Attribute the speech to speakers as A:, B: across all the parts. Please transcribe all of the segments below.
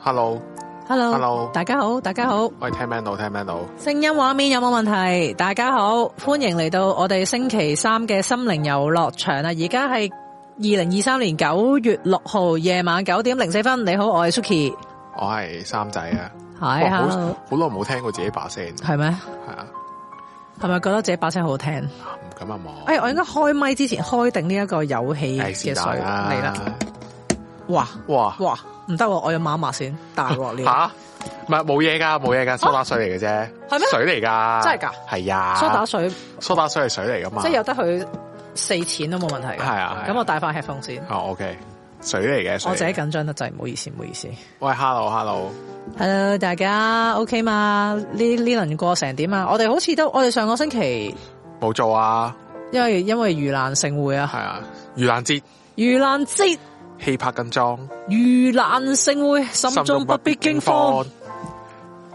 A: Hello，Hello，
B: Hello，大家好，大家好，
A: 喂，聽唔聽到？聽唔聽到？
B: 聲音畫面有冇問題？大家好，歡迎嚟到我哋星期三嘅心靈遊樂場啊！而家係二零二三年九月六號夜晚九點零四分。你好，我係 Suki，
A: 我係三仔啊，
B: 係
A: 哇好
B: hello，
A: 好耐冇聽過自己把聲，係
B: 係咩？
A: 啊，
B: 係咪覺得自己把聲好聽？
A: 唔敢啊望，
B: 哎，我應該開麥之前開定呢一個有氣
A: 誒哎是
B: 嘅水嚟
A: 但
B: 啊啦！
A: 啦，
B: 哇
A: 哇
B: 哇，唔得喎，我要抹一抹先，大 鑊了，
A: 吓，唔係冇嘢噶，冇嘢噶，梳打水嚟嘅啫，
B: 係哦咩
A: 水嚟噶，
B: 真係㗎
A: 係啊，
B: 梳打水
A: 梳打水係水嚟噶嘛，
B: 即係有得佢四錢都冇問題嘅。
A: 係啊係啊
B: 咁我戴翻 headphone 先。
A: 哦，OK，水嚟嘅，水嚟嘅
B: 我自己緊張得滯，唔好意思，唔好意思。
A: 喂，Hello，Hello，
B: Hello，大家 OK 嘛？呢呢輪過成點啊？我哋好似都，我哋上個星期
A: 冇做啊，
B: 因為因為盂蘭盛會啊，
A: 係啊，盂蘭節
B: 盂蘭節、
A: 氣魄更裝。
B: 盂蘭盛會，心中不必驚慌。。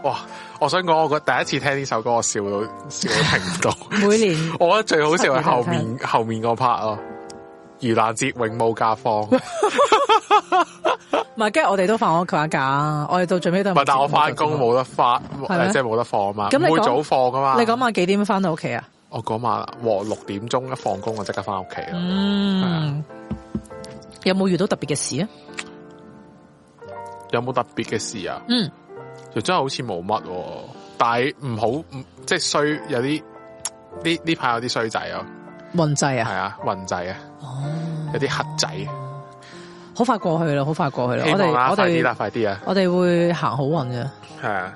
A: 哇！我想講，我覺得第一次聽呢首歌，我笑到笑到停唔到。
B: 每年
A: 我覺得最好笑係後面後面個 part 咯。盂蘭節永冇假放， 唔
B: 唔係，跟住我哋都放咗佢一假，我哋到最尾都係
A: 係但我翻工。冇得翻，
B: 係咩
A: 誒即係冇得放啊嘛，
B: 咁你
A: 唔會
B: 講
A: 早放噶嘛。
B: 你嗰晚幾點翻到屋企啊？
A: 我嗰晚哇六點鐘一放工，我即刻翻屋企啊啦。啊
B: 嗯，有冇遇到特別嘅事啊？
A: 有冇特別嘅事啊？
B: 嗯，
A: 就真係好似冇乜喎，但係唔好唔即係衰，有啲呢呢排有啲衰仔啊，
B: 運滯
A: 係
B: 啊，
A: 啊
B: 哦
A: 運仔啊，有啲黑仔。啊
B: 好快過去啦，好快過去啦。
A: 希
B: 我哋
A: 望啦，
B: 我
A: 快啲
B: 哋
A: 啦，快啲啊！
B: 我哋會行好運嘅。
A: 系啊，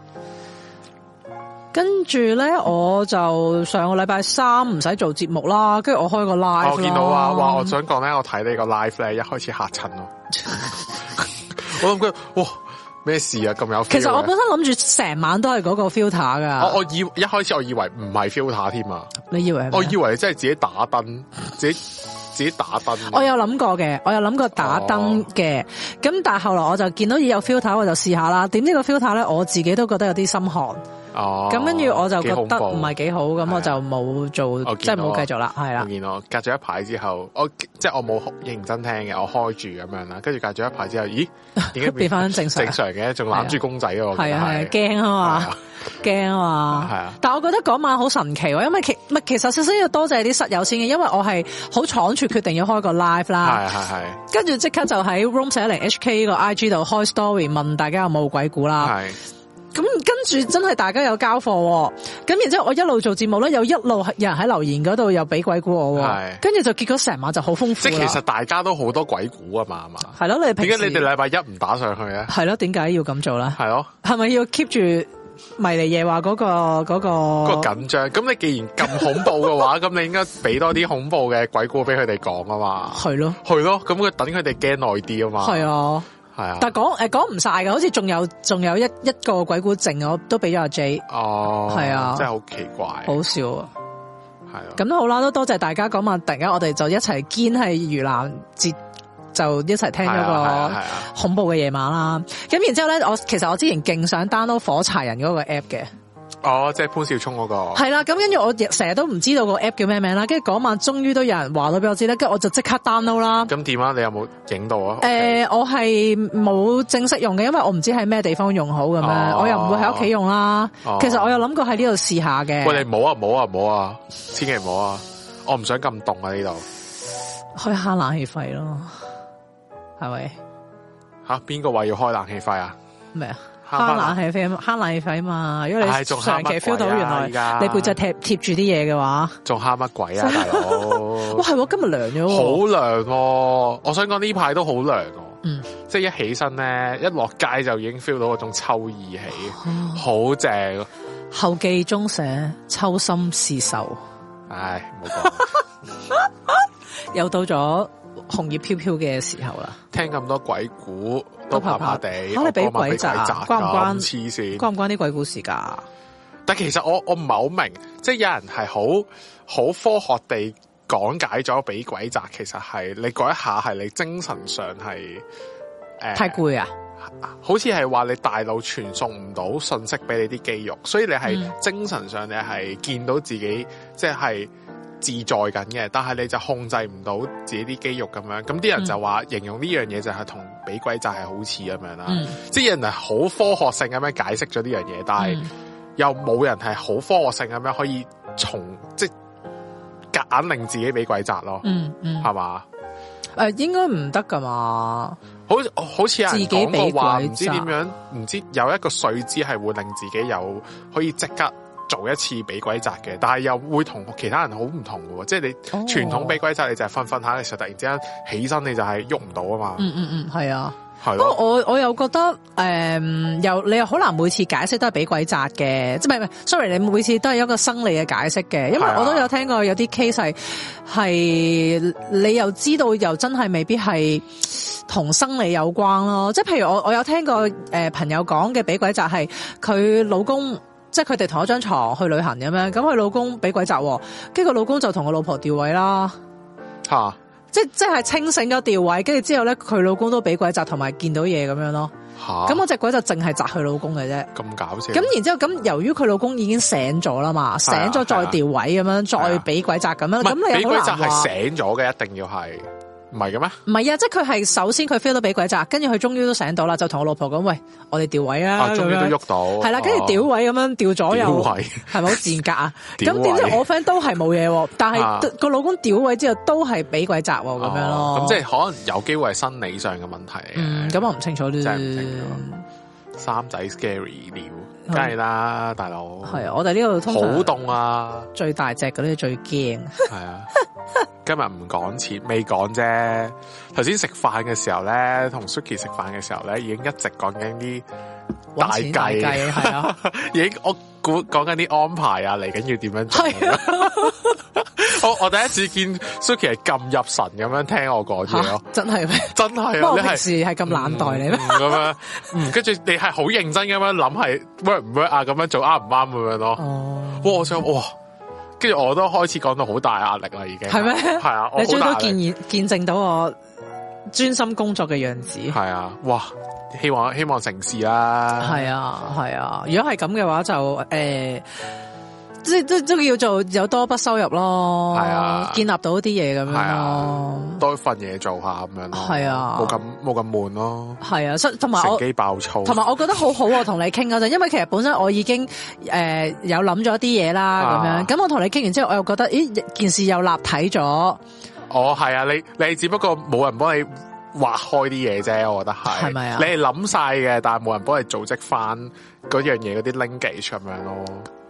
B: 跟住咧，我就上個禮拜三唔使做節目啦，跟住我開個 live 啦
A: 我見到啊，哇！我想講咧，我睇你個 live 咧，一開始嚇親我， 我諗佢哇咩事啊，咁有 feel
B: 其實我
A: 嘅
B: 本身諗住成晚都係嗰個 filter 噶，
A: 我我以一開始我以為唔係 filter 添啊，
B: 你以為係咩？
A: 我以為你真係自己打燈，自己自己打燈。
B: 我有諗過嘅，我有諗過打燈嘅，咁、但係後來我就見到有 filter，我就試下啦。點呢個 filter 咧，我自己都覺得有啲心寒，
A: 哦，
B: 咁跟住我就覺
A: 幾恐
B: 得
A: 怖
B: 唔係幾好，
A: 係
B: 咁
A: 啊
B: 我就冇做，
A: 我
B: 即
A: 見
B: 係
A: 到啊
B: 冇繼續啦，係
A: 我
B: 啦，
A: 見我隔咗一排之後，我即係我冇認真聽嘅，我開住咁樣啦，跟住隔咗一排之後， 咦，已經
B: 變翻正常
A: 正，常嘅，仲攬住公仔嘅，我記得
B: 係啊係啊，
A: 係
B: 驚啊嘛
A: 係。啊
B: 驚啊嘛，
A: 係啊
B: 但我覺得嗰晚好神奇喎，因為其唔係其實首先要多謝啲室友先嘅，因為我係好倉促決定要開個 live 啦，
A: 係啊係係。
B: 跟住即刻就喺 room 四一零 HK 個 IG 度開 story 問大家有冇鬼故啦，
A: 系
B: 咁跟住真係大家有交貨喎，咁然之後我一路做節目咧，又一路有人喺留言嗰度又俾鬼故我喎
A: 係，
B: 跟住就結果成晚就好豐富
A: 即系其
B: 啦
A: 實，大家都好多鬼故啊嘛，係嘛？
B: 係咯，你平
A: 點
B: 時
A: 解你哋禮拜一唔打上去 咧？
B: 係咯，點解要咁做啦？
A: 係咯，
B: 係咪要 keep 住迷離夜話嗰個嗰
A: 個
B: 個
A: 緊張。咁你既然咁恐怖嘅 話，咁你應該俾多啲恐怖嘅鬼故俾佢哋講啊嘛。
B: 係咯？
A: 係咯，咁佢等佢哋驚耐啲啊嘛。
B: 係
A: 啊，
B: 啊。
A: 系啊。
B: 但講誒講唔晒嘅，好似仲有仲有一一個鬼故剩，我都俾咗阿 J，
A: 哦，
B: 係啊
A: 真係好奇怪。
B: 好笑啊！
A: 係啊。
B: 咁都好啦，都多謝大家嗰晚，突然間我哋就一齊堅係盂蘭節，就一齊聽
A: 係啊
B: 咗
A: 係
B: 個
A: 啊係啊
B: 恐怖嘅夜晚啦。咁然之後咧，我其實我之前勁想 download 火柴人嗰個 app 嘅，
A: 哦，即係潘少聰嗰個。
B: 係啦。咁跟住我亦成日都唔知道個 app 叫咩名啦。跟住嗰晚終於都有人話到俾我知咧，跟住我就即刻 download 啦。
A: 咁點啊？你有冇影到啊？
B: 誒、我係冇正式用嘅，因為我唔知喺咩地方用好咁樣，
A: 哦
B: 我又唔會喺屋企用啦。
A: 哦
B: 其實我有諗過喺呢度試下嘅。
A: 喂，你唔好啊，唔好啊，唔好啊，千祈唔好啊！我唔想咁凍啊呢度。
B: 開下冷氣費咯，係咪
A: 吓，邊個話要開冷氣費啊？
B: 咩啊？
A: 慳返
B: 慳冷氣費，慳冷氣費嘛。如果
A: 唉
B: 你
A: 仲慳
B: 長期
A: 乜
B: feel 到
A: 鬼啊
B: 原來
A: 依家
B: 你背脊貼貼住啲嘢嘅話，
A: 仲蝦乜鬼啊，大佬
B: 哇！係喎，今日涼咗
A: 好
B: 喎。
A: 涼喎！我想講呢排都好涼喎，
B: 嗯
A: 即係一起身咧，一落街就已經 feel 到嗰種秋意起，
B: 哦
A: 好正啊。
B: 後記中寫秋心是愁，
A: 唉，唔 好講，
B: 又到咗紅葉飄飄嘅時候啦。
A: 聽咁多鬼故都
B: 怕
A: 怕
B: 怕
A: 怕地，
B: 嚇你
A: 我
B: 俾
A: 講埋
B: 鬼襲啊
A: 襲
B: 關唔關
A: 咁黐線？
B: 關唔關啲鬼故事㗎？
A: 但其實我我唔係好明，即係有人係好好科學地講解咗俾鬼襲，其實係你嗰一下係你精神上係誒
B: 太攰啊！
A: 好似係話你大腦傳送唔到信息俾你啲肌肉，所以你係
B: 嗯
A: 精神上你係見到自己即係自在緊嘅，但係你就控制唔到自己啲肌肉咁樣。咁啲人
B: 嗯
A: 就話形容呢樣嘢就係同俾鬼扎係好似咁樣啦。
B: 嗯
A: 即係有人係好科學性咁樣解釋咗呢樣嘢，但係
B: 嗯
A: 又冇人係好科學性咁樣可以從即係夾硬令自己俾鬼扎咯，
B: 嗯嗯，
A: 係嘛、
B: 诶，應該唔得噶嘛？
A: 好好似有人
B: 自己俾
A: 講過話，
B: 鬼
A: 唔知點
B: 責
A: 樣，唔知有一個睡姿係會令自己有可以即刻做一次俾鬼責嘅，但係又會同其他人好唔同嘅喎，即係你
B: 哦
A: 傳統俾鬼責，你就係瞓瞓下嘅時候，突然之間起身你就係喐唔到啊嘛，
B: 嗯嗯嗯，係啊。
A: 係
B: 不過
A: 咯，
B: 我我又覺得诶、誒又你又好難每次解釋都係俾鬼扎嘅，即係唔係唔係？sorry，你每次都係一個生理嘅解釋嘅，因為
A: 係啊
B: 我都有聽過有啲 case 係係你又知道又真係未必係同生理有關咯，即係譬如我我有聽過诶、誒朋友講嘅俾鬼扎係佢老公。即係佢哋同一張床去旅行咁樣，咁佢老公俾鬼扎喎，跟住個老公就同個老婆調位啦。
A: 嚇
B: 即即係清醒咗調位，跟住之後咧，佢老公都俾鬼扎同埋見到嘢咁樣咯。
A: 嚇，
B: 咁
A: 咁
B: 嗰只鬼就淨係扎佢老公嘅啫。
A: 咁搞笑，
B: 咁然之後，咁由於佢老公已經醒咗啦嘛，醒咗
A: 係
B: 再
A: 啊
B: 調位咁樣，
A: 係
B: 再
A: 啊
B: 俾鬼扎咁樣，
A: 唔
B: 咁
A: 係
B: 你
A: 俾
B: 又好
A: 鬼
B: 難
A: 責係
B: 話。
A: 醒咗嘅，一定要係唔係嘅咩？
B: 唔係啊，即係佢係首先佢 feel 到俾鬼扎，跟住佢終於都醒到啦，就同我老婆講：喂，我哋調位啦，
A: 啊，
B: 咁
A: 終於都
B: 樣。
A: 喐到，啊
B: 係啦，跟住調位咁樣調左
A: 屌
B: 右，
A: 位，
B: 係咪好賤格啊？
A: 屌
B: 咁點知
A: 位
B: 我 friend 都係冇嘢喎，但
A: 啊
B: 係個老公調位之後都係俾鬼扎喎，咁樣
A: 哦
B: 咯。
A: 咁即係可能有機會係生理上嘅問題嚟嘅
B: 嗯，咁我唔清楚呢
A: 真係唔清三仔 scary 料，
B: 係
A: 梗係啦，大佬。
B: 嗯係啊我哋呢度通
A: 好
B: 常
A: 凍啊，
B: 最大隻嗰啲最驚。
A: 係啊。 今日唔講錢，未講啫。頭先食飯嘅時候咧，同 Suki 食飯嘅時候咧，已經一直講緊啲，大
B: 搵錢大
A: 計
B: 計係啊，
A: 已經我估講緊啲安排啊，嚟緊要點樣
B: 係啊
A: 做。 我我第一次見 Suki 係咁入神咁樣聽我講嘢
B: 嚇
A: 咯，
B: 真係咩？
A: 真係
B: 不過
A: 啊，
B: 我
A: 你
B: 平
A: 係
B: 時係咁冷待你咩？
A: 嗯咁樣，嗯，跟住你係好認真咁樣諗係 work 唔 work 啊，咁樣做啱唔啱咁樣咯。
B: 哦，
A: 哇！我想哇，跟住我都開始講到好大壓力啦，已經
B: 係咩
A: 係啊，我
B: 你終
A: 好
B: 於都
A: 大壓
B: 見
A: 力，
B: 見證到我專心工作嘅樣子。
A: 係啊，哇！希望希望成事啦，
B: 係啊，係啊。如果係咁嘅話，就诶，即即都叫做有多筆收入咯。
A: 係啊
B: 建立到啲嘢咁
A: 係
B: 樣
A: 啊
B: 咯。，
A: 多一份嘢做下咁樣咯，
B: 係啊
A: 冇咁冇咁悶咯，
B: 係啊，所以同埋
A: 乘
B: 我。
A: 機爆粗，
B: 同埋我覺得好好啊，同你傾嗰陣，因為其實本身我已經誒、呃有諗咗啲嘢啦，
A: 啊
B: 咁樣，咁我同你傾完之後，我又覺得，咦，件事又立體咗，
A: 哦，係啊，你你只不過冇人幫你。劃開啲嘢啫，我覺得係，
B: 係咪啊
A: 你係諗晒嘅，但係冇人幫你組織翻嗰樣嘢嗰啲 linkage 咁樣咯。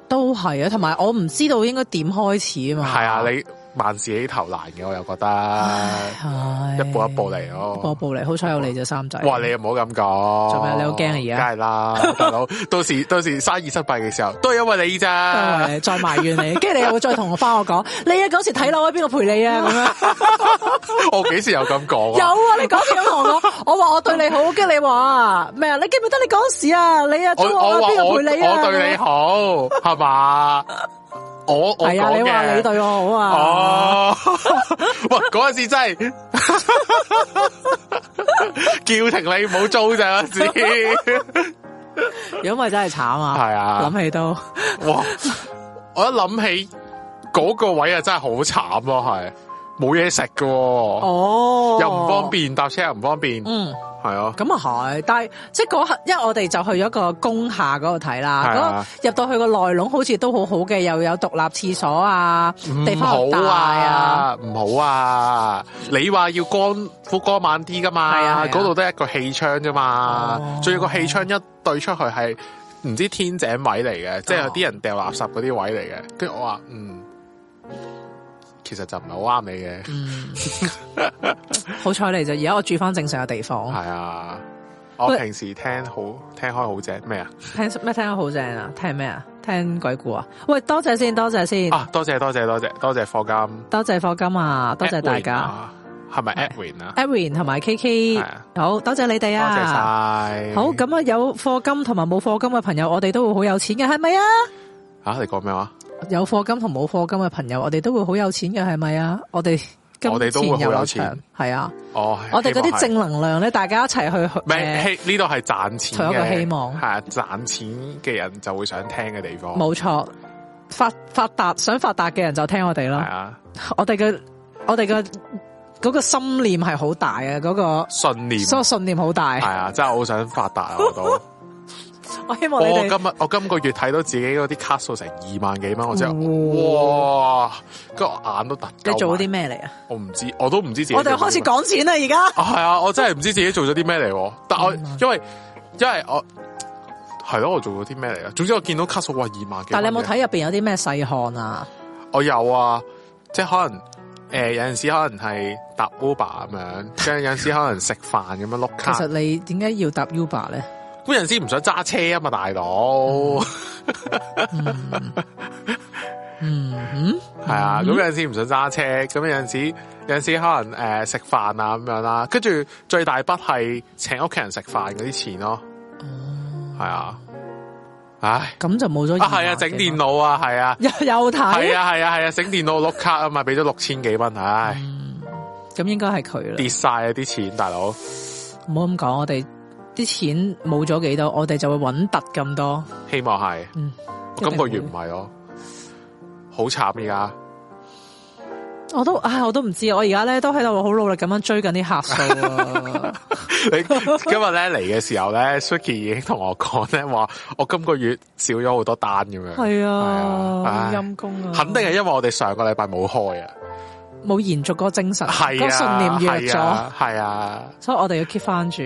B: 都係啊，同埋我唔知道應該點開始啊嘛，
A: 係啊，你萬事起頭難嘅，我又覺得。
B: 唉，
A: 一步一步嚟咯
B: 一步一步嚟，好彩有你隻三仔，
A: 哇！你又唔好咁講，
B: 做咩你好驚啊而家
A: 梗係啦，大 佬，到時到時生意失敗嘅時候，都係因為你 咋。
B: 唉再埋怨 你，跟住你又會再同我翻我講，你啊嗰時睇樓啊，邊個陪你啊咁 樣，
A: 我幾時有咁講
B: 有
A: 啊？
B: 啊，你嗰時咁同我講，我話我對你好，跟住你話咩啊？你記唔記得你嗰時啊？你啊
A: 我
B: 租我
A: 我
B: 啊，
A: 話
B: 邊
A: 我
B: 個陪你啊？
A: 我對你好係嘛？我我
B: 係啊，
A: 講
B: 你話你
A: 嘅。
B: 對我好啊。
A: 哦， 喂，嗰陣時真係 叫停你唔好租咋嗰陣 時。
B: 如果咪真係慘啊！
A: 係啊
B: 諗起都
A: 哇！我一諗起嗰個位啊，真係好慘咯，係冇嘢食嘅喎，
B: 哦
A: 又唔方。便搭車又唔方便，
B: 嗯，
A: 係啊，
B: 咁啊係，但係即係嗰刻，因為我哋就去咗個工廈嗰度睇啦，
A: 係
B: 嗰
A: 啊
B: 個入到去個內籠好似都好好嘅，又有獨立廁所啊，地
A: 唔
B: 方
A: 好
B: 又大啊，
A: 啊，唔好啊！你話要光富光猛啲噶嘛？
B: 係啊係啊
A: 嗰度得一個氣窗啫嘛
B: 哦，
A: 仲要個氣窗一對出去係唔知天井位嚟
B: 哦
A: 嘅，即係有啲人掉垃圾嗰啲位嚟嘅。跟住我話嗯，其實就唔係好啱你嘅，
B: 嗯，好彩你就而家我住翻正常嘅地方，
A: 係啊。我
B: 喂
A: 平時聽好聽開好正咩啊？
B: 聽咩聽得好正啊？聽咩啊？聽鬼故啊？喂，多謝先，多謝先，
A: 啊，多謝多謝多謝多謝課金，
B: 多謝課金啊，多謝大
A: Edwin
B: 家
A: 啊，係咪 Edwin 啊？
B: ，Erin 同埋 KK，
A: 係啊
B: 好多謝你哋
A: 多謝
B: 啊，
A: 晒。
B: 好，咁啊，有課金同埋冇課金嘅朋友，我哋都會好有錢嘅，係咪啊？
A: 啊，你講咩話？
B: 有課金同冇課金嘅朋友，我哋都會好有錢嘅，係咪啊？我哋金
A: 我哋都會
B: 錢
A: 好有
B: 遊樂
A: 錢
B: 場，係啊！
A: 哦，
B: 我哋嗰
A: 希望
B: 啲
A: 係
B: 正能量咧，大家一齊去
A: 唔
B: 呃
A: 係希呢度係賺錢
B: 仲有一個
A: 嘅，
B: 希望
A: 係啊賺錢嘅人就會想聽嘅地方。
B: 冇錯，發發達想發達嘅人就聽我哋
A: 係
B: 啦。
A: 啊，
B: 我哋嘅我哋嘅嗰個心念係好大嘅，嗰、個
A: 信念係
B: 所有信念好大。
A: 啊，真係好想發達啊！我 都，
B: 我希望你
A: 我
B: 哋
A: 今日我今個月睇到自己嗰啲卡數成二萬幾蚊，我真係
B: 哇
A: 哇，跟住我眼都突。
B: 哦你做咗啲？咩嚟啊？
A: 我唔知，我都唔知自己。
B: 我哋開始講哦錢啦，而家
A: 啊，系啊，我真係唔知自己做咗啲咩嚟喎，但我
B: 嗯
A: 因為因為我係咯，我做咗啲咩嚟啊？總之我見到卡數哇二萬幾，
B: 但你有冇？睇入邊有啲咩細項啊？
A: 我有啊，即係可能诶、呃有陣時可能係搭 Uber 咁樣，跟住有陣時可能食飯咁樣碌
B: 其
A: 卡，
B: 實
A: 咁
B: 你點解要搭 Uber 咧？
A: 有陣時唔想揸車啊嘛，大佬。
B: 嗯
A: 系啊，咁有阵时唔想揸車，咁有阵時有阵时可能诶食飯啊咁樣啦，跟住最大筆係請屋企人食飯嗰啲錢咯，
B: 哦
A: 係啊，唉，
B: 哼，咁就冇咗
A: 啊係啊，整電
B: 電
A: 腦啊，係啊，
B: 又又
A: 係
B: 睇，
A: 啊係啊係啊，整電腦碌卡啊嘛，俾咗六千幾蚊，唉，
B: 嗯咁應該係佢啦
A: 跌。晒啊啲錢，大佬，
B: 唔好咁講，我哋啲錢冇咗幾多，我哋就會揾突咁多。
A: 希望係，
B: 嗯，
A: 我今個月
B: 一定
A: 唔係咯，好慘而家，
B: 會我都唉，我都唔知，我而家咧都喺度好努力咁樣追緊啲客數啊。
A: 你今日咧嚟嘅時候咧，Suki 已經同我講咧話，我今個月少咗好多單咁樣。
B: 係
A: 係啊
B: 啊，
A: 唉
B: 陰公啊，
A: 肯定係因為我哋上個禮拜冇開啊，
B: 冇延續嗰個精神，嗰
A: 係
B: 個信念
A: 啊，
B: 弱
A: 係
B: 咗，
A: 啊，係啊，
B: 所以我哋要 keep 翻住。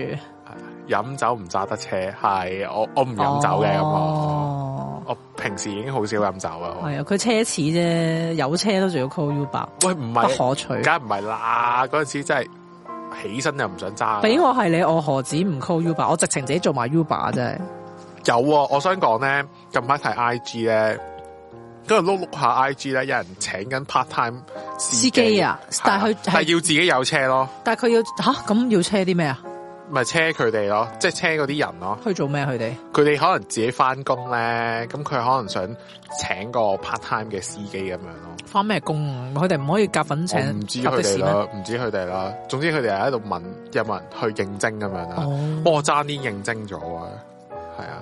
A: 飲酒唔揸得車，係我我唔飲酒嘅咁啊我，
B: 哦，
A: 我平時已經好少飲酒啊。我
B: 係啊，佢奢侈啫，有車都仲要 call Uber，
A: 喂，唔
B: 不
A: 係，
B: 可取。
A: 梗係唔係啦，嗰陣時真係起身又唔想揸。
B: 俾我係你，我何止唔 call Uber？我直情自己做埋 Uber 啊真係。
A: 有啊，我想講咧，近排睇 I G 咧，跟住碌碌下 I G 咧，有人請緊 part time
B: 司機啊但係佢
A: 係但係要自己有車咯，
B: 但係佢要吓咁要車啲咩啊？
A: 咪車佢哋咯，即係車嗰啲人咯。
B: 去做咩？佢哋
A: 佢哋可能自己翻工咧，咁佢可能想請個 part time 嘅司機咁樣咯。
B: 翻咩工啊？佢哋唔可以夾粉請
A: 我唔知
B: 搭
A: 佢
B: 的士
A: 哋
B: 咩？
A: 啦，唔知佢哋啦。總之佢哋係喺度問有冇人去應徵咁樣啦。
B: 哦
A: 我爭啲應徵咗啊，係啊。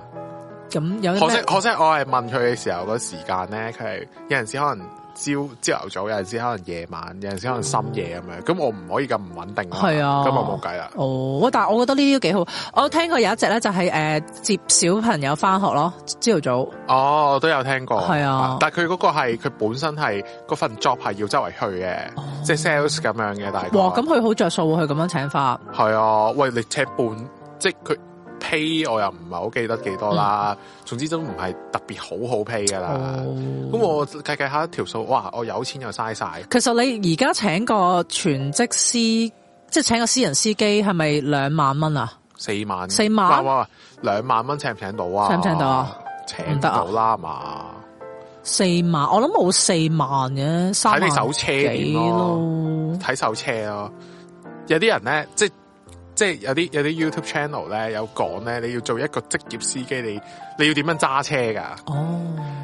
B: 咁有啲
A: 可惜
B: 咩？
A: 可惜，我係問佢嘅時候嗰時間咧，佢係有陣時可能朝朝頭早，有陣時可能夜晚，有陣時可能深夜咁樣。咁我唔可以咁唔穩定
B: 係啊
A: 咁我冇計啦。
B: 哦，但係我覺得呢啲都幾好。我聽過有一隻咧，就係誒接小朋友翻學咯，朝頭早。
A: 哦，我都有聽過，
B: 係啊
A: 但係佢嗰個係佢本身係嗰份 job 係要周圍去嘅，即係 sales 咁樣嘅，大概。
B: 哦哇！咁佢好着數喎，佢咁樣請法。
A: 係啊，喂，你請半，即係佢 pay 我又唔係好記得幾多啦，總之都唔係特別好好 pay 噶啦。啊咁、
B: 嗯哦，
A: 我計計下條數，哇！我有錢又嘥晒，
B: 其實你而家請個全職司，即係請個私人司機，係咪兩萬蚊啊？
A: 四萬，
B: 四萬
A: 哇哇哇，兩萬蚊請唔請到啊？
B: 請唔請到啊？
A: 請唔到啦嘛，
B: 四萬，我諗冇四萬嘅，三
A: 睇
B: 萬
A: 你手車
B: 啊幾
A: 點
B: 咯
A: 咯。睇手車咯。有啲人咧，即即係有啲有啲 YouTube channel 咧有講咧，你要做一個職業司機，你你要點樣揸車㗎？
B: 哦，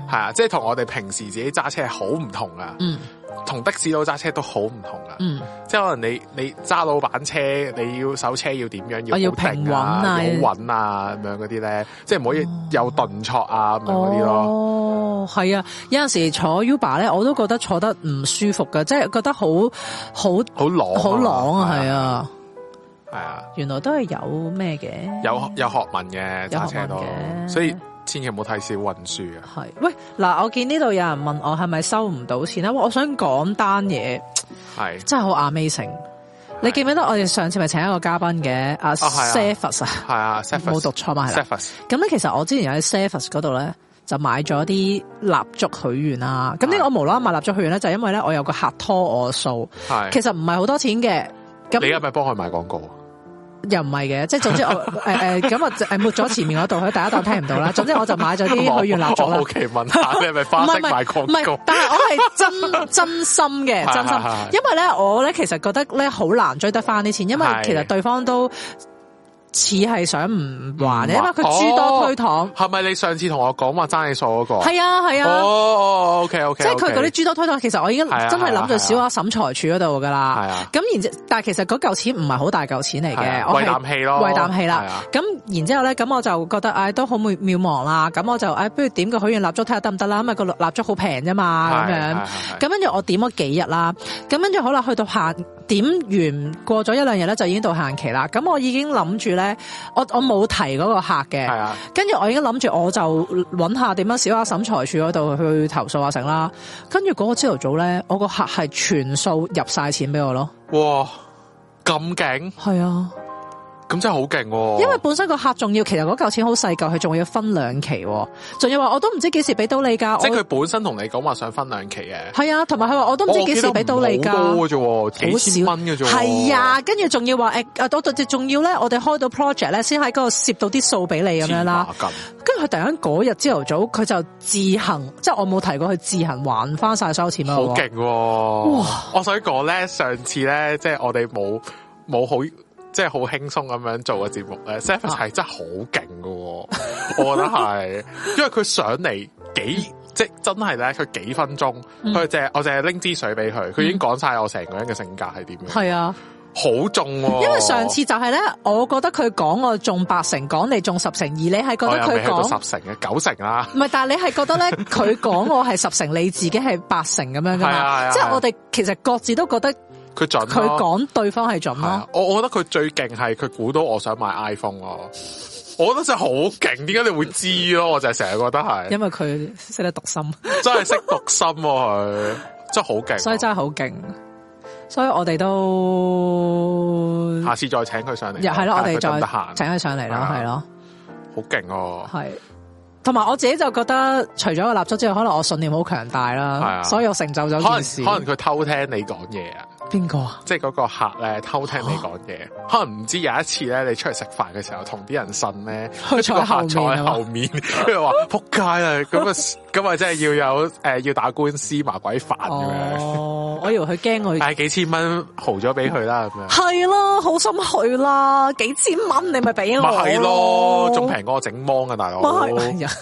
A: 係啊，即係同我哋平時自己揸車係好唔同啊，
B: 嗯
A: 同的士佬揸車都好唔同啊。
B: 嗯，
A: 即係可能你你揸老闆車，你要手車要點樣，
B: 我要
A: 要好定
B: 平穩啊
A: 要好穩啊咁樣嗰啲咧，即係唔可以有頓挫啊咁樣嗰啲咯。
B: 哦，係啊，有陣時坐 Uber 咧，我都覺得坐得唔舒服嘅，即係覺得好好
A: 好朗啊，
B: 好朗啊，係
A: 啊，
B: 啊，
A: 係啊，
B: 原來都係有咩嘅，
A: 有有學問嘅揸車
B: 有
A: 都
B: 學問，嘅
A: 所以千祈唔好睇小運輸啊。
B: 係喂嗱，我見呢度有人問我係咪收唔到錢啊？哇我想講單嘢
A: 係
B: 真係好 amazing，你記唔記得我哋上次咪請一個嘉賓嘅阿
A: 係啊
B: s e f u s 啊，
A: 係啊 s e f
B: 冇讀
A: u
B: 錯嘛係
A: s e
B: 啦。
A: f u s
B: 咁咧，其實我之前有喺 Service 嗰度咧，就買咗啲蠟燭許願啦。咁呢個
A: 啊
B: 我無啦啦買蠟燭許願咧，就因為咧我有個客拖我數，
A: 係
B: 其。實唔係好多錢嘅。咁
A: 你係咪幫佢賣廣告啊？
B: 又唔係嘅，即係總 之我誒誒咁我就誒抹咗前面嗰度，佢大家當聽唔 到啦。總之我就買咗啲許願蠟燭
A: 我
B: 啦
A: 好。奇問下，你係咪哦花
B: 唔
A: 式
B: 係唔
A: 賣
B: 係唔
A: 廣
B: 係
A: 告？，
B: 但係 我係真真心嘅，
A: 係
B: 真心
A: 係係。
B: 因為咧，我咧其實覺得咧好難追得翻啲錢，因為
A: 係
B: 其實對方都似係想唔還嘅，
A: 唔還
B: 因為佢諸多
A: 哦
B: 推搪。
A: 係咪你上次同我講話爭你數嗰個？
B: 係啊係
A: 哦
B: 啊，
A: 哦，OK OK，
B: 即係佢嗰啲諸多推搪，其實我已經
A: 係啊
B: 真係
A: 係
B: 諗
A: 啊
B: 咗小額審裁處嗰度㗎
A: 係
B: 啦
A: 啊。
B: 咁然之，但係其實嗰嚿錢唔係好大嚿錢嚟
A: 係啊
B: 嘅，我
A: 為
B: 係
A: 啖氣咯
B: 為啖氣
A: 係
B: 啦
A: 啊。
B: 咁然之後咧，咁我就覺得唉都好渺渺茫啦。咁我就唉不如點個許願蠟燭睇下得唔得啦，因為個蠟燭好平啫
A: 啊
B: 嘛咁樣。啊咁跟住我點咗幾日啦，咁跟住好啦，去到限點完過咗一兩日咧，就已經到限期啦。咁我已經諗住咧，我我冇提嗰個客
A: 係
B: 嘅，
A: 啊，
B: 跟住我已經諗住我就揾下點樣小額審裁處嗰度去投訴啊成啦。跟住嗰個朝頭早咧，我個客係全數入晒錢俾我咯。
A: 哇，咁勁，
B: 係啊，
A: 咁真係好勁喎！
B: 因為本身個客仲要，其實嗰嚿錢好細嚿，佢仲要分兩期喎，仲要話我都唔知幾時俾到你㗎。
A: 即係
B: 我
A: 佢本身同你講話想分兩期嘅，
B: 係啊，同埋佢話我都唔知幾時俾到
A: 我
B: 你㗎。
A: 記得唔好多嘅啫喎，幾千蚊嘅啫喎，
B: 系啊，跟住仲要話誒，啊，到到仲要咧，我哋開到 project 咧，先喺嗰度攝到啲數俾你咁樣啦。
A: 黐孖筋，
B: 跟住佢突然間嗰日朝頭早，佢就自行，即係我冇提過佢自行還翻晒所有錢俾
A: 好
B: 我喎。
A: 勁喎！我想講咧，上次咧，即係我哋冇冇好。即係好輕鬆咁樣做個節目咧 s e v e
B: 啊
A: 係真係好勁㗎喎，我覺得係， 因為佢上嚟幾即係真係咧，佢幾分鐘，
B: 嗯
A: 佢淨係我淨係拎支水俾佢，佢已經講晒我成個人嘅性格係點樣，
B: 係啊，
A: 好中喎。
B: 因為上次就係咧，我覺得佢講我中八成，講你中十成，而你係覺
A: 我哦
B: 得
A: 又未
B: 佢
A: 去到十
B: 講。
A: 成嘅九成啦，
B: 唔係，但係你係覺得咧，佢講我係十成，你自己係八成咁樣噶
A: 係啊係
B: 嘛？
A: 啊
B: 即
A: 係
B: 係
A: 啊
B: 我哋其實各自都覺得
A: 佢準
B: 佢
A: 咯
B: 講對方係準
A: 係
B: 咯
A: 啊。，我我覺得佢最勁係佢估到我想買 iPhone 咯，我覺得真係好勁，點解你會知咯？我就係成日覺得係，
B: 因為佢識得讀心，
A: 真係識讀心喎佢，真係好勁。
B: 所以真係好勁。所以我哋都
A: 下次再請佢上嚟，
B: 又係咯，我哋
A: 睇下佢得唔得閒
B: 再請佢上嚟
A: 係
B: 咯，
A: 啊
B: 係咯，
A: 好勁哦，
B: 係。同埋我自己就覺得，除咗個蠟燭之外，可能我信念好強大
A: 係啊
B: 啦，所以我成就咗
A: 可能
B: 件事。
A: 可能佢偷聽你講嘢啊，
B: 邊個啊？
A: 即係嗰個客咧偷聽你講嘢， 可能唔知有一次咧你出嚟食飯嘅時候同啲人呻咧，
B: 佢坐
A: 個
B: 喺後
A: 客坐
B: 面
A: 喺
B: 啊嘛
A: 後面，跟住話仆街啦，咁啊咁啊真係要有誒要打官司麻鬼煩咁樣。
B: 哦，我以為佢驚我，
A: 嗌幾千蚊豪咗俾佢啦，咁樣
B: 係啦，好心去啦，幾千蚊你咪俾我
A: 咪係咯，仲
B: 咪
A: 平過我整芒啊，大佬。
B: 係哎呀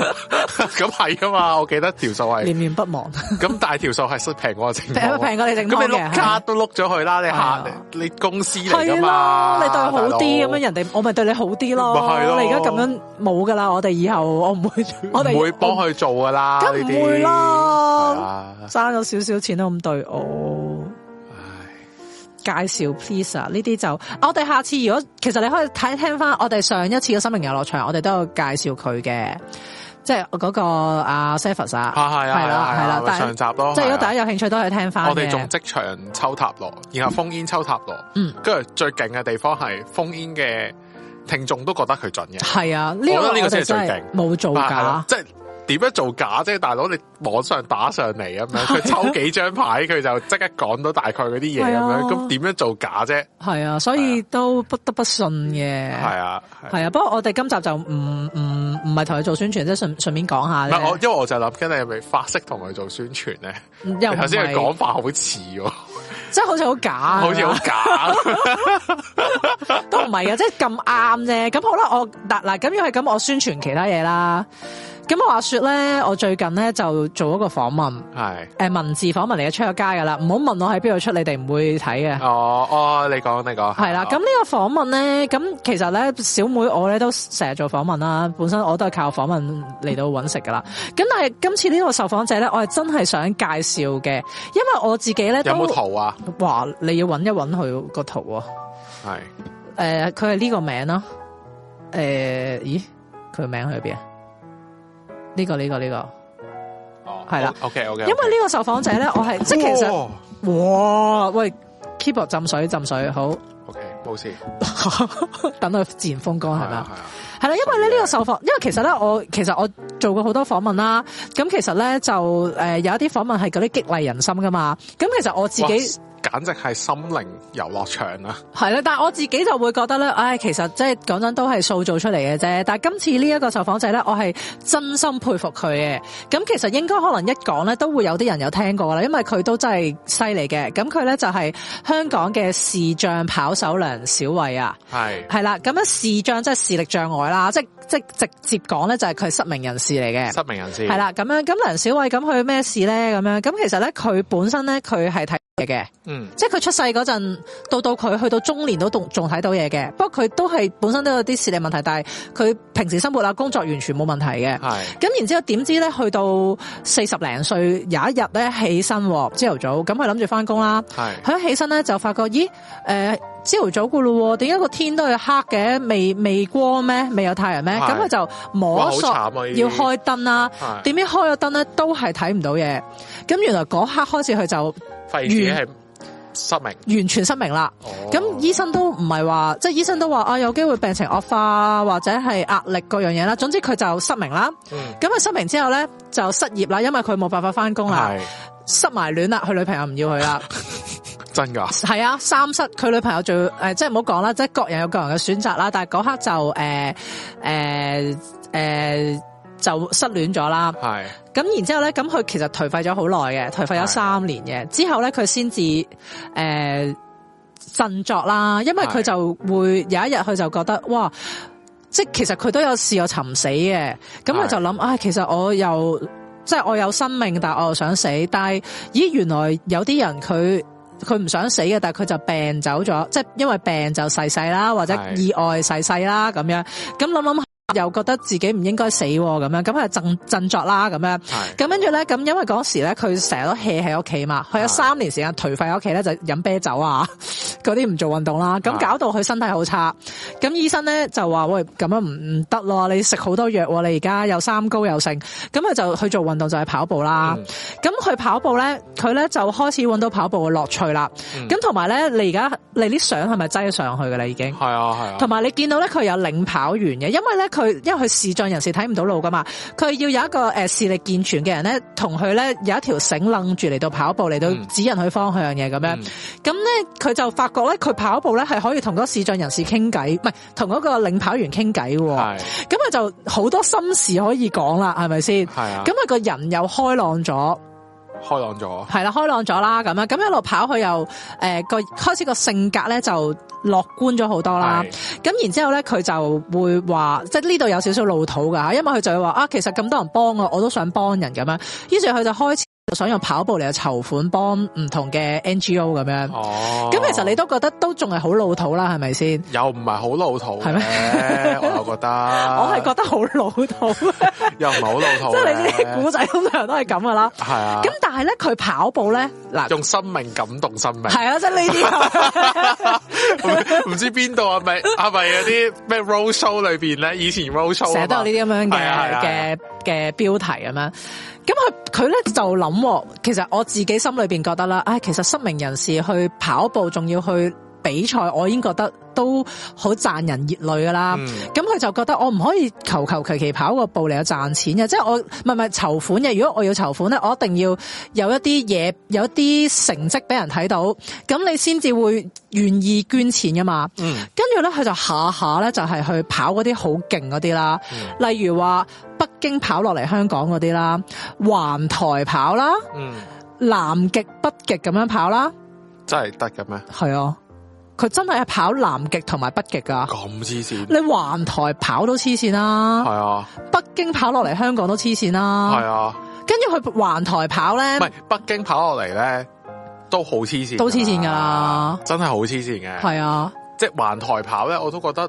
A: 咁係噶嘛，我記得條數係，
B: 念念不 忘，
A: 咁但係條數係平過我整
B: 平
A: 芒。
B: 平過你整
A: 咁
B: 芒
A: 你碌
B: 嘅。
A: 卡都碌咗佢啦，你
B: 啊
A: 客你公司嚟噶
B: 係
A: 嘛
B: 啦，，你對我好啲咁樣，
A: 人
B: 人哋我咪對你好啲咯。
A: 咪係咯
B: 你而家咁樣冇噶啦，我哋以後我唔會，我哋
A: 唔會幫佢做噶啦，
B: 梗唔
A: 呢啲
B: 會啦
A: 係啊
B: 爭咗少少錢都咁對我。
A: 唉
B: 介紹 please 啊，呢啲就我哋下次如果其實你可以睇聽翻我哋上一次嘅心靈遊樂場，我哋都有介紹佢嘅，即係嗰個啊 s e v e r 啊，
A: 啊係啊係啊
B: 啦係
A: 係
B: 啦
A: 啊，咪
B: 但
A: 上
B: 係
A: 集咯，
B: 即係如
A: 係
B: 果
A: 啊
B: 大家有興趣都可以聽翻
A: 我哋仲
B: 嘅。
A: 即場抽塔羅，然後封煙抽塔羅，
B: 嗯，
A: 跟住最勁嘅地方係封煙嘅聽眾都覺得佢準嘅，
B: 係啊，呢個
A: 我覺得呢個先
B: 我哋
A: 係最啊
B: 真
A: 勁
B: 係冇做
A: 係啦即
B: 假，
A: 係點樣做假啫？大佬你網上打上嚟咁樣，佢抽幾張牌，佢就即刻講到大概嗰啲嘢咁
B: 係啊
A: 樣，咁點樣做假啫？
B: 係啊，所以都不得不信嘅。
A: 係啊，係啊
B: 係啊，不過我哋今集就唔唔唔係同佢做宣傳，即係順順便講下
A: 唔
B: 咧
A: 係我，因為我就諗緊你係咪法式同佢做宣傳咧？
B: 又唔
A: 頭先佢講
B: 係，
A: 法好似喎，
B: 即係好似好假啊，
A: 好似好 假。
B: 都唔係啊，即係咁啱啫。咁好啦，我嗱嗱咁樣係咁，我宣傳其他嘢啦。咁話說咧，我最近咧就做一個訪問，
A: 係，
B: 誒文字訪問嚟嘅，出咗街噶啦。唔好問我喺邊度出，你哋唔會睇嘅。
A: 哦哦，你講你講，
B: 係啦，咁呢個訪問咧，咁其實咧，小妹我咧都成日做訪問啦，本身我都係靠訪問嚟到揾食噶啦。咁但係今次呢個受訪者咧，我係真係想介紹嘅，因為我自己咧
A: 有
B: 都
A: 冇圖啊？
B: 哇，你要揾一揾佢個圖喎、
A: 係
B: 诶，呃佢係呢個名啦。诶、咦，佢名去邊啊？呢、個呢、個呢、個，
A: 哦
B: 係啦
A: ，OK OK，
B: 因為呢個受訪者咧，我係即係其實哇，喂，keyboard 浸水浸水，好
A: OK 冇事，
B: 等佢自然風乾係咪
A: 啊
B: 啊？
A: 係啊。
B: 係啦，因為咧呢個受訪，因為其實咧我其實我做過好多訪問啦，呃咁其實咧就诶、誒有一啲訪問係嗰啲激勵人心噶嘛，咁其實我自己
A: 哇簡直係心靈遊樂場啊！
B: 係啦，但係我自己就會覺得咧，唉，其實即係講真都係塑造出嚟嘅啫。但係今次呢一個受訪者咧，我係真心佩服佢嘅。咁其實應該可能一講咧，都會有啲人有聽過啦，因為佢都真係犀利嘅。咁佢咧就係香港嘅視障跑手梁小慧啊。
A: 係
B: 係啦，咁樣視障即係視力障礙啦，即即直接講咧就係佢係失明人士嚟嘅。
A: 失明人士
B: 係，啦，咁樣咁梁小慧咁佢咩事咧？咁樣咁其實咧佢本身咧佢係睇嘢嘅，
A: 嗯
B: 即係佢出世嗰陣到到佢去到中年都仲仲睇到嘢嘅。不過佢都係本身都有啲視力問題，但係佢平時生活啊工作完全冇問題嘅。
A: 係
B: 咁然之後點知咧，去到四十零歲有一日咧起身喎，朝頭早咁佢諗住翻工啦。
A: 係
B: 佢一起身咧就發覺，咦，誒朝頭早噶咯喎，點解個天都係黑嘅？未未光咩？未有太陽咩？
A: 係
B: 咁佢就摸索
A: 哇好慘啊呢啲
B: 要開燈啦。
A: 係
B: 點知開咗燈咧都係睇唔到嘢。咁原來嗰刻開始佢就
A: 發現自己係失明。
B: 完全失明啦。
A: 哦
B: 咁、醫生都唔係話，即係醫生都話啊，有機會病情惡化或者係壓力各樣嘢啦。總之佢就失明啦。
A: 嗯
B: 咁佢失明之後咧就失業啦，因為佢冇辦法翻工啦，
A: 係
B: 失埋戀啦，佢女朋友唔要佢 啦。
A: 真噶，
B: 係啊，三室佢女朋友最誒、呃即係唔好講啦，即係各人有各人嘅選擇啦。但係嗰刻就誒誒誒就失戀咗啦。
A: 係
B: 咁然之後咧，咁佢其實頹廢咗好耐嘅，頹廢咗三年嘅。之後咧，佢先至誒振作啦，因為
A: 係
B: 佢就會有一日佢就覺得哇！即係其實佢都有試過尋死嘅，咁
A: 係
B: 佢就諗，唉、其實我又即係我有生命，但係我又想死，但係咦，原來有啲人佢佢唔想死嘅，但係佢就病走咗，即係因為病就逝世啦，或者
A: 係
B: 意外逝世啦咁樣，咁諗諗下又覺得自己唔應該死喎咁樣，咁佢就振振作啦咁樣。
A: 係
B: 咁跟住咧，咁因為嗰時咧，佢成日都 hea 喺屋企嘛，佢有
A: 係
B: 三年時間頹廢喺屋企咧，就飲啤酒啊， 嗰啲唔做運動啦，咁
A: 係
B: 搞到佢身體好差。咁醫生咧就話：喂，咁樣唔唔得咯，你食好多藥喎，你而家有三高又剩。咁佢就去做運動就係跑步啦
A: 嗯。
B: 咁佢、跑步咧，佢咧就開始揾到跑步嘅樂趣啦。
A: 嗯
B: 咁同埋咧，你而家你啲相係咪擠咗上去㗎啦已經？
A: 係啊係啊，
B: 同埋你見到咧，佢有領跑員嘅，因為咧佢因為佢視障人士睇唔到路噶嘛，佢要有一個誒、呃、視力健全嘅人咧，同佢咧有一條繩楞住嚟到跑步，嚟到
A: 嗯
B: 指引佢方向嘅咁樣。
A: 嗯
B: 咁咧佢就發覺咧，佢跑步咧係可以同嗰個視障人士傾偈，唔係同嗰個領跑員傾偈喎。
A: 係
B: 咁佢就好多心事可以講啦，係咪先？
A: 係啊，
B: 咁佢個人又開朗咗，
A: 開朗咗，
B: 係啦，開朗咗啦，咁樣咁一路跑佢又誒個、開始個性格咧就樂觀咗好多啦。
A: 係
B: 咁然之後咧，佢就會話，即係呢度有少少老土㗎，因為佢就會話啊，其實咁多人幫我，我都想幫人咁樣。於是佢就開始就想用跑步嚟去籌款，幫唔同嘅 NGO 咁樣。
A: 哦。
B: 咁、其實你都覺得都仲係好老土啦，係咪先？
A: 又唔係好老土
B: 係
A: 嘅，我又覺得，
B: 我係
A: 我
B: 覺得好老土，啊即
A: 又唔啊係好啊老土
B: 係你
A: 嘅，
B: 啲古仔通常都係咁噶啦。
A: 係啊
B: 咁，但係咧，佢跑步咧，嗱，
A: 用生命感動生命。
B: 係啊，即係呢 啲
A: 唔知邊度係咪係咪有啲咩 road show 裏邊咧？以前 road show
B: 成日都有呢啲咁樣
A: 係啊啊係啊係
B: 嘅嘅嘅標題咁樣。咁佢佢咧就諗喎，其實我自己心裏邊覺得啦，啊唉，其實失明人士去跑步，仲要去比賽，我已經覺得都好賺人熱淚噶啦。
A: 嗯
B: 咁佢就覺得我哦唔可以求求其其跑個步嚟有賺錢嘅，即係我唔係唔係籌款嘅。如果我要籌款咧，我一定要有一啲嘢，有一啲成績俾人睇到，咁你先至會願意捐錢噶嘛。
A: 嗯
B: 跟住咧，佢就下下咧就係去跑嗰啲好勁嗰啲啦，
A: 嗯
B: 例如話北京跑落嚟香港嗰啲啦，環台跑啦，
A: 嗯，
B: 南極、北極咁樣跑啦，
A: 真係得嘅咩？
B: 係啊，佢真係跑南極同埋北極噶。
A: 咁黐線，
B: 啊你環台跑都黐線
A: 係
B: 啦，
A: 啊
B: 北京跑落嚟香港都黐
A: 係
B: 線啦，
A: 啊，
B: 跟住佢環台跑
A: 唔
B: 咧
A: 係北啊京跑落嚟咧都好黐線㗎啦，
B: 都黐線㗎啦
A: 真係好黐線嘅。
B: 係啊，
A: 即係環台跑咧，我都覺得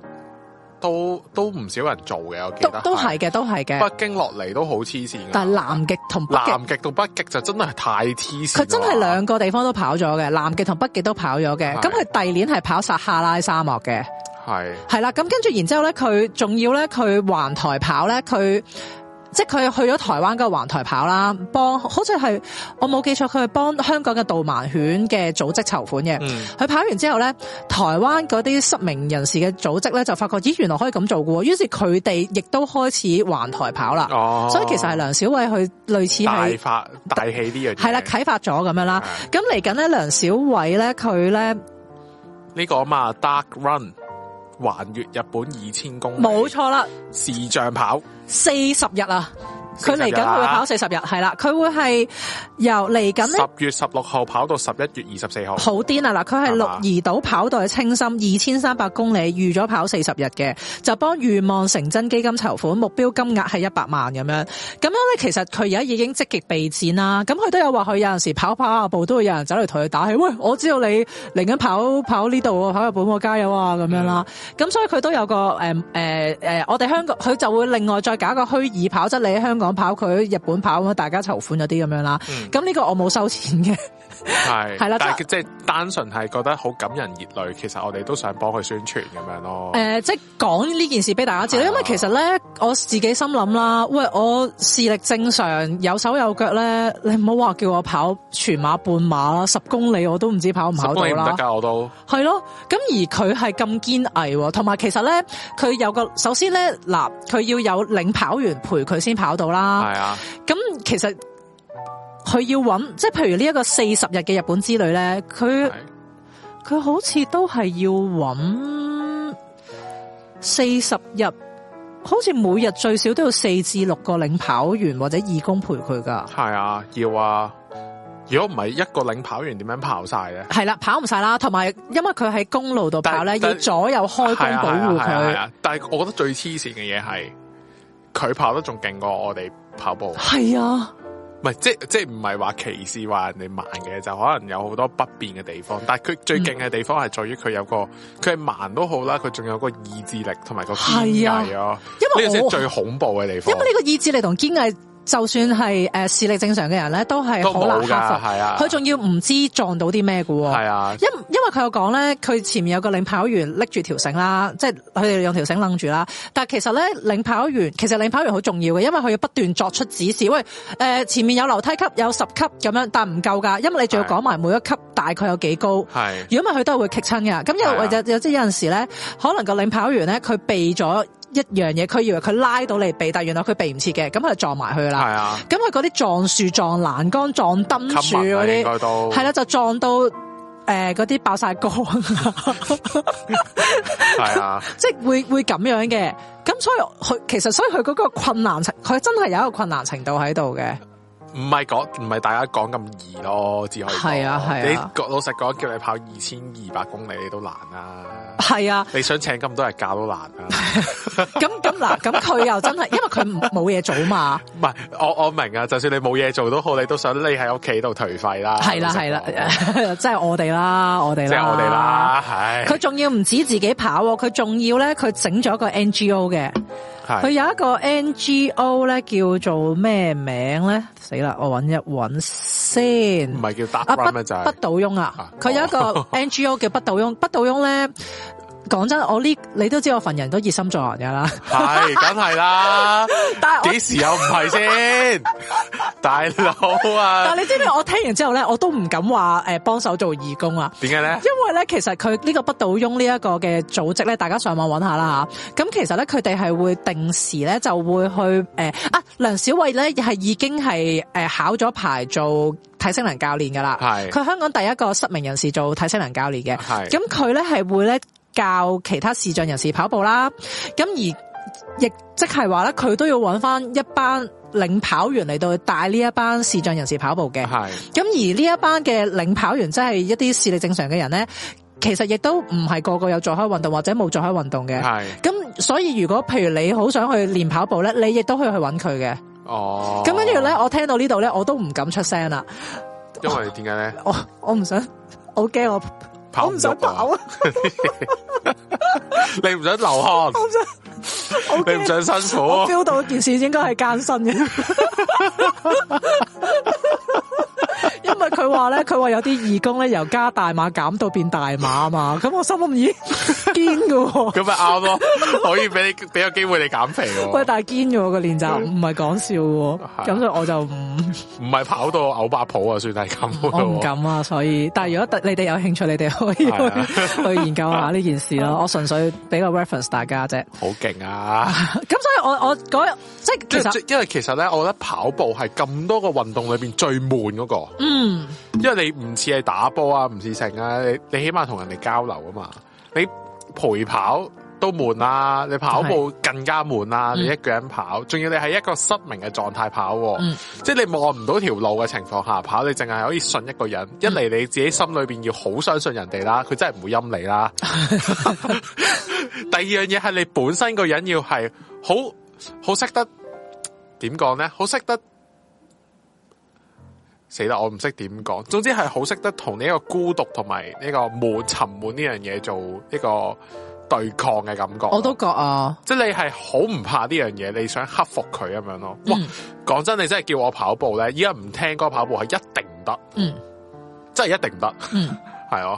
A: 都都唔少人做嘅，我記
B: 都
A: 得
B: 都係嘅，都係嘅，
A: 啊北啊京落嚟都好黐線㗎。
B: 但係南極同北極。
A: 南極到北極就真係太黐線啦。
B: 佢真係兩個地方都跑咗嘅，南極同北極都跑咗嘅。
A: 係
B: 咁佢第二年係跑撒哈拉沙漠嘅，
A: 係
B: 係啦。咁跟住然之後咧，佢仲要咧，佢環台跑咧，佢即係佢去咗台灣嘅環台跑啦，幫好似係我冇記錯，佢係幫香港嘅導盲犬嘅組織籌款嘅。
A: 嗯
B: 佢跑完之後咧，台灣嗰啲失明人士嘅組織咧就發覺，咦，原來可以咁做嘅喎。於是佢哋亦都開始環台跑啦。
A: 哦，
B: 啊所以其實係梁小偉佢類似
A: 大
B: 係
A: 發大氣呢樣嘢，
B: 係啦啟發咗咁樣啦。咁嚟緊咧，梁小偉咧佢咧
A: 呢個啊嘛，Dark Run 環越日本二千公里，
B: 冇錯啦，
A: 視像跑，
B: 四十日啊，佢嚟
A: 40
B: 緊
A: 日
B: 佢會
A: 啦
B: 跑四十日，係啦，佢會係由嚟緊咧。
A: 十月十六號跑到十一月二十四號，
B: 好癲啊！嗱，佢係
A: 係
B: 鹿
A: 嘛
B: 兒島跑道嘅清心，二千三百公里，預咗跑四十日嘅，就幫願望成真基金籌款，目標金額係一百萬咁樣。咁樣咧，其實佢而家已經積極備戰啦。咁佢都有話，佢有陣時跑跑下步，都會有人走嚟同佢打氣，喂，我知道你嚟緊跑跑呢度喎，跑日本喎，加油啊咁樣啦。咁所以佢都有個誒誒誒，我哋香港佢就會另外再搞一個虛擬跑，即係你喺香港跑，佢日本跑咁樣，大家籌款嗰啲咁樣啦。
A: 嗯
B: 咁呢個我冇收錢嘅。
A: 係
B: 係啦
A: 但
B: 即
A: 係即係單純係覺得好感人熱淚，其實我哋都想幫佢宣傳咁樣咯。
B: 誒、呃即係講呢件事俾大家
A: 啊
B: 知啦，因為其實咧，我自己心諗啦，喂，我視力正常，有手有腳咧，你唔好話叫我跑全馬、半馬啦，十公里我都唔知跑唔
A: 十
B: 跑到
A: 公里唔得
B: 啦，
A: 㗎，我都
B: 係咯。咁而佢係咁堅毅喎，同埋其實咧，佢有個首先咧，嗱，佢要有領跑員陪佢先跑到啦。
A: 係啊，
B: 咁其實佢要揾，即係譬如呢一個四十日嘅日本之旅咧，佢
A: 係。
B: 佢好似都係要揾四十日，好似每日最少都要四至六個領跑員或者義工陪佢噶。
A: 係啊，要啊！如果唔係一個領跑員點樣跑晒咧？
B: 係啦，跑唔晒啦，同埋因為佢喺公路度跑咧，
A: 但
B: 要左右開弓
A: 係啊
B: 保護
A: 係啊係啊係
B: 佢。
A: 啊！但係我覺得最黐線嘅嘢係佢跑得仲勁過我哋跑步，唔
B: 係啊，
A: 係即即唔係話歧視話人哋慢嘅，就可能有好多不便嘅地方。但係佢最勁嘅地方係在於佢有個佢係慢都好啦，佢仲有個意志力同埋個堅毅
B: 係啊
A: 咯。
B: 因
A: 呢個
B: 為
A: 先係
B: 我
A: 最恐怖嘅地
B: 因
A: 方
B: 為。呢個意志力同堅毅，就算係誒視力正常嘅人咧，都係
A: 都
B: 好
A: 冇
B: 難
A: 㗎
B: 克服。
A: 係啊
B: 佢仲要唔知撞到啲咩嘅喎。
A: 係啊，
B: 因因為佢有講咧，佢前面有個領跑員拎住條繩啦，即係佢哋用條繩楞住啦。但係其實咧，領跑員其實領跑員好重要嘅，因為佢要不斷作出指示。喂，誒、呃前面有樓梯級，有十級咁樣，但唔夠㗎，因為你仲要
A: 係
B: 講埋每一級大概有幾高。
A: 係啊
B: 如果唔係，佢都係會棘親㗎。咁
A: 係
B: 又
A: 啊
B: 或者有即係有陣時咧，可能個領跑員咧，佢避咗一樣嘢，佢以為佢拉到你避，但原來佢避唔切嘅，咁佢就撞埋去
A: 係
B: 啦。
A: 啊，
B: 咁佢嗰啲撞樹、撞欄杆、撞燈
A: 襟
B: 柱
A: 文
B: 嗰
A: 啊
B: 啲
A: 應。該都
B: 係啦，就撞到诶嗰啲爆晒光，
A: 係啊，
B: 即係會会咁樣嘅。咁所以佢其實所以佢嗰個困難程，佢真係有一個困難程度喺度嘅。
A: 唔係講唔係大家講咁易咯，只可以講
B: 係啊係啊
A: 你講老實講，叫你跑二千二百公里都難啊！
B: 係啊，
A: 你想請咁多人教都難啊！
B: 咁咁嗱，咁佢又真係，因為佢唔冇嘢做嘛，
A: 唔係，我我明啊，就算你冇嘢做都好，你都想匿喺屋企度頹廢啦。
B: 係啦
A: 老實
B: 係啦
A: 講，
B: 即係我哋啦，我哋啦，
A: 即係我哋。啦，唉，
B: 佢仲要唔止自己跑喎，佢仲要咧，佢整咗一個 NGO 嘅，佢
A: 係
B: 有一個 NGO 咧叫做咩名咧？死啦，我揾一揾先。
A: 唔係叫 dark
B: 啊，不
A: run 咩就
B: 不
A: 係
B: 倒翁啊
A: 啊，
B: 佢有一個 NGO 叫不倒翁，不倒翁咧，講真，我呢你都知我份人都熱心助人噶 啦，
A: 係，梗係啦。
B: 但係我
A: 幾時又唔係 先，大佬
B: 但
A: 啊？
B: 係你知唔知我聽完之後咧，我都唔敢話誒幫手做義工啊。
A: 點解 咧？
B: 因為咧，其實佢呢個不倒翁呢一個嘅組織咧，大家上網揾下啦吓。咁其實咧，佢哋係會定時咧就會去誒、呃啊，梁小慧咧係已經係誒、呃考咗牌做體適能教練噶啦。
A: 係
B: 佢香港第一個失明人士做體適能教練嘅。
A: 係
B: 咁佢咧係會咧教其他視障人士跑步啦。咁而亦即係話咧，佢都要揾翻一班領跑員嚟到去帶呢一班視障人士跑步嘅。
A: 係
B: 咁而呢一班嘅領跑員，即係一啲視力正常嘅人咧，其實亦都唔係個個有做開運動或者冇做開運動嘅。
A: 係
B: 咁所以如果譬如你好想去練跑步咧，你亦都可以去揾佢嘅。
A: 哦。
B: 咁跟住咧，，我聽到呢度咧，我都唔敢出聲啦。
A: 因為點解咧？
B: 我我唔想，我驚我
A: 跑
B: 我唔想
A: 喐啊
B: 跑啊！
A: 你唔想流 汗，
B: 我啊
A: 你唔
B: 驚
A: 想辛
B: 我
A: 苦，
B: feel 到 件事應該係艱辛嘅，因因為佢話咧，佢話有啲義工咧由加大碼減到變大碼啊嘛，咁我心諗咦堅㗎喎。
A: 咁咪啱 咯，可以俾你俾個機會你減肥喎。
B: 喂，但系堅嘅喎個練習，
A: 嗯
B: 唔係講笑嘅
A: 係
B: 喎，咁所以我就唔
A: 唔係跑到嘔白泡啊，算係咁
B: 我唔
A: 咯。
B: 敢啊，所以但系如果特你哋有興趣，你哋可以
A: 係啊
B: 去去研究下呢件事 咯。我純粹俾個 reference 大家啫。
A: 好勁啊！
B: 咁所以我我嗰日即係
A: 即
B: 其
A: 係
B: 實
A: 即因為其實咧，我覺得跑步係咁多個運動裏邊最悶嗰、個，
B: 嗯
A: 因為你唔似係打波啊，唔似成啊，你你起碼同人哋交流啊嘛。你陪跑都悶啦、你跑步更加悶啦、
B: 嗯
A: 你一個人跑，仲要你係一個失明嘅狀態跑、喎，
B: 嗯
A: 即係你望唔到條路嘅情況下跑，你淨係可以信一個人。
B: 嗯
A: 一嚟你自己心裏邊要好相信人哋啦，佢真係唔會陰你 啦。 第二樣嘢係你本身個人要係好好識得點講咧，好識得死啦！我唔識點講，總之係好識得同呢一個孤獨同埋呢個悶沉悶呢樣嘢做一個對抗嘅感覺。
B: 我都覺啊，
A: 即係你係好唔怕呢樣嘢，你想克服佢咁樣咯。哇
B: 嗯！
A: 講真，你真係叫我跑步咧，依家唔聽歌跑步係一定唔得，
B: 嗯
A: 真係一定唔得，
B: 嗯，
A: 係哦。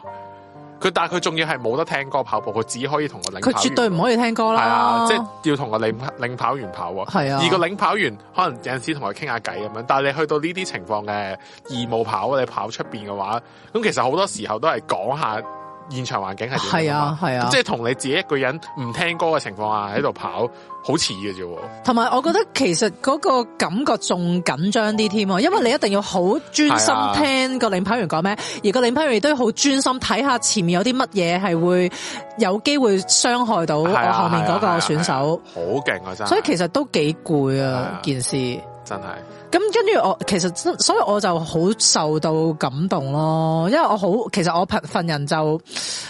A: 佢但係佢仲要係冇得聽歌跑步，佢只可以同個領跑
B: 佢絕對唔可以聽歌
A: 係
B: 啦
A: 啊，，即係要同個領領跑員跑喎。
B: 係哦啊
A: 而個領跑員可能有陣時同佢傾下偈咁樣，但係你去到呢啲情況嘅義務跑，你跑出邊嘅話，咁其實好多時候都係講下現場環境係點樣
B: 係啊
A: 嘛
B: 係啊
A: 即。係同你自己一個人唔聽歌嘅情況下喺度跑，好似嘅啫喎。
B: 同埋，我覺得其實嗰個感覺仲緊張啲添啊，因為你一定要好專
A: 係
B: 心
A: 啊
B: 聽個領跑員講咩，而個領跑員亦都要好專心睇下前面有啲乜嘢係會有機會傷害到我
A: 係啊
B: 後面嗰個選
A: 係啊係
B: 手
A: 啊，好勁啊真係，
B: 所以其實都幾攰
A: 係
B: 啊
A: 啊
B: 件事。
A: 真係
B: 咁跟住我其實真，所以我就好受到感動咯，因為我好其實我份份人就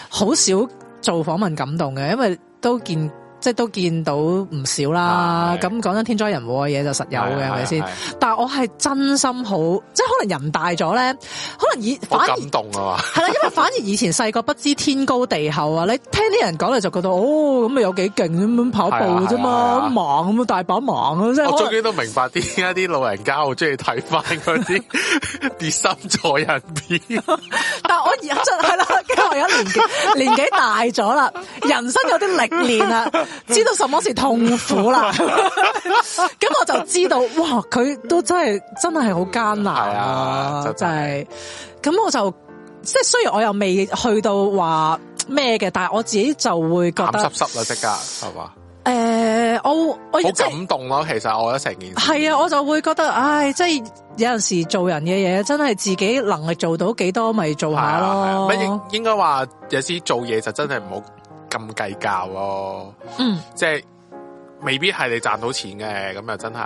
B: 好少做訪問感動嘅，因為都見即係都見到唔少啦。
A: 啊係
B: 咁講真，天災人禍嘅嘢就實有嘅，係咪先
A: 係啊？係啊
B: 但係我係真心好，即係可能人大咗咧，可能以
A: 好
B: 反而
A: 感動啊嘛，
B: 係啦，因為反而以前細個不知天高地厚啊，你聽啲人講你就覺得哦，咁咪有幾勁咁樣跑步嘅啫
A: 係啊係啊係啊
B: 嘛，盲咁啊大把盲啊，即係
A: 我
B: 可能
A: 終於都明白點解啲老人家好中意睇翻嗰 啲跌心助人片。
B: 但我而家真係啦，跟住我而家年 紀年紀大咗啦，人生有啲歷練啦，知道什麼是痛 苦啦。咁我就知道，哇！佢都真係真係好艱難啊，
A: 係啊
B: 真
A: 真
B: 係。咁我就即係雖然我又未去到話咩嘅，但係我自己就會覺
A: 鹹
B: 得
A: 濕，濕啦，即刻係嘛，
B: 誒，我我
A: 好
B: 哎即係。
A: 感動咯。其實我覺得成件事
B: 係啊，我就會覺得，唉，即係有陣時做人嘅嘢，真係自己能力做到幾多咪做
A: 係
B: 下
A: 啊，
B: 咯
A: 乜。應應該話有時做嘢就真係唔好咁計較咯，
B: 嗯，
A: 即係未必係你賺到錢嘅，咁又真係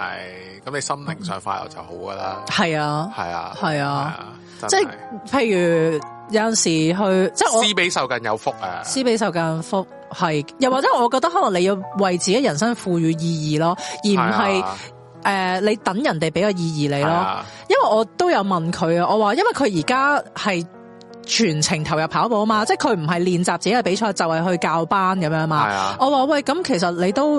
A: 咁你心靈上快樂就好噶啦。
B: 係啊，
A: 係啊，
B: 係啊，
A: 真
B: 即
A: 係
B: 係譬如有陣時去，即係我
A: 施比受更有福啊！
B: 施比受更福係，又或者我覺得可能你要為自己人生賦予意義咯，而唔係誒你等人哋俾個意義你
A: 啊係
B: 咯。
A: 啊
B: 因為我都有問佢啊，我話因為佢而家係。全程投入跑步啊嘛，即係佢唔係練習自己嘅比賽，就係、去教班咁樣嘛。
A: 係啊
B: 我話喂，咁其實你都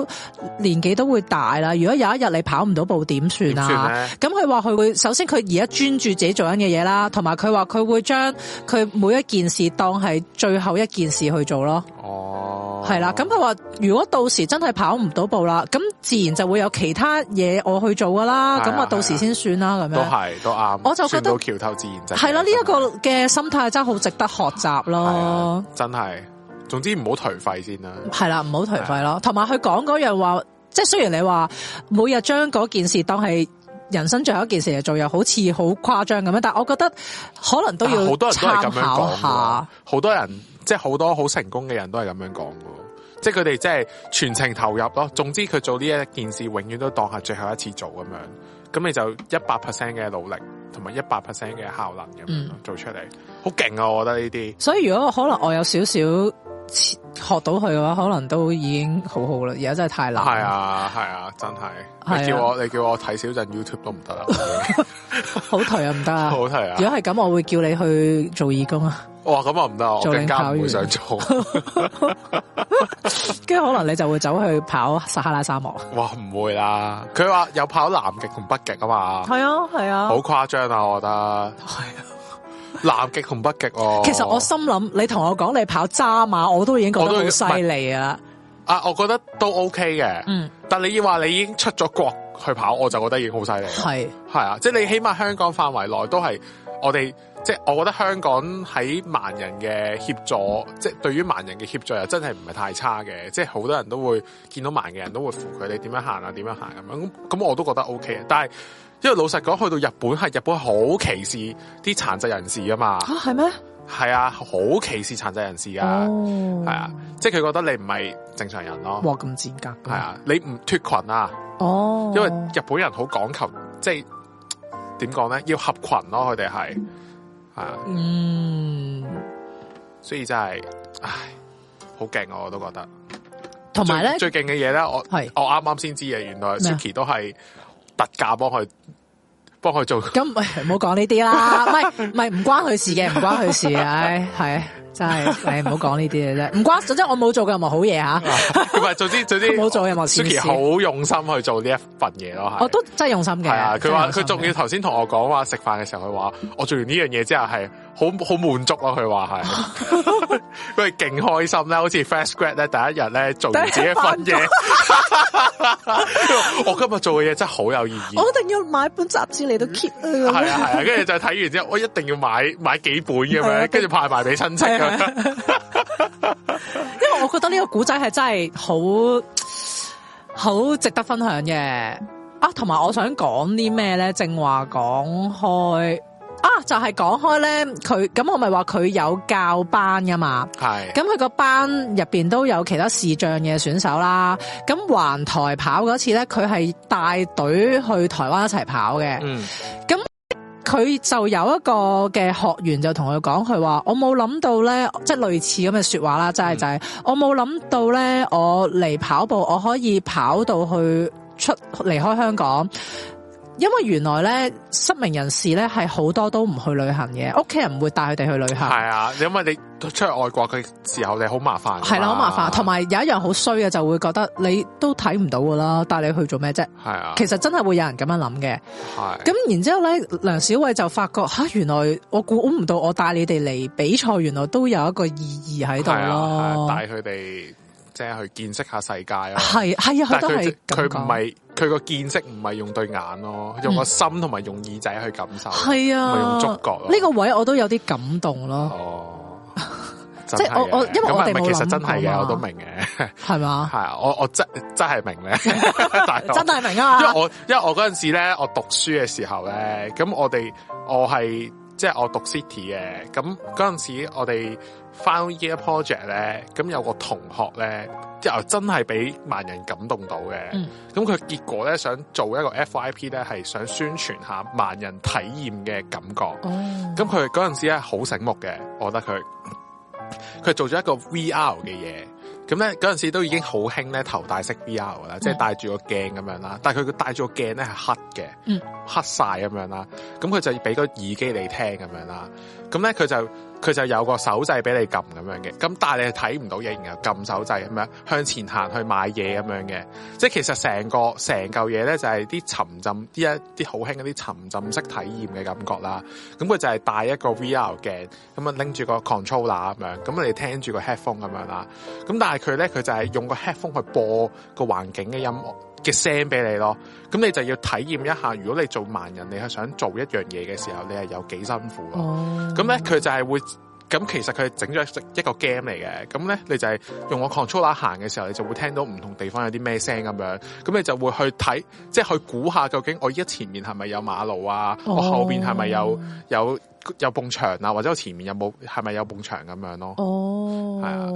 B: 年紀都會大啦，如果有一日你跑唔到步點算
A: 點
B: 啊
A: 算？咧？
B: 咁佢話佢會首先佢而家專注自己做緊嘅嘢啦，同埋佢話佢會將佢每一件事當係最後一件事去做咯，
A: 哦，
B: 係啦、咁佢話如果到時真係跑唔到步啦，咁自然就會有其他嘢我去做噶啦，
A: 係啊
B: 咁啊到時先算啦咁
A: 都
B: 樣。
A: 係都啱，
B: 啊我就覺
A: 算
B: 得
A: 到橋頭自然直。
B: 係啦，呢一個哦嘅心態真係好值得學習
A: 係
B: 咯
A: 啊。真係，總之唔好頹廢先啦。
B: 係啦，唔好頹
A: 啊
B: 廢咯。同埋佢講嗰樣話，即係雖然你話每日將嗰件事當係人生最後一件事嚟做，又好似好誇張咁樣，但係我覺得可能都
A: 但係啊
B: 要
A: 好多人都係
B: 參
A: 咁樣
B: 考
A: 講㗎
B: 下。，
A: 好多人即係好多好成功嘅人都係咁樣講嘅，即係佢哋即係全程投入咯。總之佢做呢一件事，永遠都當係最後一次做咁樣。咁你就一百 percent 嘅努力，同埋一百 percent 嘅效能咁樣
B: 嗯
A: 做出嚟，好勁啊！我覺得呢啲。
B: 所以如果可能我有少少學到佢嘅話，可能都已經好好啦。而家真係太難。
A: 係，啊，係啊，真係。你
B: 係啊
A: 叫我，你叫我睇少陣 YouTube 都唔得 啦，
B: 好頹啊，唔得 啊
A: 好。睇啊
B: 如！果係咁，我會叫你去做義工啊，
A: 哇，咁啊唔得啊，我
B: 做
A: 更
B: 領
A: 加
B: 跑
A: 唔會
B: 員
A: 想做。
B: 跟住可能你就會走去跑撒哈拉沙漠。
A: 哇，唔會啦！佢話有跑南極同北極啊嘛，
B: 係啊，係啊
A: 好誇張啊！我覺得
B: 係啊，
A: 南極同北極哦。
B: 其實我心諗，你同我講你跑渣馬，我都已經覺得好犀利啊！
A: 啊，我覺得都 OK 嘅，
B: 嗯，
A: 但你要話你已經出咗國去跑，我就覺得已經好犀 利。
B: 係
A: 係啊，即係你起碼香港範圍內都係我哋，即係我覺得香港喺盲人嘅協助，即係對於盲人嘅協助又真係唔係太差嘅，即係好多人都會見到盲嘅人都會扶佢你點樣行啊，點樣行咁樣，咁咁我都覺得 O K 嘅。但係因為老實講，去到日本係日本好歧視啲殘疾人士噶嘛，
B: 啊，係咩？
A: 係啊，好歧視殘疾人士噶，
B: 哦
A: 係啊，即係佢覺得你唔係正常人咯，
B: 哇，咁賤格㗎
A: 係，啊，你唔脱群啊。
B: 哦，
A: 因為日本人好講求，即係點講咧，要合群咯，佢哋係係啊，
B: 嗯，
A: 所以真係，唉，好勁啊！我都覺得。
B: 同埋咧，
A: 最最勁嘅嘢咧，我
B: 係
A: 我啱啱先知嘅，原來
B: 咩啊
A: Suki 都係特價幫佢幫佢 做，
B: 咁喂唔好講呢啲啦，唔係唔係唔關佢事嘅，唔關佢事嘅，唉，係真係， 唉，唔好講呢啲嘅啫，唔關，總之我冇做嘅任何好嘢吓，
A: 唔係，總之總之
B: 冇做任何善事
A: Suki 好用心去做呢一份嘢咯，係
B: 我都真係用心嘅。
A: 係啊，佢話佢
B: 真係用
A: 仲
B: 心
A: 要
B: 嘅
A: 頭先同我講話食飯嘅時候，佢話我做完呢樣嘢之後係好好滿足咯，佢話係， 佢係勁開心啦，好似 fresh grad 咧第一日咧做完自己一份
B: 第一
A: 嘢， 我今日做嘅嘢真係好有意義。
B: 我一定要買本雜誌嚟到 keep
A: 係
B: 啊，
A: 啊係啊，跟住就睇完之後，我一定要買買幾本咁
B: 係啊
A: 樣，跟住派埋俾親戚
B: 係
A: 咁
B: 啊
A: 樣。
B: 因為我覺得呢個古仔係真係好好值得分享嘅啊，同埋我想講啲咩咧？正話講開啊，就係、講開咧，佢咁我咪話佢有教班噶嘛。
A: 係
B: 啊咁佢個班入邊都有其他視障嘅選手啦。咁環台跑嗰次咧，佢係帶隊去台灣一齊跑嘅。
A: 嗯
B: 佢就有一個嘅學員就同佢講，佢話我冇諗到咧，即係類似咁嘅说話啦，就
A: 嗯
B: 係就係我冇諗到咧，我嚟跑步我可以跑到去出離開香港。因為原來咧失明人士咧係好多都唔去旅行嘅，屋企人唔會帶佢哋去旅行，
A: 係啊，因為你出去外國嘅時候你好麻煩㗎嘛，
B: 係啦，好麻煩。同埋有一樣好衰嘅就會覺得你都睇唔到噶啦，帶你去做咩啫？
A: 係啊，
B: 其實真係會有人咁樣諗嘅。
A: 係
B: 咁然之後咧，梁小偉就發覺吓、原來我估唔到我帶你哋嚟比賽，原來都有一個意義喺度
A: 係啊，係啊。
B: 咯
A: 帶佢哋即係去見識下世界咯。
B: 係係啊，佢
A: 但
B: 都
A: 係
B: 係
A: 佢佢
B: 咁
A: 唔
B: 講。嗯
A: 係佢個見識唔係用對眼咯，用個心同埋用耳仔去感受。
B: 係
A: 唔係用
B: 啊，
A: 觸覺咯
B: 呢個位我都有啲感動咯，
A: 哦，
B: 即係我我因為我哋
A: 咪
B: 冇
A: 其實
B: 諗
A: 真係
B: 過嘛
A: 嘅，我都明嘅，
B: 係嘛？
A: 係啊，我我真真係明 咧， 大佬
B: 真係明
A: 因為
B: 啊！
A: 我因為我嗰陣時咧，我讀書嘅時候咧，咁我哋我係即係我讀 city 嘅，咁嗰陣時我哋 final year project 咧，咁有個同學咧，之後真係俾盲人感動到嘅，
B: 嗯
A: 咁佢、結果咧想做一個 FYP 咧，係想宣傳下盲人體驗嘅感覺。
B: 哦，
A: 咁佢嗰陣時咧好醒目嘅，我覺得佢佢做咗一個 VR 嘅嘢。咁咧嗰陣時都已經好興咧頭戴式 VR 噶啦，即係戴住個鏡咁樣啦。但係佢戴住個鏡咧係黑嘅，
B: 嗯
A: 黑晒咁樣啦。咁佢就俾個耳機你聽咁樣啦。咁咧佢就佢就有個手掣俾你撳咁樣嘅。咁但係你係睇唔到嘢，然後撳手掣咁樣向前行去買嘢咁樣嘅。即係其實成個成嚿嘢咧就係啲沉浸啲一啲好興嗰啲沉浸式體驗嘅感覺啦。咁佢就係戴一個 VR 鏡，咁啊拎住個 controller 咁樣，咁你聽住個 headphone 咁樣啦。咁但係佢咧，佢就係用個 headphone 去播個環境嘅音樂嘅聲俾你咯。咁你就要體驗一下，如果你做盲人，你係想做一樣嘢嘅時候，你係有幾辛苦咯。
B: 哦，
A: 咁咧佢就係會，咁其實佢整咗一個 game 嚟嘅，咁咧你就係用個 controller 行嘅時候，你就會聽到唔同地方有啲咩聲咁樣，咁你就會去睇，即係去估下究竟我依家前面係咪有馬路啊，
B: 哦
A: 我後面係咪有有有埲牆啊，或者我前面有冇係咪有埲牆咁樣咯，
B: 哦，
A: 係啊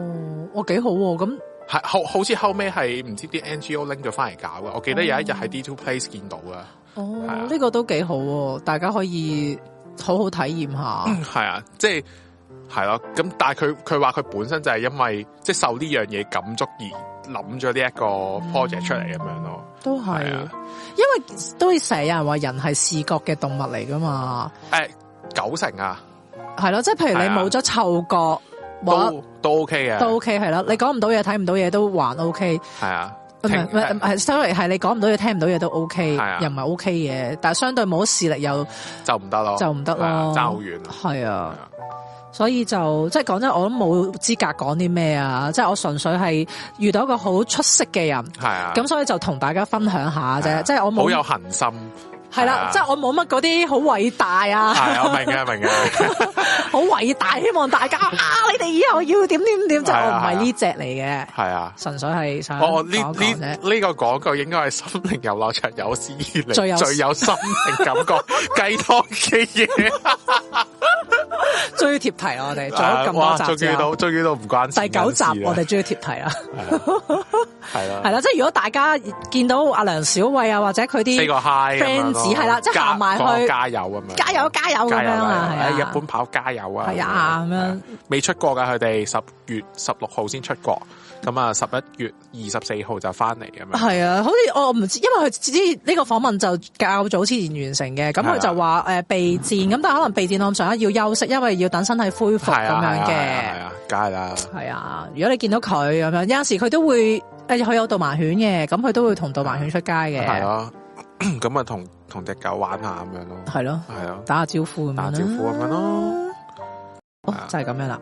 B: 我幾好喎！咁
A: 係後好似後尾係唔知啲 NGO 拎咗翻嚟搞嘅，我記得有一日喺 D2 Place 見到嘅。係
B: 哦
A: 啊，
B: 呢個都幾好喎，大家可以好好體驗下。
A: 系啊，即系系咯，咁但系佢佢话佢本身就系因为即系受呢样嘢感觸而諗咗呢一個
B: 嗯
A: project 出嚟咁樣咯，
B: 都係，
A: 係啊
B: 因為都成日有人話人係視覺嘅動物嚟噶嘛，
A: 诶、九成啊，
B: 係咯，即係譬
A: 係
B: 如你
A: 啊
B: 冇咗嗅覺，冇
A: 都都 OK 嘅，
B: 都 OK 係啦，你講唔到嘢睇唔到嘢都還 OK，
A: 係啊，
B: 唔係
A: 停
B: 唔係唔係，sorry，係你講唔到嘢、聽唔到嘢都 OK，
A: 係啊
B: 又唔係 OK 嘅，但系相對冇視力又
A: 就唔得咯，
B: 就唔得
A: 係啊
B: 咯，
A: 爭好遠啊，
B: 係
A: 係
B: 啊。
A: 啊
B: 所以就即係講真，我都冇資格講啲咩啊！即係我純粹係遇到一個好出色嘅人，
A: 係啊，
B: 咁所以就同大家分享下
A: 係啊
B: 啫。即係
A: 好
B: 我冇
A: 有恒 心，
B: 係
A: 係啊
B: 啦，即係我冇乜嗰啲好偉大啊，
A: 係我明嘅明嘅，
B: 好偉大，希望大家啊，你哋以後要點點點，即係
A: 係
B: 我唔
A: 啊
B: 係呢只嚟嘅，
A: 係啊。
B: 純粹係想
A: 我我哦
B: 講
A: 呢
B: 講
A: 呢
B: 啫。
A: 呢個廣告應該係心靈遊樂場有史以嚟
B: 最有
A: 最有心靈感覺 雞湯嘅嘢，
B: 終於貼題啦，我哋做咗
A: 啊
B: 咁
A: 哇！
B: 多
A: 終
B: 集之
A: 於
B: 後
A: 到，終於到唔啊關
B: 第九集我哋
A: 哋
B: 終於貼題啦，
A: 係啦，
B: 係啦，即係如果大家見到阿梁小慧啊，或者佢啲
A: say 個 hi 咁樣
B: friend
A: 咯
B: 子係啦，即係
A: 加
B: 行埋
A: 講
B: 去
A: 加油咁樣，
B: 加油加油咁
A: 加油
B: 樣
A: 加
B: 啊，係
A: 油！
B: 啊
A: 誒日本跑加油啊，
B: 係啊咁樣，
A: 未出國㗎，佢哋十月十六號先出國，咁啊十一月二十四號就翻嚟咁樣，
B: 係啊，好似我唔知，因為佢知呢個訪問就較早之前完成嘅，咁
A: 係啊
B: 佢就話誒備戰，咁但係可能備戰我唔想要休息，因為要等身體恢復咁
A: 係啊係啊係
B: 樣嘅。
A: 啊，梗係啦，
B: 係啊，如果你見到佢咁樣，有陣時佢都會呃誒，佢有導盲犬嘅，咁佢都會同導盲犬出街
A: 係
B: 嘅，
A: 咯， 咁啊同同只狗玩下咁樣咯，
B: 係咯，
A: 係咯。
B: 打下招呼咁樣啦
A: 打招呼咁樣咯。
B: 好
A: 係啊
B: 就係咁樣啦，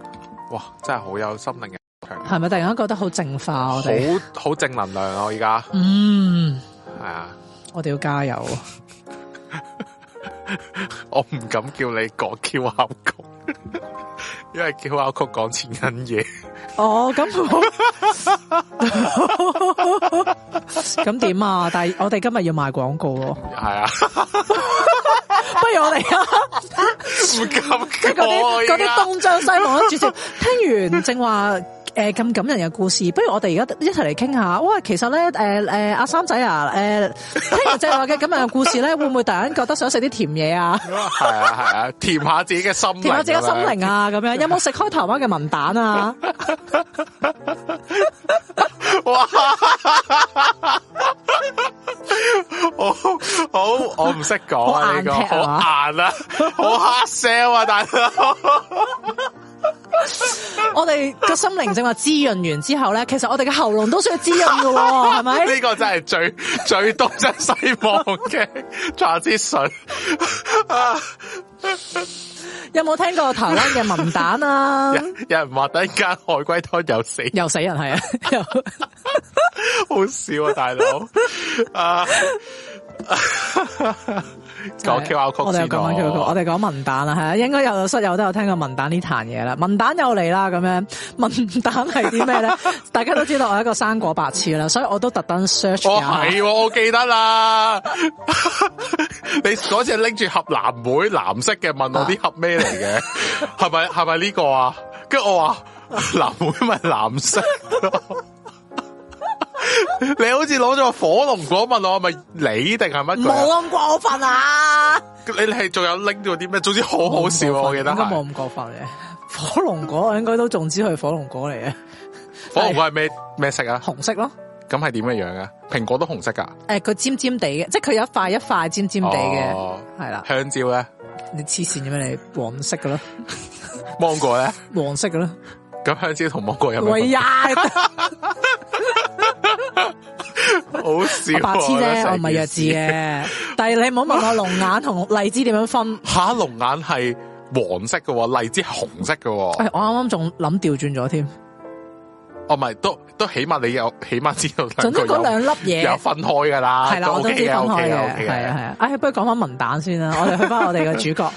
A: 哇，真係好有心靈嘅強，
B: 係咪突然間覺得好淨化我哋？
A: 好好正能量啊！我而家
B: 嗯，
A: 係啊，
B: 我哋要加油。
A: 嗯我唔敢叫你講 Q R 曲，因為 Q R 曲講錢銀嘢，
B: 哦，咁我咁點啊？但係我哋今日要賣廣告喎，
A: 係 啊，
B: 不如 我哋啊，
A: 唔
B: 即係
A: 敢
B: 嗰啲嗰啲
A: 東
B: 東張西望都住先。聽完正話。誒咁、感人嘅故事，不如我哋而家一齊嚟傾下。哇，其實咧，誒誒阿三仔啊，誒、聽完正話嘅咁樣嘅故事咧，會唔會突然間覺得想食啲甜嘢啊，
A: 係啊係啊，甜下自己嘅心靈，
B: 填下自己心靈啊咁樣？有冇食開台灣嘅文蛋啊？
A: 哇！我好我唔識講啊！呢個
B: 好硬
A: 好
B: 踢係嘛
A: 硬啊，好 hard sell 啊，大佬。
B: 我哋個心靈正話滋潤完之後咧，其實我哋嘅喉嚨都需要滋潤嘅 喎，係咪？
A: 呢個真係最最東真西望嘅 transition 啊！
B: 有冇聽過台灣嘅文蛋 啊
A: 有？有人話突然間海龜湯又死，
B: 又死人係啊！又
A: 好笑啊，大佬啊！ 講 Q R 曲先啊哦
B: 哎我哋又講緊 Q R 曲，我
A: 咯，
B: 哋講文蛋啦，係啊，應該有室友都有聽過文蛋呢壇嘢啦。文蛋又嚟啦，咁樣文蛋係啲咩咧？大家都知道我係一個生果白痴啦，所以我都特登 search
A: 哦
B: 下。
A: 係喎，我記得啦。 你嗰次拎住盒藍莓藍色嘅，問我啲盒咩嚟嘅？係咪係咪呢個啊？跟住我話 藍莓咪藍色 咯。你好似攞咗個火龍果問我係咪你定係乜鬼啊？
B: 冇咁過分啊！
A: 你你係仲有拎咗啲咩？總之好好笑啊！我記得
B: 應該
A: 係
B: 冇咁過分嘅。 火龍果我應該都仲知佢係火龍果嚟嘅，
A: 火龍果係咩咩色啊？
B: 紅色咯。
A: 咁係點嘅樣啊？蘋果都紅色噶，
B: 誒，佢尖尖地嘅，即係佢有一塊一塊尖尖地嘅，
A: 哦
B: 係啦。
A: 香蕉咧，
B: 你黐線嘅咩？你黃色嘅咯，
A: 芒果咧，
B: 黃色嘅咯。
A: 咁香蕉同芒果有咩
B: 喂
A: 分別？
B: 呀！
A: 啊 好笑
B: 我
A: 啊！
B: 白痴
A: 覺得
B: 啫，
A: 成
B: 我唔係弱
A: 件
B: 智
A: 事
B: 嘅。但係你唔好問我 龍眼同荔枝點樣分。
A: 吓龍眼係黃色嘅喎，荔枝係紅色嘅喎，
B: 哎我啱啱仲諗調轉咗添，
A: 哦唔係都都起碼你有起碼知道
B: 總
A: 兩
B: 之
A: 個
B: 嗰兩
A: 有
B: 粒
A: 有
B: 嘢
A: 分開㗎啦，
B: 係啦，
A: 啊
B: 我都
A: OK
B: 知分
A: 嘅，OK
B: 開
A: 嘅，OK
B: 嘅，係啊係
A: 嘅，
B: 啊。唉，不如講翻文蛋 先啦，我哋去翻我哋嘅主角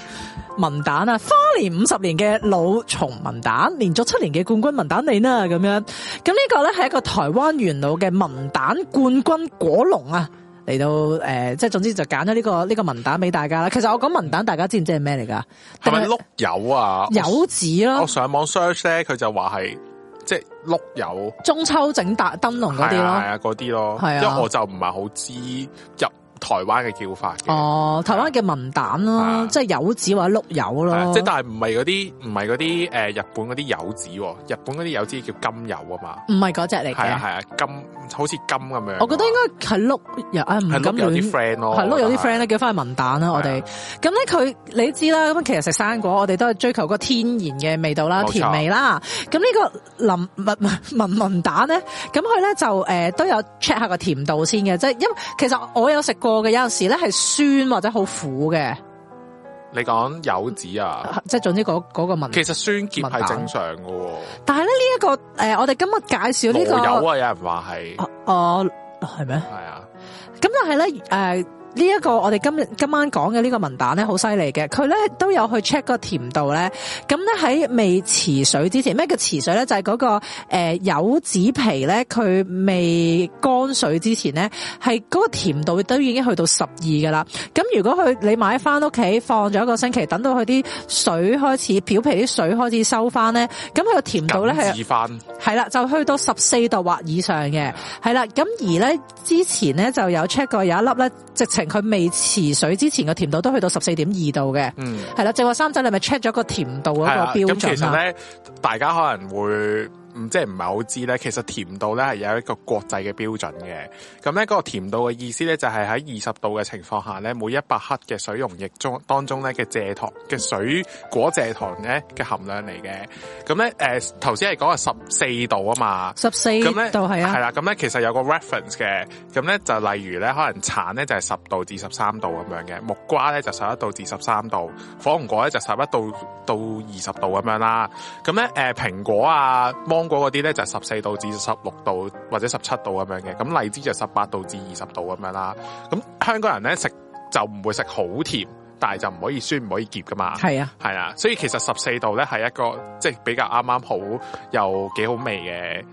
B: 文蛋啊，花蓮五十年嘅老松文蛋，連續七年嘅冠軍文蛋你啦咁樣。咁呢個咧係一個台灣元老嘅文蛋冠軍果龍啊。嚟到誒、呃即係總之就揀咗呢個呢、個文蛋俾大家啦。其實我講文蛋，大家知唔知係咩嚟㗎？
A: 係咪
B: 定係
A: 碌柚啊？
B: 柚子
A: 哦我
B: 咯
A: 我？上網 search 咧，佢就話係即係碌柚
B: 中秋整大燈籠嗰
A: 係啊
B: 啲咯
A: 係。啊嗰啲咯，
B: 係啊
A: 因為我就唔係好知入台灣嘅叫法嘅。
B: 哦，台灣嘅文蛋啦
A: 啊，
B: 即係柚子或者碌柚
A: 係
B: 咯，
A: 啊即係但係唔係嗰啲唔係嗰啲诶日本嗰啲柚子喎，日本嗰啲柚子叫金柚啊嘛，
B: 唔係嗰只嚟
A: 係啊
B: 嘅。
A: 係啊金好似金咁樣。
B: 我覺得應該係碌柚，啊唔
A: 係
B: 敢
A: 碌有
B: 亂
A: 啲 friend 咯，
B: 係咯，
A: 我
B: 有啲
A: 覺得
B: friend 咧叫翻去文蛋啦，我哋
A: 係啊
B: 咁咧佢你知啦，咁其實食生果我哋都係追求嗰個天然嘅味道啦、
A: 冇錯
B: 甜味啦。咁呢個林文文文蛋咧，咁佢咧就诶、呃都有 check 下個甜度先嘅，即係因為其實我有食過嘅，有阵时咧係酸或者好苦嘅，
A: 你講柚子啊，
B: 即係總之嗰嗰個文。
A: 其實酸澀
B: 嗯文蛋
A: 係正常嘅喎，
B: 但係咧呢一個诶、呃我哋今日介紹呢、
A: 羅
B: 個
A: 柚啊，有人話係
B: 哦哦係咩？
A: 係啊，
B: 咁但係咧，诶呢一個我哋今日今晚講嘅呢個文蛋咧，好犀利嘅。佢咧都有去 check 個甜度咧。咁咧喺未持水之前，咩叫持水咧？就係嗰、個个呃柚子皮咧，佢未乾水之前咧，係嗰個甜度都已經去到十二噶啦。咁如果佢你買翻屋企放咗一個星期，等到佢啲水開始表皮啲水開始收翻咧，咁佢個甜度咧係啊
A: 緊。致翻
B: 系啦，就去到十四度或以上嘅，系啦。咁而咧之前咧就有 check 過有一粒咧，直情佢未持水之前個甜度都去到十四點二度嘅，
A: 嗯。
B: 係啦。正話三仔你咪 check 咗個甜度嗰
A: 係啊
B: 個標
A: 咁其
B: 準
A: 實
B: 啊？
A: 咧，大家可能會唔即係唔係好知咧，其實甜度咧係有一個國際嘅標準嘅。咁咧嗰個甜度嘅意思咧就係喺二十度嘅情況下咧，每一百克嘅水溶液中當中咧嘅蔗糖嘅水果蔗糖咧嘅含量嚟嘅。咁咧誒頭先係講係十四度啊嘛。
B: 十四
A: 咁咧
B: 度係
A: 係
B: 啊，
A: 啦，咁咧其實有個 reference 嘅，咁咧就例如咧，可能橙咧就係十度至十三度咁樣嘅，木瓜咧就十一度至十三度，火龍果咧就十一度到二十度咁樣啦。咁咧誒蘋果啊、芒果嗰啲咧就十四度至十六度或者十七度咁樣嘅，咁荔枝就十八度至二十度咁樣啦。咁香港人咧食就唔會食好甜，但係就唔可以酸，唔可以澀噶嘛。
B: 係啊，
A: 系啦，所以其實十四度咧係一個即係比較啱啱好又幾好味嘅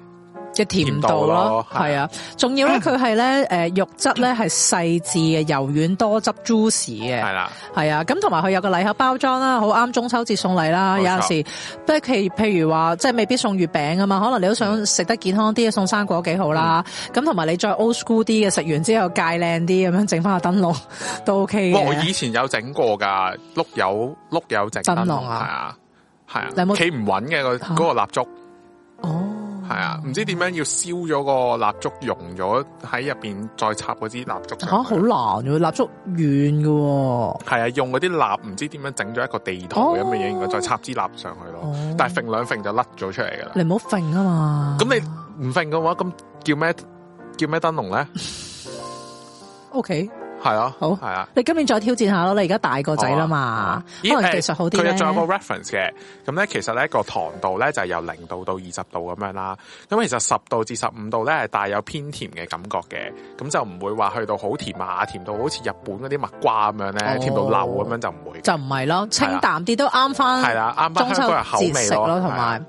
B: 嘅甜
A: 甜
B: 度
A: 度
B: 咯
A: 咯，
B: 係
A: 係
B: 啊。仲要咧，佢係咧诶肉質咧係細緻嘅、柔軟多汁、juicy 嘅。
A: 係啦，
B: 係啊，咁同埋佢有個禮盒包裝啦，好啱中秋節送禮啦。
A: 冇
B: 有
A: 錯
B: 陣時，即係譬譬如話，即係未必送月餅啊嘛，可能你都想食得健康啲，送生果幾好啦。
A: 嗯
B: 咁同埋你再 old school 啲嘅，食完之後戒靚啲咁樣整翻個燈籠都 OK
A: 哇！我
B: 嘅。
A: 以前有整過噶，碌柚碌柚整
B: 燈
A: 燈
B: 籠
A: 籠
B: 啊
A: 係啊，係啊
B: 你有冇，
A: 企唔穩嘅個嗰個蠟燭
B: 哦，
A: 係啊，唔知點樣要燒咗個蠟燭溶咗喺入边，再插嗰支蠟燭
B: 嚇
A: 上去。
B: 啊好難喎，蠟燭軟嘅喎。哦，
A: 係啊，用嗰啲蠟唔知點樣整咗一個地圖咁嘅嘢，然後再插支蠟上去咯。
B: 哦
A: 但係揈兩揈就甩咗出嚟噶啦。
B: 你唔好揈啊嘛。
A: 咁你唔揈嘅話，咁叫咩叫咩燈籠咧？
B: OK，
A: 係啊，
B: 好
A: 係啊。
B: 你今年再挑戰下咯，你而家大個仔啦
A: 好啊
B: 嘛，
A: 咦
B: 可能
A: 誒
B: 技術好啲
A: 佢
B: 咧
A: 有。仲有個 reference 嘅，咁咧其實咧個糖度咧就係由零度到二十度咁樣啦。咁其實十度至十五度咧係帶有偏甜嘅感覺嘅，咁就唔會話去到好甜啊，甜到好似日本嗰啲蜜瓜咁樣咧，
B: 哦
A: 甜到流咁樣就唔會嘅。
B: 就唔係咯，清淡啲都啱翻。
A: 係啊啦，啱
B: 中
A: 啱
B: 秋
A: 香港人口
B: 節
A: 味
B: 食咯，同
A: 係啊
B: 埋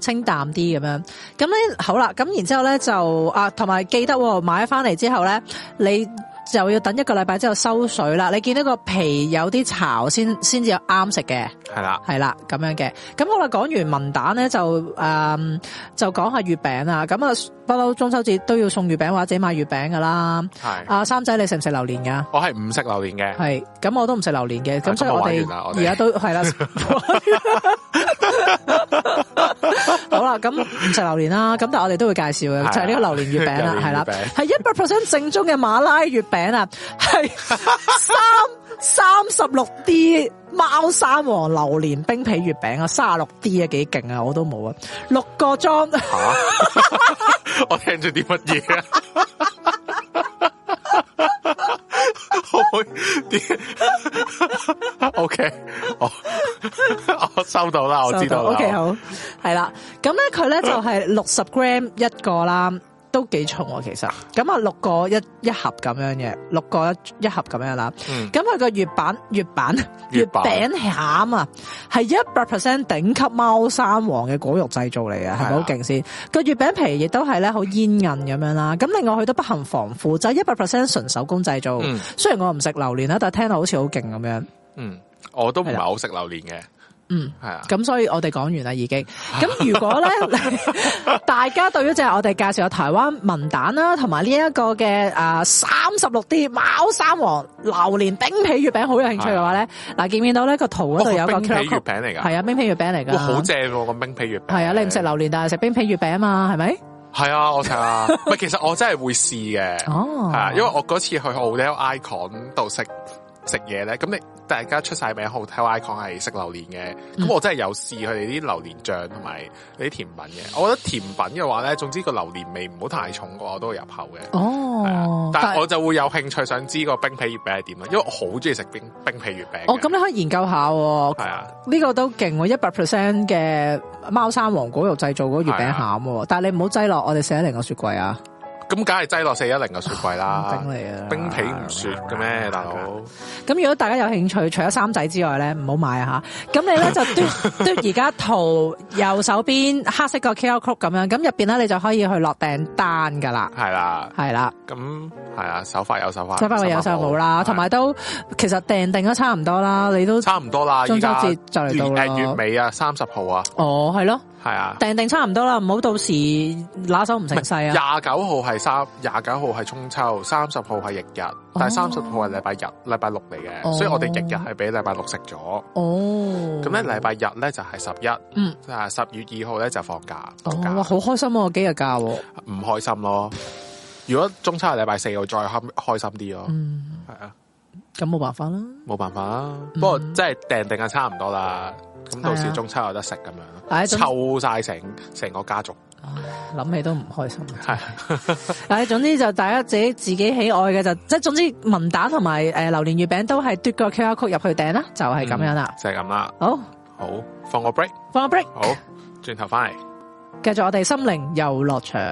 B: 清淡啲咁樣。咁咧好啦，咁然之後咧就啊，同埋記得喎買翻嚟之後咧，你就要等一個禮拜之後收水啦。你見到個皮有啲巢先先至啱食嘅，
A: 係啦，
B: 係啦咁樣嘅。咁好啦，講完文蛋咧就誒、嗯就講下月餅啦。咁啊不嬲中秋節都要送月餅或者買月餅噶啦。
A: 係。
B: 阿三仔你食唔食榴蓮㗎？
A: 我係唔食榴蓮嘅，
B: 系，咁我都唔食榴蓮嘅，咁
A: 啊
B: 所以
A: 咁我
B: 我
A: 玩
B: 哋
A: 完啦我哋
B: 而家都係啦。 好啦，咁唔食榴蓮啦，咁但係我哋都會介紹嘅，
A: 係啊
B: 就係呢個榴蓮月餅啦
A: 榴，蓮
B: 係啦
A: 月，餅
B: 係一百 percent 正宗嘅馬拉月餅啊，係三三十六 D 貓山王榴蓮冰皮月餅啊，三十六 D 啊，幾勁啊，我都冇啊，六個裝。
A: 吓！啊 我聽咗啲乜嘢啊？ 可唔可以啲 ？OK，我我收到啦，我知道啦。嗯
B: O、k 好，系啦。咁咧佢咧就係六十 gram 一個啦，都幾重喎、其實。咁啊六個一一盒咁樣嘅，六個一一盒咁樣啦。
A: 嗯
B: 咁佢個月板月板月
A: 月板
B: 餅餡啊，係一百 percent 頂級貓山王嘅果肉製造嚟嘅，
A: 啊
B: 係咪好勁先？個月餅皮亦都係咧好煙韌咁樣啦。咁另外佢都不含防腐，就一百 percent 純手工製造。
A: 嗯
B: 雖然我唔食榴蓮啦，但係聽落好似好勁咁樣。
A: 嗯，我都唔係好食榴蓮嘅，
B: 嗯。
A: 系啊，
B: 咁所以我哋講完啦，已經。咁如果咧， 大家對於即係我哋介紹嘅台灣文蛋啦，同埋呢一個嘅啊三十六 D 貓山王榴蓮冰皮月餅好有興趣嘅話咧，嗱見唔見到呢個圖嗰度有個
A: 啊哦冰
B: QR
A: 皮月
B: code，
A: 餅嚟㗎，
B: 係啊冰皮月餅嚟㗎，
A: 哇，好正喎！咁冰皮月餅，
B: 係啊，你唔食榴蓮，但係食冰皮月餅啊嘛，係咪？
A: 系啊，我睇啊，唔係其實我真係會試嘅，
B: 哦
A: 係啊，因為我嗰次去 Hotel Icon 度食食嘢咧，咁你大家出晒名 Hotel Icon 係食榴蓮嘅，
B: 嗯
A: 咁我真係有試佢哋啲榴蓮醬同埋啲甜品嘅。我覺得甜品嘅話咧，總之個榴蓮味唔好太重嘅話，我都會入口嘅。係啊
B: 哦，
A: 但係我就會有興趣想知個冰皮月餅係點啊，因為我好中意食冰冰皮月餅嘅。
B: 哦咁你可以研究下喎
A: 係。啊，
B: 呢個都勁喎，一百 percent 嘅貓山王果肉製造嗰個月餅餡
A: 啊
B: 喎，但係你唔好擠落我哋四一零個雪櫃啊，
A: 咁梗係擠落四一零嘅雪櫃啦
B: 冰。嚟啊！
A: 冰皮唔雪嘅咩，大佬？
B: 咁如果大家有興趣，除咗三仔之外咧，唔好買啊吓。咁你咧就 嘟嘟而家圖右手邊黑色個 QR code 咁樣，咁入邊咧你就可以去落訂單噶啦。
A: 係啦，
B: 係啦，
A: 咁係啊，手法有手法，
B: 啊
A: 啊
B: 手法會有手冇啦，同埋都其實訂定咗差唔多啦，你都
A: 係差唔多啦，
B: 中
A: 依
B: 秋
A: 家
B: 節就嚟到啦
A: 月誒月尾啊，三十號啊，
B: 哦係咯，
A: 係啊，
B: 訂定差唔多啦，唔好到時拿手唔成勢
A: 廿
B: 啊。
A: 九號係三，廿九號係中秋，三十號係翌日，但係三十號係禮拜日，禮拜六嚟嘅，
B: 哦
A: 所以我哋翌日係俾禮拜六食咗，
B: 哦，
A: 咁咧禮拜日咧就係十一，
B: 嗯，
A: 啊十月二號咧就放假，
B: 哦
A: 放假
B: 哇好開心喎，幾日假喎，
A: 唔開心咯。如果中秋係禮拜四，我再開開心啲咯，
B: 嗯，
A: 係啊。
B: 咁冇辦法啦。
A: 冇辦法啦，不過真係訂定啊，差唔多啦。咁到
B: 嗯係
A: 時
B: 啊
A: 中秋有得食咁樣
B: 唉
A: 咯，
B: 總
A: 湊晒成成個家族，
B: 諗起都唔開心。啊
A: 係
B: 唉，總之就大家自己自己喜愛嘅就，即係總之文蛋同埋誒榴蓮月餅都係嘟個 QR code 入去訂啦，就嗯係、咁樣啦。
A: 就係咁啦。
B: 好，
A: 好，放個 break，
B: 放個 break，
A: 好，轉頭翻嚟。
B: 繼續我哋心靈遊樂場。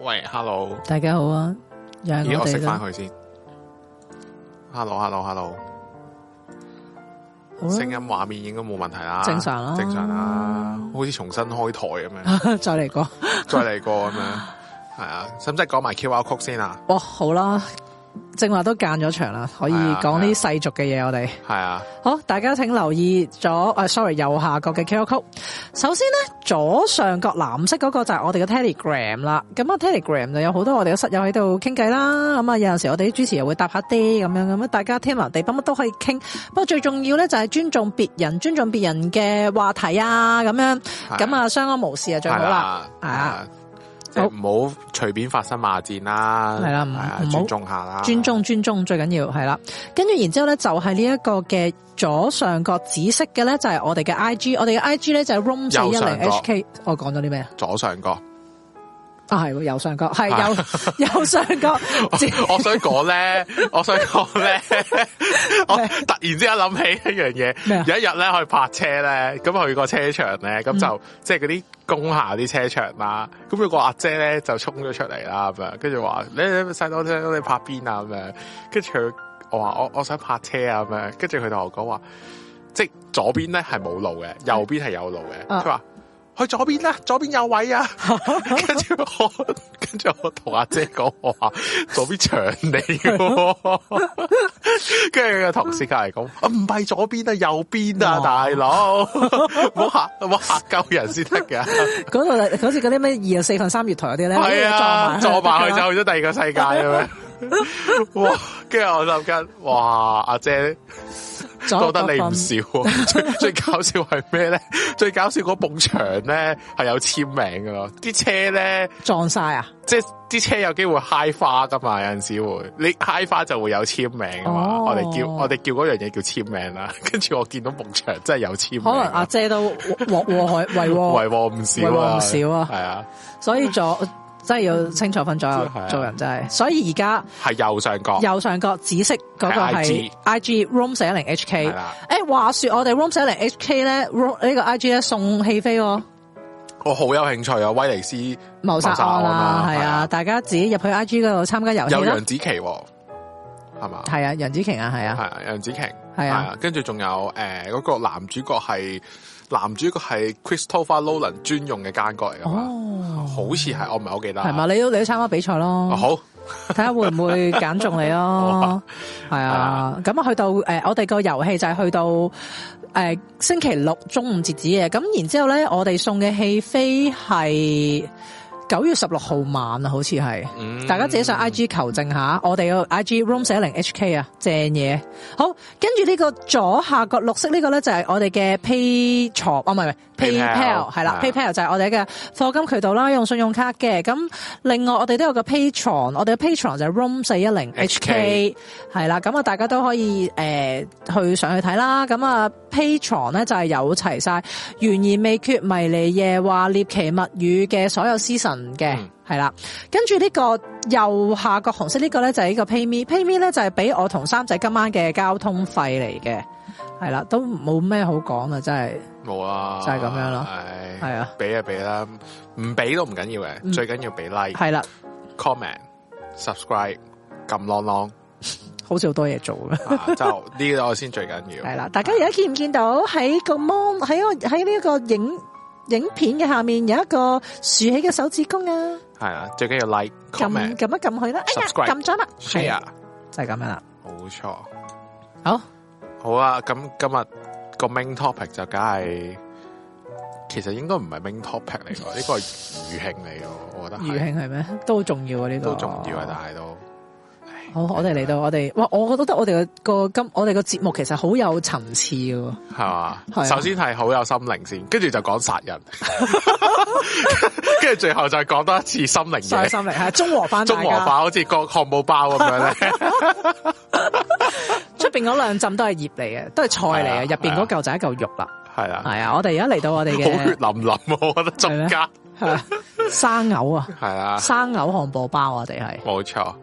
A: 喂，hello，
B: 大家好啊，又係
A: 咦，
B: 我
A: 我食
B: 哋
A: 翻
B: 啦，
A: 佢先。hello，hello，hello，
B: 好
A: 聲音
B: 啦，
A: 畫面應該冇問題啦，
B: 正常啦
A: 正常啦，好似重新開台咁 樣，
B: 再嚟過，
A: 再嚟過咁樣，係啊，使唔使講埋 QR code 先啊？
B: 哇，好啦，正話都間咗場啦，可以
A: 係啊
B: 講啲
A: 係啊
B: 世俗嘅嘢，我哋。
A: 係啊，
B: 好，大家請留意咗誒、s o r r y 右下角嘅 QR code。首先咧，左上角藍色嗰個就係我哋嘅 Telegram 啦。咁啊，Telegram 就有好多我哋嘅室友喺度傾偈啦。咁啊，有陣時我哋啲主持又會搭下啲咁樣咁啊，大家天南地北乜都可以傾。不過最重要咧就係尊重別人，尊重別人嘅話題啊，咁樣
A: 係
B: 咁啊，相安無事啊最好
A: 係
B: 啦。
A: 啦，
B: 係
A: 係
B: 啊
A: 啊，即係唔好隨便發生罵戰啦，
B: 係啦唔
A: 係啊
B: 唔好
A: 尊重下啦，
B: 尊重尊重最緊要係啦，跟住然之後咧就係呢一個嘅左上角紫色嘅咧就係我哋嘅 I G，我哋嘅 I G 咧就係 room 四
A: 右
B: 一
A: 上
B: 零
A: 角
B: H K，我講咗啲咩啊？
A: 左上角。
B: 啊係喎右上角係
A: 啊
B: 右右上 角 紫
A: 我想講咧， 我想講咧，我突然之間諗起一樣
B: 咩啊
A: 嘢，有一日咧去泊車咧，咁去個車場咧，咁
B: 嗯
A: 就即係嗰啲工廈啲車場啦，咁有個阿姐咧就衝咗出嚟啦，咁樣跟住話你你細佬細佬你泊邊啊咁樣，跟住佢我話我我想泊車啊咁樣，跟住佢同我講話，即係左邊咧係冇路嘅，右邊係有路嘅，
B: 啊
A: 佢話。去左邊啦，左邊有位 啊！跟住我，跟住我同阿姐講，我話左邊長嚟嘅，跟住個同事隔嚟講，啊唔係左邊啊，右邊啊，
B: 哇
A: 大佬， 唔好吓，唔好吓鳩人先得㗎。
B: 嗰度就好似嗰啲咩二又四分三月台嗰啲咧，
A: 係啊，
B: 撞
A: 坐埋
B: 去
A: 佢就去咗第二個世界咁樣。 哇！跟住我諗緊，哇！阿姐
B: 就
A: 多得你唔少喎。 最最搞笑係咩咧？最搞笑嗰埲牆咧係有簽名噶咯，啲車咧。
B: 撞晒啊！
A: 即係啲車有機會揩花噶嘛，有陣時會你揩花就會有簽名噶嘛。
B: 哦
A: 我哋叫我哋叫嗰樣嘢叫簽名啦。 跟住我見到夢牆真係有簽名，
B: 可能阿姐都禍禍害為禍，
A: 為禍唔少啊，
B: 為禍唔少啊
A: 係啊，
B: 所以左真係要清楚分左右
A: 係啊
B: 做人真係。所以而家
A: 係右上角
B: 右上角紫色嗰個係
A: 係
B: 哦 I G room 四一零 H K
A: 係。啦。
B: 誒，話說我哋 room 四一零 H K 咧，room 呢個 I G 咧送戲飛喎，
A: 我好有興趣啊，威尼斯
B: 謀殺案啦，
A: 謀
B: 係啊，，大家自己入去 I G 嗰度參加遊
A: 啊有
B: 戲啦
A: 楊，紫瓊喎，係嘛？
B: 係啊，楊紫瓊啊，係
A: 係
B: 啊，
A: 啊，楊紫瓊
B: 係啊，
A: 跟住仲有诶嗰個男主角係男主角係 Christopher Nolan 專用嘅奸角嚟噶嘛？
B: 哦，
A: 好似係我唔係好記得啊。
B: 係嘛，你都你都參加比賽
A: 哦
B: 咯，
A: 好。
B: 睇下會唔會揀中你咯， 係啊，咁啊去到诶我哋個遊戲就係去到诶星期六中午截止嘅，咁然之后咧，我哋送嘅戲飛係九月十六號晚啊，好似係。
A: 嗯
B: 大家自己上 I G 求證下，我哋個 I G room 四一零 H K 啊，正嘢。好，跟住呢個左下角綠色呢個咧就係我哋嘅 PayPal，哦唔係唔係
A: PayPal
B: PayPal 係啦
A: 係啊
B: ，PayPal 就係我哋嘅課金渠道啦，用信用卡嘅。咁另外我哋都有個 Patron，我哋嘅 Patron 就係 room 四一零 H K 係啦。咁啊，大家都可以誒去上去睇啦。咁啊，Patron 咧就係有齊晒懸而未決、迷離夜話、獵奇物語嘅所有 season 嘅
A: 嗯，
B: 係啦。跟住呢個右下角紅色呢個咧就係呢個 PayMe，PayMe 咧就係俾我同三仔今晚嘅交通費嚟嘅，係啦，都冇咩好講啦，真係
A: 冇啊，
B: 就係咁樣咯
A: 唉
B: 係啊，嗯
A: 俾就俾啦，唔俾都唔緊要嘅，最緊要俾 like、
B: 係啦，
A: comment、subscribe、撳啷 啷
B: 好似好多嘢做 啦。
A: 啊，就呢個先最緊要。
B: 系啦，大家而家見唔見到喺個 mon 喺個喺呢一個影影片嘅下面有一個豎起嘅手指公啊，
A: 係啦，最緊要 like、
B: 撳
A: comment、
B: 撳一撳佢啦，哎呀
A: Subscribe 啊
B: 撳咗啦，係啊
A: share，
B: 就係咁樣啦。
A: 冇錯。
B: 好，
A: 好啊，咁今日個 main topic 就梗係，其實應該唔係 main topic 嚟喎，呢個係餘興嚟嘅，我覺得
B: 餘
A: 係
B: 慶係咩？都好重要啊呢個，
A: 都重要啊，但係都
B: 好，我哋嚟到我哋，哇！我覺得我哋個今我哋個節目其實好有層次嘅喎，
A: 係嘛
B: 係啊？
A: 首先係好有心靈先，跟住就講殺人，跟住最後就講多一次心靈
B: 上
A: 嘢，
B: 心嚟係啊中和翻
A: 中
B: 大
A: 和化
B: 家。
A: 好似個漢堡包咁樣 咧，
B: 出邊嗰兩浸都係葉嚟嘅，都係菜嚟嘅，
A: 係啊
B: 入邊嗰嚿就係一嚿肉啦。
A: 係啦，
B: 係啊，我哋而家嚟到我哋
A: 好血
B: 嘅
A: 淋淋，我覺得中間
B: 係啊生牛啊！
A: 係啦，
B: 生牛漢堡包啊我哋係
A: 冇錯，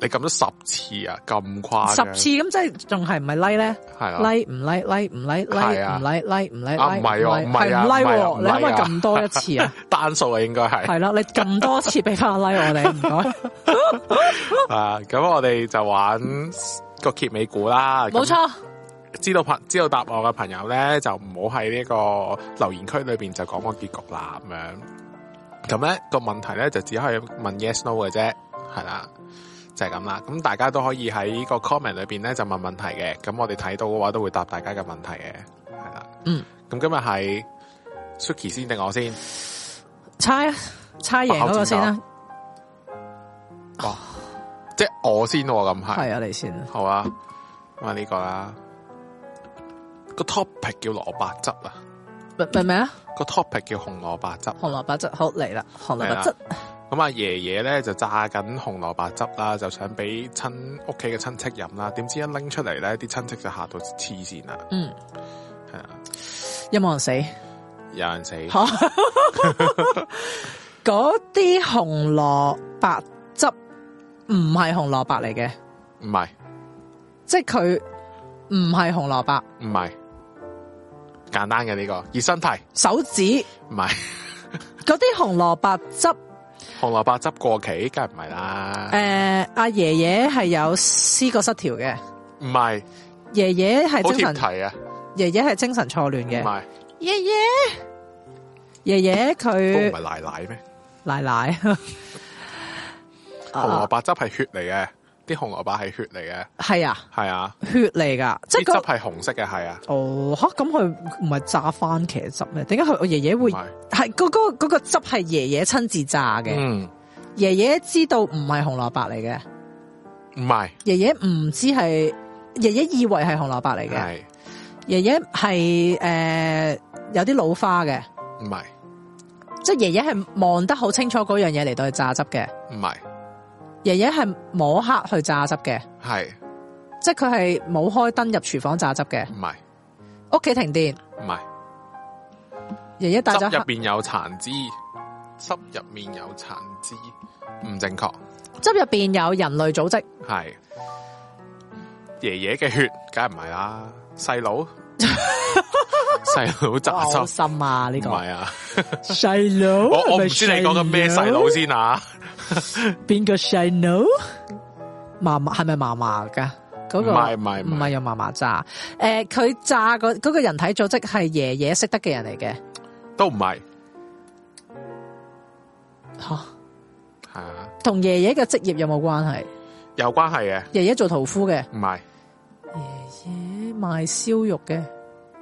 A: 你撳咗十次啊，咁誇
B: 十
A: 張
B: 次咁即系仲系唔系 like 咧
A: 係啊，
B: ？like 唔 like like 唔 like
A: 係
B: like
A: 啊
B: 唔 like like 唔 like
A: 啊
B: like
A: 唔係喎唔係啊
B: 係唔
A: 唔
B: like
A: 係啊
B: 喎
A: 唔係啊
B: 你可唔可以撳多一次 啊？
A: 單數啊，應該係
B: 係啦，你撳多次俾翻個 like 我哋，唔該。
A: 啊。咁我哋就玩個揭尾股啦。咁
B: 冇錯，
A: 知道朋知道答案嘅朋友咧，就唔好喺呢個留言區裏边就講個結局啦，咁樣。咁咧個問題咧就只可以問 yes no 嘅啫，係啦，就係咁啦。咁大家都可以喺個 comment 裏边咧就問問題嘅，咁我哋睇到嘅話都會答大家嘅問題嘅，係啦。
B: 嗯。
A: 咁今日係 Suki 先定我先？
B: 猜啊，猜贏嗰個先啦，
A: 即系我先喎，咁係。
B: 係啊，你先啦。
A: 好啊，咁啊呢個啦，個 topic 叫蘿蔔汁啊，
B: 明明唔明啊？
A: 個 topic 叫紅蘿蔔汁。
B: 紅蘿蔔汁好嚟啦，紅蘿蔔汁
A: 咁啊，爺爺咧就榨緊紅蘿蔔汁啦，就想俾親屋企嘅親戚飲啦。點知一拎出嚟咧，啲親戚就嚇到黐線啦。
B: 嗯，
A: 係啊，
B: 有冇人死？
A: 有人死，
B: 嚇嗰啲紅蘿蔔汁唔係紅蘿蔔嚟嘅，
A: 唔係
B: 即係佢唔係紅蘿蔔，
A: 唔係簡單嘅呢、個熱身題，
B: 手指
A: 唔係
B: 嗰啲紅蘿蔔汁。
A: 紅蘿蔔汁過期，梗係唔係啦，
B: 诶、阿爺爺係有思覺失調嘅，
A: 唔係
B: 爺爺係
A: 好
B: 精
A: 貼
B: 神，
A: 題啊，
B: 爺爺係精神錯亂
A: 唔
B: 嘅。
A: 係
B: 爺爺，爺爺
A: 都唔
B: 佢
A: 係奶奶咩？
B: 奶奶，
A: 紅蘿
B: 啊
A: 蔔汁係血嚟嘅，啲紅蘿蔔係血嚟嘅，
B: 係啊，
A: 係啊，
B: 血嚟噶，即
A: 啲汁
B: 係個
A: 係紅色嘅，係啊，
B: 哦吓，咁佢唔係炸番茄汁咩？點解佢我爺爺
A: 唔
B: 會
A: 係，
B: 係嗰嗰嗰個汁係爺爺親自炸嘅？
A: 嗯，
B: 爺爺知道唔係紅蘿蔔嚟嘅，
A: 唔係，
B: 爺爺唔知係，爺爺以為係紅蘿蔔嚟嘅。
A: 係
B: 爺爺係诶有啲老花嘅，
A: 唔係
B: 即系爺爺係望得好清楚嗰樣嘢嚟到去榨汁嘅，
A: 唔係
B: 爺爺係摸黑去榨汁嘅，
A: 係
B: 即系佢係冇開燈入廚房榨汁嘅，
A: 唔係
B: 屋企停電，
A: 唔係。
B: 爺爺帶
A: 汁
B: 咗
A: 入
B: 黑
A: 边有殘枝，汁入面有殘枝，唔正確，
B: 汁入边有人類組織，
A: 係爺爺嘅血，梗係唔係啦，細 佬細佬
B: 哇好
A: 扎心，
B: 深啊呢
A: 唔
B: 個
A: 係啊，
B: 細佬，
A: 我
B: 係
A: 我
B: 咪
A: 唔知你講緊咩細佬先啊，
B: 邊個細佬？嫲嫲係咪嫲嫲㗎？嗰、
A: 唔
B: 個
A: 係唔係唔
B: 唔係
A: 係，
B: 用嫲嫲炸，诶、呃佢炸嗰嗰個人體組織係爺爺識得嘅人嚟嘅，
A: 都唔係
B: 吓、
A: 係啊，
B: 同爺爺嘅職業有冇關係？
A: 有關係嘅，
B: 爺爺做屠夫嘅，
A: 唔係
B: 爺爺賣燒肉嘅，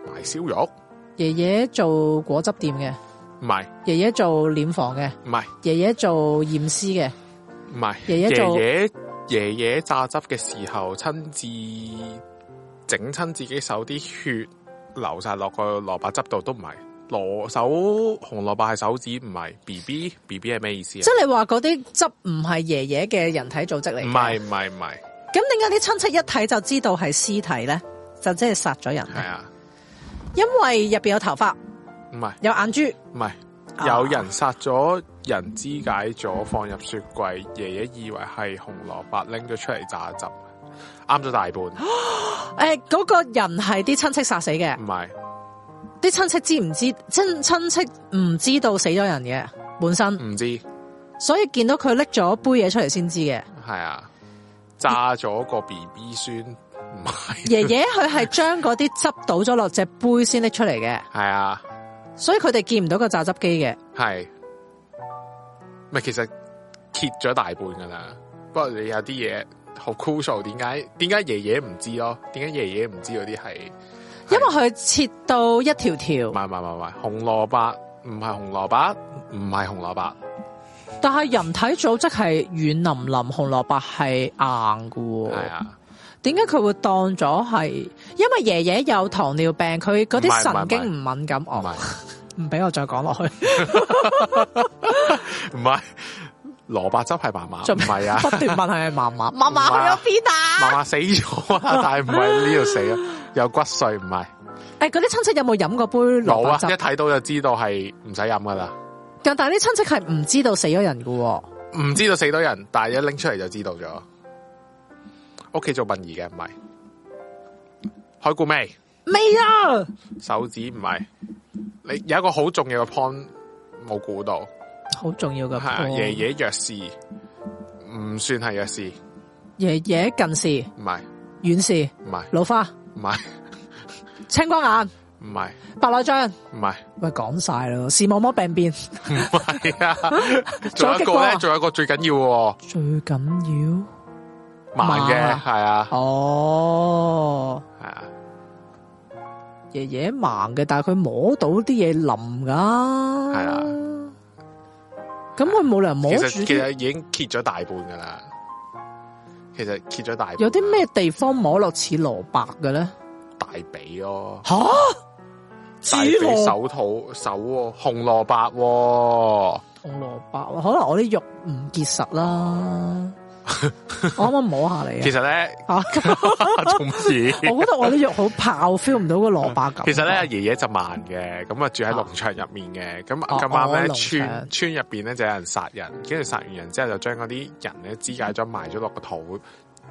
A: 埋燒肉，
B: 爺爺做果汁店嘅，
A: 唔係
B: 爺爺做殮房嘅，
A: 唔係
B: 爺爺做驗屍嘅，
A: 唔係，
B: 爺爺做
A: 爺爺爺爺榨汁嘅時候，親自整親自己手啲血流晒落個蘿蔔汁度，都唔係。羅手紅蘿蔔係手指，唔係 B B B B 係咩意思啊
B: 即？係你話嗰啲汁唔係爺爺嘅人體組織嚟嘅，
A: 唔係唔係唔係，
B: 咁點解啲親戚一睇就知道係屍體咧？就即係殺咗人，
A: 係啊，
B: 因為入边有頭髮，
A: 唔係
B: 有眼珠，
A: 唔係，
B: 啊
A: 有人殺咗人肢解咗，放入雪櫃，爺爺以為係紅蘿蔔拎咗出嚟榨汁，啱咗大半，唔
B: 诶、嗰、個人係啲親戚殺死嘅，
A: 係
B: 啲親戚知唔知？親親戚唔知道死咗人嘅本身。
A: 唔知。
B: 所以見到佢拎咗杯嘢出嚟先知嘅。
A: 系啊，炸咗個 B B 酸，唔 係
B: 爺爺佢係將嗰啲汁倒咗落隻杯先拎出嚟嘅，
A: 係啊，
B: 所以佢哋見唔到個榨汁機嘅。
A: 係咪其實揭咗大半噶啦？不過你有啲嘢好 crucial，點解點解爺爺唔知咯？點解爺爺唔知嗰啲係？
B: 因為佢切到一條條
A: 唔，係唔係唔係紅蘿蔔，唔係紅蘿蔔，唔係紅蘿蔔，
B: 但係人體組織係軟淋淋，紅蘿蔔係硬嘅
A: 係
B: 喎。
A: 啊，
B: 點解佢會當咗係？因為爺爺有糖尿病，佢嗰
A: 唔係唔
B: 啲
A: 係
B: 神經唔敏感。
A: 唔
B: 哦，
A: 係
B: 唔俾我再講落去，
A: 啊唔係蘿蔔汁係麻麻，唔
B: 做咩。
A: 係啊
B: 不斷問係嫲 嫲，嫲
A: 唔係
B: 嫲
A: 啊
B: 去咗邊
A: 麻
B: 啊？
A: 麻死咗啊！但係唔係呢度死啊，有骨碎唔係
B: 誒，嗰啲親戚有冇飲過杯蘿
A: 冇啊！
B: 蔔
A: 一
B: 汁？
A: 睇到就知道係唔使飲噶啦。
B: 但但係啲親戚係唔知道死咗人嘅喎。
A: 唔知道死多人，但系一拎出嚟就知道咗。屋企做殯儀嘅唔係，開估未？
B: 未啊，
A: 手指唔係，你有一個好重要嘅 point 冇估到，
B: 好重要噶。
A: 係啊，爺爺弱視唔算係弱視，
B: 爺爺近視、
A: 唔係
B: 遠視、
A: 唔係
B: 老花、
A: 唔係
B: 青光眼、
A: 唔係
B: 白內障。
A: 唔係
B: 喂，講晒啦，視網膜病變
A: 唔係 啊！仲有一
B: 仲有激
A: 個
B: 光
A: 咧，
B: 啊
A: 仲有一個最緊要喎
B: 最緊
A: 盲嘅
B: 盲
A: 係啊
B: 要哦，
A: 係啊，
B: 爺爺盲嘅，但係佢摸到啲嘢冧噶，係
A: 啊，
B: 咁佢冇理由
A: 其
B: 摸住
A: 實其
B: 啲，
A: 實已經揭咗大半噶啦，其實揭咗大半
B: 有啲咩地方摸落似蘿蔔嘅咧？
A: 大髀咯。
B: 吓，紫
A: 大髀
B: 蘿
A: 手套手喎紅蘿蔔喎，
B: 紅蘿蔔，可能我啲肉唔結實 啦。我啱啱摸下你
A: 其 實咧
B: 啊，
A: 做乜 嘢？
B: 我覺得我啲肉好泡，feel 唔到個蘿蔔感。
A: 其實咧，爺爺就慢嘅，咁啊住喺農場入面嘅，咁啊
B: 哦
A: 咁啱咧
B: 哦農場
A: 村村入邊咧就有人殺人，跟住殺完人之後就將嗰啲人咧肢解咗埋咗落個土，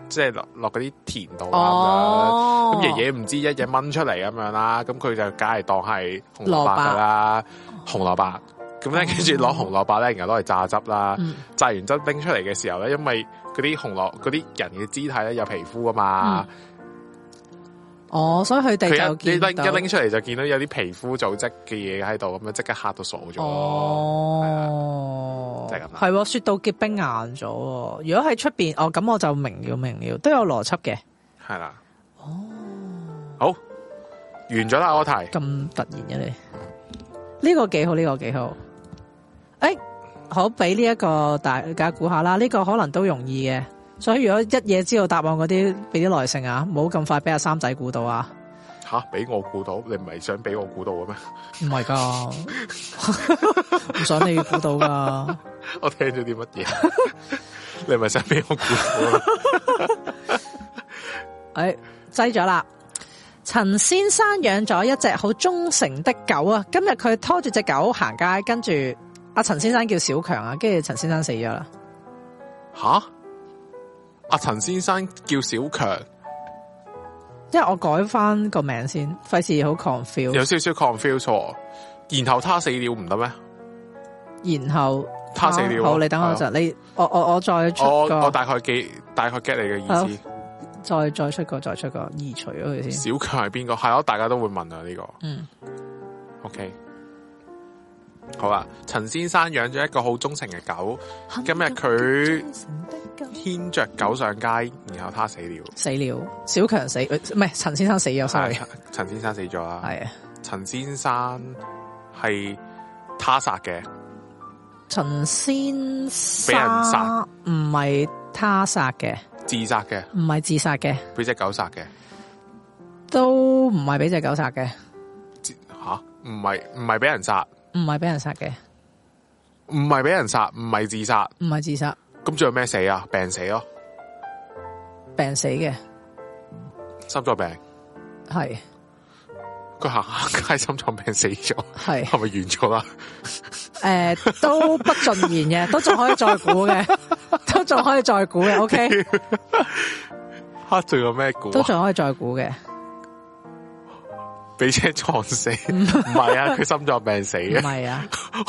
A: 即係落落嗰啲田度啊咁
B: 哦，
A: 樣。咁爺爺唔知一嘢掹出嚟咁樣啦，咁佢就梗係當係紅蘿蔔
B: 蘿蔔哦
A: 噶啦，紅蘿蔔。咁咧，跟住攞紅蘿蔔咧，然後攞嚟榨汁啦。
B: 嗯
A: 榨完汁拎出嚟嘅時候咧，因為嗰啲紅蘿嗰啲人嘅肢體咧有皮膚啊嘛，
B: 哦，所以佢哋
A: 佢
B: 就
A: 一一
B: 見
A: 拎一
B: 到
A: 拎出嚟就見到有啲皮膚組織嘅嘢喺度，咁樣即刻嚇到傻咗。
B: 哦，
A: 係啊就係咁啦
B: 係喎，雪到結冰硬咗喎。如果喺出邊，哦，咁我就明了明了，都有邏輯嘅。
A: 係啦，哦，好完咗啦，我題
B: 咁突然嘅你，呢個幾好，呢個幾好。誒，好俾呢一個大家估下啦，呢個可能都容易嘅。所以如果一夜知道答案嗰啲，俾啲耐性啊，唔好咁快俾阿三仔估到啊。
A: 吓，俾我估到，你唔係想俾我估到嘅咩？
B: 唔係噶，？Oh 唔想你估到 噶。
A: 我聽咗啲乜嘢？ 你唔係想俾我估到嘅咩？
B: 诶、哎擠咗啦。陳先生養咗一隻好忠誠的狗啊！今日佢拖住只狗行街，跟住阿陳先生叫小強啊，跟住陳先生死咗啦。
A: 吓，阿陳先生叫小強，
B: 因為我改翻個名先，費事好 confuse。
A: 有少少 confuse 喎。然後他死了唔得咩？
B: 然後啊
A: 他死了
B: 好，你等我
A: 係
B: 陣，你我我我再出
A: 我我
B: 個，
A: 大概記大概 get 你嘅意
B: 再再出個，再出個，移除咗佢先。
A: 思。小強係邊個？係咯，大家都會問啊呢、個。
B: 嗯
A: OK，好啦，陳先生養咗一個好忠誠嘅狗，今日佢牽着狗上街，然後他死了。
B: 死了，小強死，呃唔係陳先生死咗，sorry，
A: 係陳啊先生死咗啦。
B: 係啊，
A: 陳先生係他殺嘅，
B: 陳先生
A: 俾人殺
B: 唔係他殺嘅。
A: 自殺嘅，
B: 唔係自殺嘅，
A: 俾只狗殺嘅。
B: 都唔係俾只狗殺嘅，
A: 自吓，唔係唔係俾人殺，
B: 唔係俾人殺嘅，
A: 唔係俾人殺，唔係自殺。
B: 唔係自殺，
A: 咁仲有咩死啊？病死咯，
B: 病死嘅，
A: 心臟病。
B: 係
A: 佢行下街，心臟病死 咗，
B: 係
A: 係咪完咗啦？
B: 诶，誒都不盡然嘅，都仲可以再估嘅， 都仲可以再估嘅，OK，
A: 吓，仲有咩估
B: 都
A: 啊？
B: 仲可以再估嘅，
A: 俾車撞死？唔係啊，佢心臟病死
B: 唔
A: 嘅。
B: 係啊，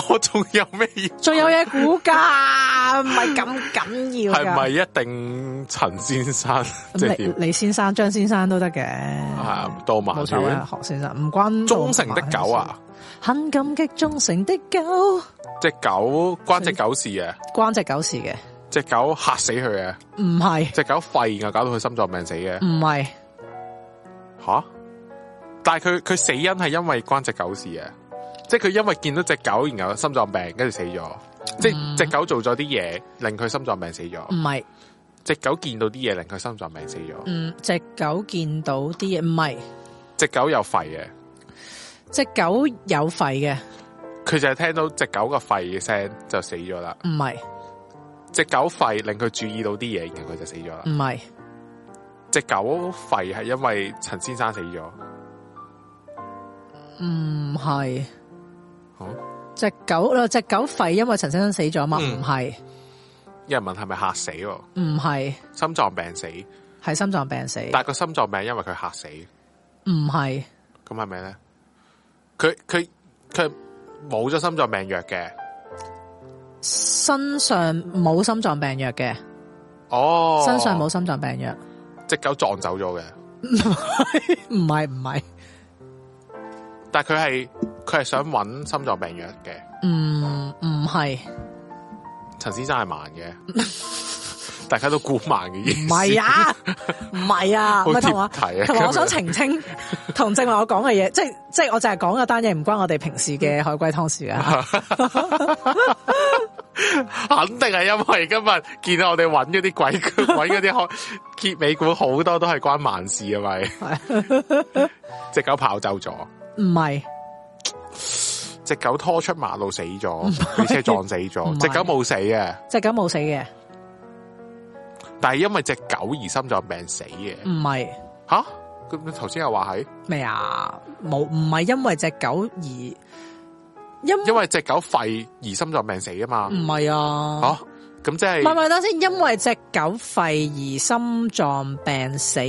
A: 我仲有咩要？
B: 仲有嘢估㗎，唔係咁緊要
A: 係咪
B: 㗎，
A: 一定陳先生即係
B: 咁
A: 點
B: 李李先生、張先生都得嘅，
A: 啊？到麻
B: 冇所謂
A: 煩
B: 啊，何先生唔關
A: 忠誠的狗啊，，
B: 很感激忠誠的狗，
A: 只狗關只狗事嘅，
B: 關只狗事嘅，
A: 只狗嚇死佢嘅，
B: 唔係
A: 只狗肺然後搞到佢心臟病死啊嘅
B: 唔係。
A: 吓。但係佢佢死因係因為關只狗事嘅，即係佢因為見到只狗然後心臟病跟住死咗，即係只狗做咗啲嘢令佢心臟病死咗。
B: 唔係，
A: 只狗見到啲嘢令佢心臟病死咗，
B: 嗯，只狗見到啲嘢，唔係，
A: 隻狗有吠嘅，
B: 只狗有吠嘅，
A: 佢就係聽到隻狗嘅吠嘅聲就死咗啦。
B: 唔係，
A: 隻狗吠令佢注意到啲嘢，然後佢就死咗啦
B: 唔。係，
A: 隻狗吠係因為陳先生死咗，
B: 唔係
A: 好，
B: 只狗啦，只狗吠，因為陳先生死咗嘛，
A: 嗯
B: 唔係，
A: 有人問係咪嚇死喎，
B: 唔係，
A: 心臟病死，
B: 係係心臟病死，
A: 但系个心脏病係因为佢吓死，咁
B: 唔係
A: 系咪咧？佢佢佢冇咗心脏病药嘅，
B: 身上冇心臟病藥嘅，
A: 哦，
B: 身上冇心臟病藥，
A: 只狗撞走咗嘅，
B: 唔係唔係
A: 但系佢系佢系想揾心脏病药嘅。
B: 唔唔係
A: 陈先生系盲嘅， 大家都估盲嘅意思。
B: 唔係 啊，唔係啊，
A: 好
B: 唔
A: 貼
B: 係同我
A: 題啊
B: 同埋
A: 今
B: 我
A: 日
B: 想 澄清，同正話我講嘅嘢，即係即系我就係講嗰單嘢唔關我哋平時
A: 嗯
B: 嘅海龜湯事啊，
A: 肯定系因为今日见到我哋揾嗰啲鬼 故，揾嗰啲开揭尾股好多都系关盲事嘅咪只狗跑走咗，
B: 唔係
A: 只狗拖出马路死咗，俾车撞死
B: 唔
A: 咗，
B: 係
A: 只狗冇死啊嘅，
B: 隻狗冇死嘅，
A: 但系因为只狗而心脏病死嘅。
B: 唔係
A: 吓，咁你頭先又話係，
B: 咩啊？冇唔係因為隻狗而因
A: 因為只狗肺而心臟病死啊嘛。
B: 唔係啊。
A: 吓，咁即
B: 唔係唔
A: 係
B: 係，等先，因為隻狗肺而心臟病死，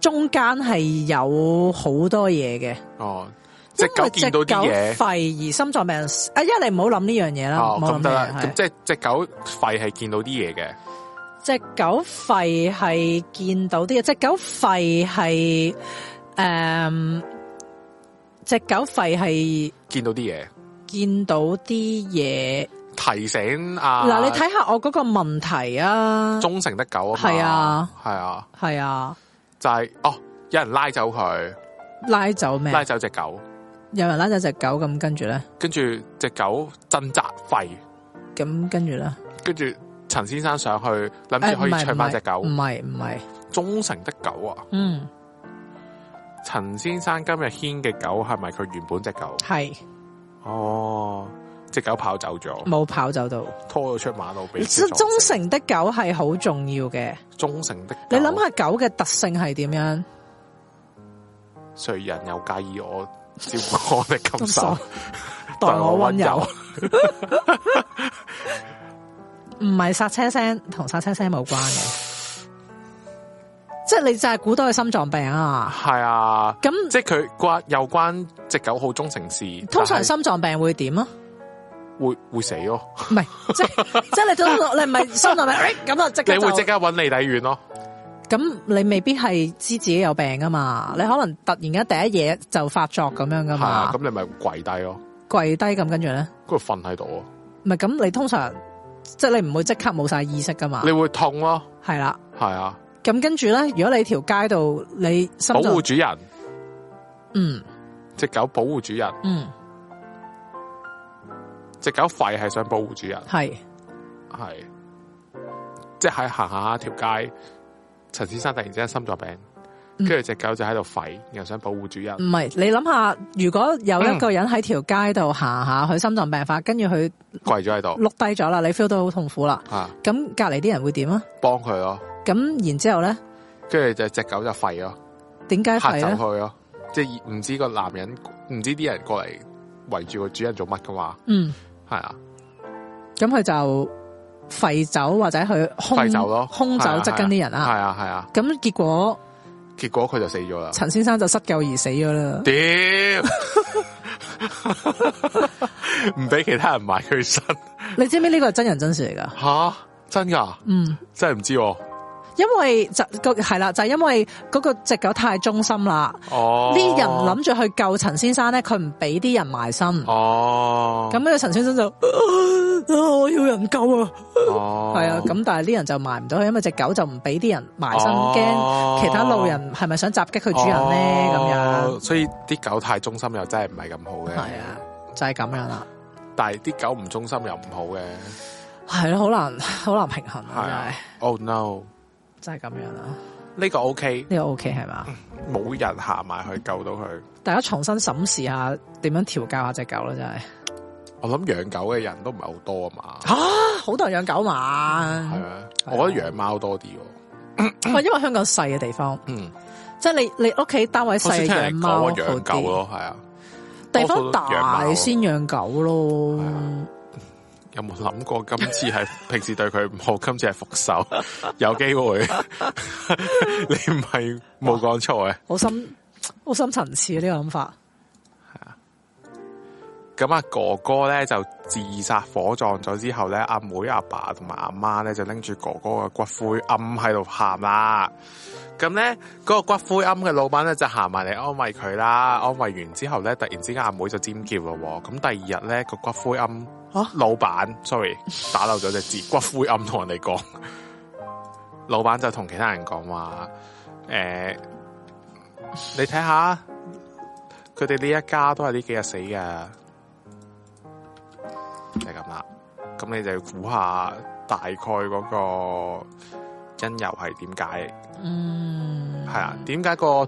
B: 中間係有好多嘢嘅。
A: 哦，只
B: 因
A: 狗
B: 為
A: 見到啲
B: 隻
A: 嘢
B: 狗，肺而心臟病死，啊，一你唔好諗呢樣嘢啦，
A: 哦
B: 唔好諗
A: 咁得啦
B: 呢。樣
A: 咁
B: 嘢。
A: 即係只狗肺係見到啲嘢嘅，
B: 只狗肺係見到啲嘢，只狗肺係诶，只狗肺係
A: 見到啲
B: 見到啲嘢。
A: 嘢提醒啊。
B: 嗱，你睇下我嗰個問題啊，
A: 忠誠的狗啊嘛，
B: 係啊，
A: 係啊，
B: 係啊，
A: 就係哦，有人拉走佢，
B: 拉走咩？
A: 拉走只狗，
B: 有人拉走只狗，咁跟住咧，
A: 跟住只狗掙扎肺，
B: 咁跟住咧。
A: 跟住陳先生上去諗
B: 誒
A: 住可以
B: 唔係嗯
A: 唱翻只狗
B: 唔，係唔係，
A: 忠誠的狗啊！
B: 嗯，
A: 陳先生今日牽嘅狗係咪佢原本只狗？
B: 係
A: 哦，只狗跑走咗，
B: 冇跑走到。
A: 拖咗出馬路俾車撞
B: 忠誠的狗係好重要嘅。
A: 忠誠的狗。
B: 你諗下狗嘅特性係點樣？
A: 誰人又介意我照顧我的感
B: 咁
A: 受
B: 傻，，待我温柔。 唔係剎車聲，同剎車聲冇關嘅。即係你就係估到佢心臟病啊！
A: 係啊，
B: 咁
A: 即係佢關有關只狗好忠誠事，
B: 通常
A: 但係
B: 心臟病會點啊？
A: 會會死咯，
B: 唔係，即係 即係你都你唔係心臟病，哎咁啊即刻
A: 你會
B: 就
A: 即刻揾李底遠咯，
B: 咁你未必係知自己有病噶嘛？你可能突然間第一嘢就發作咁樣噶
A: 係啊，
B: 嘛
A: 咁？你咪跪低咯，
B: 跪低咁跟住咧，
A: 跟住瞓喺度咯，
B: 唔係咁你通常即係你唔會即刻冇晒意識噶嘛
A: 你？會痛咯，
B: 係啦，
A: 係啊，
B: 咁跟住咧，如果你條街度你心
A: 保護
B: 臟
A: 主人，
B: 嗯
A: 只狗保護主人，
B: 嗯
A: 只狗肺係想保護主人。
B: 係
A: 系，即系行下条街，陈先生突然之间心脏病，
B: 嗯
A: 跟住只狗就喺度吠，又想保护主人
B: 唔，係？你諗下，如果有一個人喺條街度行下，佢心臟病發，跟住佢
A: 跪咗喺度
B: 碌低咗啦，你 feel 到好痛苦啦，
A: 啊，
B: 咁隔離啲人會點啊？
A: 帮佢咯，
B: 咁然之後咧，
A: 跟住就只狗就吠咯，
B: 點解
A: 吓
B: 係
A: 走
B: 咧？
A: 佢咯，即系唔知个男人，唔知啲人过嚟围住个主人做乜噶嘛，
B: 嗯，
A: 系啊，
B: 咁佢就廢走或者佢
A: 吠
B: 空
A: 走咯，
B: 空走即跟啲人
A: 系
B: 啊，
A: 啊系啊，
B: 咁結果
A: 结果佢就死咗啦，
B: 陳先生就失救而死咗啦。
A: 屌， 唔俾其他人埋佢身，
B: 你知唔知呢個係真人真事嚟噶？
A: 吓真噶，
B: 嗯，
A: 真系唔知喎，
B: 因為就個係啦，就係因為嗰個只狗太忠心啦，
A: 哦，
B: 啲、人諗住去救陳先生咧，佢唔俾啲人埋身，咁
A: 哦，
B: 跟住陳先生就、啊我要人救啊，
A: 哦，
B: 係啊，咁但係啲人就埋唔到佢，因為只狗就唔俾啲人埋身，
A: 哦
B: 驚、其他路人係咪想襲擊佢主人咧咁、
A: 樣，所以啲狗太忠心又真係唔係咁好嘅，
B: 樣，係啊，就係咁樣啦，
A: 但係啲狗唔忠心又唔好嘅，
B: 係咯，好難 好難平衡
A: 係啊
B: 啊，
A: ，Oh no，
B: 真係真係咁樣啦，啊
A: 呢個 OK，
B: 呢、個 OK 係嘛？
A: 嗯冇人行埋去救到佢。
B: 大家重新審視下點樣調教下只狗啦，真係。啊
A: 我諗養狗嘅人都唔係好多啊嘛，
B: 好多人養狗
A: 係
B: 嘛，
A: 咪？
B: 係啊
A: 我覺得養貓多啲喎。
B: 喂，因為香港細嘅地方，
A: 嗯，
B: 即係你你屋企單位
A: 我先
B: 細
A: 聽
B: 養
A: 人講
B: 貓好
A: 話養狗
B: 啲，
A: 咯，係啊，
B: 地
A: 多數
B: 方
A: 都養貓啊
B: 大先養狗咯
A: 係，有冇諗過今次係平時對佢唔好，今次係復仇，有機會。你唔係冇講錯嘅。
B: 好深好深層次啊呢、個諗法。
A: 咁啊哥哥咧就自殺火葬咗之後咧，阿妹、阿爸同埋阿媽咧就拎住哥哥嘅骨灰龕喺度喊啦。咁咧嗰個骨灰龕嘅老闆咧就行埋嚟安慰佢啦。安慰完之後咧，突然之間阿妹就尖叫咯喎。咁第二日咧個骨灰龕
B: 啊
A: 老闆，sorry 打漏咗隻字，骨灰龕同人哋講，老闆就同其他人講話，诶、你睇下佢哋呢一家都係呢幾日死嘅。就係咁啦。咁你就要估下大概嗰個因由係點解？
B: 嗯，
A: 係啊，點解個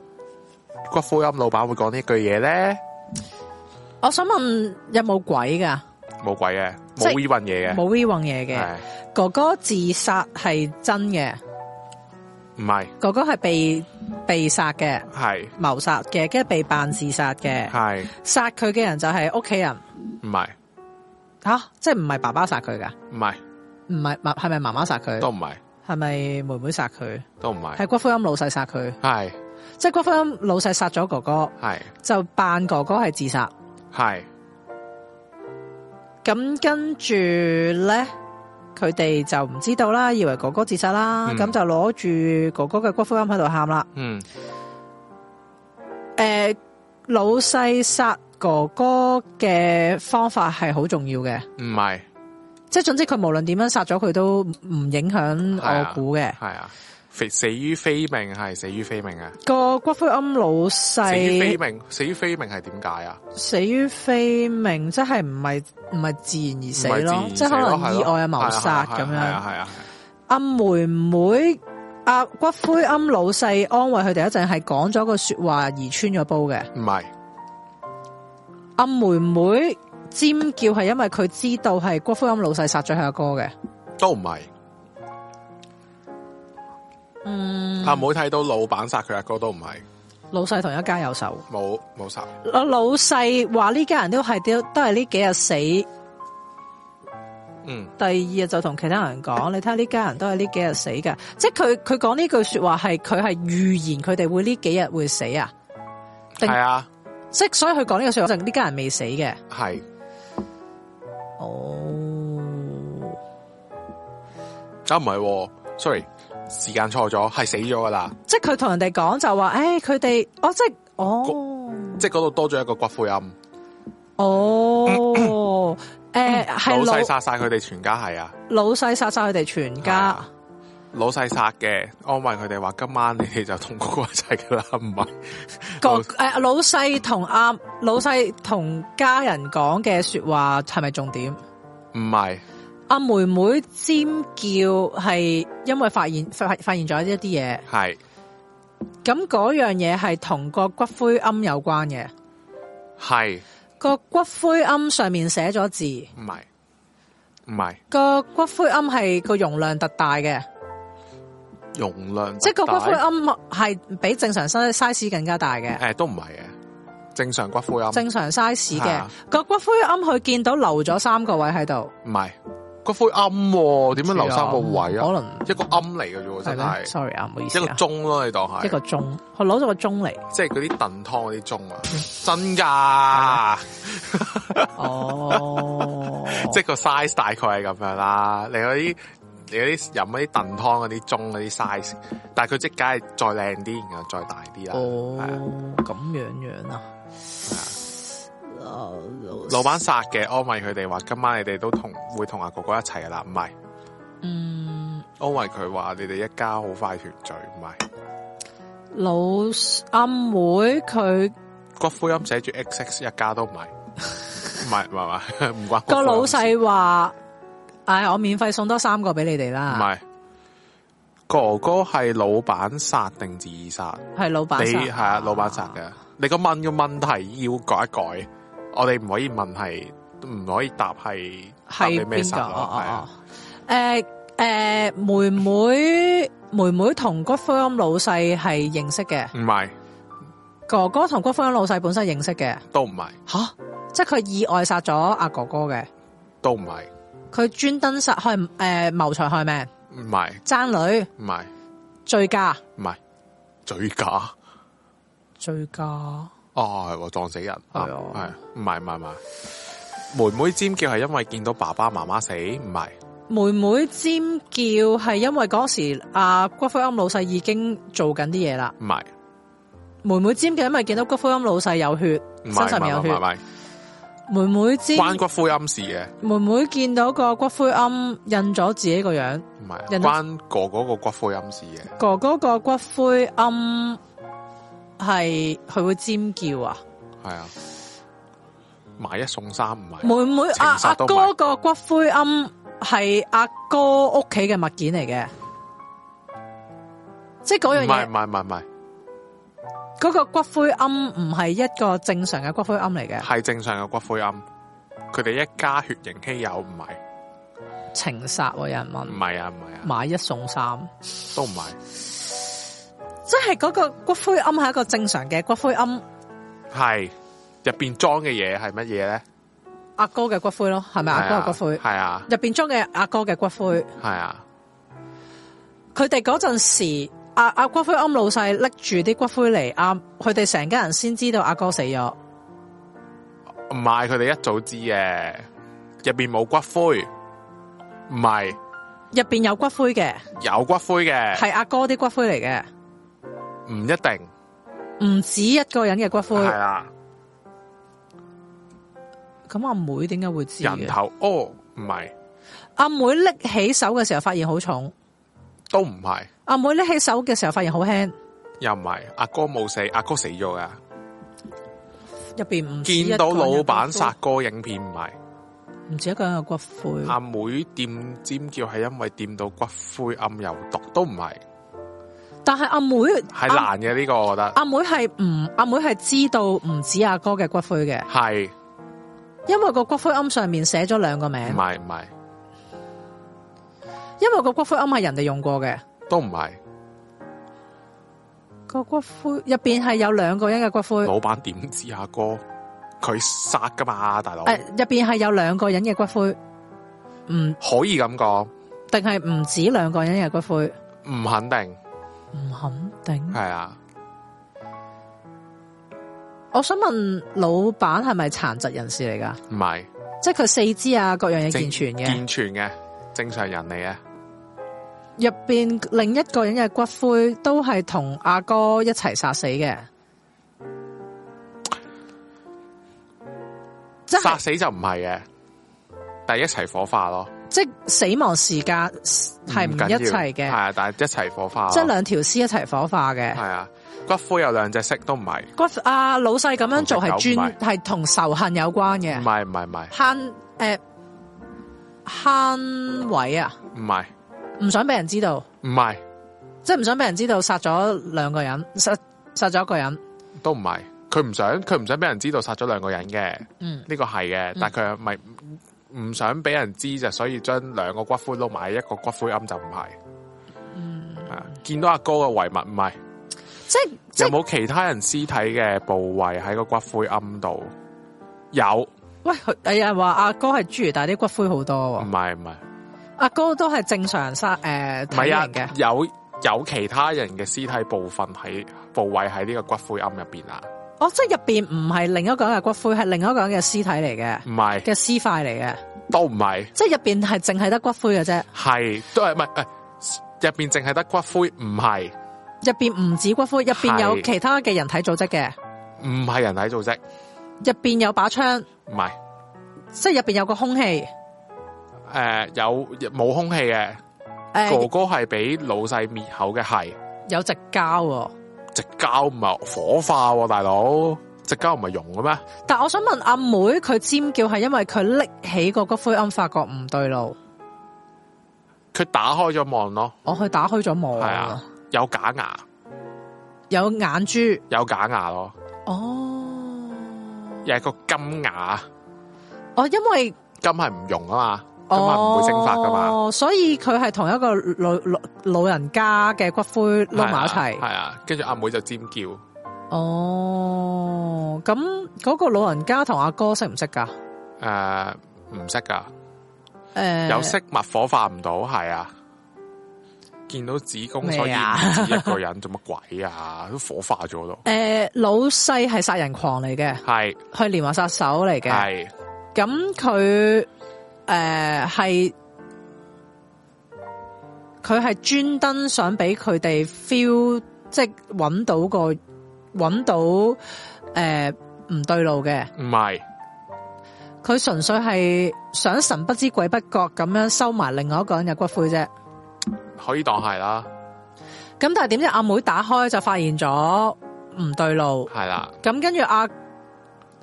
A: 骨灰庵老闆會講呢句嘢咧？
B: 我想問有冇鬼㗎？
A: 冇鬼嘅，
B: 即
A: 冇
B: 係
A: v 運嘢嘅，
B: 冇呢樣嘢嘅。
A: 係
B: 哥哥自殺係真嘅，
A: 唔係
B: 哥哥係被被殺嘅，
A: 係
B: 謀殺嘅，跟住被扮自殺嘅。
A: 係
B: 殺佢嘅人就係屋企人
A: 唔係
B: 吓、即係唔係爸爸殺佢㗎？
A: 唔係
B: 唔係媽係咪媽媽殺
A: 都
B: 佢？
A: 唔係
B: 係咪妹妹殺佢？
A: 都唔係
B: 係骨灰庵老細殺佢？
A: 係
B: 即係骨灰庵老細殺咗哥哥，
A: 係
B: 就扮哥哥係自殺。
A: 係
B: 咁跟住咧，佢哋就唔知道啦，以為哥哥自殺啦，
A: 嗯
B: 咁、就攞住哥哥嘅骨灰庵喺度喊啦。
A: 嗯
B: 诶、老細殺哥哥嘅方法係好重要嘅，
A: 唔係
B: 即係總之佢無論點樣殺咗佢都唔影響
A: 係啊
B: 我估嘅。
A: 係啊，非死於非命係死於非命啊！
B: 個骨灰庵老
A: 死於非
B: 細
A: 命，死於非命係點解啊？
B: 死於非命，即係唔係唔係自然而死咯，即係
A: 係
B: 可能意外啊謀殺咁
A: 係啊
B: 樣。
A: 係啊，
B: 阿妹妹阿骨灰庵老細安慰佢哋一陣，係講咗個说話而穿咗煲嘅。
A: 唔係
B: 阿妹妹尖叫係因為佢知道係骨灰庵老細殺咗佢阿哥嘅。
A: 都唔係。
B: 嗯，
A: 啊！冇睇到老闆殺佢阿哥都唔係，
B: 老細同一家有仇。
A: 冇冇殺，
B: 老老細話呢家人都係都都係呢幾日死，
A: 嗯
B: 第二日就同其他人講，你睇下呢家人都係呢幾日死嘅。即係佢佢講呢句说話係佢係預言佢哋會呢幾日會死啊。定
A: 係啊，
B: 即係所以佢講呢個说話就呢家人未死嘅。
A: 係
B: 哦，
A: 啊唔係喎 s o r r y 時間錯咗，係死咗噶啦，
B: 即係佢同人哋講就話，诶、佢哋，哦，即係，哦，
A: 即係嗰度多咗一個骨灰庵，
B: 哦，诶、
A: 嗯老
B: 係
A: 細
B: 老
A: 殺晒佢哋全家係啊，
B: 老細殺晒佢哋全
A: 係
B: 家
A: 啊。老細殺嘅，安慰佢哋話今晚你哋就同嗰個一齊噶啦， 唔係
B: 個
A: 老
B: 诶、老細同阿老細同家人講嘅说話係咪重點？
A: 唔係
B: 阿妹妹尖叫係因為發現發發現咗一啲嘢，
A: 係
B: 咁嗰樣嘢係同個骨灰庵有關嘅。
A: 係
B: 個骨灰庵上面寫咗字，
A: 唔係唔係
B: 個骨灰庵係個容量特大嘅，
A: 容量
B: 即係個
A: 係
B: 骨灰庵係比正常 size size 更加大嘅，
A: 誒都唔係嘅，正常骨灰庵
B: 正常 size
A: 係
B: 嘅
A: 嗯啊
B: 個骨灰庵佢見到留咗三個位喺度，
A: 唔係骨灰庵喎，點樣留三個位啊？
B: 嗯可能
A: 一個庵嚟嘅啫喎，
B: 係
A: 真
B: 咩
A: 係。
B: ？Sorry 啊，唔好意
A: 一
B: 思
A: 個
B: 啊，
A: 鐘咯，你當係
B: 一個鐘，佢攞咗個鐘 嚟，
A: 即係嗰啲燉湯嗰啲鐘
B: 嗯
A: 啊，真㗎，
B: 哦，
A: 即係個 size 大概係咁樣啦。你嗰啲你嗰啲飲嗰啲燉湯嗰啲鐘嗰啲 size，但係佢即係梗係再靚啲，然後再大啲啦。係啊
B: 哦咁樣樣啊，
A: 老闆殺嘅，安慰佢哋話：今晚你哋都同會同阿哥哥一齊噶啦，唔係
B: 嗯，
A: 安慰佢話你哋一家好快團聚，唔係
B: 老阿妹佢。
A: 骨灰庵寫住 X X 一家都唔係，唔係唔係唔係唔關骨灰
B: 個
A: 庵
B: 老
A: 事
B: 細話：，唉、我免費送多三個俾你哋
A: 唔
B: 啦。
A: 係哥哥係老闆殺定自殺？
B: 係老闆
A: 你
B: 殺
A: 係啊，老闆殺嘅。你個問嘅問題要改一改，我哋唔可以問係，唔可以答係答你
B: 係
A: 咩
B: 邊
A: 殺
B: 個？
A: 咯，
B: 哦
A: 係
B: 哦
A: 啊，
B: 哦，誒誒，妹妹妹妹同骨灰庵老細係認識嘅，
A: 唔係
B: 哥哥同骨灰庵老細本身認識嘅。
A: 都唔係
B: 吓，即係佢意外殺咗阿哥哥嘅。
A: 都唔係，
B: 佢專登殺害诶謀財害命，
A: 唔系
B: 爭女
A: 唔系
B: 醉駕，
A: 唔系醉驾。
B: 醉駕
A: 哦，系撞死人，系
B: 啊
A: 唔系唔系唔系，妹妹尖叫系因为见到爸爸妈妈死，唔系
B: 妹妹尖叫係因為嗰時阿、啊骨灰庵老細已經做緊啲嘢啦，
A: 唔系
B: 妹妹尖叫因為見到骨灰庵老細有血，
A: 唔系唔
B: 身上面有
A: 系
B: 血，
A: 唔
B: 妹妹
A: 系，
B: 尖
A: 关骨灰庵事嘅，
B: 妹妹見到個骨灰庵印咗自己個樣，
A: 唔系
B: 人
A: 关哥哥個骨灰庵事嘅，
B: 哥哥個骨灰庵係佢會尖叫啊！
A: 系啊，买一送三唔啊系，
B: 妹妹阿
A: 情殺
B: 阿
A: 都唔
B: 哥
A: 係
B: 個骨灰庵係阿哥屋企嘅物件嚟嘅，即系嗰
A: 唔
B: 樣
A: 系
B: 嘢
A: 唔，系唔系唔系，
B: 嗰、個骨灰庵唔係一個正常嘅骨灰庵嚟嘅，
A: 系正常嘅骨灰庵，佢哋一家血型稀有，唔系
B: 情殺喎、有人
A: 唔
B: 問
A: 系啊唔系啊，
B: 買一送三，
A: 都唔系，
B: 即係嗰個骨灰庵係一個正常嘅骨灰庵，
A: 系入边装嘅嘢系乜嘢咧？
B: 阿哥嘅骨灰咯，係咪阿哥嘅骨灰？
A: 系啊
B: 入边裝嘅阿哥嘅骨灰，
A: 系啊，
B: 佢哋嗰陣時，阿、阿、骨灰庵老細拎住啲骨灰嚟，阿佢哋成家人先知道阿哥死咗。
A: 唔系佢哋一早知嘅，入边冇骨灰，唔系
B: 入边有骨灰嘅，
A: 有骨灰嘅，
B: 係阿哥啲骨灰嚟嘅，
A: 唔一定啊
B: 唔止一個人嘅骨
A: 系
B: 灰。
A: 啦，
B: 咁阿妹點解會知
A: 人
B: 嘅？
A: 头哦唔系
B: 阿妹拎起手嘅時候發現好重，
A: 都唔系。
B: 阿妹拎起手嘅時候發現好輕，
A: 又唔係，阿哥冇死，阿哥死咗噶。
B: 入边唔止一個
A: 見
B: 人
A: 到
B: 嘅骨
A: 老
B: 灰
A: 闆殺，哥影片唔係，
B: 唔止一個人嘅骨灰。
A: 阿妹掂尖叫係因為掂到骨灰暗有毒，都唔係，
B: 但係阿妹
A: 係
B: 阿
A: 難嘅呢個，我覺得
B: 阿妹係唔阿妹係知道唔止阿哥嘅骨灰嘅，
A: 係
B: 因為個骨灰庵上面寫咗兩個名
A: 唔，係唔係
B: 因為個骨灰庵係人哋用過嘅。
A: 都唔係，
B: 個骨灰入边係有兩個人嘅骨灰，
A: 老闆點知阿哥佢殺噶嘛，大佬
B: 诶入边係有兩個人嘅骨灰，唔
A: 可以咁講，
B: 定係唔止兩個人嘅骨灰，
A: 唔肯定
B: 唔肯定。
A: 係啊，
B: 我想問老闆係咪殘疾人士嚟㗎？
A: 唔係
B: 即係佢四肢啊各樣嘢
A: 正
B: 健全嘅，
A: 健全嘅正常人嚟嘅，
B: 入边另一個人嘅骨灰都係同阿哥一齊殺死嘅，即係
A: 殺死就唔係嘅，但係一齊火化咯，
B: 即係死亡時間係唔
A: 緊
B: 一
A: 要
B: 齊
A: 係
B: 嘅，
A: 啊，但係一齊火化咯，
B: 即係兩條屍一齊火化嘅
A: 系。啊，骨灰有兩隻色都唔係，
B: 骨啊老細咁樣做
A: 同隻
B: 係
A: 狗
B: 專
A: 唔
B: 係同仇恨有關
A: 唔
B: 嘅，
A: 係唔係唔係
B: 慳诶慳位啊，
A: 唔係
B: 唔想俾人知道，
A: 唔係
B: 即系唔想俾人知道殺咗兩個人，殺殺咗一個人，
A: 都唔係，佢唔想佢唔想俾人知道殺咗兩個人嘅，
B: 嗯
A: 呢個係嘅，但佢咪唔想俾人知就所以將兩個骨灰撈埋一個骨灰庵就唔係。
B: 嗯
A: 係啊，見到阿哥嘅遺物唔係，
B: 即係即
A: 有
B: 係
A: 冇其他人屍體嘅部位喺個骨灰庵度？有，唔
B: 喂，佢有人話阿哥係侏儒，但係啲骨灰好多喎，
A: 係唔係，
B: 阿哥都係正常殺诶
A: 唔
B: 體
A: 係
B: 型嘅
A: 啊，，有有其他人嘅屍體部分喺部位喺呢個骨灰庵入邊啊？
B: 哦，即係入边唔係另一個人嘅骨灰，係另一個人嘅屍體嚟嘅，
A: 唔係。
B: 嘅屍塊嚟嘅，
A: 都唔係，
B: 即係入边係淨係得骨灰嘅啫，
A: 係都係唔係誒入邊淨係得骨灰，唔係
B: 入边唔止骨灰，入边有
A: 係
B: 其他嘅人體組織嘅。
A: 唔係人體組織，
B: 入边有把槍，
A: 唔係
B: 即係入边有個空氣，
A: 誒有冇空氣嘅
B: 诶、
A: 哥哥係俾老細滅口嘅，係
B: 有隻膠喎。
A: 直交唔係火化喎、大佬直交唔係溶嘅咩？
B: 但我想問阿妹，佢尖叫係因為佢拎起個骨灰庵，發覺唔對路，
A: 佢打開咗望咯，
B: 我去打開咗網，
A: 係啊，有假牙，
B: 有眼珠，
A: 有假牙咯，
B: 哦，
A: 又係個金牙，
B: 哦，因為
A: 金係唔溶啊嘛，金係唔
B: 哦
A: 會蒸發噶嘛，
B: 所以佢係同一個老老老人家嘅骨灰撈埋一
A: 係
B: 齊，
A: 啊，跟住阿妹就尖叫。
B: 哦，咁嗰個老人家同阿哥識唔識㗎？
A: 诶，唔識噶，
B: 誒、诶，
A: 有飾物火化唔到，係啊。見到子宮，所以唔
B: 咩啊
A: 止一個人，做乜鬼啊？ 都火化咗咯，
B: 诶、老细系杀人狂嚟嘅，
A: 係
B: 佢连环杀手嚟嘅。
A: 係
B: 咁佢诶系佢系专登想俾佢哋 feel，即系揾到个揾到诶唔、对路嘅。
A: 唔係
B: 佢純粹係想神不知鬼不覺咁樣收埋另外一個人嘅骨灰啫。
A: 可以當係啦，
B: 咁但係點知阿妹打開就發現咗唔對路，
A: 係啦，
B: 咁跟住阿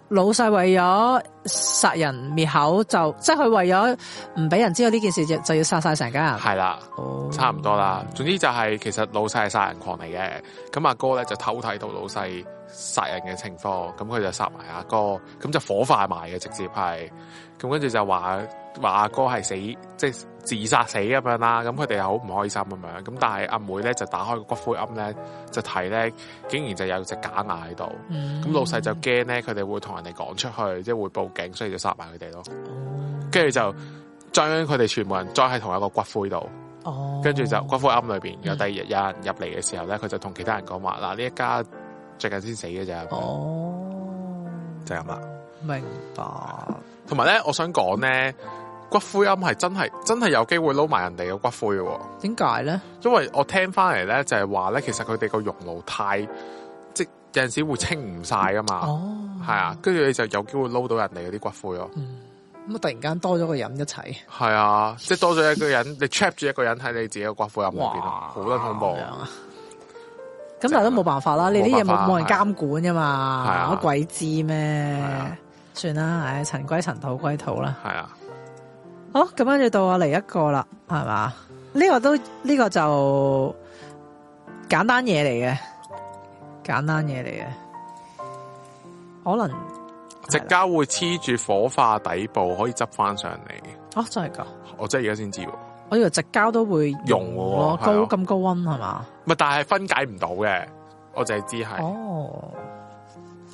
B: 老細為咗殺人滅口就，即係佢為咗唔俾人知道呢件事就就要殺晒成家人。
A: 係啦。
B: 哦
A: 差唔多啦。總之就係其實老細係殺人狂嚟嘅，咁阿哥咧就偷睇到老細殺人嘅情況，咁佢就殺埋阿哥，咁就火化埋嘅，直接係。咁跟住就話話阿哥係死，即係自殺死咁樣啦。咁佢哋又好唔開心咁樣。咁但係阿妹咧就打開個骨灰龕咧，就睇咧，竟然就有隻假牙喺度。
B: 嗯
A: 咁老細就驚咧，佢哋會同人哋講出去，即係會報警，所以就殺埋佢哋咯。跟住就將佢哋全部人裝喺同一個骨灰度。
B: 哦，嗯
A: 跟住就骨灰庵裏邊有第二日有人入嚟嘅時候咧，佢就同其他人講話嗱，呢一家最近先死嘅咋，
B: 哦，
A: 就係哦咁啦。
B: 明白。
A: 同埋咧，我想講咧，骨灰庵係真係真係有機會撈埋人哋嘅骨灰嘅喎，
B: 點解咧？
A: 因為我聽翻嚟咧就係話咧，其實佢哋個熔爐太即有陣時會清唔晒噶嘛，
B: 哦，
A: 係啊，跟住你就有機會撈到人哋嗰啲骨灰咯，
B: 咁啊突然間多咗個人一齊，
A: 係啊，即係多咗一個人，你 trap 住一個人喺你自己嘅骨灰庵裏邊咯，好得恐怖
B: 咁樣啊！咁但係都冇辦法啦，你啲嘢
A: 冇辦
B: 冇
A: 法
B: 冇人監管噶嘛，
A: 係啊
B: 乜鬼知
A: 啊
B: 咩？算啦，唉，塵歸塵，土歸土啦。
A: 係啊，
B: 好，咁跟住到我嚟一個啦，係嘛？呢、個都呢、個就簡單嘢嚟嘅，簡單嘢嚟嘅，可能
A: 直膠會黐住火化底部，可以執翻上嚟。
B: 哦真係㗎，
A: 我真係而家先知喎，
B: 我以為直膠都會
A: 溶喎
B: 喎
A: 係啊
B: 高咁高温係嘛？
A: 唔係但係分解唔到嘅，我就係知係、
B: 哦，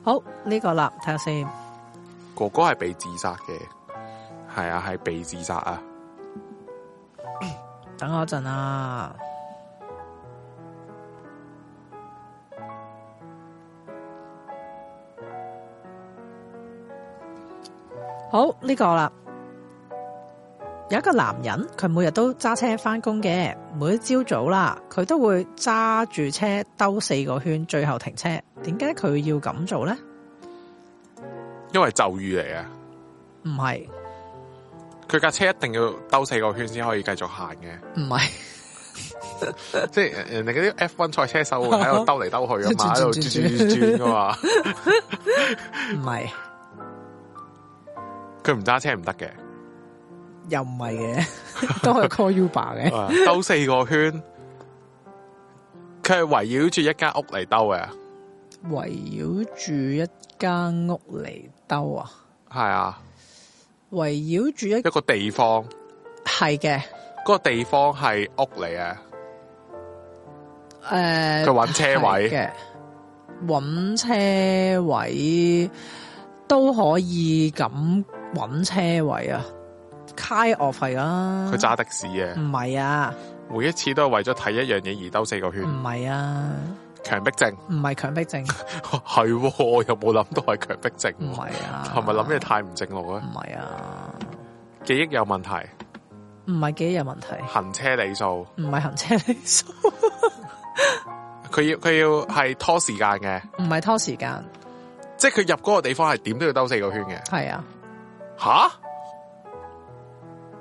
B: 好呢、個啦，睇下先。
A: 哥哥係被自殺嘅，係啊，係被自殺啊，
B: 等我一陣啊！好呢、個啦，有一個男人，佢每日都揸車翻工嘅，每一朝早啦，佢都會揸住車兜四個圈，最後停車。點解佢要咁做呢？
A: 因為咒語嚟嘅，啊
B: 唔係，
A: 佢架車一定要兜四個圈先可以繼續行 嘅，
B: 唔係，
A: 即係呃人哋嗰啲 F1 賽車手會喺 度兜嚟兜去噶嘛，喺度轉轉轉轉噶嘛，
B: 唔係，
A: 佢唔揸車唔得 嘅
B: 又唔係嘅，都係 call Uber 嘅。
A: 啊，兜四個圈，佢係圍繞住一間屋嚟兜嘅，
B: 圍繞住一間屋嚟兜啊，
A: 係啊，
B: 圍繞住一
A: 一個地方。
B: 係嘅，
A: 嗰個地方係屋嚟嘅，
B: 诶、
A: 佢揾車
B: 係
A: 位，
B: 呃嘅，搵車位都可以咁搵車位啊，kind of 係啊，
A: 佢揸的士嘅，
B: 唔係啊，
A: 每一次都係為咗睇一樣嘢而兜四個
B: 唔
A: 圈，
B: 係啊，
A: 強迫症
B: 唔係強迫症，
A: 係喎，我又冇諗到係強迫症
B: 唔
A: 喎，
B: 係 啊，
A: 係咪諗嘢太唔正路
B: 唔
A: 啊？
B: 係啊，
A: 記憶有問題，
B: 唔係幾有問題，
A: 行車理數，
B: 唔係行車里數，
A: 佢要佢要係拖時間嘅，
B: 唔係拖時間，
A: 即係佢入嗰個地方係點都要兜四個圈嘅，
B: 係啊，
A: 吓？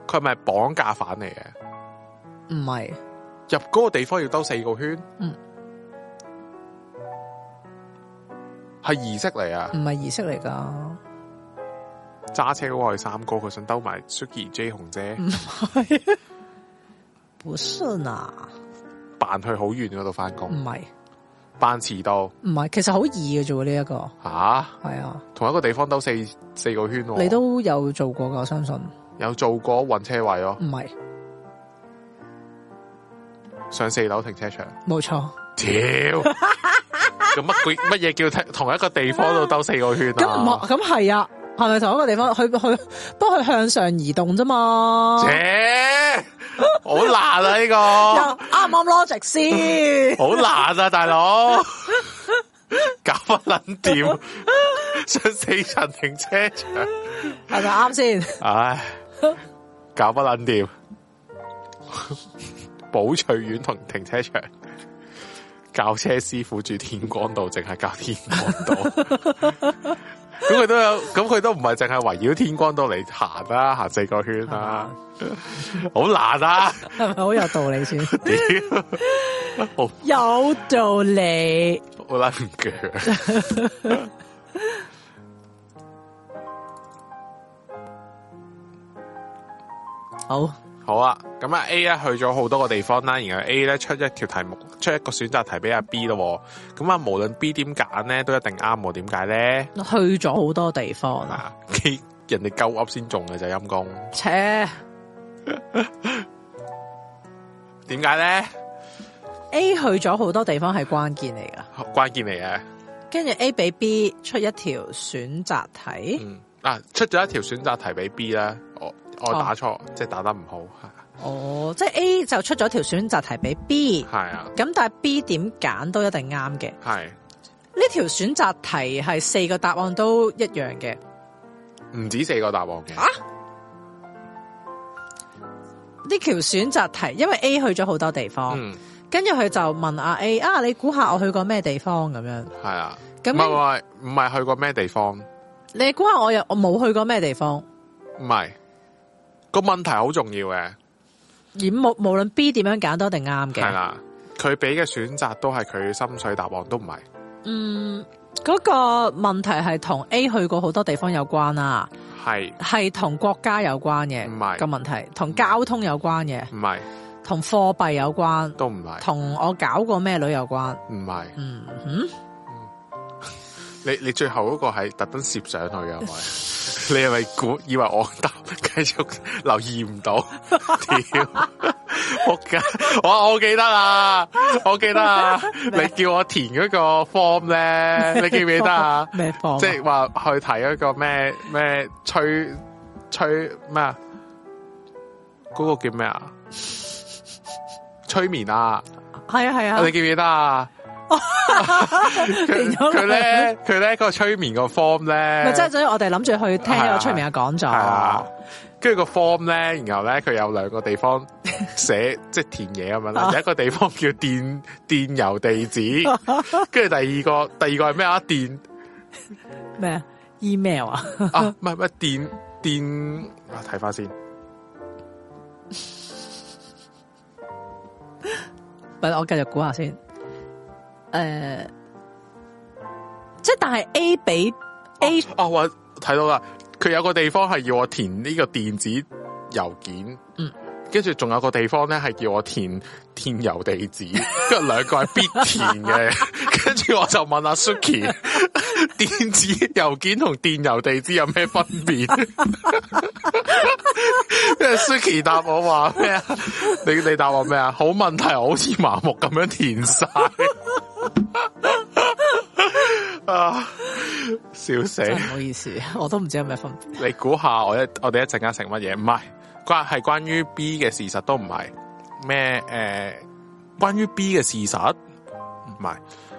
A: 佢係咪綁架犯嚟嘅？
B: 唔係。
A: 入嗰個地方要兜四個圈，
B: 嗯，
A: 係儀式嚟啊！
B: 唔係儀式嚟噶，
A: 揸車嗰個係三哥，佢想兜埋 Suki J 紅姐，
B: 嗯不是呐，
A: 扮去好遠嗰度翻
B: 唔
A: 工，
B: 係
A: 扮遲到
B: 唔係，其實好易嘅啫喎，呢、一個
A: 吓、
B: 係啊，
A: 同一個地方兜四四個圈、喎。
B: 你都有做過噶，我相信唔
A: 有做過搵車位咯，
B: 係嗯
A: 上四樓停車 場。
B: 冇錯。
A: 屌，咁乜鬼乜嘢叫同一個地方度兜四個圈
B: 咁唔
A: 啊？
B: 係咁係啊，係咪同一個地方？佢佢不過佢向上移動啫嘛。
A: 切，好難啊呢個，
B: 啱唔啱 logic 先？
A: 好難啊大佬，搞乜撚掂？上四層停車場，
B: 係咪啱先？
A: 唉，搞乜撚掂？ 寶翠苑同停車場，教車師傅住天光道，淨係教天光道。咁佢都有，咁佢都唔係淨係圍繞天光道嚟行啦，行四個圈啦，好難啊！
B: 係咪好有道理先？
A: 屌，好
B: 有道理。
A: 好撚唔鋸。
B: 好，
A: 好啊，咁啊 A 咧去咗好多個地方啦，然後 A 咧出一條題目，出一個選擇題俾阿 B 咯喎。咁啊，無論 B 點揀咧，都一定啱喎。點解咧？
B: 去咗好多地方啦。
A: 啊，佢人哋鳩噏先中嘅就陰公。
B: 切
A: 點解咧？
B: A 去咗好多地方係關鍵嚟噶，
A: 關鍵嚟嘅。
B: 跟住 A 俾 B 出一條選擇題。
A: 嗯，啊，出咗一條選擇題俾 B 啦。我我打錯，即係打得唔好。
B: 哦，即係 A 就出咗條選擇題俾 B，
A: 係啊，
B: 咁但係 B 點揀都一定啱嘅。
A: 係
B: 呢條選擇題係四個答案都一樣嘅，
A: 唔止四個答案嘅。
B: 呢條選擇題因為 A 去咗好多地方，
A: 嗯，
B: 跟住佢就問阿 A 啊，你估下我去過咩地方咁樣？
A: 係啊。
B: 咁
A: 唔係唔係唔係去過咩地方？
B: 你估下我又我冇去過咩地方？
A: 唔係個問題好重要嘅，
B: 而無無論 B 點樣揀都一定啱
A: 係
B: 嘅。
A: 啦，佢俾嘅選擇都係佢心水答案，都唔係
B: 嗯，嗰、個問題係同 A 去過好多地方有關啦，
A: 係
B: 係同國家有關嘅
A: 唔係
B: 個問題，同交通有關嘅，
A: 唔係
B: 同貨幣有關，
A: 都唔係
B: 同我搞過咩女有關。
A: 唔係。嗯
B: 嗯哼，
A: 你你最後嗰個係特登攝上去嘅，係咪？你係咪 估以為我答 繼續留意唔到？ 屌！仆街！我我記得啦，我記得 啊！你叫我填嗰個 form 咧，你記唔記得 啊？
B: 咩方？
A: 即係話去睇嗰個咩咩吹吹咩啊？嗰、個叫咩啊？催眠啊！
B: 係啊係啊
A: 你，記唔記得啊？ 佢
B: 變咗
A: 佢咧佢咧個催眠個 form 咧，
B: 咪即係所以我哋諗住去聽一
A: 係啊
B: 個出名嘅講座
A: 係。啊。跟住個 form 咧，然後咧佢有兩個地 方寫即係填嘢咁樣啦，
B: 啊
A: 有一個地方叫電電郵地址，跟住第二個第二個係咩啊？電
B: 咩啊 email 啊？
A: 啊，唔係唔係電電啊，睇翻先。
B: 咪我繼續估下先。诶、即係但係 A 俾 A
A: 啊，我睇到啦，佢有個地方係要我填呢個電子郵件，
B: 嗯，
A: 跟住仲有個地方咧係叫我填 填郵地址，跟住兩個係必填嘅，跟住我就問阿 Suki 電子郵件同電郵地址有咩分別？ 因為 Suki 答我話咩啊？你你答我咩啊？好問題，我好似麻木咁樣填晒。 啊！笑死！
B: 真係唔好意思， 我都唔知有咩分別。
A: 你估下我一我哋一陣間食乜嘢？唔係關係關於 B 嘅事實都唔係咩誒？關於 B 嘅事實唔係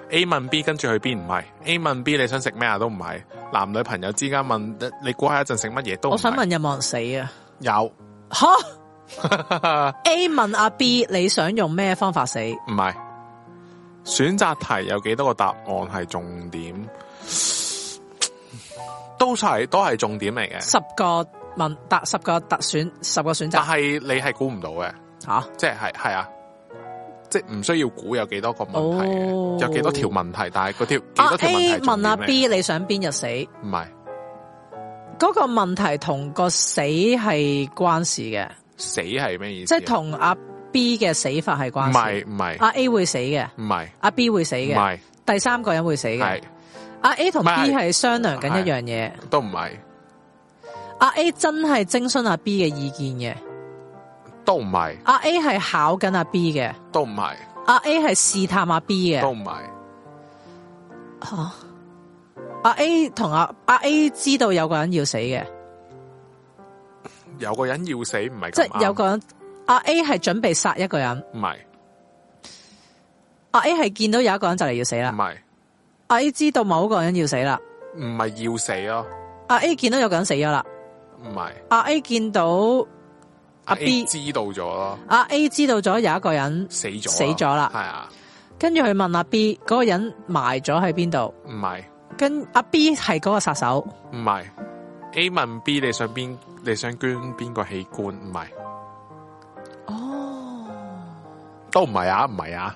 A: A 問 B 跟住去邊唔係 A 問 B 你想食咩啊都唔係男女朋友之間問你估下一陣食乜嘢都唔係
B: 我想問有冇人死 啊？
A: 有
B: 吓
A: 唔
B: A 問阿 B 你想用咩方法死？
A: 係選擇題有幾多個答案係重點？都係都係重點嚟嘅，
B: 十個問答十個特選十個選
A: 但
B: 擇
A: 係你係估唔到嘅。
B: 吓、
A: 即系系啊，即系唔需要估有幾多個問題嘅
B: 哦
A: 有幾多條問題，但係嗰條幾
B: 啊
A: 多條問題
B: A
A: 重
B: 問阿
A: 點嚟
B: B 你想邊日死？
A: 唔係
B: 嗰、個問題同個死係關事嘅，
A: 死係咩意
B: 即
A: 思啊？
B: 係同阿 B 嘅死法係
A: 唔
B: 關事。
A: 係唔係
B: 阿 A 會死嘅，
A: 唔係
B: 阿 B 會死
A: 唔
B: 嘅，
A: 係
B: 第三個人會死嘅
A: 係。
B: 阿 A 同
A: 唔係
B: B 係商量緊一樣嘢，
A: 都唔係
B: 阿 A 真係徵詢阿 B 嘅意見嘅，
A: 都唔係
B: 阿 A 係考緊阿 B 嘅，
A: 都唔係
B: 啊阿 A 係試探阿 B
A: 都
B: 嘅。
A: 唔係
B: 吓，阿 A 同阿阿 A 知道有個人要死嘅，
A: 有個人要死唔係
B: 即
A: 咁
B: 係有
A: 啱，
B: 個人阿 A 係準備殺一個人，
A: 唔係
B: 阿 A 係見到有一個人就嚟要死
A: 唔
B: 啦，
A: 係
B: 阿 A 知道某一個人要死啦，
A: 唔係要死咯，
B: 阿 A 見到有個人死咗啦，
A: 唔係
B: 阿 A 見到阿
A: 阿
B: B
A: A 知道咗咯，
B: 阿 A 知道咗有一個人，
A: 死咗
B: 死咗啦
A: 係啊，
B: 跟住佢問阿 B 嗰個人埋咗喺邊度，
A: 唔係
B: 跟阿 B 係嗰個殺手，
A: 唔係 A 問 B 你想邊你想捐邊個器官？唔係
B: 哦，
A: 都唔係啊，唔係啊，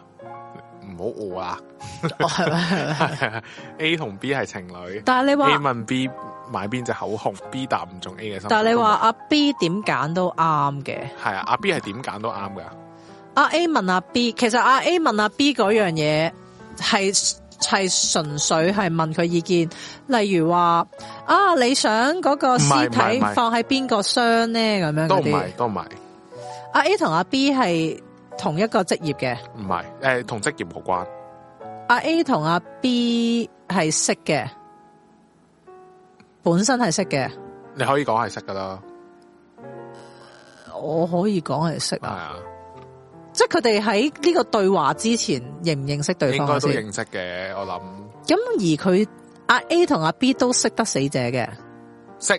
A: 唔好餓啊
B: 係哦咪係咪？
A: ！A 同 B 係情侶
B: 但係你
A: ，A
B: 話。
A: 問 B 買邊隻口紅，B 答唔中 A 嘅心口紅。
B: 但系你話阿 B 點揀都啱嘅，
A: 係啊，阿 B 係點揀都啱㗎。
B: 阿 A 問阿 B，其實阿 A 問阿 B 嗰樣嘢係系纯粹係問佢意見，例如話啊，你想嗰個屍
A: 唔係唔係唔
B: 體
A: 係
B: 放喺邊個箱呢？咁樣
A: 都
B: 嗰
A: 唔
B: 啲
A: 係，。都唔係，
B: 阿 A 同阿 B 係同一個職業嘅，
A: 唔係，诶、同職業無關，
B: 阿 A 同阿 B 係識嘅，本身係識嘅，
A: 你可以講係識噶啦，
B: 我可以講係識
A: 係
B: 啊，
A: 啊，
B: 即係佢哋喺呢個對話之前認唔認識對
A: 應
B: 方啊
A: 該都
B: 先？
A: 認識嘅，我諗
B: 咁而佢阿 A 同阿 B 都識得死者嘅，
A: 識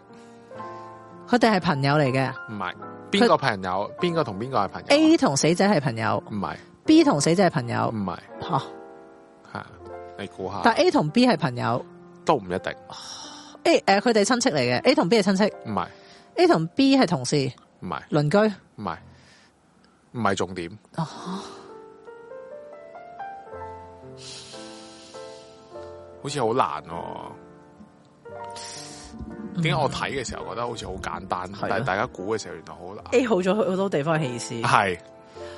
B: 佢哋係朋友嚟嘅。
A: 唔係邊個朋友，邊個同邊個係朋友
B: A 同死者係朋友
A: 唔係
B: ，B 同死者係朋友
A: 唔，係，
B: 吓、
A: 係啊，你估下
B: 但，A 同 B 係朋友
A: 都唔一定，
B: ，A 诶佢哋親戚嚟嘅，A 同 B 係親戚
A: 唔係
B: ，A 同 B 係同事
A: 唔係
B: 鄰居，
A: 唔係唔係重點，
B: 哦
A: 好似好難喎。點解我睇嘅時候覺得好似好簡單，
B: 嗯係啊
A: 但係大家估嘅時候原來好難。
B: A 好咗好多地方歧視，
A: 係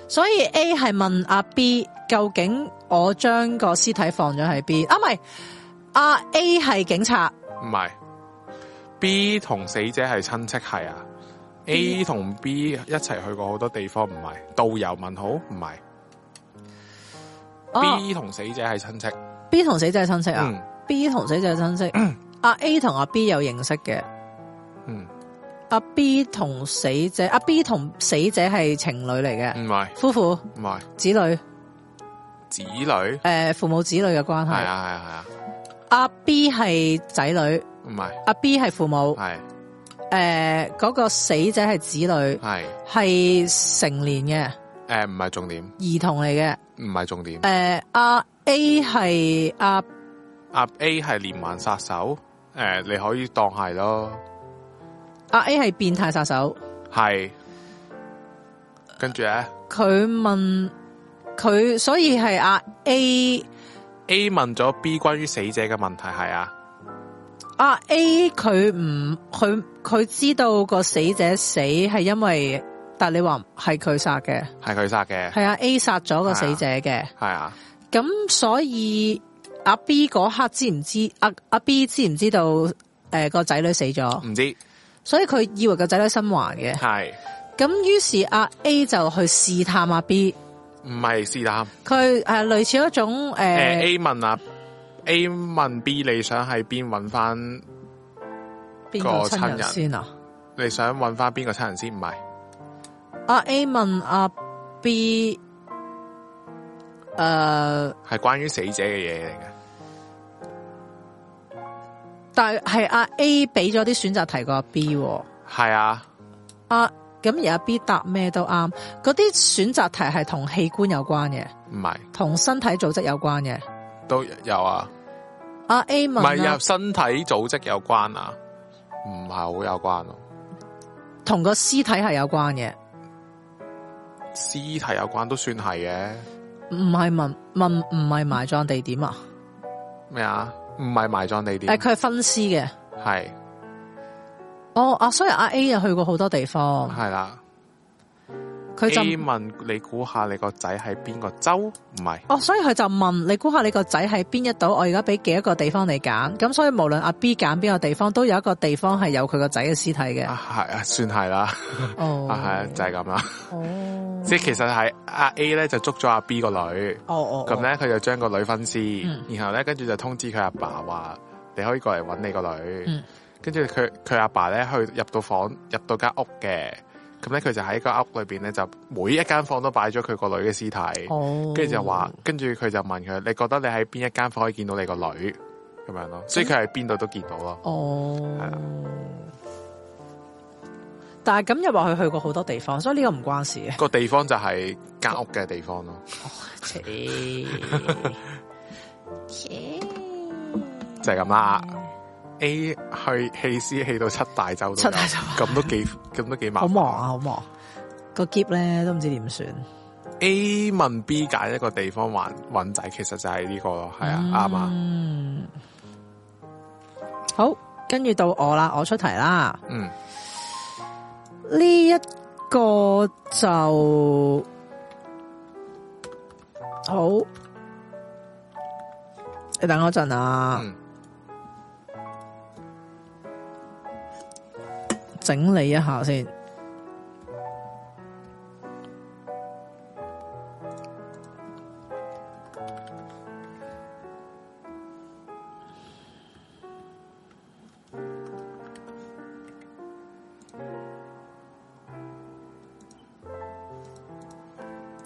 B: 所以 A 係問阿 B 究竟我將個屍體放咗喺邊？啊唔係，阿 A 係警察
A: 唔係 B 同死者係親戚係啊，A 同 B 一齊去過好多地方唔係，導遊問好唔係
B: 哦
A: B 同死者係親戚，
B: B 同死者係親戚啊、
A: 嗯
B: b 同死者係親戚，阿 A 同阿 B 有認識嘅。
A: 嗯
B: 阿 B 同死者，阿 B 同死者係情侶嚟嘅，
A: 唔係
B: 夫婦、
A: 唔係
B: 子女、
A: 子女係
B: 诶、父母子女嘅關
A: 啊係
B: 係。
A: 啊係啊
B: 阿 B 係仔女，
A: 唔係
B: 阿 B 係父母，
A: 係
B: 诶、嗰、個死者係子女，
A: 係
B: 係成年
A: 誒唔係重點
B: 嘅兒童嚟嘅。
A: 唔係重點，
B: 诶、呃阿 A 係阿
A: 阿啊 A 係連環殺手，誒你可以當係咯，
B: 阿 A 係變態殺手，
A: 係跟住咧
B: 佢問佢，所以係阿 A，
A: A 問咗 B 關於死者嘅問題係啊。
B: 阿 A 佢唔佢佢知道個死者死係因為，但你話係佢殺嘅，
A: 係佢殺嘅，
B: 係啊 A 殺咗個死者嘅，
A: 係啊，
B: 咁所以阿 B 嗰刻知唔知阿阿 B 知唔知道诶个仔女死咗，
A: 唔知
B: 所以佢以為個仔女生還嘅，
A: 係
B: 咁於是阿 A 就去試探阿 B，
A: 唔係是但？
B: 佢诶类似一種呃
A: 誒
B: 诶
A: A 問啊，A 問 B 你想喺邊揾翻？
B: 邊個
A: 個
B: 親
A: 親
B: 人
A: 人
B: 先啊？
A: 你想揾翻邊個親人先？唔係
B: 阿啊 A 問阿 B 诶。呃
A: 係關於死者嘅嘢嚟嘅，
B: 但係阿 A 俾咗啲選擇題過阿 B，喎
A: 係啊，
B: 啊咁而阿 B 答咩都啱，嗰啲選擇題係同器官有關嘅，
A: 唔係
B: 同身體組織有關嘅。
A: 都有啊，
B: 阿 A
A: 唔係
B: 問啊
A: 有身體組織有關啊，唔係好有關咯，
B: 同個屍體係有關嘅，
A: 屍體有關都算係嘅，
B: 唔係問問唔係埋葬地點啊？
A: 咩啊？唔係埋葬地
B: 誒
A: 點，
B: 佢係分屍嘅。
A: 係
B: 哦啊，所以阿 A 又去過好多地方，
A: 係啦。
B: 佢
A: A
B: 就
A: 問你估下你個仔喺邊個州？唔係
B: 哦，所以佢就問你估下你個仔喺邊一度？我而家俾幾多個地方你揀？咁所以無論阿 B 揀邊個地方，都有一個地方係有佢個仔嘅屍體嘅。
A: 啊，係啊，算係啦。
B: 哦，
A: 啊，系就係咁啦。
B: 哦，
A: 即係其實係阿 A 咧就捉咗阿 B 個女，
B: 哦哦，
A: 咁咧佢就將個女分屍，
B: 嗯
A: 然後咧跟住就通知佢阿爸話：你可以過嚟揾你個女。
B: 嗯
A: 跟住佢佢阿爸咧去入到房入到間屋嘅，咁咧佢就喺個屋裏邊咧就每一間房都擺咗佢個女嘅屍體。
B: 哦，
A: 跟住就話，跟住佢就問佢，你覺得你喺邊一間房可以見到你個女咁樣咯？所以佢喺邊度都見到咯。係
B: 哦
A: 啊，
B: 但係咁又話佢去過好多地方，所以呢個唔關事嘅。
A: 個地方就係間屋嘅地方咯。
B: 切切
A: 就係咁啦。A
B: 嗯
A: 去棄屍棄到七大洲都有，
B: 七大洲
A: 咁都幾咁都幾麻煩。
B: 好忙啊，好忙。個箧咧都唔知點算，
A: A 問 B 揀一個地方玩揾仔，其實就係呢個咯，係啊，啱啊，
B: 嗯，好，跟住到我啦，我出題啦。
A: 嗯，
B: 呢一個就好，你等我陣啊，
A: 嗯
B: 整理一下先。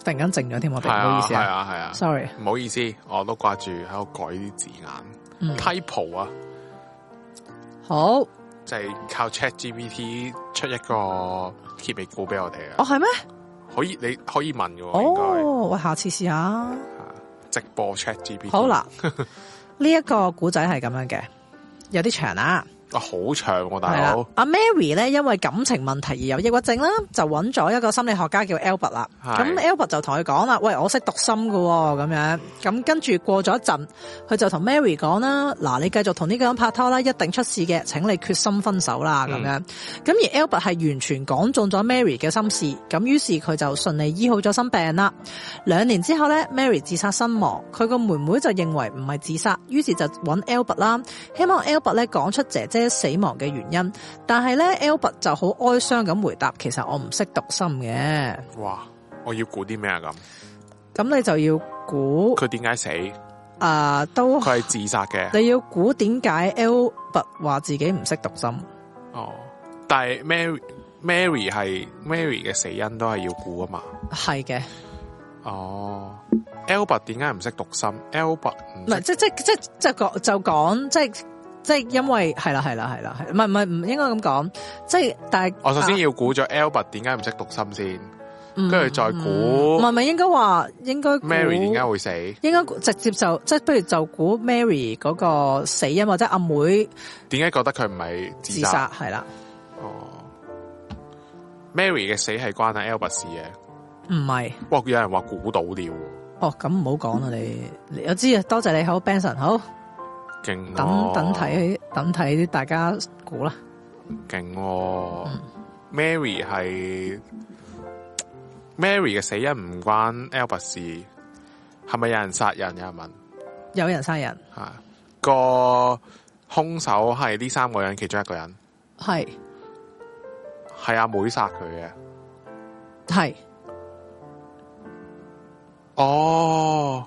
B: 突然間靜咗添，我哋
A: 係
B: 唔好
A: 啊，
B: 意思
A: 係
B: 啊
A: 啊，係啊，
B: ，sorry。
A: 唔好意思，我都掛住喺度改啲字眼
B: 嗯
A: ，typo 啊，
B: 好，哦
A: 就係靠 ChatGPT 出一個揭秘股俾我哋啊，
B: 係咩？
A: 可以你可以問嘅喎，應
B: 哦哦，我下次試下。
A: 該啊直播 ChatGPT，
B: 好，啦，呢一個古仔係咁樣嘅，有啲長啦。
A: 哇，好長喎，大
B: 係啦
A: 佬，，
B: 阿 Mary 咧，因為感情問題而有抑鬱症啦，就揾咗一個心理學家叫 Albert 啦。
A: 係
B: 咁 Albert 就同佢講啦，喂，我識讀心噶喎，咁樣。咁跟住過咗一陣，佢就同 Mary 講啦，嗱，你繼續同呢個人拍拖啦，一定出事嘅，請你決心分手啦，咁樣。咁而 Albert 係完全講中咗 Mary 嘅心事，咁於是佢就順利醫好咗心病啦。兩年之後咧，Mary 自殺身亡，佢個妹妹就認為唔係自殺，於是就揾 Albert 啦，希望 Albert 咧講出姐姐死亡嘅原因。但係咧，Albert 就好哀傷咁回答，其實我唔識讀心嘅。
A: 哇，我要估啲咩啊咁？
B: 咁你就要估
A: 佢點解死？佢
B: 啊、都
A: 係自殺 嘅，
B: 你要估點解 Albert 話自己唔識讀心？
A: 哦，但係 Mary Mary 係 Mary 嘅死因都係要估啊嘛。
B: 係嘅，
A: 哦，Albert 點解唔識讀心？Albert 唔
B: 唔係
A: 識
B: 即即即即講就講即即因為係啦係啦係啦係，唔係唔係唔應該咁講，即係但係
A: 哦我首先
B: 啊
A: 要估咗 Albert 點解唔識讀心先，
B: 嗯
A: 跟住再
B: 唔
A: 估
B: 係唔係應該話應該估
A: Mary 點解會死？
B: 應該直接就即係不如就估 Mary 嗰個死因或者阿妹
A: 點解覺得佢唔係自
B: 自
A: 殺
B: 殺？係啦，
A: 哦，Mary 嘅死係關喺 Albert 事嘅。
B: 唔係。
A: 哇，有人話估到了喎，
B: 哦，咁唔好講啦，你你我知啊，多謝你好，Benson 好，
A: 勁喎
B: 等等，睇啊等睇大家估啦，
A: 勁喎。Mary 係 Mary 嘅死因唔關 Albert 事，係咪有人殺人？有人問。
B: 有人生人
A: 吓個兇手係呢三個人其中一個人，
B: 係
A: 係阿妹殺佢嘅。
B: 係
A: 哦，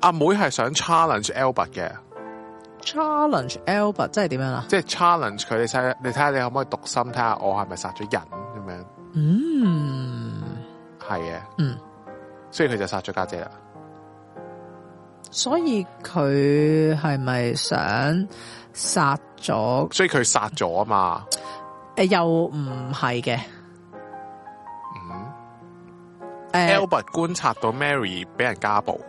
A: 阿妹係想 challenge Albert 嘅，
B: challenge Albert 即係點樣啊？
A: 即係 challenge 佢。你睇，你睇下你可唔可以讀心，睇下我係咪殺咗人咁樣？
B: 嗯
A: 係嘅，
B: 嗯，
A: 所以佢就殺咗家姐啦。
B: 所以佢係咪想殺咗？誒、
A: 所以佢殺咗啊嘛。
B: 又唔係嘅，誒、
A: 嗯 Albert 觀察到 Mary 俾人家暴
B: 唔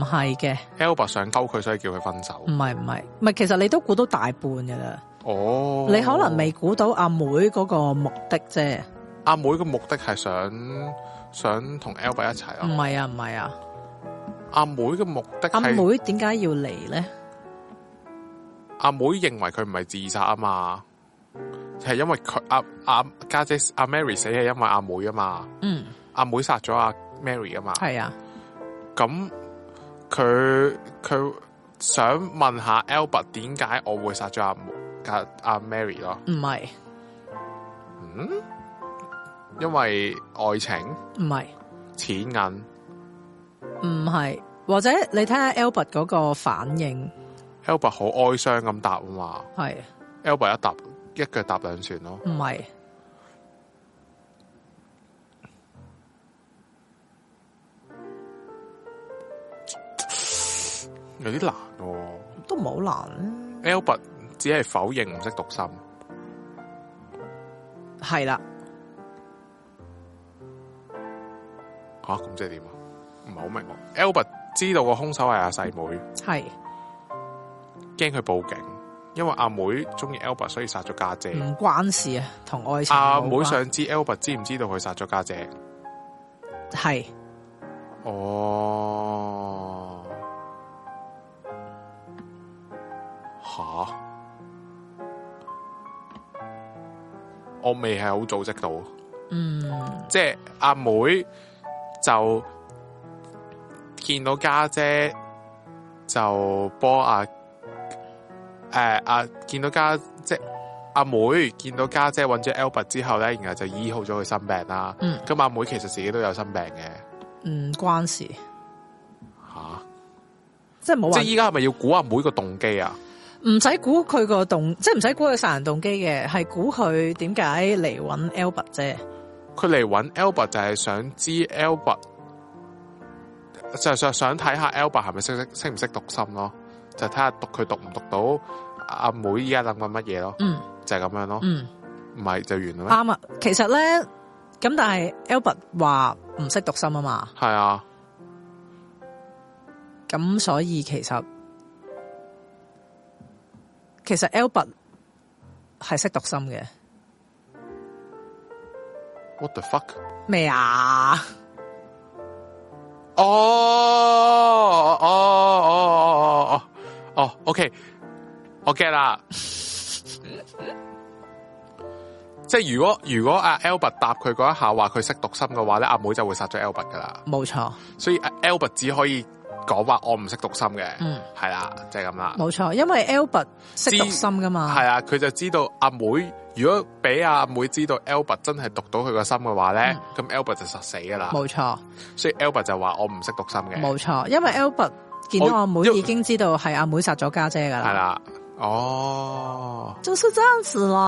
B: 係嘅，
A: ，Albert 想溝佢，所以叫佢分手
B: 唔。係唔係，唔係，其實你都估到大半噶啦，
A: 哦，
B: 你可能未估到阿妹嗰個目的啫，
A: 阿妹嘅目的係想想同 Albert 一齊
B: 唔
A: 啊。
B: 係啊唔係啊。
A: 阿妹嘅目的
B: 阿
A: 係
B: 妹點解要嚟咧？
A: 阿妹認為佢唔係自殺啊嘛，係因為佢阿阿家姐阿 Mary 死係因為阿妹啊嘛，
B: 嗯，
A: 阿妹殺咗阿 Mary 啊嘛，
B: 係啊，
A: 咁佢佢想問下 Albert 點解我會殺咗阿妹阿阿 Mary 咯？
B: 唔係
A: 嗯，因為愛情、
B: 唔係
A: 錢銀、
B: 唔係或者你睇下 Albert 嗰個反應
A: Albert 好哀傷咁答啊嘛
B: 係
A: ，Albert 一搭一腳踏兩船咯，
B: 唔係？
A: 有啲難喎。
B: 都唔係好難
A: Albert 只係否認唔識讀心，
B: 啊係啦，
A: 吓咁即係點啊？唔係好明喎。Albert 知道個兇手係阿細妹，
B: 係
A: 驚佢報警，因為阿妹中意 Albert，所以殺咗家姐。
B: 唔關事啊，同愛情
A: 阿
B: 冇
A: 妹
B: 關
A: 想知 Albert 知唔知道佢殺咗家姐？
B: 係
A: 哦，吓，我未係好組織到，
B: 嗯
A: 即係阿妹就見到家姐就幫阿誒阿見到家即係阿妹見到家姐揾咗 Albert 之後咧，然後就醫好咗佢心病啦。
B: 嗯
A: 咁阿妹其實自己都有心病嘅
B: 唔關事，
A: 吓。
B: 即係冇
A: 即
B: 話
A: 系依家系咪要估阿妹個動機啊？
B: 唔使估佢個動，即係唔使估佢殺人動機嘅，係估佢點解嚟揾 Albert 啫。
A: 佢嚟揾 Albert 就係想知 Albert，就係想想睇下 Albert 係咪識識識唔識讀心咯，就睇下讀佢讀唔讀到阿妹依家諗緊乜嘢咯，
B: 嗯
A: 就係咁樣咯，
B: 嗯。
A: 唔係就完啦
B: 啱啊，其實咧，咁但係 Albert 話唔識讀心啊嘛，
A: 咩？係啊，
B: 咁所以其實其實 Albert 係識讀心嘅
A: ，what the fuck？
B: 咩啊？
A: 哦哦哦哦哦哦，OK，我 get 啦。即系如果如果阿 Albert 答佢嗰一下話佢識讀心嘅話咧，阿妹就會殺咗 Albert 噶啦。
B: 冇錯，
A: 所以阿 Albert 只可以講話我唔識讀心嘅，
B: 嗯
A: 係啦，就係咁啦。
B: 冇錯，因為 Albert 識讀心噶嘛
A: 係，啊，佢就知道阿妹，如果俾阿妹知道 Albert 真係讀到佢個心嘅話咧，咁、Albert 就實死噶啦。
B: 嗯冇錯
A: 所以 Albert 就話我唔識讀心嘅。
B: 冇錯，因為 Albert 見到
A: 我
B: 阿妹
A: 因為
B: 已經知道係阿妹殺咗家姐噶
A: 系
B: 啦，
A: 啦，哦，
B: 就是這樣子啦。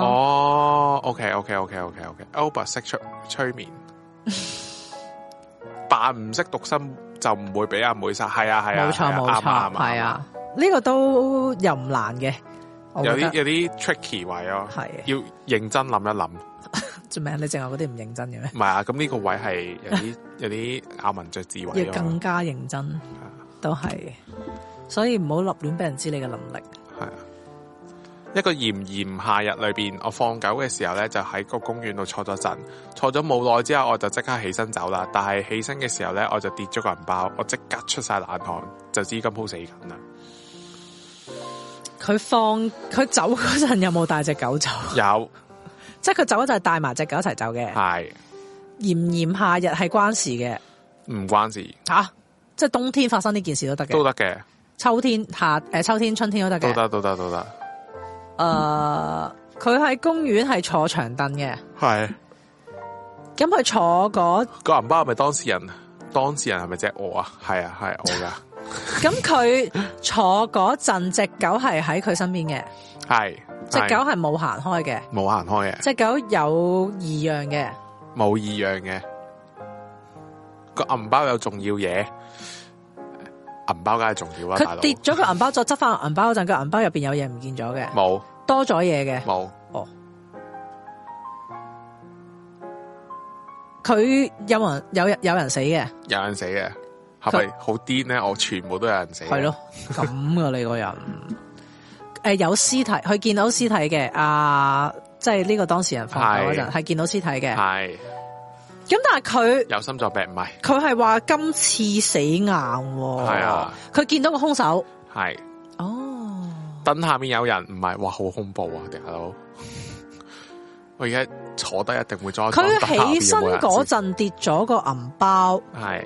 A: 哦，OK，OK，OK，OK，OK，Albert、识出催 眠，扮唔识读心就唔会俾阿妹杀，系啊，系啊，
B: 冇
A: 係啊
B: 錯冇
A: 啱啊
B: 錯，
A: 啱啊
B: 係啊，呢個都又唔難嘅，我
A: 有
B: 覺
A: 啲
B: 得
A: 有啲 tricky 位咯，
B: 係
A: 要认真諗一諗，唔
B: 做咩？你淨係嗰啲唔認真嘅咩？
A: 係啊，咁呢個位係有 啲有啲阿文着智慧
B: 要
A: 咯，
B: 更加認真，
A: 啊
B: 都係，所以唔好立亂俾人知你嘅能力。
A: 係啊。一個炎炎夏日裏邊，我放狗嘅時候咧，就喺個公園度坐咗陣，坐咗冇耐之後，我就即刻起身走啦。但係起身嘅時候咧，我就跌咗個銀包，我即刻出晒冷汗，就知今鋪死緊 啦。
B: 佢放佢走嗰陣有冇帶只狗走？
A: 有
B: 即係佢走嗰陣係帶埋只狗一齊走嘅。
A: 係
B: 炎炎夏日係關事嘅
A: 唔關事，
B: 吓、即係冬天發生呢件事都得
A: 都
B: 嘅，
A: 得嘅，
B: 秋天夏誒、秋天春天都得
A: 都
B: 嘅。誒，
A: 得，都得，都得，
B: 佢喺公園係坐長凳嘅，
A: 係
B: 咁佢 坐嗰
A: 個銀包係咪當事人？當事人係咪即係我啊？係啊，係我噶。
B: 咁佢坐嗰陣，只狗係喺佢身邊嘅，
A: 系
B: 只狗係冇行開嘅，
A: 冇行開嘅，
B: 只狗有異樣嘅。
A: 冇異樣嘅。個銀包有重要嘢，銀包梗係重要啦，大
B: 佢
A: 佬。
B: 跌咗個銀包，再執翻個銀包嗰陣，個銀包入邊有嘢唔見咗嘅，
A: 冇
B: 多咗嘢嘅。
A: 冇
B: 哦，佢有冇人有人有人死嘅，
A: 有人死嘅，係咪好癲咧？我全部都有人死。
B: 係咯，，咁噶你個人。啊 诶、有屍體，佢見到屍體嘅，啊，即係呢個當事人放狗嗰
A: 係
B: 陣，係見到屍體嘅。
A: 係
B: 咁但係佢
A: 有心臟病唔係，
B: 佢係話今次死硬、喎，
A: 係啊，
B: 佢見到個兇手，
A: 係
B: 哦，
A: 燈下面有人唔係，哇，好恐怖啊，大佬！我而家坐低一定會再
B: 佢起身嗰陣跌咗個銀包。
A: 係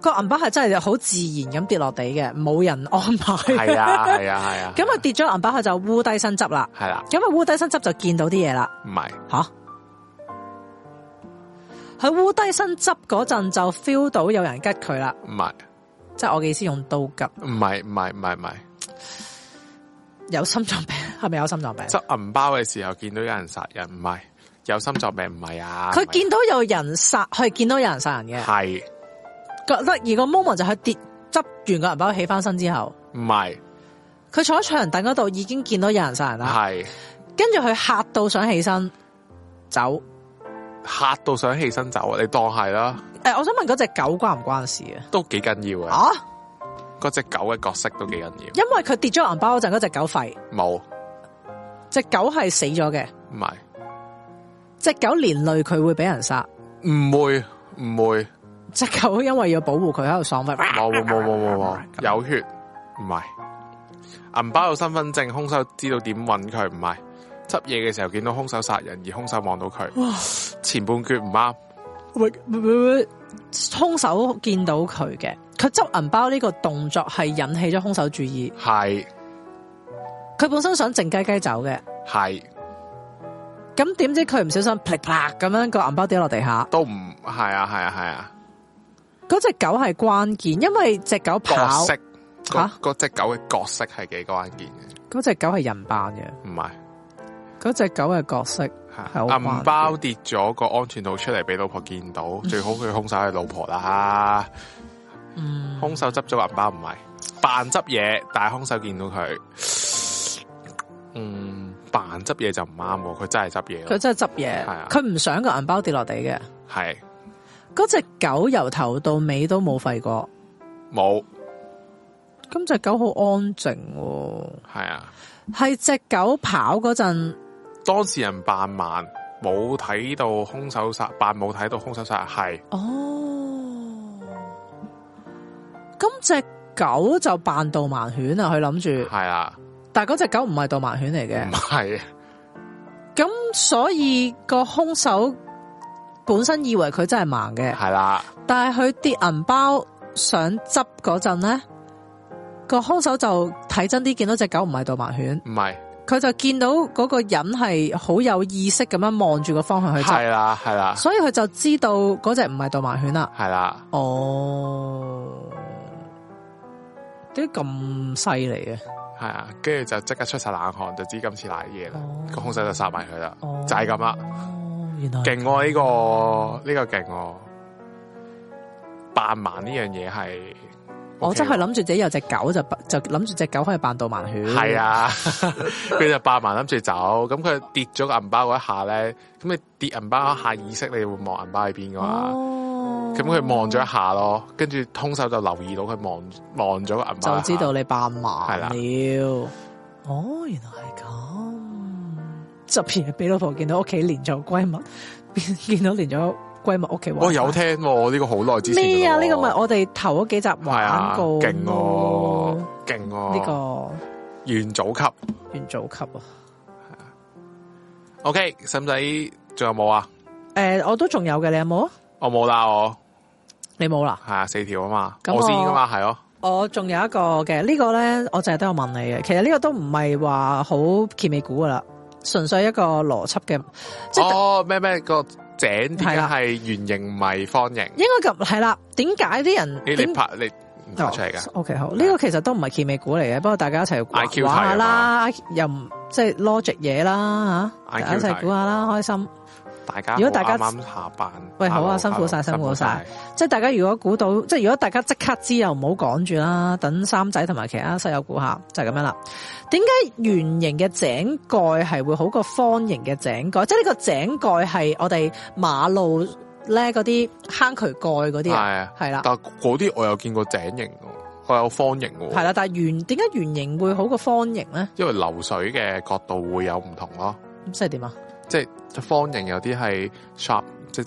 B: 個銀包係真係好自然咁跌落地嘅，冇人安排。
A: 係啊係啊係啊，
B: 咁啊跌咗銀包，佢就烏低身執啦。
A: 係啦，
B: 咁啊烏低身執就見到啲嘢啦，
A: 唔係
B: 吓、佢烏低身執嗰陣就 feel 到有人吉佢啦，
A: 唔係
B: 即係我嘅意思用刀吉，
A: 唔係唔係唔係唔係，
B: 有心臟病係咪有心臟病？
A: 執銀包嘅時候見到有人殺人，唔係有心臟病，唔係啊，
B: 佢見到有人殺，佢係見到有人殺人嘅，
A: 係
B: 覺得而個 moment 就係跌執完個銀包起翻身之後，
A: 唔係
B: 佢坐喺長凳嗰度已經見到有人殺人啦，
A: 係
B: 跟住佢嚇到想起身走。
A: 嚇到想起身走，你當係啦，
B: 诶、我想問嗰只狗關唔關事啊？
A: 都幾緊要嘅。
B: 啊，
A: 嗰只狗嘅角色都幾緊要，
B: 因為佢跌咗銀包嗰陣，嗰只狗吠，
A: 冇
B: 只狗係死咗嘅，
A: 唔係
B: 只狗連累佢會俾人殺，
A: 唔會唔會
B: 只狗因為要保護佢喺度爽快，
A: 冇冇冇冇冇冇有血唔係銀包有身份證，兇手知道點揾佢唔係執嘢嘅時候見到兇手殺人，而兇手望到佢前半橛唔啱。
B: 喂喂喂喂兇手見到佢嘅，佢執銀包呢個動作係引起咗兇手注意，
A: 系
B: 佢本身想靜雞雞走嘅，
A: 系
B: 咁點知佢唔小心噼里啪啦咁樣個銀包跌落地下，
A: 都唔系啊系啊系啊，
B: 嗰只狗係關鍵，因為只
A: 角
B: 狗跑
A: 色，
B: 吓
A: 嗰只狗嘅角色系几关键嘅，
B: 嗰只狗係人扮嘅，
A: 唔系啊
B: 嗰只狗嘅角色好關
A: 银包跌咗个安全套出嚟俾老婆见 到，最好佢凶手系老婆啦。嗯，凶手执咗银包唔系扮执嘢，但系凶手见到佢，嗯，扮执嘢就唔啱喎，佢真系执嘢
B: 佢
A: 咯，
B: 真係執
A: 係啊
B: 嘢，佢唔想個銀包跌落地嘅。
A: 系
B: 嗰只狗由頭到尾都冇吠過，
A: 冇
B: 咁只狗好安靜喎、
A: 系啊，
B: 係只狗跑嗰陣，
A: 当事人扮慢，冇睇到凶手杀，扮冇睇到凶手杀系。
B: 哦，咁只狗就扮導盲犬啊，佢諗住，
A: 系啦，
B: 但系嗰只狗唔係導盲犬嚟
A: 唔
B: 嘅，
A: 系
B: 咁所以個兇手本身以為佢真係盲嘅，
A: 系啦，
B: 但係佢跌銀包想執嗰陣呢，個兇手就睇真啲，見到只狗唔係導盲犬。
A: 唔系
B: 佢就見到嗰個人係好有意識咁樣望住個方向去
A: 系
B: 執，
A: 啦系啦
B: 所以佢就知道嗰只唔係導盲犬啦。
A: 系啦，
B: 哦，點解咁犀利嘅？
A: 系啊，跟住就即刻出晒冷汗，就知今次濑嘢啦
B: 哦，
A: 个凶手就杀埋佢啦，
B: 哦，
A: 就係咁啦
B: 哦，原來
A: 劲喎呢個呢個勁喎，扮盲呢樣嘢係，
B: 我哦真係諗住自己有隻狗就就諗住只狗可以扮導盲犬。
A: 系，啊， 佢就扮盲諗住走，咁佢跌咗個銀包嗰一下咧，咁你跌銀包嗰一下意識，你會望銀包喺邊噶嘛？
B: 哦，
A: 咁佢望咗一下咯，跟住兇手就留意到佢望望咗個銀包
B: 就
A: 一下，
B: 知道你扮盲
A: 係啦
B: 了。哦，原來係咁。執嘢俾老婆見到屋企連咗閨蜜， 變見到連咗閨蜜屋企玩。
A: 我哦有聽喎，呢個好耐之前
B: 咩
A: 㗎
B: 啊？
A: 喎
B: 呢個咪我哋頭嗰幾集
A: 系啊，
B: 玩過
A: 勁
B: 咯
A: 喎，勁喎，
B: 呢個
A: 元祖級。
B: 元祖級啊！
A: OK，使唔使仲有冇啊？
B: 诶，呃我都仲有嘅，你有冇啊？
A: 我冇啦，我
B: 你冇啦。
A: 係啊四條啊嘛，
B: 咁
A: 我先
B: 我
A: 噶嘛，係咯，
B: 我仲有一個嘅，呢個咧我就係都有問你嘅。其實呢個都唔係話好揭尾股噶啦，純粹一個邏輯嘅，即係
A: 哦咩咩個井點解
B: 係啦
A: 係圓形唔係方形？
B: 應該咁係啦。點解啲人
A: 你
B: 點哦
A: 你拍你唔拍出嚟噶？
B: O、k 好，呢、個其實都唔係揭尾股嚟嘅，不過大家一齊
A: IQ
B: 估下啦，又唔即係 logic 嘢啦吓，大
A: IQ
B: 家一齊估下啦，開心。
A: 大家
B: 如果大家
A: 好啱啱下班，
B: 喂好
A: hello，
B: 啊辛苦晒
A: hello，
B: 辛苦晒，即係大家如果估到，即係如果大家即刻知又唔好講住啦，等三仔同埋其他室友估下就係咁樣啦。點解圓形嘅井蓋係會好過方形嘅井蓋？即係呢個井蓋係我哋馬路咧嗰啲坑渠蓋嗰啲啊，
A: 係啊，
B: 係啦
A: 但。嗰啲我有見過井形喎，我有方形
B: 係
A: 喎，
B: 啦，但係圓點解圓形會好過方形咧？
A: 因為流水嘅角度會有唔同咯。
B: 咁即係點啊？
A: 即係方形有啲係 sharp 即係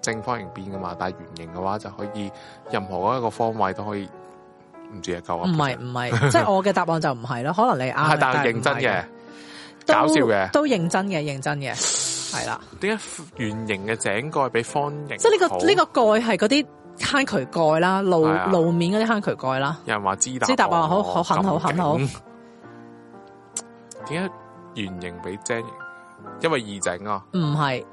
A: 正方形邊噶嘛，但係圓形嘅話就可以任何一個方位都可以，唔知啊夠啊，
B: 唔係唔 係，即係我嘅答案就唔係咯，可能你啱嘅
A: 係，，但係認真
B: 但係唔係
A: 嘅，搞笑嘅
B: 都都認真嘅，認真嘅，係啦，
A: 點解圓形嘅井蓋比方形好？
B: 即係呢個呢個蓋係嗰啲坑渠蓋啦，路
A: 係啊
B: 路面嗰啲坑渠蓋啦，
A: 有人話知答
B: 知答啊案好好
A: 咁
B: 很好很好
A: 勁，點解圓形比井形？因為二整啊，
B: 唔係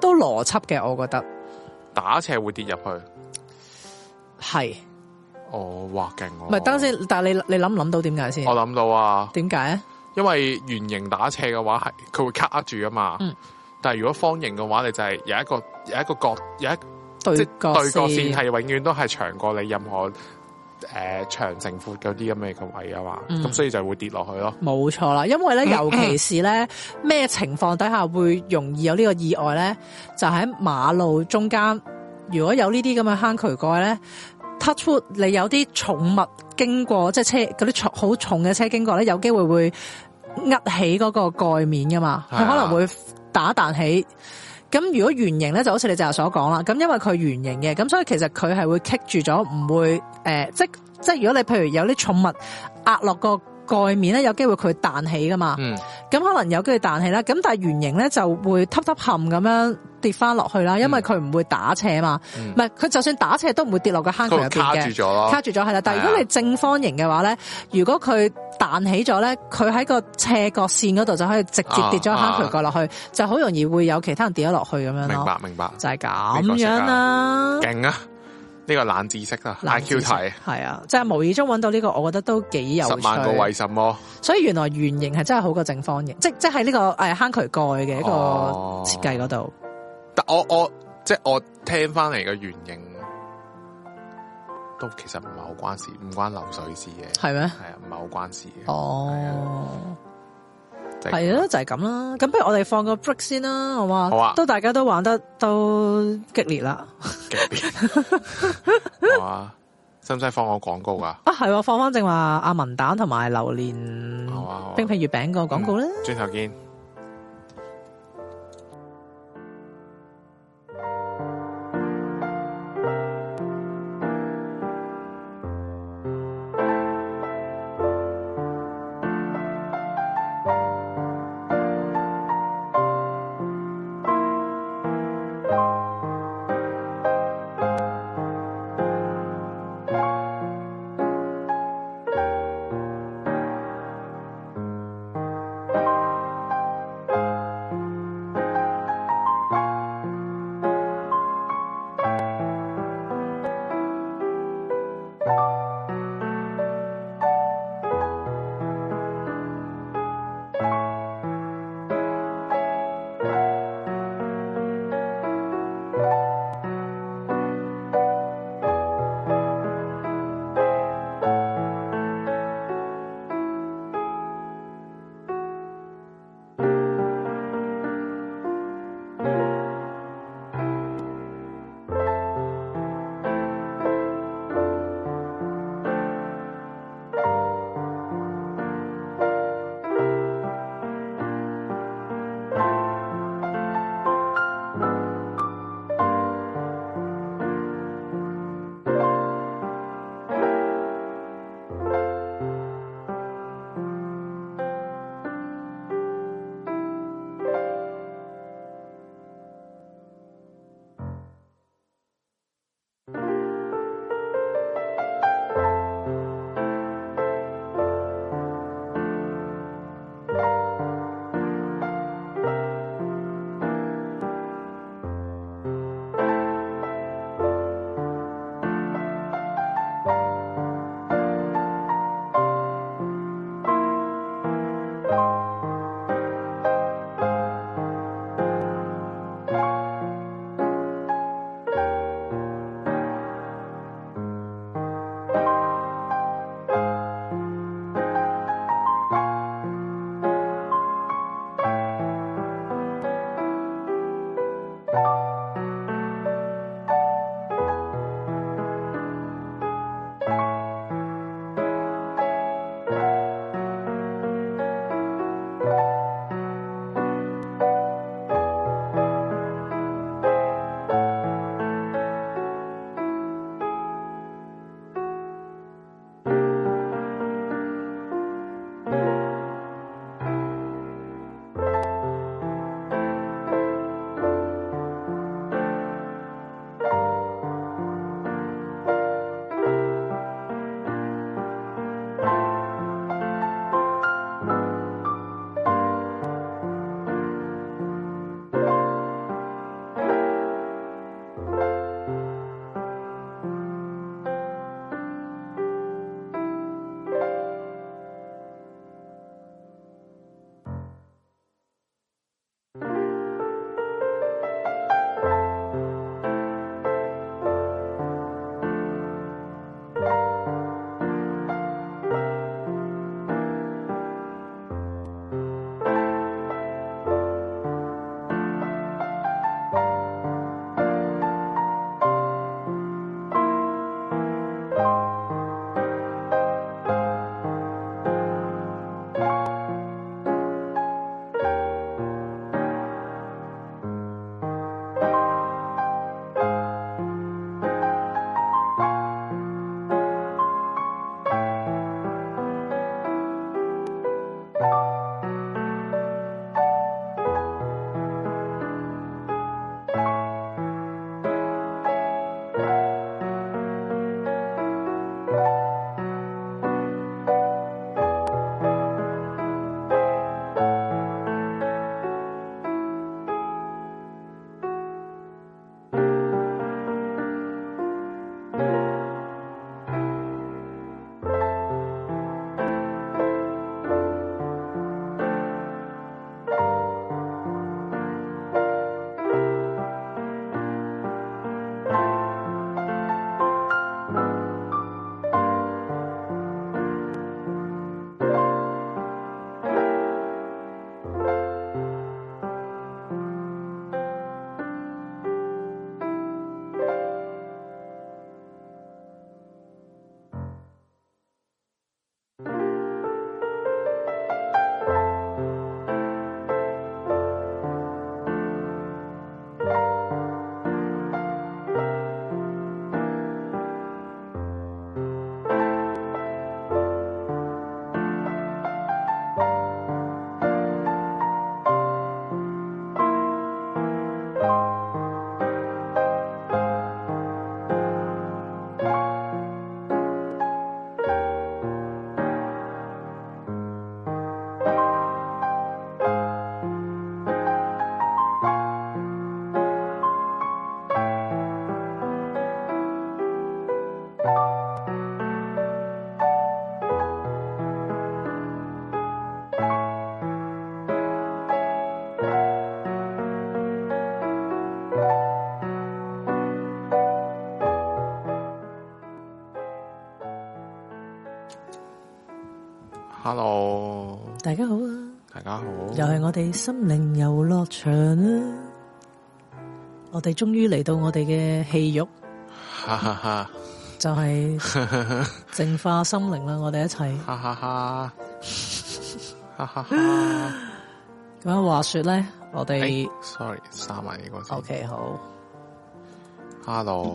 B: 都邏輯嘅，我覺得
A: 打斜會跌入去。
B: 係。
A: 哦，哇，勁喎！
B: 唔係等陣先，但係你你諗唔諗到點解先
A: 我？諗到啊，
B: 點解咧？
A: 因為圓形打斜嘅話係佢會卡住啊嘛。
B: 嗯
A: 但係如果方形嘅話，你就係有一個有一個角有一
B: 對
A: 即係
B: 角
A: 對角線
B: 線
A: 係永遠都係長過你任何诶、呃、长乘闊嗰啲咁嘅嘅位啊嘛。
B: 嗯
A: 咁、所以就會跌落去咯。
B: 冇錯啦，因為咧，尤其是咧，咩情況底下會容易有呢個意外咧？就喺馬路中間，如果有呢啲咁嘅坑渠蓋咧，touch wood，你有啲重物經過，即係車嗰啲重好重嘅車經過咧，有機會會呃起嗰個蓋面噶嘛，
A: 係
B: 佢
A: 啊
B: 可能會打彈起。咁如果圓形咧，就好似你就所講啦。咁因為佢圓形嘅，咁所以其實佢係會棘住咗，唔會誒、呃即即如果你譬如有啲重物壓落個蓋面咧，有機會佢彈起噶嘛。
A: 嗯，
B: 咁可能有機會彈起啦。咁但係圓形咧就會凹凹陷咁樣跌翻落去啦，因為佢唔會打斜嘛。
A: 嗯
B: 唔係佢就算打斜都唔會跌落個坑渠
A: 佢
B: 入
A: 會
B: 邊
A: 卡住
B: 嘅。
A: 咗啊咯。
B: 卡住咗係啦，但係如果你正方形嘅話咧，如果佢彈起咗咧，佢喺個斜角線嗰度就可以直接跌咗
A: 啊
B: 坑渠角落去，就好容易會有其他人跌咗落去咁樣
A: 明
B: 咯，
A: 白明白，
B: 就係
A: 呢
B: 咁
A: 個識
B: 樣
A: 啊
B: 啦。
A: 勁啊！呢個冷知識啊
B: 冷
A: ，IQ
B: 知識
A: 題，
B: 係啊，即係無意中揾到呢個，我覺得都幾有
A: 十
B: 趣。
A: 萬個為什麼？
B: 所以原來圓形係真係好過正方形，即即係呢、個誒、呃坑渠蓋嘅一個
A: 哦
B: 設計嗰度。
A: 但我我即系我聽翻嚟嘅原型，都其實唔係好關事，唔關流水事 嘅，
B: 係咩？
A: 係啊，唔係好關事嘅。
B: 哦，
A: 即係
B: 係啊，就係咁啦。咁不如我哋放個 break 先啦，好嘛？
A: 好啊
B: 都大家都玩得都激烈啦。
A: 咁 勁，哇！啊使唔使放我廣告噶？
B: 啊，係喎，放翻正話阿文蛋同埋榴莲
A: 好啊好啊嗯
B: 冰皮月餅個廣告咧。
A: 轉頭見。
C: Hãy subscribe cho kênh Ghiền Mì Gõ Để không bỏ lỡ
A: Hello，
B: 大家好啊，
A: 大家好。
B: 又系我哋心灵游乐场啊！我哋终于嚟到我哋嘅戏肉，
A: 哈哈哈，
B: 就系、净化心灵啦！我哋一齐。
A: 哈哈哈，哈哈哈。
B: 咁樣話說咧，我哋
A: 哎 sorry，閂埋呢個先。
B: OK 好
A: Hello，
B: 啊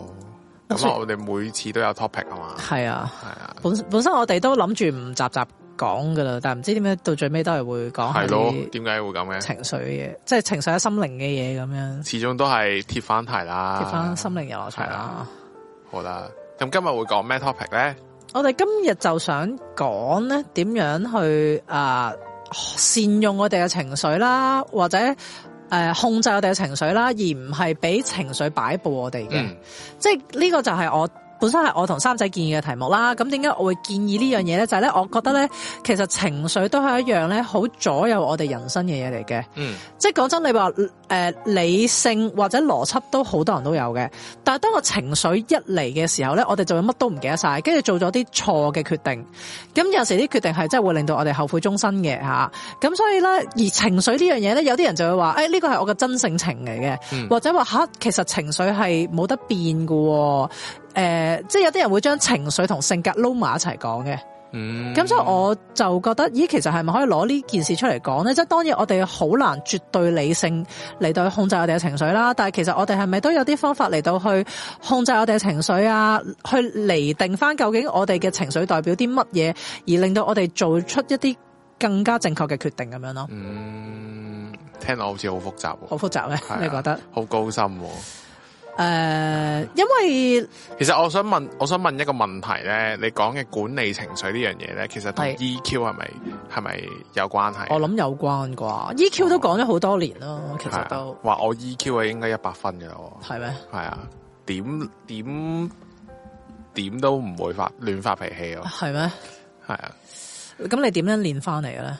A: 咁
B: 所以
A: 啊，我哋每次都有 topic 啊嘛，
B: 係啊，
A: 係啊，
B: 本本身我哋都諗住唔集集講噶啦，但唔知點解到最尾都係會
A: 係
B: 講係
A: 咯，
B: 啲
A: 點解會咁嘅？
B: 情緒嘅，即係情緒喺心靈嘅嘢咁樣，
A: 始終都係貼翻題啦，
B: 貼翻心靈遊樂場
A: 啊係啊
B: 啦。
A: 好啦，咁今日會講咩 topic 咧？
B: 我哋今日就想講咧點樣去啊、善用我哋嘅情緒啦，或者诶、呃控制我哋嘅情緒啦，而唔係俾情緒擺布我哋嘅。
A: 嗯，
B: 即係呢個就係我本身係我同三仔建議嘅題目啦。咁點解我會建議呢樣嘢咧？就係咧，我覺得咧，其實情緒都係一樣咧，好左右我哋人生嘅嘢嚟嘅。
A: 嗯，
B: 即係講真，你話誒、呃理性或者邏輯都好多人都有嘅，但係當個情緒一嚟嘅時候咧，我哋就會乜都唔記得晒，跟住做咗啲錯嘅決定。咁有時啲決定係真係會令到我哋後悔終身嘅嚇。咁、所以咧，而情緒呢樣嘢咧，有啲人就會話：，誒、呢個係我嘅真性情嚟嘅，
A: 嗯
B: 或者話嚇、其實情緒係冇得變嘅喎。誒、即係有啲人會將情緒同性格撈埋一齊講嘅。
A: 嗯，
B: 咁所以我就覺得，咦，其實係咪可以攞呢件事出嚟講呢？即係當然我哋好難絕對理性嚟到去控制我哋嘅情緒啦，但係其實我哋係咪都有啲方法嚟到去控制我哋嘅情緒啊？去釐定翻究竟我哋嘅情緒代表啲乜嘢，而令到我哋做出一啲更加正確嘅決定咁樣咯。
A: 嗯，聽落好似好複雜喎，
B: 好複雜咧
A: 係啊，
B: 你覺得？誒、呃
A: 好高深喎。
B: 因為
A: 其實我想問，我想問一個問題咧，你講嘅管理情緒呢樣嘢咧，其實同
B: 係
A: EQ 係咪係咪有關係？
B: 我諗有關啩，EQ
A: 哦
B: 都講咗好多年咯，其
A: 啊
B: 實都
A: 話我 EQ 啊，應該一百分嘅我。
B: 係咩？
A: 系啊，點點點都唔會發亂發脾氣咯，
B: 係咩？
A: 系啊，
B: 咁你點樣練翻嚟嘅咧？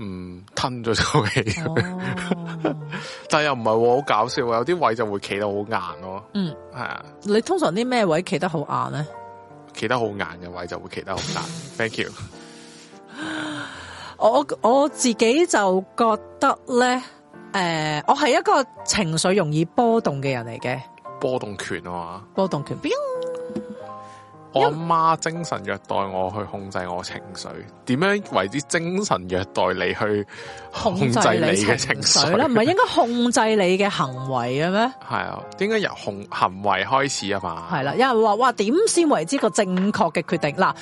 A: 嗯，吞咗口
B: 啊
A: 氣，
B: 哦，
A: 但又唔係喎，好搞笑喎，有啲位就會企到好硬咯，
B: 嗯，
A: 係啊，
B: 你通常啲咩位企得好硬咧？
A: 企得好硬嘅位就會企得好硬，thank you，
B: 我我自己就覺得咧，诶、我係一個情緒容易波動嘅人嚟嘅，
A: 波動拳啊嘛，
B: 波動權。
A: 我阿媽精神虐待我去控制我情緒，點樣為之精神虐待你去控
B: 控
A: 制
B: 制
A: 你
B: 你
A: 嘅情
B: 情緒啦，唔係應該控制你嘅行為嘅 咩？
A: 係啊，應該由行行為開始啊嘛，
B: 係啦，有人話哇，點先為之個正確嘅決定？嗱，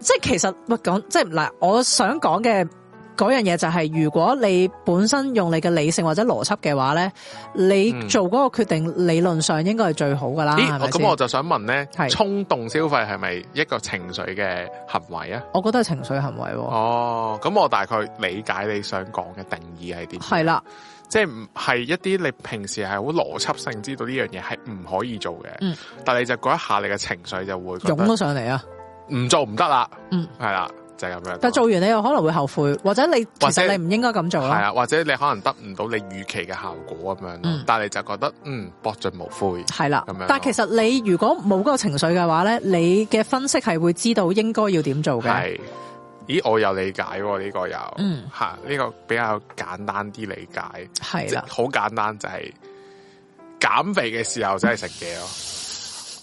B: 即係其實喂講，即係嗱，我想講嘅嗰樣嘢就係、如果你本身用你嘅理性或者邏輯嘅話咧，你
A: 嗯
B: 做嗰個決定理論上應該係最好噶啦，
A: 咦
B: 係，咪
A: 我咁
B: 先
A: 我就想問咧，
B: 係
A: 衝動消費係咪一個情緒嘅行為啊？
B: 我覺得係情緒行為喎，
A: 哦，咁我大概理解你想講嘅定義係啲，
B: 係啦、
A: 即係唔係一啲你平時係好邏輯性知道呢樣嘢係唔可以做嘅，
B: 嗯
A: 但你就嗰一下你嘅情緒就會覺
B: 湧
A: 得
B: 咗上嚟啊！
A: 唔做唔得啦，
B: 嗯，
A: 係啦，就係咁樣。
B: 但做完你又可能會後悔，或者你其
A: 或者
B: 實你唔應該咁做
A: 係
B: 啦，
A: 啊，或者你可能得唔到你預期嘅效果咁樣咯
B: 嗯，
A: 但係你就覺得嗯博盡無悔，
B: 係啦
A: 咁樣咯。
B: 但其實你如果冇嗰個情緒嘅話咧，你嘅分析係會知道應該要點做嘅。
A: 係。咦，我有理解喎，呢個有，
B: 嗯
A: 吓呢個比較簡單啲理解。
B: 係
A: 即
B: 啦，
A: 好簡單就係、減肥嘅時候真係食嘢咯。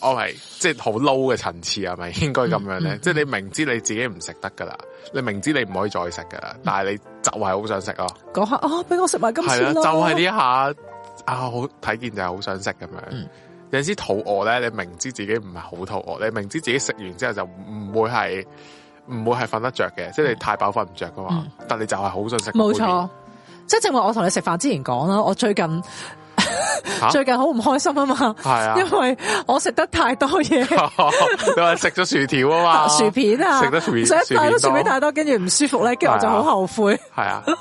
A: 我係即係好 low 嘅層次係咪應該咁樣咧？
B: 嗯嗯
A: 即係你明知你自己唔食得噶啦，你明知你唔可以再食噶啦，但係你就係好想食咯。
B: 講下啊，俾我食埋今次
A: 係啦，
B: 啦，
A: 就係呢一下啊，好睇見就係好想食咁樣。
B: 嗯
A: 有陣時肚餓咧，你明知自己唔係好肚餓，你明知自己食完之後就唔會係唔會係瞓得着嘅，即係你太飽瞓唔着噶嘛。但你就係好想 食嗰
B: 冇
A: 杯麵。
B: 錯。即係正話我同你食飯之前講啦，我最近
A: 嚇
B: 最近好唔開心啊嘛，
A: 係啊，
B: 因為我食得太多嘢，
A: 你話食咗薯條啊嘛，
B: 薯片啊，
A: 食得薯片
B: 食得太多薯
A: 薯片
B: 片
A: 多
B: 太多，跟住唔舒服咧，跟住我就好後悔。
A: 係啊。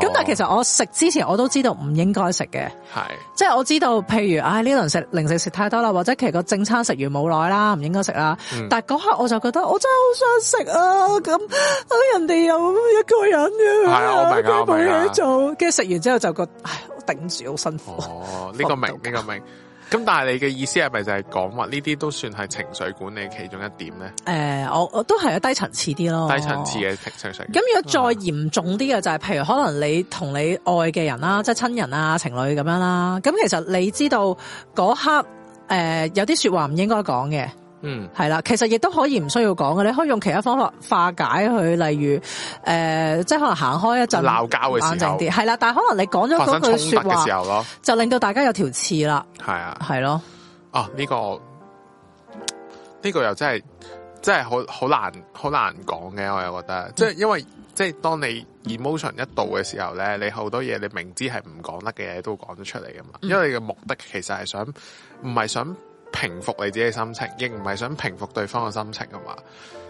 B: 咁但係其
A: 實
B: 實我食之前我都知道唔應該食嘅，
A: 係
B: 即係我知道，譬如唉呢輪食零食食太多啦，或者其實個正餐食完冇耐啦，唔應該食啦。
A: 嗯
B: 但係嗰刻我就覺得我真係好想食啊！咁啊人哋又一個人嘅，
A: 係啊我明啊
B: 佢冇
A: 我明啊
B: 嘢做，跟住食完之後就覺得唉我頂唔住好辛苦。
A: 哦，呢個明
B: 放唔到
A: 呢個明。咁但係你嘅意思係咪就係講話呢啲都算係情緒管理其中一點咧？
B: 诶、我我都係有啊低層次啲咯，
A: 低層次。啊嘅情情緒管理。
B: 哦咁如果
A: 嗯
B: 再嚴重啲嘅就係，譬如可能你同你愛嘅人啦，即係親人啊、情侶咁樣啦，咁其實你知道嗰刻诶、誒有啲说話唔應該講嘅，
A: 嗯
B: 係啦，其實亦都可以唔需要講嘅，你可以用其他方法化解佢，例如诶、誒即係可能行開一陣
A: 鬧交嘅時候
B: 冷靜啲，係啦，但係可能你講 咗
A: 發
B: 嗰
A: 生
B: 句
A: 衝
B: 说
A: 突嘅
B: 話
A: 時，候咯，
B: 就令到大家有條刺啦，
A: 係啊。
B: 係咯。
A: 啊，呢、個呢、個又真係真係好好難好難講嘅，我又覺
B: 嗯
A: 得，即係因為即係當你 emotion 一度嘅時候咧，你好多嘢你明知係唔講得嘅嘢都講咗出嚟噶
B: 嗯
A: 嘛，因為你嘅目的其實係想唔係想平復你自己嘅心情，亦唔係想平復對方嘅心情啊嘛。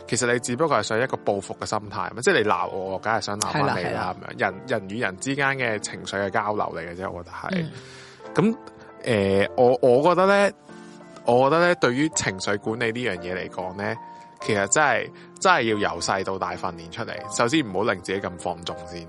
A: 其實你只不過係想一個報復嘅心態嘛，即係你鬧我，我梗係想鬧翻你
B: 係啦係
A: 啦
B: 啦
A: 咁樣。人人與人之間嘅情緒嘅交流嚟嘅啫，我覺得係
B: 嗯。
A: 咁诶、呃我我覺得咧，我覺得咧，對於情緒管理呢樣嘢嚟講咧，其實真係真係要由細到大訓練出嚟。首先唔好令自己咁放縱先，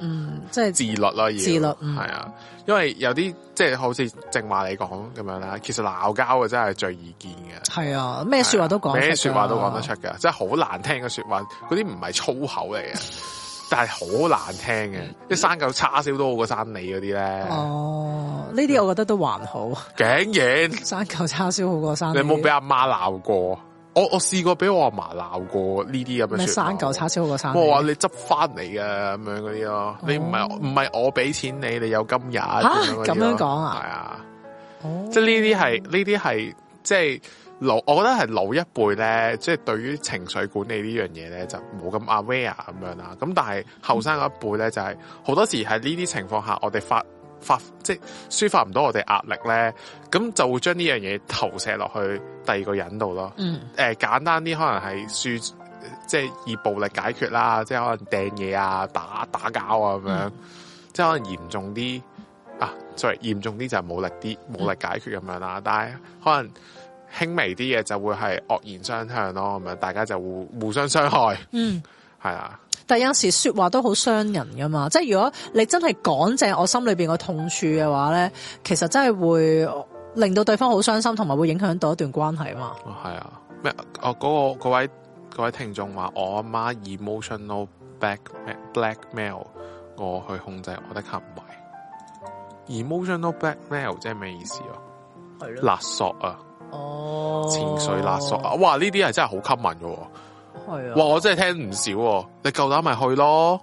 B: 嗯，即係
A: 自律啦，要
B: 自律嗯
A: 係啊，因為有啲即係好似正話你講咁樣啦，其實鬧交啊嘅真係最易見嘅。
B: 係啊，咩说話都講，
A: 咩说話都講得出。嘅，即係好難聽嘅说話，嗰啲唔係粗口嚟嘅，但係好難聽嘅，啲生嚿叉燒都好過生你嗰啲咧，
B: 嗯哦，呢啲我覺得都還好，
A: 竟然
B: 生嚿叉燒好過生
A: 你
B: 呢啲。
A: 有冇俾阿媽鬧過？我我试过俾我阿嫲鬧過呢啲咁
B: 咩
A: 嘅说話
B: 生嚿叉燒好過生呢啲？
A: 我話你哦執翻嚟啊，咁樣嗰啲咯，你唔係唔係我俾錢你，你有今日
B: 咁樣講啊
A: 系啊，
B: 哦
A: 即系呢啲係呢啲係即係老，我覺得係老一輩咧，即係對於情緒管理呢樣嘢咧就冇咁 aware 咁樣啦。咁但係後生嗰一輩咧就係好多時喺呢啲情況下，我哋發發即係抒發唔到我哋壓力咧，咁就會將呢樣嘢投射落去第二個人度咯。
B: 嗯
A: 誒、簡單呃啲，可能係輸，即係以暴力解決啦，即係可能掟嘢啊、打打交啊咁樣，即係可能嚴重啲啊，sorry，嚴重啲就係武力啲，武力解決咁樣啦。但係可能輕微啲嘅就會係惡言相向咯，咁樣大家就互互相傷害，
B: 嗯，
A: 係啊啦，
B: 但有時说話都好傷人噶嘛，即係如果你真係講正我心裏边個痛處嘅話咧，其實真係會令到對方好傷心，同埋會影響到一段關係嘛。
A: 哦係啊，咩？哦嗰、個嗰位嗰位聽眾話我阿媽 emotional black blackmail 我去控制我的行為。emotional blackmail 即係咩意思啊？
B: 系咯，
A: 勒索啊，
B: 哦，
A: 情緒勒索啊，哇！呢啲係真係好 common 嘅喎，
B: 係
A: 哇！
B: 啊，
A: 我真係聽唔少喎，你夠膽咪去咯，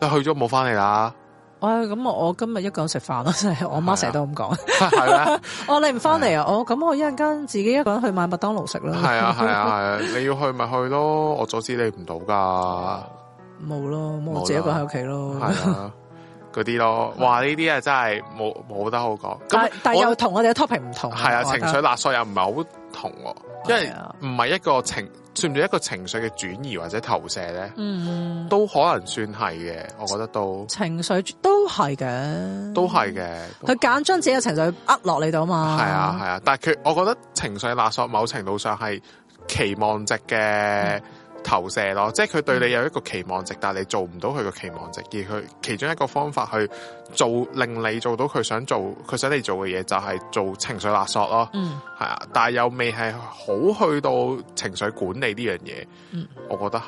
A: 你去咗冇翻嚟啊啦，
B: 唉，哎咁我我今日一個人食飯咯，真係我
A: 啊
B: 媽成日都咁講。
A: 係咩？
B: 哦，你唔翻嚟啊？哦，咁我一陣間自己一個人去買麥當勞食啦。
A: 係啊係啊係啊，你要去咪去咯，我阻止你唔到噶，
B: 冇咯，
A: 冇
B: 冇我自己一個
A: 啦
B: 喺屋企咯。
A: 係啊，嗰啲 咯，哇！呢啲啊真係冇冇得好講，
B: 但
A: 咁
B: 但
A: 我
B: 又同我哋嘅 topic 唔同。
A: 係啊，
B: 我覺
A: 情
B: 得
A: 緒勒索又唔係好同喎，因為
B: 係啊
A: 唔係一個情，算唔算一個情緒嘅轉移或者投射咧？
B: 嗯，
A: 都可能算係嘅，我覺得都
B: 情緒都係嘅。
A: 都係嘅。都
B: 佢揀將自己嘅情緒呃落你度嘛。
A: 系啊系啊，但系佢，我覺得情緒勒索某程度上係期望值
B: 嗯
A: 嘅投射咯，即係佢對你有一個期望值，但係你做唔到佢個期望值，而佢其中一個方法去做令你做到佢想做佢想你做嘅嘢，就係做情緒勒索咯，
B: 嗯
A: 係啊，但係又未係好去到情緒管理呢樣嘢，
B: 嗯
A: 我覺得係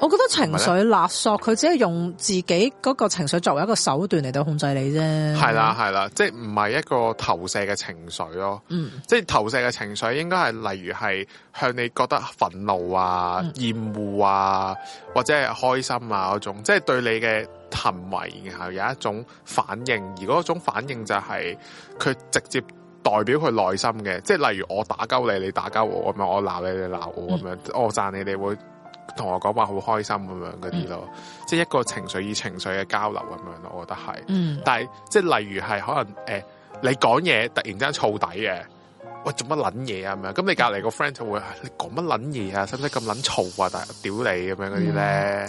B: 我覺得情緒勒索佢只係用自己嗰個情緒作為一個手段嚟到控制你啫。
A: 係啦。係啦，即係唔係一個投射嘅情緒咯。
B: 嗯
A: 即係投射嘅情緒，應該係例如係向你覺得憤怒啊、
B: 嗯
A: 厭惡啊，或者係開心啊嗰種，即係對你嘅行為，然後有一種反應，而嗰種反應就係佢直接代表佢內心嘅，即係例如我打鳩你，你打鳩我咁樣，我鬧你，你鬧我咁樣，我讚你，你會同我講話好開心咁樣嗰啲咯，即係一個情緒與情緒嘅交流咁樣咯，我覺得係。
B: 嗯，
A: 但係即係例如係可能诶、呃你講嘢突然間燥底嘅，喂做乜撚嘢啊咁樣，咁你隔離個 friend 就會啊你講乜撚嘢啊，使唔使咁撚燥啊？但係屌你咁樣嗰啲
B: 嗯
A: 咧，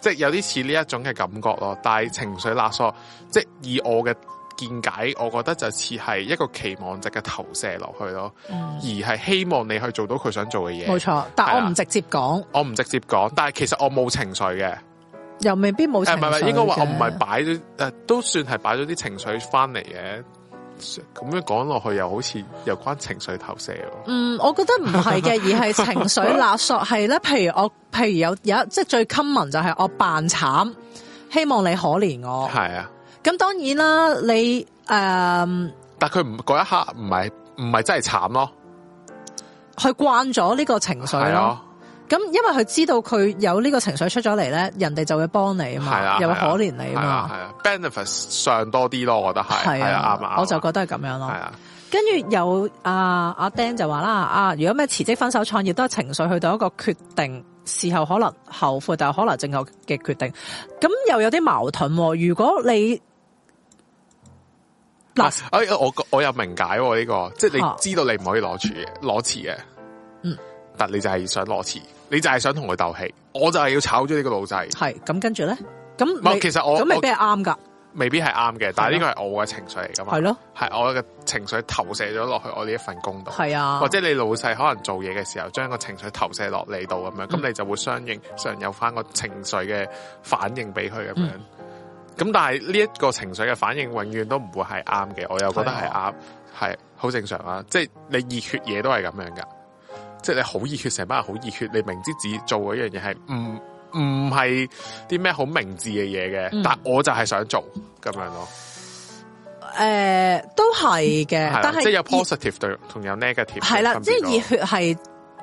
A: 即係有啲似呢一種嘅感覺咯。但係情緒勒索，即係以我嘅見解，我覺得就似係一個期望值嘅投射落去咯，
B: 嗯
A: 而係希望你去做到佢想做嘅嘢。
B: 冇錯。但
A: 係
B: 我
A: 啦
B: 唔直接講，
A: 我唔直接講，但係其實我冇情緒嘅。
B: 又未必冇
A: 誒
B: 情
A: 哎唔係唔
B: 緒
A: 係，
B: 嘅。
A: 應該話我唔係擺咗誒，都算係擺咗啲情緒翻嚟嘅，咁樣講落去又好似有關情緒投射喎。
B: 嗯，我覺得唔係 嘅，而係情緒勒索係咧。譬如我，譬如有有即係最 common 就係我扮慘，希望你可憐我。
A: 係啊，
B: 咁當然啦，你誒、嗯
A: 但佢唔嗰一刻唔係唔係真係慘咯，
B: 去慣咗呢個情緒
A: 係
B: 咯。
A: 啊，
B: 咁因為佢知道佢有呢個情緒出咗嚟咧，人哋就會幫你
A: 係
B: 啊嘛，
A: 啊，
B: 又會
A: 係
B: 可
A: 啊
B: 憐你啊
A: 係啊，
B: 嘛。
A: 係啊，benefits 上多啲咯，我覺得係
B: 係
A: 係啊，啱啊，
B: 我就覺得係咁樣咯
A: 係。啊，
B: 跟住有阿阿 Dan 就話啦，啊，如果咩辭職、分手、創業都係情緒去到一個決定，事後可能後悔，但係可能正確嘅決定，咁又有啲矛盾、喎。如果你嗱，
A: 哎，我我又明解喎呢個，即係
B: 啊
A: 你知道你唔可以攞錢嘅，攞錢嘅，
B: 嗯，
A: 但你就係想攞錢，你就係想同佢鬥氣，我就係要炒咗呢個老細，
B: 係咁，跟住咧，咁
A: 唔係
B: 你
A: 其實我
B: 咁未必係啱㗎，
A: 未必係啱嘅，但係呢個係我嘅情緒嚟噶嘛，
B: 係咯，
A: 係我嘅情緒投射咗落去我呢一份工度。
B: 係啊，
A: 或者你老細可能做嘢嘅時候，將個情緒投射落你度咁
B: 嗯
A: 樣，咁、你就會相應上有翻個情緒嘅反應俾佢咁樣。
B: 嗯
A: 咁、但係呢一個情緒嘅反應，永遠都唔會係啱嘅。我又覺得係
B: 係啊
A: 啱，係好正常啊。即係你熱血嘢都係咁樣噶，即係你好熱血，成班人好熱血，你明知自己做嗰樣嘢係唔唔係啲咩好明智嘅嘢嘅，
B: 嗯
A: 但我就係想做咁樣咯。
B: 誒、呃都係
A: 係
B: 嘅，
A: 啦
B: 但
A: 啊即係
B: 係
A: 有 positive 對同有 negative
B: 係
A: 嘅
B: 啦，
A: 分別
B: 即係
A: 咯
B: 熱血係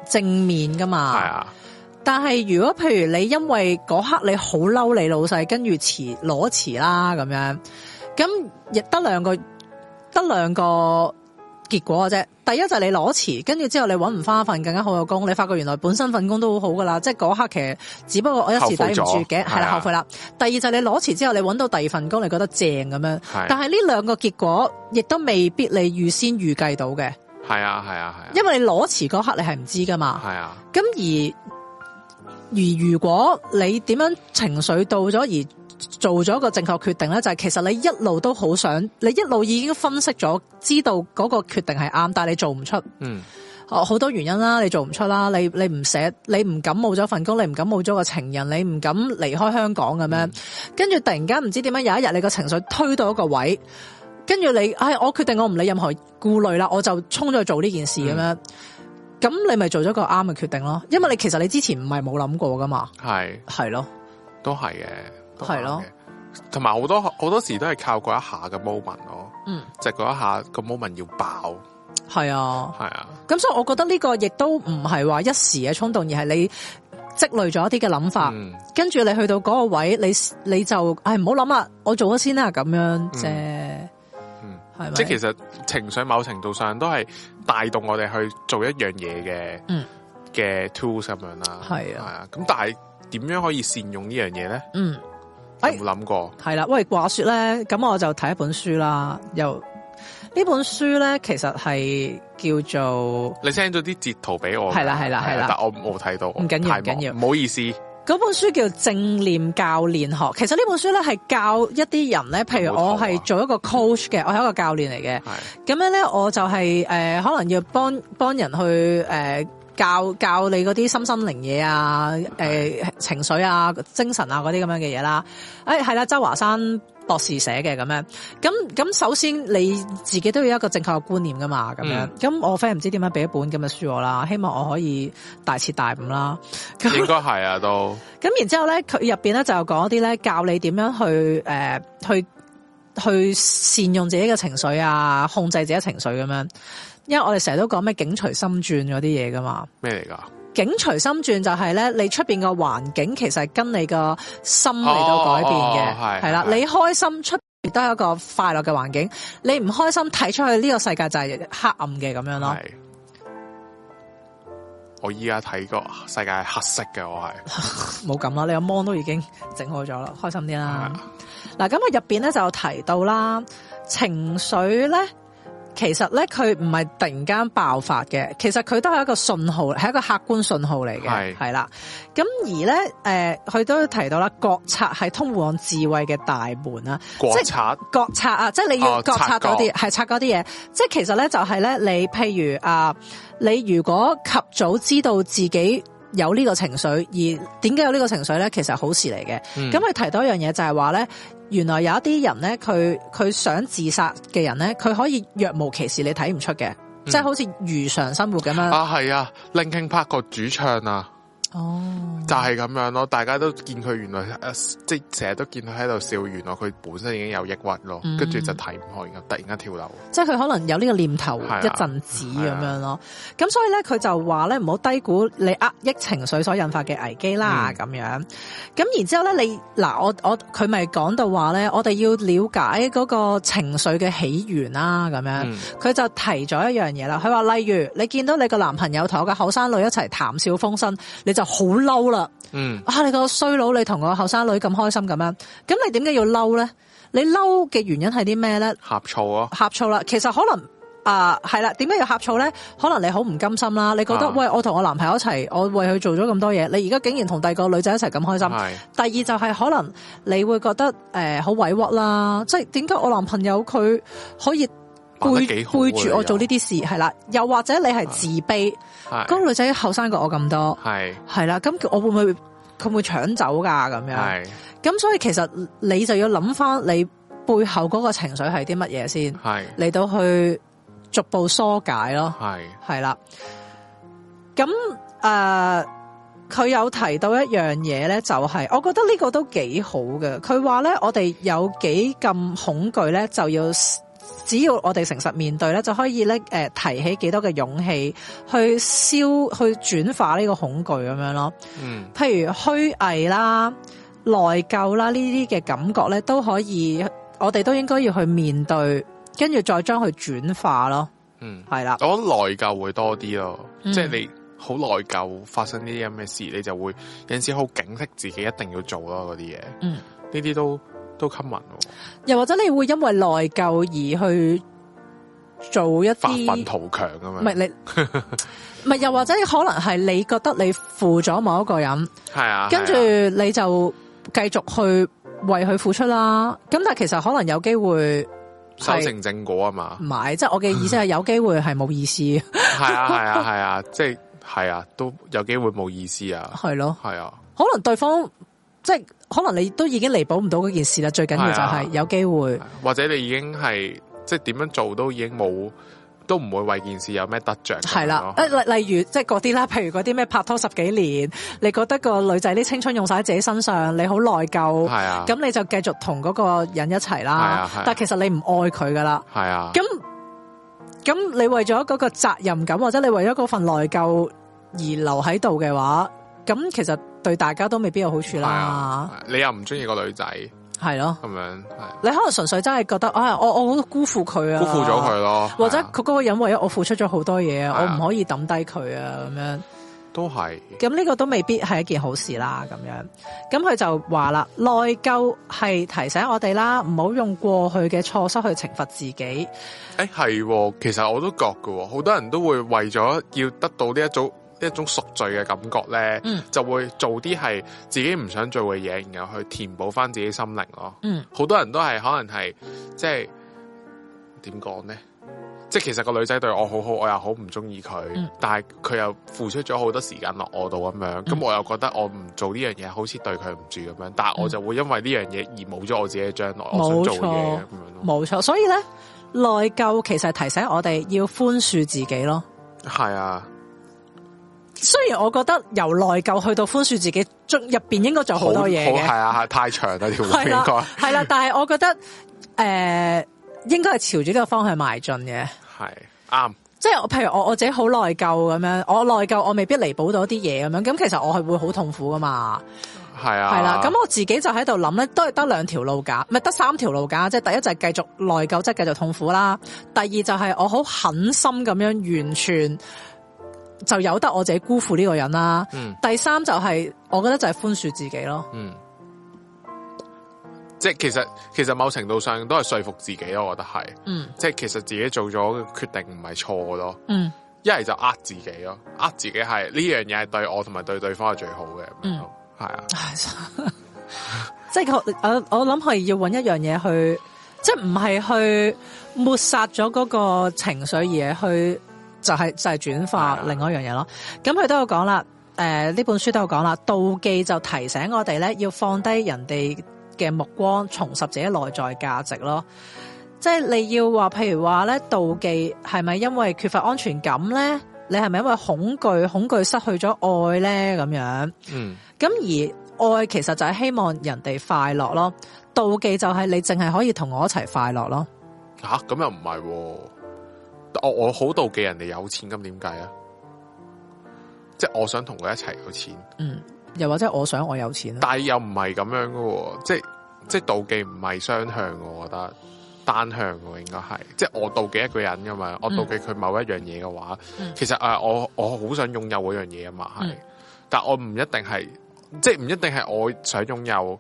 B: 正面㗎嘛，
A: 係啊。
B: 但係如果譬如你因為嗰刻你好嬲你老細，跟住遲攞遲啦咁樣，咁亦得兩個得兩個結果嘅啫。第一就係你攞遲，跟住之後你搵唔翻一份更加好嘅工，你發覺原來本身份工都好好噶啦，即係嗰刻其實只不過我一時抵
A: 後
B: 唔住
A: 悔咗
B: 嘅，係
A: 係
B: 啦
A: 啊
B: 後悔啦。第二就係你攞遲之後，你搵到第二份工，你覺得正咁樣，
A: 係啊
B: 但係呢兩個結果亦都未必你預先預計到嘅，
A: 係啊，係啊，係啊，
B: 因為你攞遲嗰刻你係唔知噶嘛。
A: 係啊，
B: 咁而而如果你點樣情緒到咗而做咗個正確決定咧，就係、其實你一路都好想，你一路已經分析咗，知道嗰個決定係啱，但係你做唔出，
A: 嗯，
B: 哦好多原因啦，你做唔出啦，你你唔捨，你唔敢冇咗份工，你唔敢冇咗個情人，你唔敢離開香港咁樣，跟住突然間唔知點樣有一日你個情緒推到一個位，跟住你，唉、我決定我唔理任何顧慮啦，我就衝咗去做呢件事咁樣，咁、你咪做咗個啱嘅決定咯，因為你其實你之前唔係冇諗過噶嘛，
A: 係，
B: 係咯，
A: 都係嘅，都啱
B: 係咯
A: 嘅，同埋好多好多時都係靠嗰一下嘅 moment 咯，
B: 嗯，
A: 就係嗰一下個 moment 要爆，
B: 係啊，
A: 係啊，
B: 咁所以我覺得呢個亦都唔係話一時嘅衝動，而係你積累咗一啲嘅諗法。
A: 嗯，
B: 跟住你去到嗰個位，你你就唉唔好諗啦，我做咗先啦，咁樣啫，
A: 嗯
B: 係咪？
A: 即係其實情緒某程度上都係帶動我哋去做一樣嘢嘅，
B: 嗯
A: 嘅 tools 咁樣啦，
B: 係啊
A: 係啊，咁但係點樣可以善用呢樣嘢咧？
B: 嗯
A: 有
B: 哎
A: 冇諗過？
B: 係啦，喂，話說咧，咁我就睇一本書啦，又呢本書咧，其實係叫做
A: 你 send 咗啲截圖俾我㗎，
B: 係啦係啦
A: 啊
B: 係啦
A: 但我冇睇到，唔
B: 緊要唔緊要
A: 唔好意思，
B: 嗰本書叫《正念教練學》。其實呢本書咧係教一啲人咧，
A: 啊
B: 譬如我係做一個 coach 嘅，我係一個教練嚟嘅。
A: 係，
B: 咁樣咧，我就係、呃可能要幫幫人去誒、呃教教你嗰啲心心靈嘢啊，誒、情緒啊、精神啊嗰啲咁樣嘅嘢啦。誒係啦，周華山博士寫嘅咁樣。咁咁首先你自己都要有一個正確嘅觀念噶嘛，咁樣。咁、我 friend 唔知點樣俾一本咁嘅書我啦，希望我可以大徹大悟啦。咁
A: 應該係啊，都
B: 咁然之後咧，佢入邊咧就有講一啲咧教你點樣去誒、呃去去善用自己嘅情緒啊，控制自己嘅情緒咁樣。因為我哋成日都講咩境隨心轉嗰啲嘢噶嘛，
A: 咩嚟噶？
B: 境隨心轉就係咧你出邊個環境其實係跟你個心嚟到改變
A: 哦哦哦
B: 嘅，
A: 係
B: 係啦、
A: 係
B: 你開心出邊都係一個快樂嘅環境，你唔開心睇出去呢個世界就係黑暗嘅咁樣咯。
A: 係，我依家睇個世界係黑色嘅，我係
B: 啊冇咁啦，你個 mon 都已經整好咗啦，開心啲啦
A: 係。
B: 嗱，咁啊入邊咧就有提到啦，情緒咧其實咧佢唔係突然間爆發嘅，其實佢都係一個信號，係一個客觀信號嚟嘅，
A: 係
B: 係啦。咁而咧誒，呃佢、都提到啦，覺察係通往智慧嘅大啊門啦。
A: 國賊
B: 覺察啊，即係你要
A: 哦
B: 覺察
A: 察覺
B: 嗰啲，係察嗰啲嘢。即係其實咧，就係咧，你譬如啊，你如果及早知道自己有呢個情緒，而點解有呢個情緒咧？其實係好事嚟嘅。
A: 嗯
B: 咁佢、提到一樣嘢就係話咧，原來有一啲人咧，佢佢想自殺嘅人咧，佢可以若無其事，你睇唔出嘅，即係好似如常生活咁樣。
A: 嗯啊，係啊，Linkin Park 個主唱啊，
B: 哦，
A: 就係咁樣咯。大家都見佢原來呃即係成日都見佢喺度笑，原來佢本身已經有抑鬱咯，
B: 嗯
A: 跟住就睇唔開，然後突然間跳樓。
B: 即係佢可能有呢個念頭
A: 係啊
B: 一陣子咁
A: 係啊
B: 樣咯。咁所以咧，佢就話咧唔好低估你壓抑情緒所引發嘅危機啦，
A: 嗯
B: 咁、樣。咁然之後咧，你嗱我我佢咪講到話咧，我哋要了解嗰個情緒嘅起源啦，咁樣。
A: 嗯
B: 佢就提咗一樣嘢啦，佢話例如你見到你個男朋友同我個後生女一齊談笑風生，你就好嬲啦。
A: 嗯
B: 啊！你個衰佬，你同個後生女咁開心咁樣，咁你點解要嬲咧？你嬲嘅原因係啲咩咧？
A: 呷醋啊，
B: 呷醋啦，其實可能啊係啦，點解要呷醋咧？可能你好唔甘心啦，你覺得、
A: 啊
B: 喂，我同我男朋友一齊，我為佢做咗咁多嘢，你而家竟然同第二個女仔一齊咁開心。
A: 係
B: 第二就係可能你會覺得誒好、委屈啦，即係點解我男朋友佢可以
A: 扮得
B: 背
A: 幾
B: 背
A: 好啊
B: 住我做呢啲事係啦，又或者你係自卑，嗰、
A: 係
B: 個女仔後生過我咁多，
A: 係
B: 係啦，咁我會唔會佢會搶走㗎咁樣？
A: 係
B: 咁所以其實你就要諗翻你背後嗰個情緒係啲乜嘢先，
A: 係
B: 嚟到去逐步疏解咯。
A: 係
B: 係啦。咁诶，呃佢、有提到一樣嘢咧，就係我覺得呢個都幾好嘅。佢話咧，我哋有幾咁恐懼咧，就要 s- 只要我哋誠實面對咧，就可以咧诶、呃提起幾多嘅勇氣去消去轉化呢個恐懼咁樣咯。
A: 嗯
B: 譬如虛偽啦、內疚啦呢啲嘅感覺咧，都可以，我哋都應該要去面對，跟住再將佢轉化咯。
A: 嗯。
B: 係啦，
A: 我覺得內疚會多啲咯，
B: 嗯
A: 即係你好內疚發生呢啲咁嘅事，你就會有陣時好警惕自己一定要做咯嗰啲嘢。
B: 嗯
A: 呢啲都都 common 喎，
B: 又或者你會因為內疚而去做一
A: 發
B: 啲，
A: 奮
B: 唔
A: 圖強咁
B: 係
A: 樣。
B: 你，唔係又或者可能係你覺得你負咗某一個人，
A: 係啊，
B: 跟住
A: 係啊
B: 你就繼續去為佢付出啦。咁但係其實可能有機會
A: 修
B: 係
A: 成正果啊嘛
B: 唔，係，即係我嘅意思係有機會係 冇意思，
A: 係啊係啊係啊，即係係啊，都有機會冇意思啊，
B: 係咯。
A: 係啊，
B: 可能對方即係可能你都已經彌補唔到嗰件事啦。最緊要就係
A: 係啊
B: 有機會
A: 係啊或者你已經係即係點樣做都已經冇，都唔會為件事有咩得着咁樣咯。
B: 係啦，誒
A: 啊
B: 例例如即係嗰啲啦，譬如嗰啲咩拍拖十幾年，你覺得個女仔啲青春用晒喺自己身上，你好內疚，
A: 係啊，
B: 咁你就繼續同嗰個人一齊
A: 係
B: 啦
A: 啊係啊。
B: 但其實你唔愛佢噶啦，
A: 係啊，
B: 咁咁你為咗嗰個責任感，或者你為咗嗰份內疚而留喺度嘅話，咁其實對大家都未必有好處
A: 係
B: 啦，
A: 啊，你又唔中意個女仔咁
B: 係啊咯。
A: 樣，係。
B: 你可能純粹真係覺得啊，我我好辜負佢啊，
A: 辜負咗佢咯，
B: 或者
A: 係啊
B: 佢嗰個人為咗我付出咗好多嘢
A: 係
B: 啊，
A: 啊
B: 我唔可以抌低佢啊咁樣。
A: 都係
B: 咁呢個都未必係一件好事啦，咁樣。咁佢就話啦，內疚係提醒我哋啦，唔好用過去嘅錯失去懲罰自己。
A: 誒係喎，其實我都覺嘅喎，好多人都會為咗要得到呢一種呢一種贖罪嘅感覺咧，
B: 嗯
A: 就會做啲係自己唔想做嘅嘢，然後去填補翻自己心靈咯。
B: 嗯，
A: 好多人都係可能係即係點講咧？即係其實個女仔對我好好，我又好唔中意佢，
B: 嗯
A: 但係佢又付出咗好多時間落我度咁樣，咁、
B: 嗯
A: 我又覺得我唔做呢樣嘢好似對佢唔住咁樣，但係我就會因為呢樣嘢而冇咗我自己嘅將來，我想
B: 冇
A: 做嘅嘢
B: 錯
A: 咁樣咯。
B: 冇錯。所以咧，內疚其實係提醒我哋要寬恕自己咯。
A: 係啊，
B: 雖然我覺得由內疚去到寬恕自己，中入邊應該仲有好多嘢
A: 好
B: 嘅
A: 係，啊，係太長 啦條路
B: 係
A: 應該
B: 啦，係啦。但係我覺得誒、呃，應該係朝住呢個方向邁進嘅。
A: 係啱，
B: 即係我譬如我我自己好內疚咁樣，我內疚我未必彌補到啲嘢咁樣，咁其實我係會好痛苦噶嘛，
A: 係啊，
B: 係啦、咁我自己就喺度諗咧，都係得兩條路㗎，唔係得三條路㗎，即係第一就係繼續內疚，即係繼續痛苦啦；第二就係我好狠心咁樣，完全就由得我自己辜負呢個人啦；
A: 嗯
B: 第三就係、我覺得就係寬恕自己咯，
A: 嗯，即係其實其實某程度上都係說服自己咯，我覺得係，
B: 嗯
A: 即係其實自己做咗嘅決定唔係錯咯，
B: 嗯
A: 一係就呃自己咯，呃自己係呢樣嘢係對我同埋對對方係最好嘅，咁樣咯係啊，
B: 唉 即係我我我諗係要揾一樣嘢去，即係唔係去抹殺咗嗰個情緒，而係去就係、就係轉
A: 係
B: 化
A: 啊
B: 另外一樣嘢咯。咁佢都有講啦，诶呢本書都有講啦，妒忌就提醒我哋咧要放低人哋嘅目光，重拾自己內在價值咯。即係你要話，譬如話咧，妒忌係咪因為缺乏安全感咧？你係咪因為恐懼，恐懼失去咗愛咧？咁樣？
A: 嗯，
B: 咁而愛其實就係希望人哋快樂咯，妒忌就係你淨係可以同我一齊快樂咯。
A: 吓咁又唔系，我我好妒忌人哋有钱，咁点解啊？即系我想同佢一齐有钱，
B: 嗯，又或者我想我有錢啦，
A: 但系又唔系咁样噶、喎。即系即系妒忌唔系双向嘅，我觉得单向嘅应该系，即系我妒忌一个人噶嘛，我妒忌佢某一样嘢嘅话，
B: 嗯
A: 其实诶、呃我我好想拥有嗰样嘢啊嘛，系，
B: 嗯
A: 但我唔一定系，即系唔一定系我想拥有，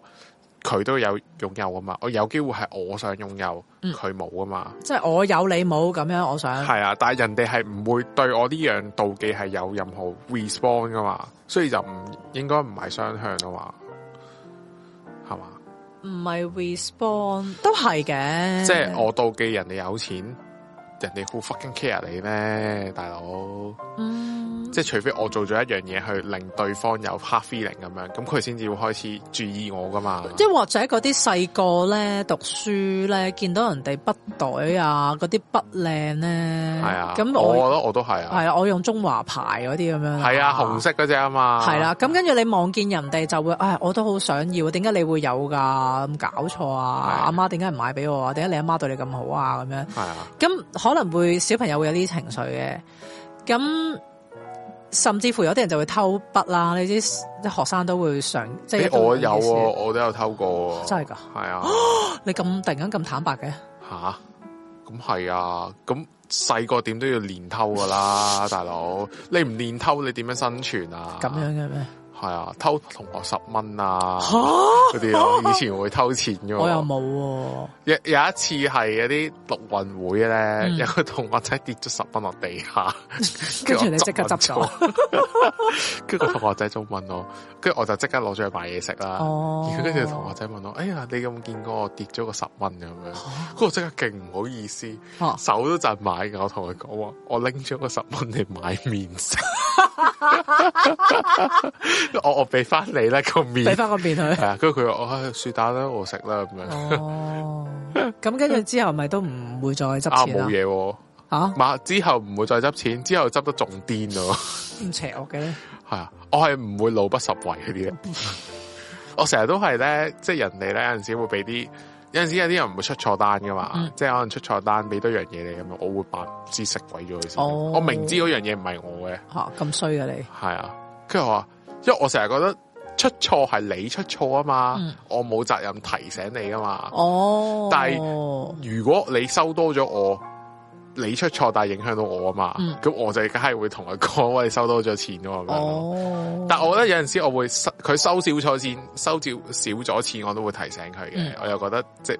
A: 佢都有拥有噶嘛，我有机会系我想拥有，
B: 嗯
A: 佢冇噶嘛，
B: 即係我有你冇咁樣，我想
A: 系啊，但系人哋係唔會對我呢樣妒忌係有任何 respond 噶嘛，所以就唔應該唔係雙向啊嘛，係嘛？
B: 唔係 respond 都係嘅，
A: 即係我妒忌人哋有錢，人哋好 fucking care 你咩，大佬？
B: 嗯
A: 即係除非我做咗一樣嘢去令對方有 hard feeling 咁樣，咁佢先至會開始注意我噶嘛。
B: 即係或者嗰啲細個咧讀書咧，見到人哋筆袋啊，嗰啲筆靚咧，
A: 係啊，
B: 咁
A: 我
B: 我
A: 覺得我都係啊，
B: 係啊，我用中華牌嗰啲咁樣，
A: 係啊，紅色嗰只啊嘛，
B: 系啦，咁跟住你望見人哋就會，唉，我都好想要，點解你會有噶？咁搞錯啊！
A: 係
B: 阿媽點解唔買俾我啊？點解你阿媽對你咁好啊？咁樣，
A: 係啊，
B: 咁可能會小朋友會有啲情緒嘅，咁甚至乎有啲人就會偷筆啦，你知啲學生都會上，即係
A: 咦我有喎，我都有偷過喎，
B: 真係㗎
A: 係 啊。
B: 你咁突然間咁坦白嘅，
A: 吓，咁係啊，咁細個點都要練偷噶啦，大佬，你唔練偷你點樣生存啊？
B: 咁樣嘅咩？
A: 係啊，偷同學十蚊啊，
B: 吓，
A: 嗰啲咯，以前會偷錢噶。
B: 我又冇喎，
A: 有有一次係嗰啲陸運會咧，
B: 嗯
A: 有個同學仔跌咗十蚊落地 下，
B: 跟住
A: 我
B: 你即刻
A: 穩
B: 執咗，
A: 咗， 跟住個同學仔就問我，跟住我就即刻攞咗去買嘢食啦。
B: 哦，
A: 然後跟住同學仔問我：，哎呀，你有冇見過我跌咗個十蚊咁樣？嗰個即刻勁唔好意思，
B: 嚇
A: 手都震埋㗎。我同佢講話，我拎咗個十蚊嚟買面 食，我我俾翻你啦個面
B: 俾，翻個面 佢
A: 係。啊，跟住佢話：，我、哎、雪蛋啦，我食啦咁樣。
B: 哦，咁跟住之後咪都唔會再
A: 啊
B: 執錢
A: 冇
B: 啦啊
A: 嘢喎，
B: 吓
A: 嘛之後唔會再執錢，之後執得仲癲喎，
B: 咁邪惡嘅咧，
A: 係啊，我係唔會路不拾遺嗰 啲咧，我成日都係咧，即係人哋咧有陣時會俾啲，有陣時有啲人唔會出錯單噶嘛，
B: 嗯
A: 即係可能出錯單俾多樣嘢你咁樣，我會扮唔知食鬼咗佢先，
B: 哦
A: 我明知嗰樣嘢唔係我嘅，
B: 吓咁衰嘅你，
A: 係啊，跟住我話，因為我成日覺得出錯係你出錯啊嘛，
B: 嗯
A: 我冇責任提醒你噶嘛，
B: 哦，
A: 但係如果你收多咗我，你出錯但係影響到我啊嘛，
B: 嗯
A: 咁、我就梗係會同佢講，喂，收多咗錢喎咁樣咯。
B: 哦，
A: 但我覺得有陣時我會收佢收少咗錢，收少少咗錢，我都會提醒佢嘅。
B: 嗯
A: 我又覺得即係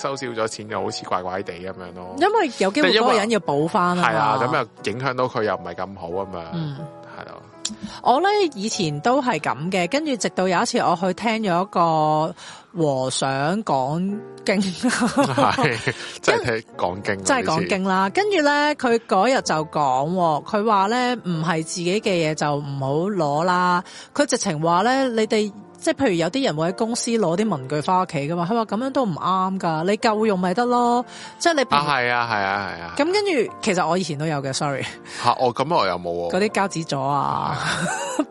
A: 收少咗錢又好似怪怪地咁樣咯。
B: 因為有機會嗰個人要補翻啊
A: 係啊，
B: 嘛，
A: 咁又影響到佢又唔係咁好咁樣，
B: 嗯。
A: 係咯、
B: 我咧以前都係咁嘅，跟住直到有一次我去聽咗一個和尚講經，
A: 係即係睇講經，啊
B: 真係講，經啦。跟住咧，佢嗰日就講喎，佢話咧唔係自己嘅嘢就唔好攞啦。佢直情話咧，你哋即係譬如有啲人會喺公司攞啲文具翻屋企噶嘛，佢話咁樣都唔啱噶，你夠用咪得咯。即係你平
A: 啊係啊係啊係啊。
B: 咁跟住，其實我以前都有嘅，sorry，
A: 嚇我咁我又冇
B: 嗰
A: 喎。
B: 啲膠紙 咗啊，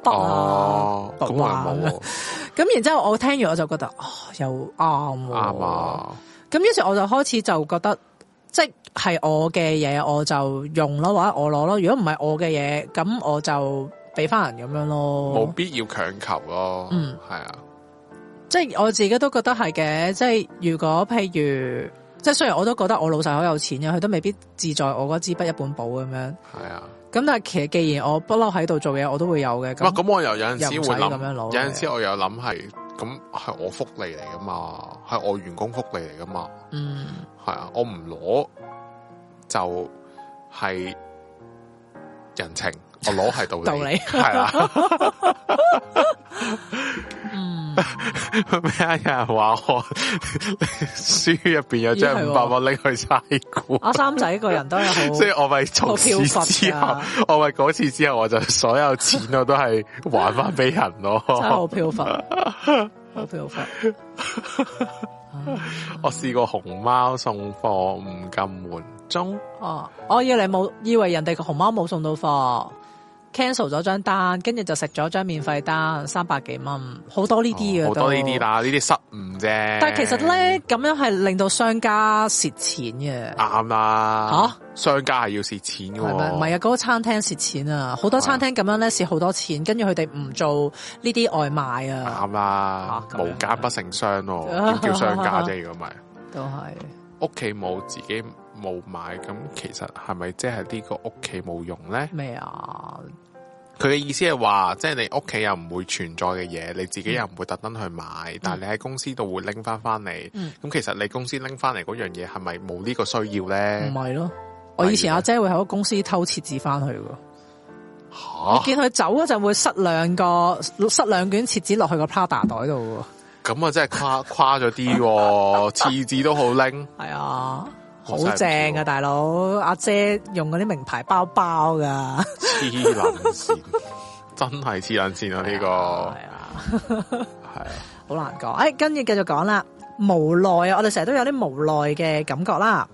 B: 筆啊。
A: 哦，咁我又冇喎。
B: 咁然之後我聽完我就覺得，哦，又啱喎
A: 啱。啊，
B: 咁於是我就開始就覺得，即係我嘅嘢我就用咯，或者我攞咯。如果唔係我嘅嘢，咁我就俾翻人咁樣
A: 冇
B: 咯。
A: 必要強求咯。
B: 哦嗯，
A: 係啊，
B: 即係我自己都覺得係嘅。即係如果譬如，即係雖然我都覺得我老細好有錢嘅，啊佢都未必自在我嗰支筆一本簿咁樣。
A: 係啊。
B: 咁但係其實既然我不嬲喺度做嘢，我都會有嘅。
A: 哇
B: 咁
A: 咁我又有陣時
B: 又唔使
A: 會諗
B: 咁樣，
A: 有
B: 攞嘅
A: 陣時我又諗係咁係我福利嚟噶嘛，係我員工福利嚟噶嘛，
B: 嗯
A: 係啊，我唔攞就係人情，我 攞係道理，啊
B: 道理
A: 係啦，
B: 嗯，
A: 咩啊？有人话我 书入边有
B: 咦係
A: 张
B: 喎哦
A: 五百蚊拎去差股，
B: 阿啊三仔個人 都係好，
A: 所以我咪從此
B: 好飄忽
A: 之後
B: 㗎，
A: 我咪嗰次之後，我就所有錢我都係還翻俾人
B: 真係好
A: 咯。
B: 漂浮，好漂浮。
A: 我試過熊貓送貨唔撳門鐘，
B: 哦，我以為你冇，以為人哋個熊貓冇送到貨，cancel 咗張單，跟住就食咗張免費單，三百幾蚊，好多呢啲嘅，
A: 哦好多呢啲
B: 都。
A: 啦，呢啲失誤啫。
B: 但係其實咧，咁樣係令到商家蝕錢嘅。
A: 啱啦，
B: 嚇
A: 商家係要蝕錢嘅
B: 系咪？
A: 喎，
B: 唔係啊，嗰、個餐廳蝕錢啊，好多餐廳咁樣咧蝕好多錢，跟住佢哋唔做呢啲外賣啊，
A: 啱啦，
B: 嚇咁樣
A: 無奸不成商咯， 點叫商家啫？如果唔係。
B: 都係
A: 屋企冇自己冇買，咁其實係咪即係呢個屋企冇用咧？
B: 咩啊？
A: 佢嘅意思係話，即係你屋企又唔會存在嘅嘢，你自己又唔會特登去買，但係你喺公司度會拎翻翻嚟。咁、
B: 嗯
A: 其實你公司拎翻嚟嗰樣嘢係咪冇呢個需要
B: 唔
A: 咧？
B: 係哦咯，我以前阿姐會喺公司偷設置翻去噶，
A: 吓
B: 見佢走嗰陣會塞兩個塞兩卷設置落去個 Prada 袋度
A: 咁啊，真係誇 誇咗啲喎，次次都好拎。
B: 喎。係啊，好
A: 我真係唔知
B: 正
A: 喎
B: 啊，大佬！阿姐用嗰啲名牌包包噶，
A: 黐撚線，真係黐撚線啊！呢、個
B: 係啊。
A: 係啊，
B: 好難講。誒、跟住繼續講啦。無奈啊，我哋成日都有啲無奈嘅感覺啦。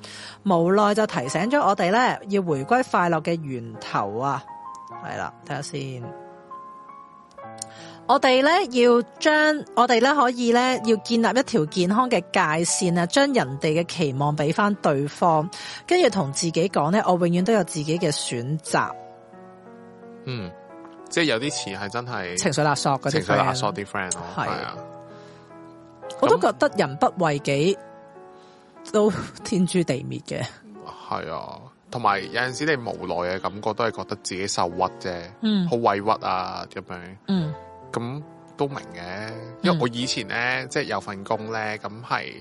B: 無奈就提醒咗我哋咧，要回歸快樂嘅源頭啊。係啦，睇下先。我哋咧要將我哋咧可以咧要建立一條健康嘅界線啊，將人哋嘅期望俾翻對方，跟住同自己講咧，我永遠都有自己嘅選擇，
A: 嗯，即係有啲詞係真係
B: 情緒勒索嗰啲
A: 情緒勒
B: friend
A: 索啲 friend 咯，
B: 係
A: 係啊。
B: 我都覺得人不為己都 天诛地滅嘅。
A: 系啊，同埋有阵时你無奈嘅感覺都係覺得自己受屈啫，
B: 嗯
A: 好委屈啊咁樣，
B: 嗯
A: 咁都明嘅。因為我以前咧，即係有份工咧，咁係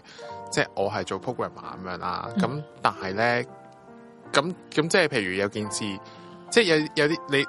A: 即係我係做 programmer 咁樣啦，咁、但係咧，咁咁即係譬如有件事，即係有有啲你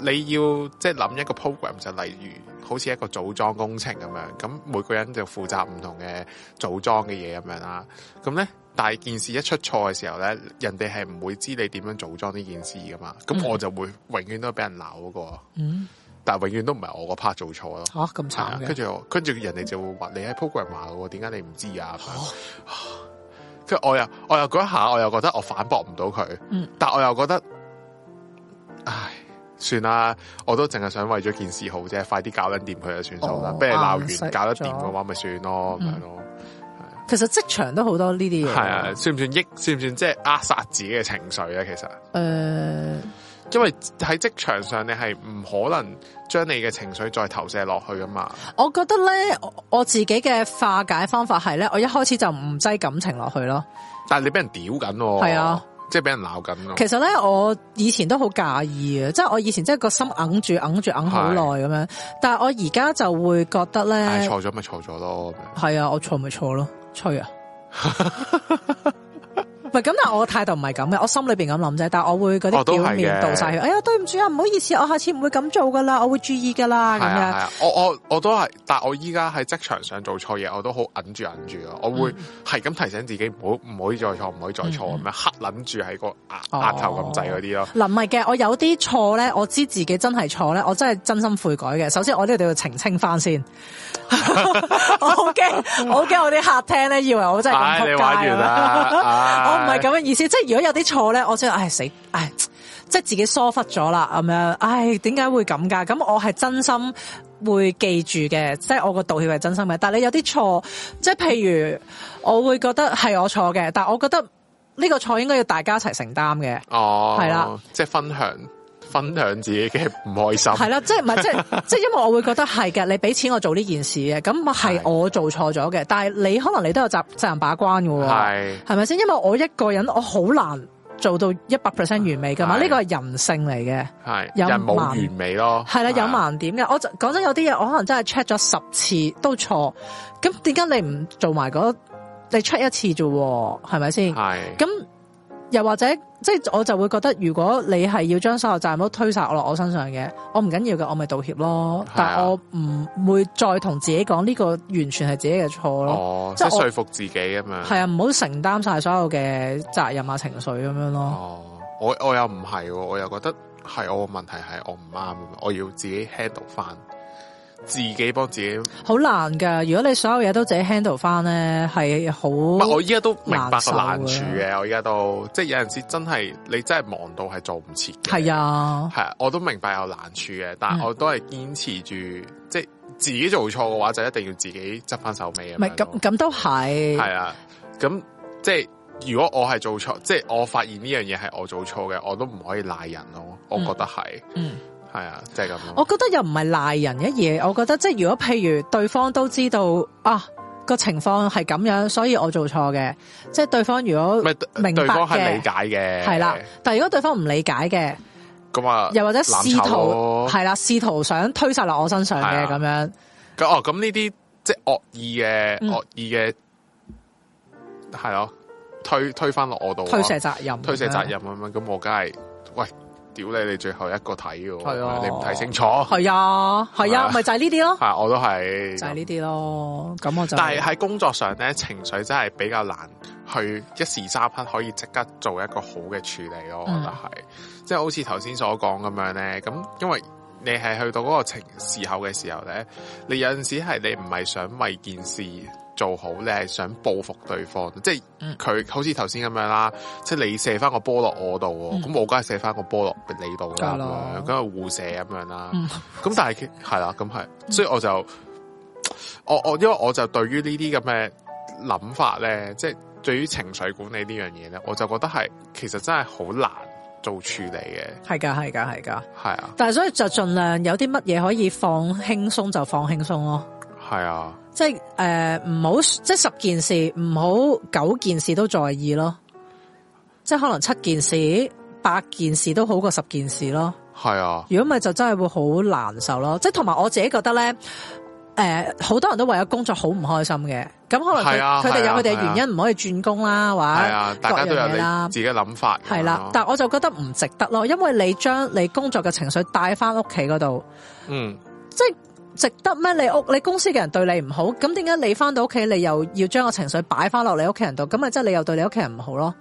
A: 你要即係諗一個 program 就例如好似一個組裝工程咁樣，咁每個人就負責唔同嘅組裝嘅嘢咁樣啦。咁咧，但係件事一出錯嘅時候咧，人哋係唔會知你點樣組裝呢件事噶嘛。咁我就會永遠都係俾人鬧嗰、個，
B: 嗯，
A: 但係永遠都唔係我個 part 做錯咯。
B: 吓咁
A: 係啊
B: 慘
A: 跟
B: 嘅，
A: 住我跟住人哋就會話你喺 program 下嘅喎，點解你唔知啊？咁樣
B: 哦
A: 跟住我又我又嗰一下我又覺得我反駁唔到佢，
B: 嗯
A: 但我又覺得，唉，算啦，我都淨係想為咗件事好啫，快啲搞撚掂佢就算數啦
B: 哦，
A: 俾、你鬧
B: 啱識
A: 完搞得掂
B: 咗
A: 嘅話咪算咯，咁樣
B: 嗯
A: 咯。
B: 其實職場都好多呢啲嘢。
A: 系啊，算唔算抑？算唔算即系扼杀自己嘅情緒咧？其實，
B: 诶，
A: 因為喺職場上你係唔可能將你嘅情緒再投射落去噶啊嘛。
B: 我覺得咧，我我自己嘅化解方法係咧，我一開始就唔擠感情落去咯。
A: 但係你俾人屌緊喎，
B: 係啊，
A: 即係俾人鬧緊咯。
B: 其實咧，我以前都好介意嘅，即係我以前真係個心揞住揞住揞好耐咁樣，但係我而家就會覺得
A: 唉，
B: 咧，
A: 錯咗咪錯咗咯。咁樣
B: 係啊，我錯咪錯咯，吹啊！ 唔係咁，但係我態度唔係咁嘅，我心裏邊咁諗啫。但係我會嗰
A: 哦
B: 啲
A: 都係
B: 表面
A: 嘅
B: 道晒歉，哎呀對唔住啊，唔好意思，我下次唔會咁做噶啦，我會注意噶啦
A: 係
B: 咁
A: 啊
B: 樣
A: 係。啊，我我我都係，但我依家喺職場上做錯嘢，我都好忍住忍住啊。我會
B: 嗯
A: 係咁提醒自己唔好唔可以再錯，唔可以再錯咁樣，黑撚住喺個額
B: 哦
A: 額頭咁滯嗰啲咯。
B: 嗱，唔係嘅，我有啲錯咧，我知自己真係錯咧，我真係真心悔改嘅。首先，我呢度要澄清翻先， 我好驚，我好驚我啲客廳咧，以為哦我真係咁
A: 唉，
B: 仆
A: 你
B: 街啊
A: 玩完啦，
B: 我唔係
A: 唉
B: 咁嘅意思，即係如果有啲錯咧，我真係唉死，唉，即係自己疏忽咗啦咁樣，唉，點解會咁㗎？咁我係真心會記住嘅，即係我個道歉係真心嘅。但係你有啲錯，即係譬如我會覺得係我錯嘅，但係我覺得呢個錯應該要大家一齊承擔嘅。
A: 哦，
B: 係啦，
A: 即系分享分享自己嘅唔開心，
B: 係啦，即係唔係即係即係，因為我會覺得係嘅，你俾錢我做呢件事嘅，咁係
A: 係
B: 我做錯咗嘅，但係你可能你都有責責任把關嘅喎，
A: 係
B: 係咪先？因為我一個人我好難做到一百 percent 完美噶嘛，
A: 係
B: 呢個係人性嚟嘅，
A: 係
B: 有
A: 人冇
B: 盲
A: 完美咯，
B: 係啦，有
A: 啊，
B: 盲點嘅。我就講真，有啲嘢我可能真係 check 咗十次都錯，咁點解你
A: 啊
B: 唔做埋嗰你 check 一次啫喎？係咪先？
A: 係
B: 咁又或者即係我就會覺得，如果你係要將所有責任都推晒落我身上嘅，我唔緊要嘅，我咪道歉咯。
A: 係啊
B: 但我唔會再同自己講呢個完全係自己嘅錯咯。
A: 哦，即
B: 即係
A: 係
B: 我
A: 說服自己咁樣。
B: 係啊，唔好承擔晒所有嘅責任啊、情緒咁樣咯。
A: 哦，我我又唔係喎，我又覺得係我個問題係我唔啱，我要自己 handle 翻，自己幫自己。
B: 好難噶，如果你所有嘢都自己 handle 翻咧，係好
A: 唔係我依家都明白個難
B: 難
A: 處
B: 受啊
A: 嘅，我依家都即係有陣時真係你真係忙到係做唔切嘅。
B: 係啊，
A: 係啊，我都明白有難處嘅，但
B: 嗯
A: 係我都係堅持住，即係自己做錯嘅話，就一定要自己執翻手尾
B: 唔係咁咁都係
A: 啊係啊，咁即係如果我係做錯，即係我發現呢樣嘢係我做錯嘅，我都唔可以賴人咯。我覺得係，
B: 嗯。
A: 係啊，即係咁
B: 我
A: 咯。
B: 覺得又唔係賴人一嘢，我覺得即係如果譬如對方都知道啊個情況係咁樣，所以我做錯嘅，即係對方如果
A: 咪
B: 明白
A: 對方係理
B: 嘅，
A: 解嘅，
B: 係啦。但係如果對方唔理解嘅，
A: 咁啊，
B: 又或者
A: 攬
B: 試
A: 炒
B: 圖
A: 咯
B: 係啦，試圖想推晒落我身上
A: 係
B: 嘅
A: 啊
B: 咁樣，
A: 咁哦，咁呢啲即係惡意嘅，
B: 嗯
A: 惡意嘅係咯，推推翻落我度啊，
B: 推卸責任，啊
A: 推卸責任咁樣，咁我梗係喂，屌你，你最後一個睇嘅
B: 係啊
A: 喎，你唔睇清楚，
B: 係啊，係啊，
A: 係啊
B: 咪就係呢啲咯，
A: 係我都係
B: 就係呢啲咯。咁我就
A: 但係喺工作上咧，情緒真係比較難去一時三刻可以即刻做一個好嘅處理咯。我
B: 嗯
A: 覺得係，即係好似頭先所講咁樣咧。咁因為你係去到嗰個情時候嘅時候咧，你有陣時係你唔係想為件事做好，你係想報復對方，即係
B: 嗯
A: 佢好似頭先咁樣啦。即係你射翻個波落我度喎，咁、我梗係射翻個波落你度啦，
B: 嗯梗係啦
A: 咁樣咁係互射咁樣啦。
B: 嗯
A: 咁但係其係啦，咁係，所以我就我我因為我就對於呢啲咁嘅諗法咧，即係對於情緒管理呢樣嘢咧，我就覺得係其實真係好難做處理嘅，
B: 係㗎，係㗎，係㗎。
A: 係啊，
B: 但係所以就盡量有啲乜嘢可以放輕鬆就放輕鬆咯。
A: 係啊，
B: 即系诶，唔、好即系十件事，唔好九件事都在意咯。即系可能七件事、八件事都好過十件事咯。
A: 係啊，
B: 如果唔係就真係會好難受咯。即系同埋我自己覺得咧，诶、好多人都為咗工作好唔開心嘅。咁可能佢
A: 係啊
B: 佢哋
A: 係
B: 有
A: 啊
B: 佢哋
A: 係啊
B: 嘅原因，唔可以轉工啦，或
A: 係啊，
B: 者
A: 大
B: 各
A: 家都有
B: 樣嘢啦
A: 你。哦自己嘅諗法咁樣咯，嗯
B: 係啦，但我就覺得唔值得咯，因為你將你工作嘅情緒帶翻屋企嗰度。
A: 嗯，
B: 即係值得咩？你屋你公司嘅人對你唔好，咁點解你翻到屋企你又要將個情緒擺翻落你屋企人度？咁咪即係你又對你屋企人唔好咯？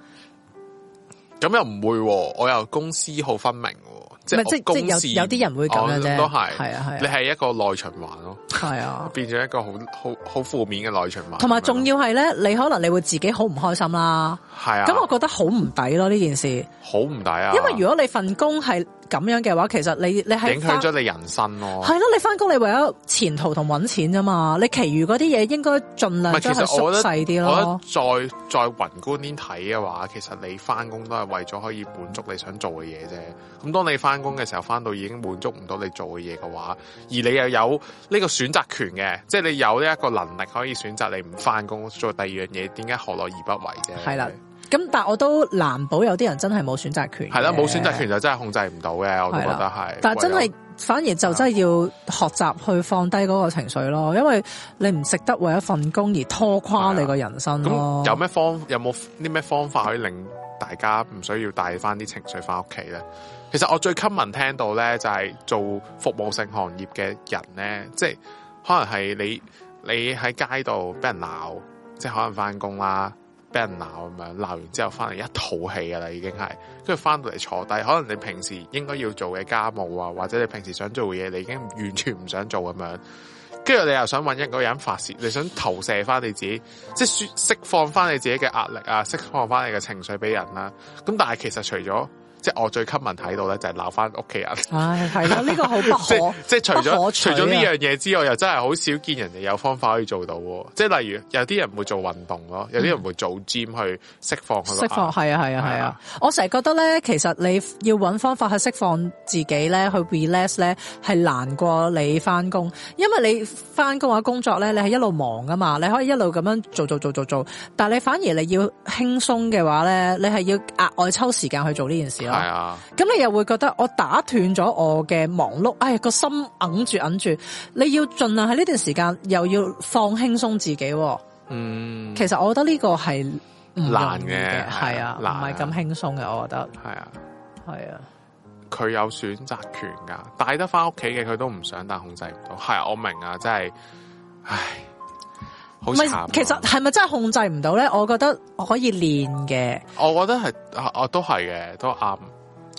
A: 咁又唔會喎，我又公私好分明喎，即
B: 咪
A: 係
B: 即
A: 我公
B: 即有
A: 事
B: 有啲人會咁樣
A: 哦
B: 啫，
A: 都係，
B: 係啊
A: 你
B: 係啊
A: 係一個內循環咯，
B: 係啊。
A: 變咗一個好好好負面嘅內循環，
B: 同埋仲要係咧，你可能你會自己好唔開心啦。
A: 係啊，
B: 咁我覺得好唔抵咯呢件事，因
A: 好唔抵啊，
B: 為如果你份工係咁樣嘅話，其實你你係
A: 影響
B: 返
A: 咗你人生咯。
B: 係咯，你翻工你為咗前途同揾錢啫嘛，你其餘嗰啲嘢應該盡
A: 唔係
B: 量
A: 其
B: 將佢
A: 實我
B: 縮
A: 覺得
B: 細啲
A: 我
B: 咯。
A: 覺得再再宏觀啲睇嘅話，其實你翻工都係為咗可以滿足你想做嘅嘢啫。咁當你翻工嘅時候，翻到已經滿足唔到你做嘅嘢嘅話，而你又有呢個選擇權嘅，即係你有呢一個能力可以選擇你唔翻工做第二樣嘢，點解何樂而不為啫？
B: 係啦咁但我都難保有啲人真係冇選擇權嘅。
A: 係啦，冇選擇權就真係控制唔到嘅，我都覺
B: 係
A: 得
B: 啦
A: 係。
B: 但真
A: 唯有
B: 係反而就真係要學習去放低嗰個情緒咯，因為你唔值得為一份工而拖垮你個人生咯
A: 啊咁。有咩方有冇啲咩方法可以令大家唔需要帶翻啲情緒翻屋企咧？其實我最 common 聽到咧就係、做服務性行業嘅人咧，即係可能係你你喺街度俾人鬧，即係可能翻工啦，俾人鬧咁樣鬧完之後翻嚟一肚氣噶啦，已經係跟住翻到嚟坐低，可能你平時應該要做嘅家務啊，或者你平時想做嘅嘢，你已經完全唔想做咁樣。跟住你又想揾一個人發泄，你想投射翻你自己，即係舒釋放翻你自己嘅壓力啊，釋放翻你嘅情緒俾人啦。咁但係其實除咗即係我最 common 睇到咧，就係鬧翻屋企人。
B: 唉，係咯，呢個好 不
A: 即
B: 可。
A: 即係除
B: 不
A: 咗
B: 可
A: 除
B: 取啊
A: 咗呢樣嘢之外，又真係好少見人哋有方法可以做到喎。即係例如有啲人會做運動咯，有啲人會做 gym 去釋放佢個
B: 嗯釋放
A: 壓力
B: 係啊係啊係
A: 係
B: 啊
A: 啊！
B: 我成日覺得咧，其實你要揾方法去釋放自己咧，去 relax 咧，係難過你翻工，因為你翻工或者工作咧，你係一路忙噶嘛，你可以一路咁樣做做做做做，但係你反而你要輕鬆嘅話咧，你係要額外抽時間去做呢件事咯
A: 係。啊，
B: 咁你又會覺得我打斷咗我嘅忙碌，哎呀個心揞住揞住，你要盡量喺呢段時間又要放輕鬆自己喎。
A: 嗯，
B: 其實我覺得呢個係唔容易
A: 難嘅
B: 嘅，係啊，唔
A: 難啊
B: 係咁輕鬆嘅，我覺得
A: 系啊，
B: 係啊，
A: 佢有選擇權㗎，帶得翻屋企嘅佢都唔想，但控制唔到。係啊，我明啊，真係，唉，好
B: 唔
A: 慘啊。
B: 係其實係咪真係控制唔到咧？我覺得可以練嘅，
A: 我覺得係啊，啊都係嘅，都啱。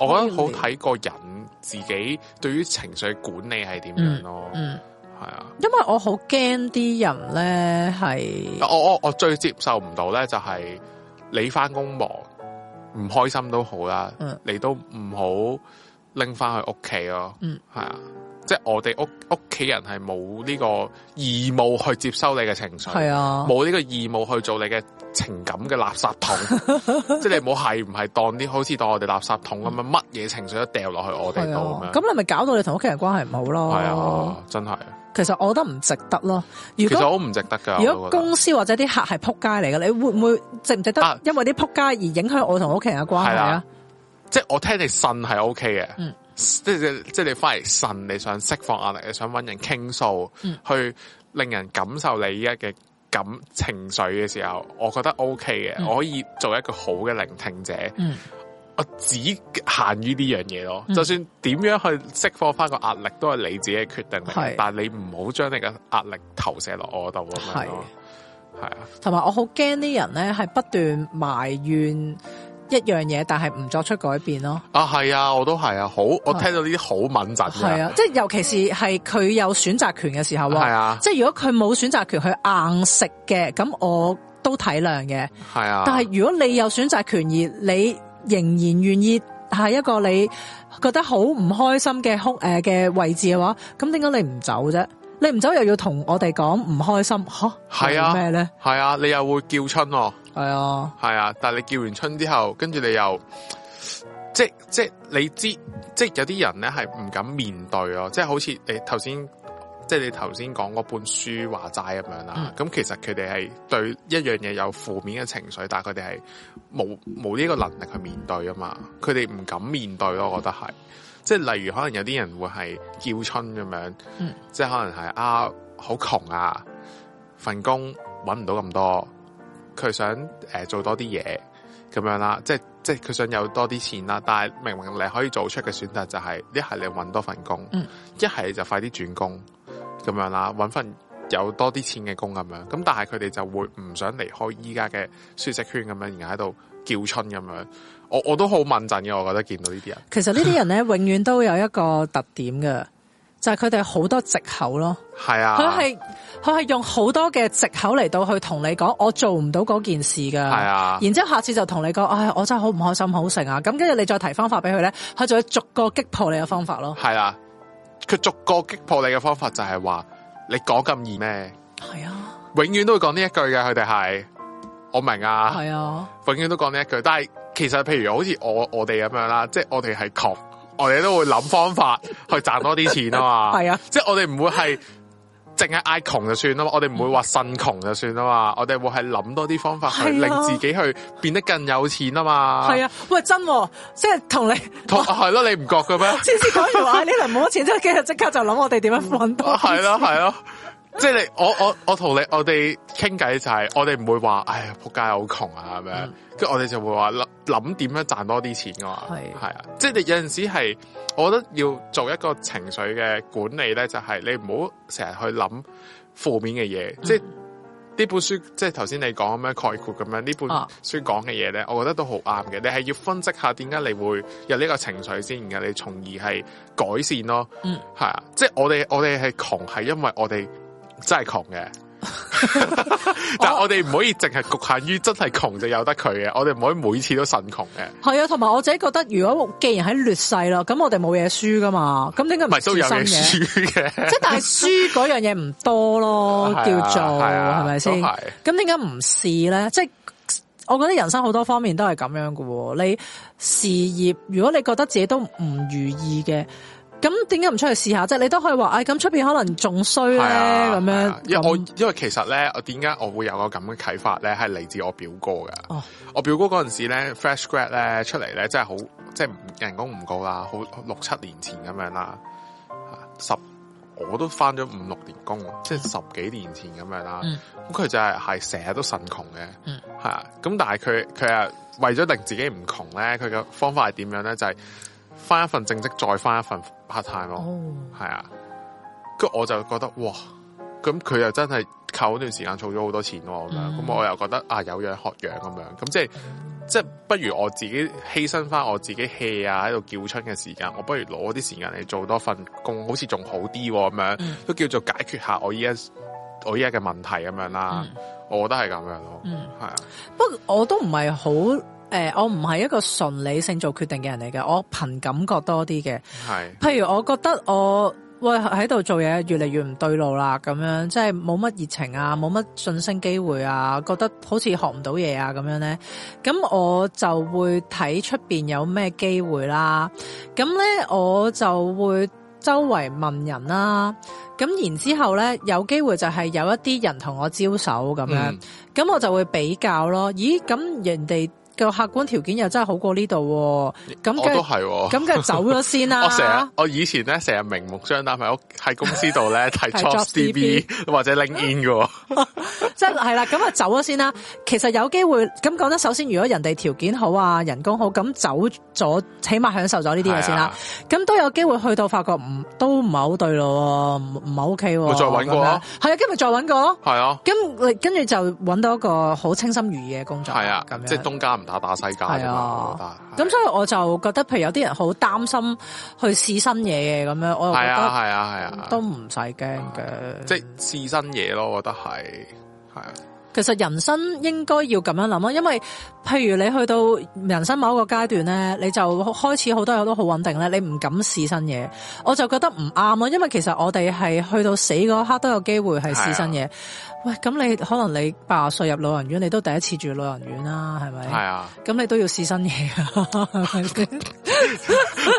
A: 我覺得好睇個人自己對於情緒管理係點樣咯，係、
B: 嗯，
A: 啊。
B: 因為我好驚啲人咧係，
A: 我我我最接受唔到咧，就係你翻工忙，唔開心都好啦，
B: 嗯
A: 你都唔好拎翻去屋企咯。
B: 嗯，
A: 係啊，即係我哋屋屋企人係冇呢個義務去接收你嘅情緒，
B: 係啊，
A: 冇呢個義務去做你嘅情感嘅垃圾桶， 即係你唔好係唔係當啲好似當我哋垃圾桶咁樣，乜嘢情緒都掉落去我哋
B: 係
A: 度
B: 啊
A: 咁，樣。
B: 咁你咪搞到你同屋企人關係唔好咯，
A: 係啊，真係。
B: 其實我覺得唔值得咯，
A: 其
B: 如
A: 實
B: 果。
A: 好唔值得㗎。
B: 如
A: 我都
B: 果
A: 覺得
B: 公司或者啲客係撲街嚟嘅，你會唔會值唔值
A: 啊
B: 得因為啲撲街而影響我同屋企人嘅關係
A: 係
B: 啊
A: 啦？即係我聽你呻係 O K 嘅，
B: 嗯
A: 即係即係你翻嚟呻，你想釋放壓力，你想揾人傾訴，
B: 嗯
A: 去令人感受你依家嘅感情緒嘅時候，我覺得 O K 嘅，
B: 嗯
A: 我可以做一個好嘅聆聽者。
B: 嗯
A: 我只限於呢樣嘢咯，
B: 嗯
A: 就算點樣去釋放翻個壓力，都係你自己嘅決定嚟嘅
B: 係，
A: 但你唔好將你嘅壓力投射落我度咁樣咯。係啊，
B: 同埋我好驚啲人咧係不斷埋怨一樣嘢，但係唔作出改變咯。
A: 啊係啊，我都係啊，好，我聽到呢啲好敏感
B: 係
A: 嘅，
B: 啊，即係尤其是係佢有選擇權嘅時候
A: 係
B: 喎。
A: 啊，
B: 即係如果佢冇選擇權，佢硬食嘅，咁我都體諒嘅。
A: 係啊，
B: 但係如果你有選擇權，而你仍然願意係一個你覺得好唔開心嘅空誒嘅位置嘅話，咁點解你唔走啫？你唔走又要同我哋講唔開心，吓
A: 係啊
B: 為咩咧？
A: 係啊，你又會叫春喎、
B: 係啊，
A: 係啊，但係你叫完春之後，跟住你又即即你知即有啲人咧係唔敢面對咯，即係好似你頭先即係你頭先講嗰本書話齋咁樣啦。咁、其實佢哋係對一樣嘢有負面嘅情緒，但係佢哋係冇冇呢個能力去面對啊嘛。佢哋唔敢面對咯，我覺得係。即係例如可能有啲人會係叫春咁樣，
B: 嗯
A: 即係可能係啊好窮啊，份工揾唔到咁多，佢想誒、呃做多啲嘢咁樣啦，即係即係佢想有多啲錢啦，但係明明你可以做出嘅選擇就係一係你揾多份工，
B: 嗯
A: 一係、就快啲轉工咁樣啦，揾份有多啲錢嘅工咁樣，咁但係佢哋就會唔想離開依家嘅舒適圈咁樣，然後喺度叫春咁樣，我我都好敏陣嘅，我覺得見到呢啲人。
B: 其實呢啲人咧，永遠都有一個特點 嘅，就係佢哋好多藉口咯。
A: 係啊，
B: 佢係佢係用好多嘅藉口嚟到去同你講，我做唔到嗰件事㗎。
A: 係啊，
B: 然之後下次就同你講，唉，我真係好唔開心，好成啊！咁跟住你再提方法俾佢咧，佢就會逐個擊破你嘅方法咯。
A: 係啦，佢逐個擊破你嘅方法就係話你講咁易咩？
B: 係啊，
A: 永遠都會講呢一句嘅，佢哋係我明啊，
B: 係啊，
A: 永遠都講呢一句。但係其實譬如好似我我哋咁樣啦，即係我哋係窮，我哋都會諗方法去賺多啲錢啊嘛。
B: 係啊，
A: 即係我哋唔會係淨係嗌窮就算啦嘛，我哋唔會話呻窮就算啦嘛，我哋會係諗多啲方法去
B: 係
A: 令
B: 啊
A: 自己去變得更有錢啊嘛。
B: 係啊！喂，真喎即係同你
A: 同，係咯，你唔覺嘅咩？
B: 先先講完話唉呢輪冇錢，之後跟住即刻就諗我哋點樣揾 多。
A: 系啊咯系咯，即系你我我我同你我哋傾偈就係我哋唔會話，唉仆街好窮啊咁樣
B: 嗯，
A: 跟住我哋就會話諗諗點樣賺多啲錢噶嘛，
B: 係
A: 係啊，即係你有陣時係，我覺得要做一個情緒嘅管理咧，就係你唔好成日去諗負面嘅嘢，即係。呢本書即係頭先你講咁樣概括咁樣，呢本
B: 啊
A: 書講嘅嘢咧，我覺得都好啱嘅。你係要分析下點解你會有呢個情緒先，然後你從而係改善咯。
B: 嗯，
A: 係啊，即係我哋我哋係窮係因為我哋真係窮 嘅。但係我哋唔可以淨係局限於真係窮就由得佢嘅，我哋唔可以每次都呻窮嘅，
B: 係啊，同埋我自己覺得，如果既然喺劣勢咯，咁我哋冇嘢輸噶嘛，咁點解
A: 唔
B: 唔
A: 係都有
B: 輸
A: 嘢
B: 心嘅？
A: 輸 嘅，
B: 即係但係輸嗰樣嘢唔 多咯，
A: 啊
B: 叫做係咪先？
A: 係
B: 咁點解唔試咧？即係我覺得人生好多方面都係咁樣嘅喎。你事業，如果你覺得自己都唔如意嘅，咁點解唔出去試下啫？你都可以話，唉、哎咁出邊可能仲衰咧
A: 係啊
B: 咁
A: 係
B: 樣
A: 啊。因為我
B: 咁
A: 因為其實咧，我點解我會有個咁嘅啟發咧，係嚟自我表哥嘅。
B: 哦
A: 我表哥嗰陣時咧，fresh grad 咧出嚟咧，真係好即係唔人工唔高啦，好六七年前咁樣啦，嚇十我都翻咗五六年工，即係十幾年前咁樣啦。咁
B: 嗯
A: 佢、就係係成日都腎窮嘅，係、
B: 嗯
A: 系啊，咁但系佢佢啊為咗令自己唔窮咧，佢嘅方法係點樣咧？就係翻一份正職，再翻一份 part time 咯。
B: 哦，
A: 係啊，跟住我就覺得哇，咁佢又真係靠嗰段時間儲咗好多錢喎，咁樣，咁、
B: 嗯
A: 我又覺得啊有樣學樣咁樣，咁即係即係不如我自己犧牲翻我自己 hea 啊喺度叫春嘅時間，我不如攞啲時間嚟做多份工，好似仲好啲喎咁樣，
B: 嗯
A: 都叫做解決下我依家我依家嘅問題咁樣啦。我覺得係咁樣咯，係、
B: 嗯
A: 啊。
B: 不過我都唔係好诶，我唔係一個純理性做決定嘅人嚟嘅，我憑感覺多啲嘅。
A: 系
B: 譬如我覺得我喂喺度做嘢越嚟越唔對路啦，咁樣即係冇乜熱情啊，冇乜晉升機會啊，覺得好似學唔到嘢啊咁樣咧，咁我就會睇出邊有咩機會啦。咁咧我就會周圍問人啦。咁然之後咧，有機會就係有一啲人同我招手咁樣。
A: 嗯
B: 咁我就會比較咯。咦，咁人哋嘅客觀條件又真係好過呢度喎，咁
A: 我
B: 梗
A: 都
B: 係
A: 係喎。
B: 咁梗係走咗先 啦。
A: 我成日我以前咧成日明目張膽喺屋喺公司度 咧睇
B: 睇
A: Jobs
B: Jobs DB
A: DB 或者 LinkedIn 嘅喎，
B: 即係係啦，咁啊走咗先啦。其實有機會咁講得，首先如果人哋條件好啊，人工好，咁走咗，起碼享受咗呢啲嘢先
A: 啊
B: 啦。咁都有機會去到發覺唔都唔係好對咯，唔唔係 OK 喎。
A: 咪再搵過咯
B: 咁樣，係啊，今日再揾過咯。
A: 係啊，
B: 咁你跟住就揾到一個好清心如意嘅工作，
A: 係啊，
B: 咁樣
A: 即係東家唔打打西家啫
B: 係
A: 嘛
B: 啊，
A: 我覺得
B: 咁所以我就覺得，譬如有啲人好擔心去試新嘢嘅咁樣，我又覺
A: 係啊
B: 得
A: 係啊係啊，
B: 都唔使驚嘅。
A: 即係試新嘢咯，我覺得係係啊，
B: 其實人生應該要咁樣諗咯，因為譬如你去到人生某一個階段咧，你就開始好多嘢都好穩定咧，你唔敢試新嘢，我就覺得唔啱咯。因為其實我哋係去到死嗰刻都有機會係試新
A: 啊
B: 嘢。喂，咁你可能你八十歲入老人院，你都第一次住老人院啦，係咪？
A: 係啊，
B: 咁你都要試新嘢啊，係咪先？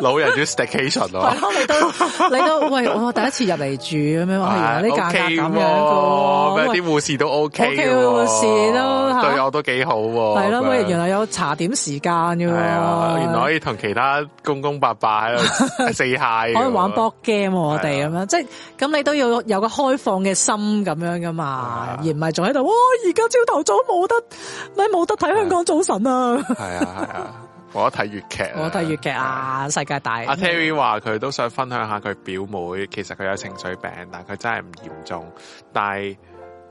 A: 老人要 staycation 咯
B: 係。咯， 你都你都喂，我第一次入嚟住咁樣，我係原來啲價格咁樣
A: 嘅，
B: 嘅喎，
A: 啊咩
B: 喂
A: 啲護士都 OK 嘅
B: OK
A: 喎，
B: 喎護士都嚇
A: 對我都幾好喎。
B: 係咯，
A: 啊咁樣
B: 喂，原來有茶點時間嘅喎，
A: 係啊，原來可以同其他公公伯伯喺 度四下，
B: 可以玩 board game 喎我
A: 啊係
B: 哋
A: 啊
B: 咁樣，即係咁你都要有個開放嘅心咁樣噶
A: 係
B: 嘛
A: 啊，
B: 而唔係仲喺度，哇！而家朝頭早冇得，咪冇得睇香港早晨啊！
A: 系啊系啊，我睇粵劇，
B: 我睇粵劇。啊，世界大，
A: 阿 Terry 話佢都想分享下佢表妹，其實佢有情緒病，但佢真係唔嚴重，但係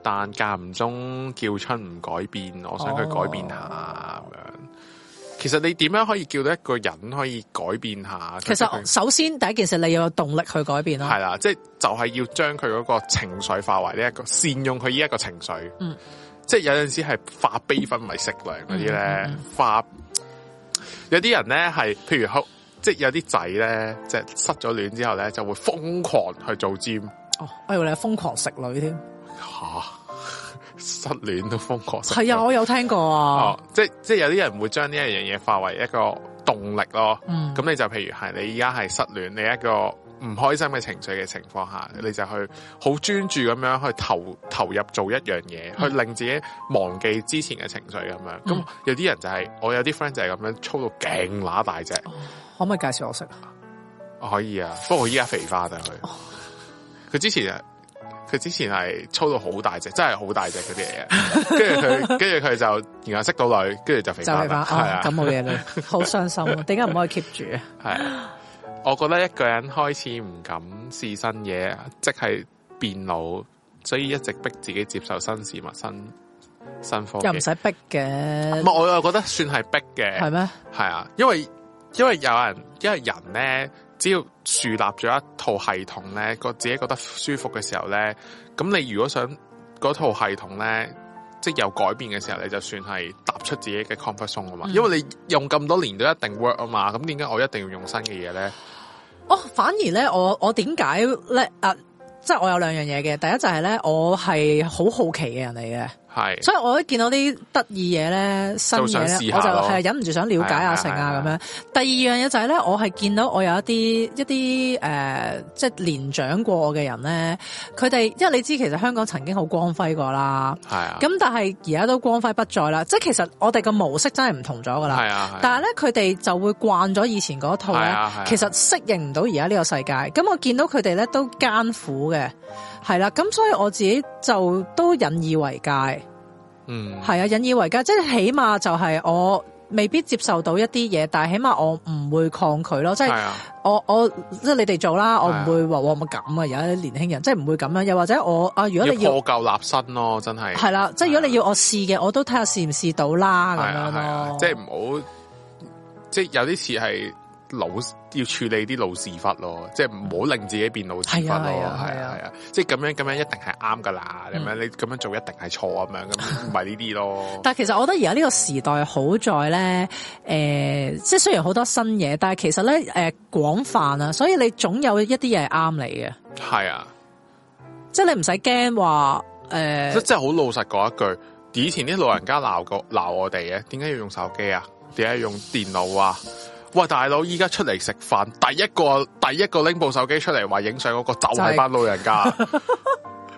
A: 但間唔中叫春唔改變，我想佢改變
B: 哦
A: 下咁樣。其實你點樣可以叫到一個人可以改變下？
B: 其實首先第一件事你要有動力去改變啊咯
A: 係，啦，即係就係要將佢嗰個情緒化為呢一個善用佢呢一個情緒。
B: 嗯，
A: 即係有陣時係化悲憤為食糧嗰啲咧
B: 嗯嗯，
A: 化有啲人咧係，譬如好即係有啲仔咧，即係失咗戀之後咧，就會瘋狂去做 gym
B: 哦，我以為你係瘋狂食女添，
A: 吓，失戀都瘋狂食。
B: 係啊，我有聽過啊
A: 哦，，即係即係有啲人會將呢一樣嘢化為一個動力咯。
B: 嗯，
A: 咁你就譬如係你而家係失戀，你一個唔開心嘅情緒嘅情況下，你就去好專注咁樣去投投入做一樣嘢，去令自己忘記之前嘅情緒咁樣。咁、
B: 嗯
A: 有啲人就係、我有啲 friend 就係咁樣操到勁乸大隻，
B: 可唔可以介紹我食啊？
A: 可以啊。不過依家肥化就佢，
B: 哦
A: 佢之前啊佢之前係操到好大隻，真係好大隻嗰啲嘢。跟 住佢，跟住佢就然後識到女，跟住就肥
B: 就
A: 化
B: 係
A: 啦。
B: 話
A: 係
B: 哦
A: 啊，
B: 咁冇嘢啦，好傷心啊！點解唔可以 keep 住啊？
A: 系，我覺得一個人開始唔敢試新嘢，即係變老，所以一直逼自己接受新事物、新新科技。
B: 又唔使逼嘅
A: 唔，係我又覺得算係逼
B: 係
A: 嘅，
B: 咩？
A: 係啊，因為因為有人，因為人咧，只要樹立咗一套系統咧，個自己覺得舒服嘅時候咧，咁你如果想嗰套系統咧。即係有改變嘅時候，你就算係踏出自己嘅 comfort zone 啊嘛，
B: 嗯
A: 因為你用咁多年都一定 work 啊嘛，咁點解我一定要用新嘅嘢咧？
B: 哦，反而咧，我我點解咧啊？即係我有兩樣嘢嘅，第一就係咧，我係好好奇嘅人嚟嘅，
A: 係。
B: 所以我一見到啲得意嘢咧、新
A: 就想
B: 嘢
A: 試
B: 咧，
A: 下
B: 我就
A: 咯
B: 係忍唔住想了解
A: 係啊係
B: 啊、
A: 啊
B: 成
A: 係
B: 啊
A: 啊
B: 咁樣。第二樣嘢就係咧，我係見到我有一啲一啲誒、呃即係年長過我嘅人咧，佢哋因為你知其實香港曾經好光輝過啦，
A: 系啊，
B: 咁但係而家都光輝不再啦，即係其實我哋個模式真係唔同咗噶啦。
A: 系啊，
B: 但係咧，佢哋就會慣咗以前嗰套
A: 係
B: 咧
A: 啊係啊，
B: 其實適應唔到而家呢個世界。咁我見到佢哋咧都艱苦嘅，係啦。咁所以我自己就都引以為戒，
A: 嗯，
B: 係啊，引以為戒，即係起碼就係我未必接受到一啲嘢，但係起碼我唔會抗拒咯。即
A: 係
B: 係
A: 啊，
B: 我我即係你哋做啦，我
A: 係啊
B: 唔會話我咪咁啊！而家啲年輕人即係唔會咁樣，又或者我啊，如
A: 要
B: 果你要
A: 破舊立新咯，真係
B: 係啦，即係如果你要我試嘅，我都睇下試唔試到
A: 係
B: 啦咁
A: 啊
B: 樣
A: 係啊
B: 咯，。
A: 即係唔好，即係有啲事係老要處理啲老屎忽咯，即係唔好令自己變老屎忽咯，係
B: 係啊係啊係啊嗯
A: 係啊，即係咁樣咁樣一定係啱噶啦，咁樣你咁樣做一定係錯咁樣，咁唔係呢啲咯，
B: 但係其實我覺得而家呢個時代好在咧，诶、即係雖然好多新嘢，但係其實咧，诶、廣泛啊，所以你總有一啲嘢係啱你嘅，
A: 係啊。
B: 即係你唔使驚話呃诶，
A: 即真係好老實講一句，以前啲老人家鬧過鬧我哋嘅，點解要用手機啊？點解要用電腦啊？喂，大佬，依家出嚟食飯，第一個第一個拎部手機出嚟話影相嗰個就係班老人家，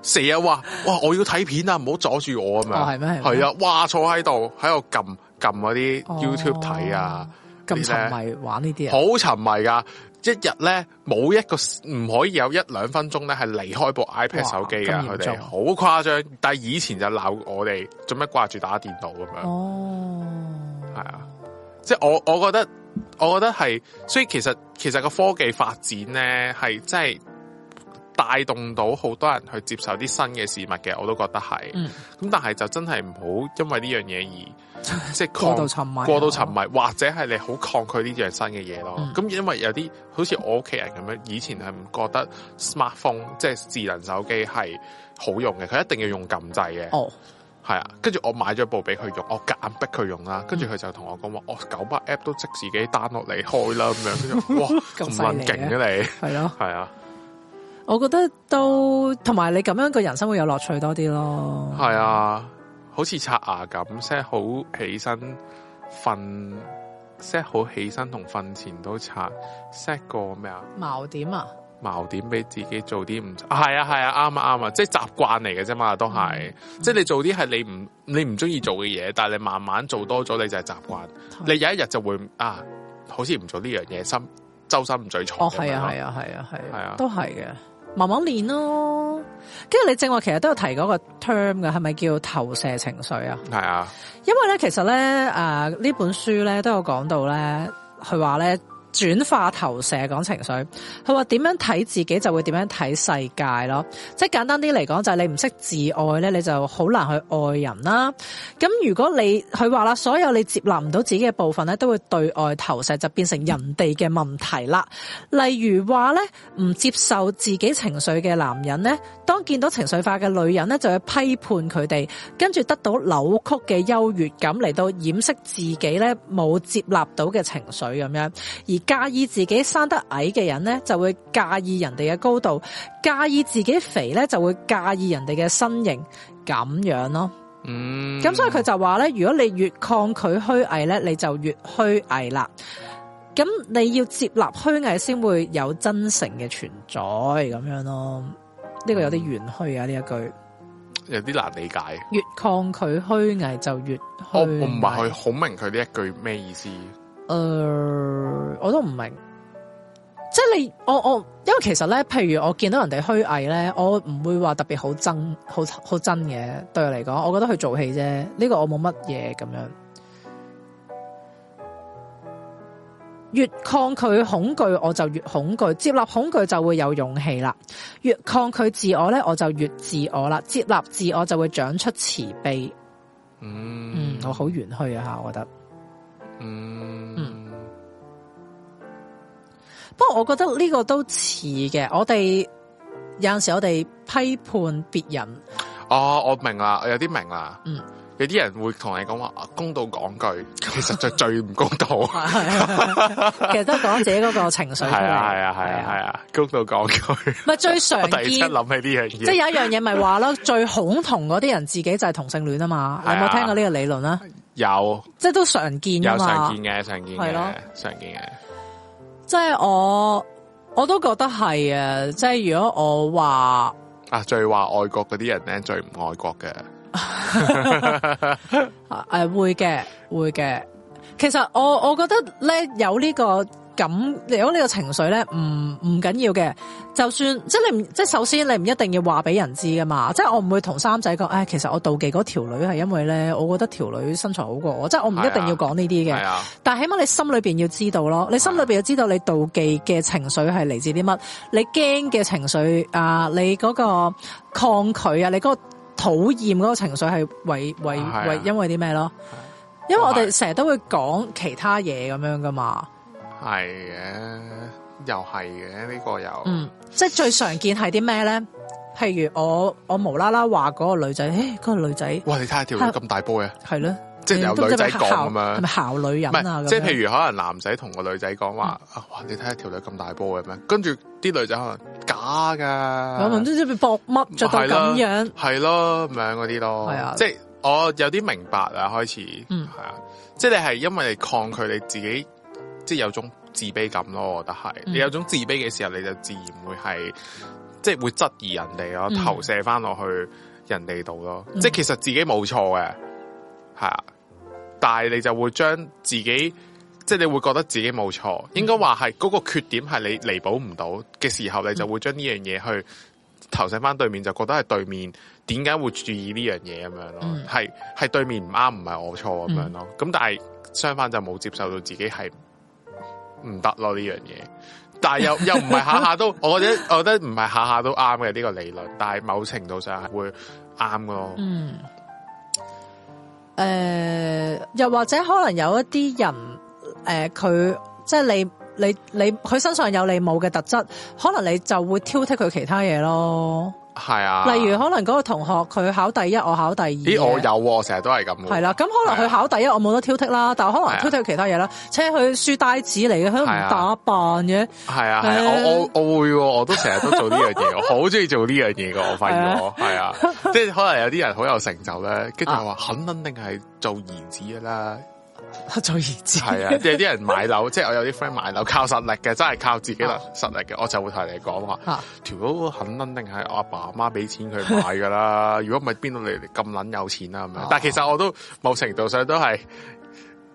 A: 成日話哇我要睇片啊，唔好阻住我咁
B: 哦
A: 樣，
B: 係咩係咩
A: 係啊，哇坐喺度喺度撳撳嗰啲
B: 哦
A: YouTube 睇啊，
B: 咁沉
A: 呢
B: 迷玩呢啲啊，
A: 好沉迷噶。一日咧冇一個唔可以有一兩分鐘咧係離開部 iPad
B: 哇
A: 手機
B: 咁
A: 㗎，
B: 嚴
A: 佢
B: 重
A: 哋好誇張。但係以前就鬧我哋做咩掛住打電腦咁樣，
B: 哦，
A: 係啊，即係我我覺得我覺得係，所以其實其實個科技發展咧係真係帶動到好多人去接受啲新嘅事物嘅，我都覺得係。咁、
B: 嗯
A: 但係就真係唔好因為呢樣嘢 而即係
B: 過
A: 抗
B: 度沉迷，
A: 過度沉迷，或者係你好抗拒呢樣新嘅嘢
B: 嗯
A: 咯。咁、因為有啲好似我屋企人咁樣，以前係唔覺得 smartphone 即係智能手機係好用嘅，佢一定要用撳掣嘅，係
B: 哦，
A: 啊。跟住我買咗部俾佢用，我夾硬逼佢用啦。跟住佢就同我講
B: 嗯
A: 話，我九百 app 都即自己 down 落嚟開啦咁樣。跟 住我哇，
B: 咁
A: 咁
B: 犀利啊
A: 撚勁嘅你，
B: 係咯，
A: 係啊，
B: 我覺得都同埋你咁樣個人生會有樂趣多啲咯，
A: 係啊，好似刷牙咁 set 好起身瞓 set 好起身同瞓前都刷 set 個咩啊？
B: 矛點啊，
A: 矛點俾自己做啲唔啊係啊係啊啱啊啱啊，即係習慣嚟嘅啫嘛，都
B: 嗯
A: 係、即係你做啲係你唔你唔中意做嘅嘢，但係你慢慢做多咗，你就係習慣。你有一日就會啊，好似唔做呢樣嘢，心周身唔聚財。
B: 哦，係啊，係
A: 啊，
B: 啊，係啊，係
A: 係
B: 啊
A: 啊，
B: 都係嘅，慢慢練咯。跟住你正話其實都有提嗰個 term 嘅，係咪叫投射情緒啊？
A: 係啊，
B: 因為咧，其實咧，诶、呢本書咧都有講到咧，佢話咧轉化投射講情緒，佢話點樣睇自己就會點樣睇世界咯。即係簡單啲嚟講，就係你唔識自愛咧，你就好難去愛人啦。咁如果你佢話啦，所有你接納唔到自己嘅部分咧，都會對外投射，就變成人哋嘅問題啦。例如話咧，唔接受自己情緒嘅男人咧，當見到情緒化嘅女人咧，就會批判佢哋，跟住得到扭曲嘅優越感嚟到掩飾自己咧冇接納到嘅情緒咁樣。而介意自己生得矮嘅人咧，就會介意人哋嘅高度；介意自己肥咧，就會介意人哋嘅身形咁樣咯。
A: 嗯，
B: 咁所以佢就話咧，如果你越抗拒虛偽咧，你就越虛偽啦。咁你要接納虛偽先會有真誠嘅存在咁樣咯。呢、個有啲玄虛啊！呢一句
A: 有啲難理解。
B: 越抗拒虛偽就越虛偽。
A: 哦我我唔係去好明佢呢一句咩意思，
B: 誒、呃我都唔明，即係你我我，因為其實咧，譬如我見到人哋虛偽咧，我唔會話特別好憎好好憎嘅。對我嚟講，我覺得佢做戲啫，呢、個我冇乜嘢咁樣。越抗拒恐懼，我就越恐懼；接納恐懼就會有勇氣啦。越抗拒自我咧，我就越自我啦。接納自我就會長出慈悲。嗯
A: 嗯，，
B: 我好玄虛啊嚇，我覺得。
A: 嗯，
B: 不過我覺得呢個都似嘅，我哋有阵时我哋批判別人，
A: 哦，我明啦，我有啲明啦，
B: 嗯，
A: 有啲人會同你講話啊公道講句，其實就最唔公 道。
B: 其實都係講自己嗰個情緒出
A: 係
B: 嚟。
A: 啊係啊係啊係啊，公道講句，
B: 唔係最常
A: 我突然間
B: 見，
A: 諗起呢樣
B: 即係
A: 嘢，
B: 有一樣嘢咪話咯，最恐同嗰啲人自己就係同性戀啊嘛。你
A: 係啊
B: 有冇聽過呢個理論啊？
A: 有
B: 即係都常見噶
A: 有
B: 嘛
A: 常。見嘅常見
B: 啊係咯
A: 嘅常見嘅，
B: 即係我我都覺得係啊。即係如果我話
A: 啊最話愛國嗰啲人咧最唔愛國嘅，
B: 诶、誒會嘅，會嘅。其實我我覺得咧有呢個感，如果你個情緒咧唔唔緊要嘅，就算即係你唔即係首先你唔一定要話俾人知噶嘛，即係我唔會同三仔講，唉、其實我妒忌嗰條女係因為咧，我覺得條女身材好過我，即係我唔一
A: 係啊
B: 定要講呢
A: 係
B: 啲嘅，
A: 啊，
B: 但係起碼你心裏邊要知道咯，你心裏邊要知道你妒忌嘅情緒係嚟自啲乜，你驚嘅情緒啊，你嗰個抗拒啊，你嗰個討厭嗰個情緒係為為
A: 係啊
B: 為因為啲咩咯？因為我哋
A: 係
B: 成日都會講其他嘢咁樣噶嘛，
A: 係嘅，又係嘅，呢個又，
B: 嗯，即係最常見係啲咩咧？譬如我我無啦啦話嗰個女仔，誒嗰個女仔
A: 哇！你睇下條女咁大波嘅，
B: 係咯，
A: 即係由女仔講咁樣
B: 嗯係咪。姣女
A: 唔
B: 人啊？嗯
A: 係，即係
B: 如
A: 譬如可能男仔同個女仔講話啊，哇！你睇下條女咁大波嘅咩？跟住啲女仔可能假
B: 我唔
A: 噶，
B: 知搏乜着到
A: 啊係啦
B: 咁樣，
A: 係咯咁樣嗰啲咯，
B: 係啊
A: 即係我有啲明白啦，開始，
B: 嗯
A: 係啊，即係你係因為你抗拒你自己，即係有種自卑感咯，我覺得係，
B: 嗯
A: 你有種自卑嘅時候，你就自然會係，即係會質疑人哋咯，
B: 嗯
A: 投射翻落去人哋度咯，
B: 嗯
A: 即係其實自己冇錯嘅，係啊，但係你就會將自己。即係你會覺得自己冇錯，
B: 嗯
A: 應該話係嗰個缺點係你彌補唔到嘅時候，你
B: 嗯
A: 就會將呢樣嘢去投射翻對面，就覺得係對面點解會注意呢樣嘢咁樣咯
B: 嗯，
A: 係係、對面唔啱，唔係我錯咁樣咯。咁、但係相反就冇接受到自己係唔得咯呢樣嘢，但係又又唔係下下都， 我覺得我覺得唔係下下都啱嘅呢個理論，但係某程度上係會啱嘅咯。
B: 嗯，诶、呃又或者可能有一啲人，诶、佢即係你你你佢身上有你冇嘅特質，可能你就會挑剔佢其他嘢咯。
A: 係啊，
B: 例如可能嗰個同學佢考第一，我考第二嘅。
A: 咦，我有喎我成日都係啊咁喎，
B: 係啦，咁可能佢考第一，我冇得挑剔啦，但系可能挑剔佢其他嘢啦，且佢書呆子嚟嘅，佢都唔
A: 係啊
B: 打扮 嘅，
A: 係啊，係啊，我我我會喎，我都成日都做呢樣嘢，我好中意做呢樣嘢噶，我發現我係啊，即係可能有啲人好有成就咧，跟住就話肯肯定係做兒子噶啦，
B: 做兒 子
A: 係啊，即係有啲人買樓，即係我有啲 friend 買樓靠實力嘅，真係靠自己
B: 啊
A: 啦實力嘅，我就會同你講話，
B: 啊
A: 條佬肯肯定係我阿爸阿媽俾錢佢買噶 啦，如果唔係邊度嚟咁撚有錢啊咁樣
B: 啊，
A: 但係其實我都某程度上都係。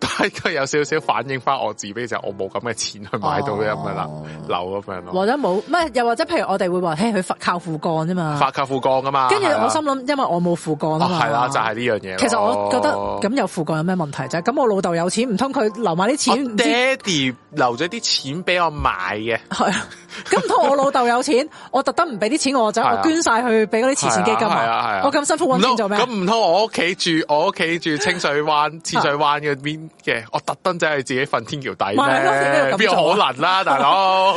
A: 都係有少少反映翻我自卑，就係我冇咁嘅錢去買到呢咁嘅樓
B: 哦
A: 樓咁樣咯。
B: 或者冇咩，又或者譬如我哋會話，嘿，佢靠父幹啫嘛，
A: 發靠副幹噶嘛。
B: 跟住
A: 啊係啦
B: 我心諗，因為我冇父幹啊嘛，
A: 哦係啦，就係呢哦樣嘢咯。
B: 其實我覺得咁有父幹有咩問題啫？咁我老豆有錢，唔通佢留埋啲錢
A: 我
B: 唔知
A: 哦爹哋留咗啲錢俾我買嘅，
B: 係啊？咁唔通我老豆有錢，我特登唔俾啲錢我仔，
A: 係啊
B: 我捐晒去俾嗰啲慈善基金
A: 係啊係啊
B: 啊！我咁辛苦
A: 唔通
B: 揾錢做咩？
A: 咁唔通我屋企住我屋企住清水灣、淺水灣嘅邊嘅，我特登走去自己瞓天橋底
B: 哇係咯點解
A: 咩？
B: 要咁
A: 邊有可
B: 做啊
A: 能啦，大 佬？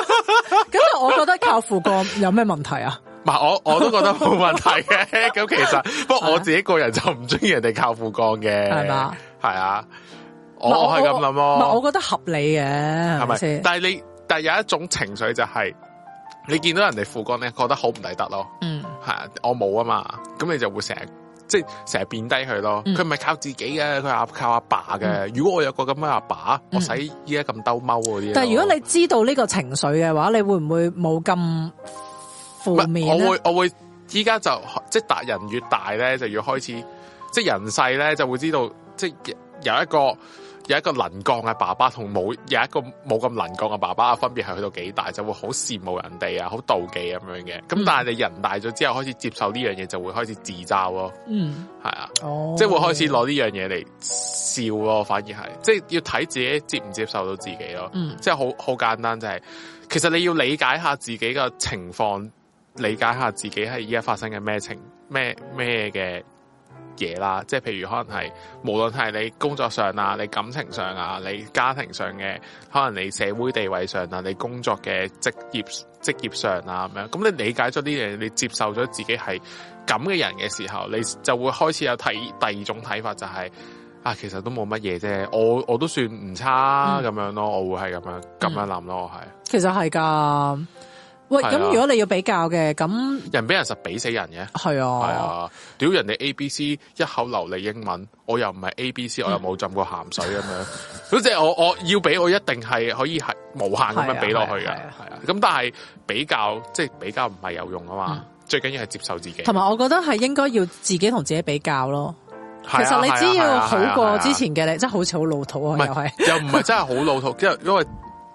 B: 咁我覺得靠父幹有咩問題啊？
A: 唔係我我都覺得冇問題嘅。 咁其實不過我自己個人就唔中意人哋靠副幹嘅，
B: 啊係嘛？
A: 係啊，我
B: 唔係
A: 我係咁諗
B: 唔係
A: 咯
B: 我。覺得合理嘅，係
A: 係
B: 咪
A: 咪？
B: 先？
A: 但係你，但係有一種情緒就係、你見到人哋副光，你覺得好唔抵得咯。
B: 嗯，
A: 係啊，我冇啊嘛，咁你就會成日即係成日貶低佢咯。
B: 嗯
A: 佢唔係靠自己嘅，佢係靠阿爸嘅。如果我有個咁嘅阿爸，我使依家咁兜踎嗰啲咯。
B: 但係如果你知道呢個情緒嘅話，你會唔會冇咁負
A: 唔係
B: 面
A: 我
B: 咧？
A: 會我會依家就即係大人越大咧，就要開始即係人世咧，就會知道即係有一個。有一個能降嘅爸爸同冇有一個冇咁能降嘅爸爸分別係去到幾大，就會好羨慕人哋啊，好妒忌咁樣嘅。
B: 嗯
A: 咁但係你人大咗之後，開始接受呢樣嘢，就會開始自嘲咯，
B: 嗯，
A: 係啊。
B: 哦，
A: 即係會開始攞呢樣嘢嚟笑咯，反而係即係要睇自己接唔接受到自己咯。
B: 嗯
A: 即係好好簡單，就係、其實你要理解下自己嘅情況，理解下自己係依家發生嘅咩情咩咩嘅嘢啦。即係譬如可能係無論係你工作上啊、你感情上啊、你家庭上嘅，可能你社會地位上啊、你工作嘅職業職業上啊咁樣。咁你理解咗呢樣嘢，你接受咗自己係咁嘅人嘅時候，你就會開始有睇第二種睇法，就係、啊，其實都冇乜嘢啫，我我都算唔差
B: 嗯
A: 咁、樣咯，我會係咁樣咁樣諗咯，我係
B: 其實係㗎。喂，
A: 係啊
B: 咁如果你要比較嘅，咁
A: 人俾人實俾死人嘅，係
B: 係啊，
A: 啊，屌人哋 A B C 一口流利英文，我又唔係 A B
B: 嗯
A: C，我又冇浸過鹹水咁樣， 咁即係我我要俾我一定係可以係無限咁
B: 係啊
A: 樣俾落去噶，
B: 係
A: 係
B: 啊
A: 啊，咁但係比較即係比較唔
B: 嗯
A: 係有用啊嘛，最緊要係接受自己，
B: 同埋我覺得係應該要自己同自己比較咯，
A: 其
B: 其實你只
A: 啊
B: 要好過之前嘅你，真係好似好老土
A: 唔
B: 啊，又係
A: 係又唔係真係好老 土，因為因為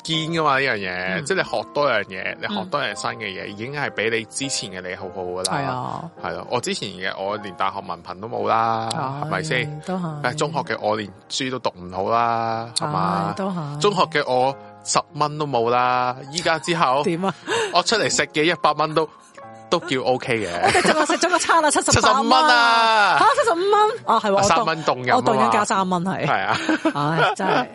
A: 堅噶嘛呢樣嘢，
B: 嗯
A: 即係你學多樣嘢，你學多樣新嘅嘢，已經係比你之前嘅你好好噶啦。
B: 係，啊，
A: 係咯，我之前嘅我連大學文憑都冇啦，係咪先？？
B: 啊都係。
A: 但係中學嘅我連書都讀唔好啦，係
B: 唉
A: 嘛？
B: 都係
A: 中學嘅我十蚊都冇啦，依家之後
B: 點啊？
A: 我出嚟食嘅一百蚊都都叫 OK
B: 我
A: 嘅，
B: 哋淨係食咗個餐啊，七十
A: 75蚊啊
B: 吓七十五蚊啊，係喎，我
A: 三
B: 當
A: 蚊凍飲啊嘛
B: 我當緊加三蚊係。
A: 係啊，
B: 唉，真係，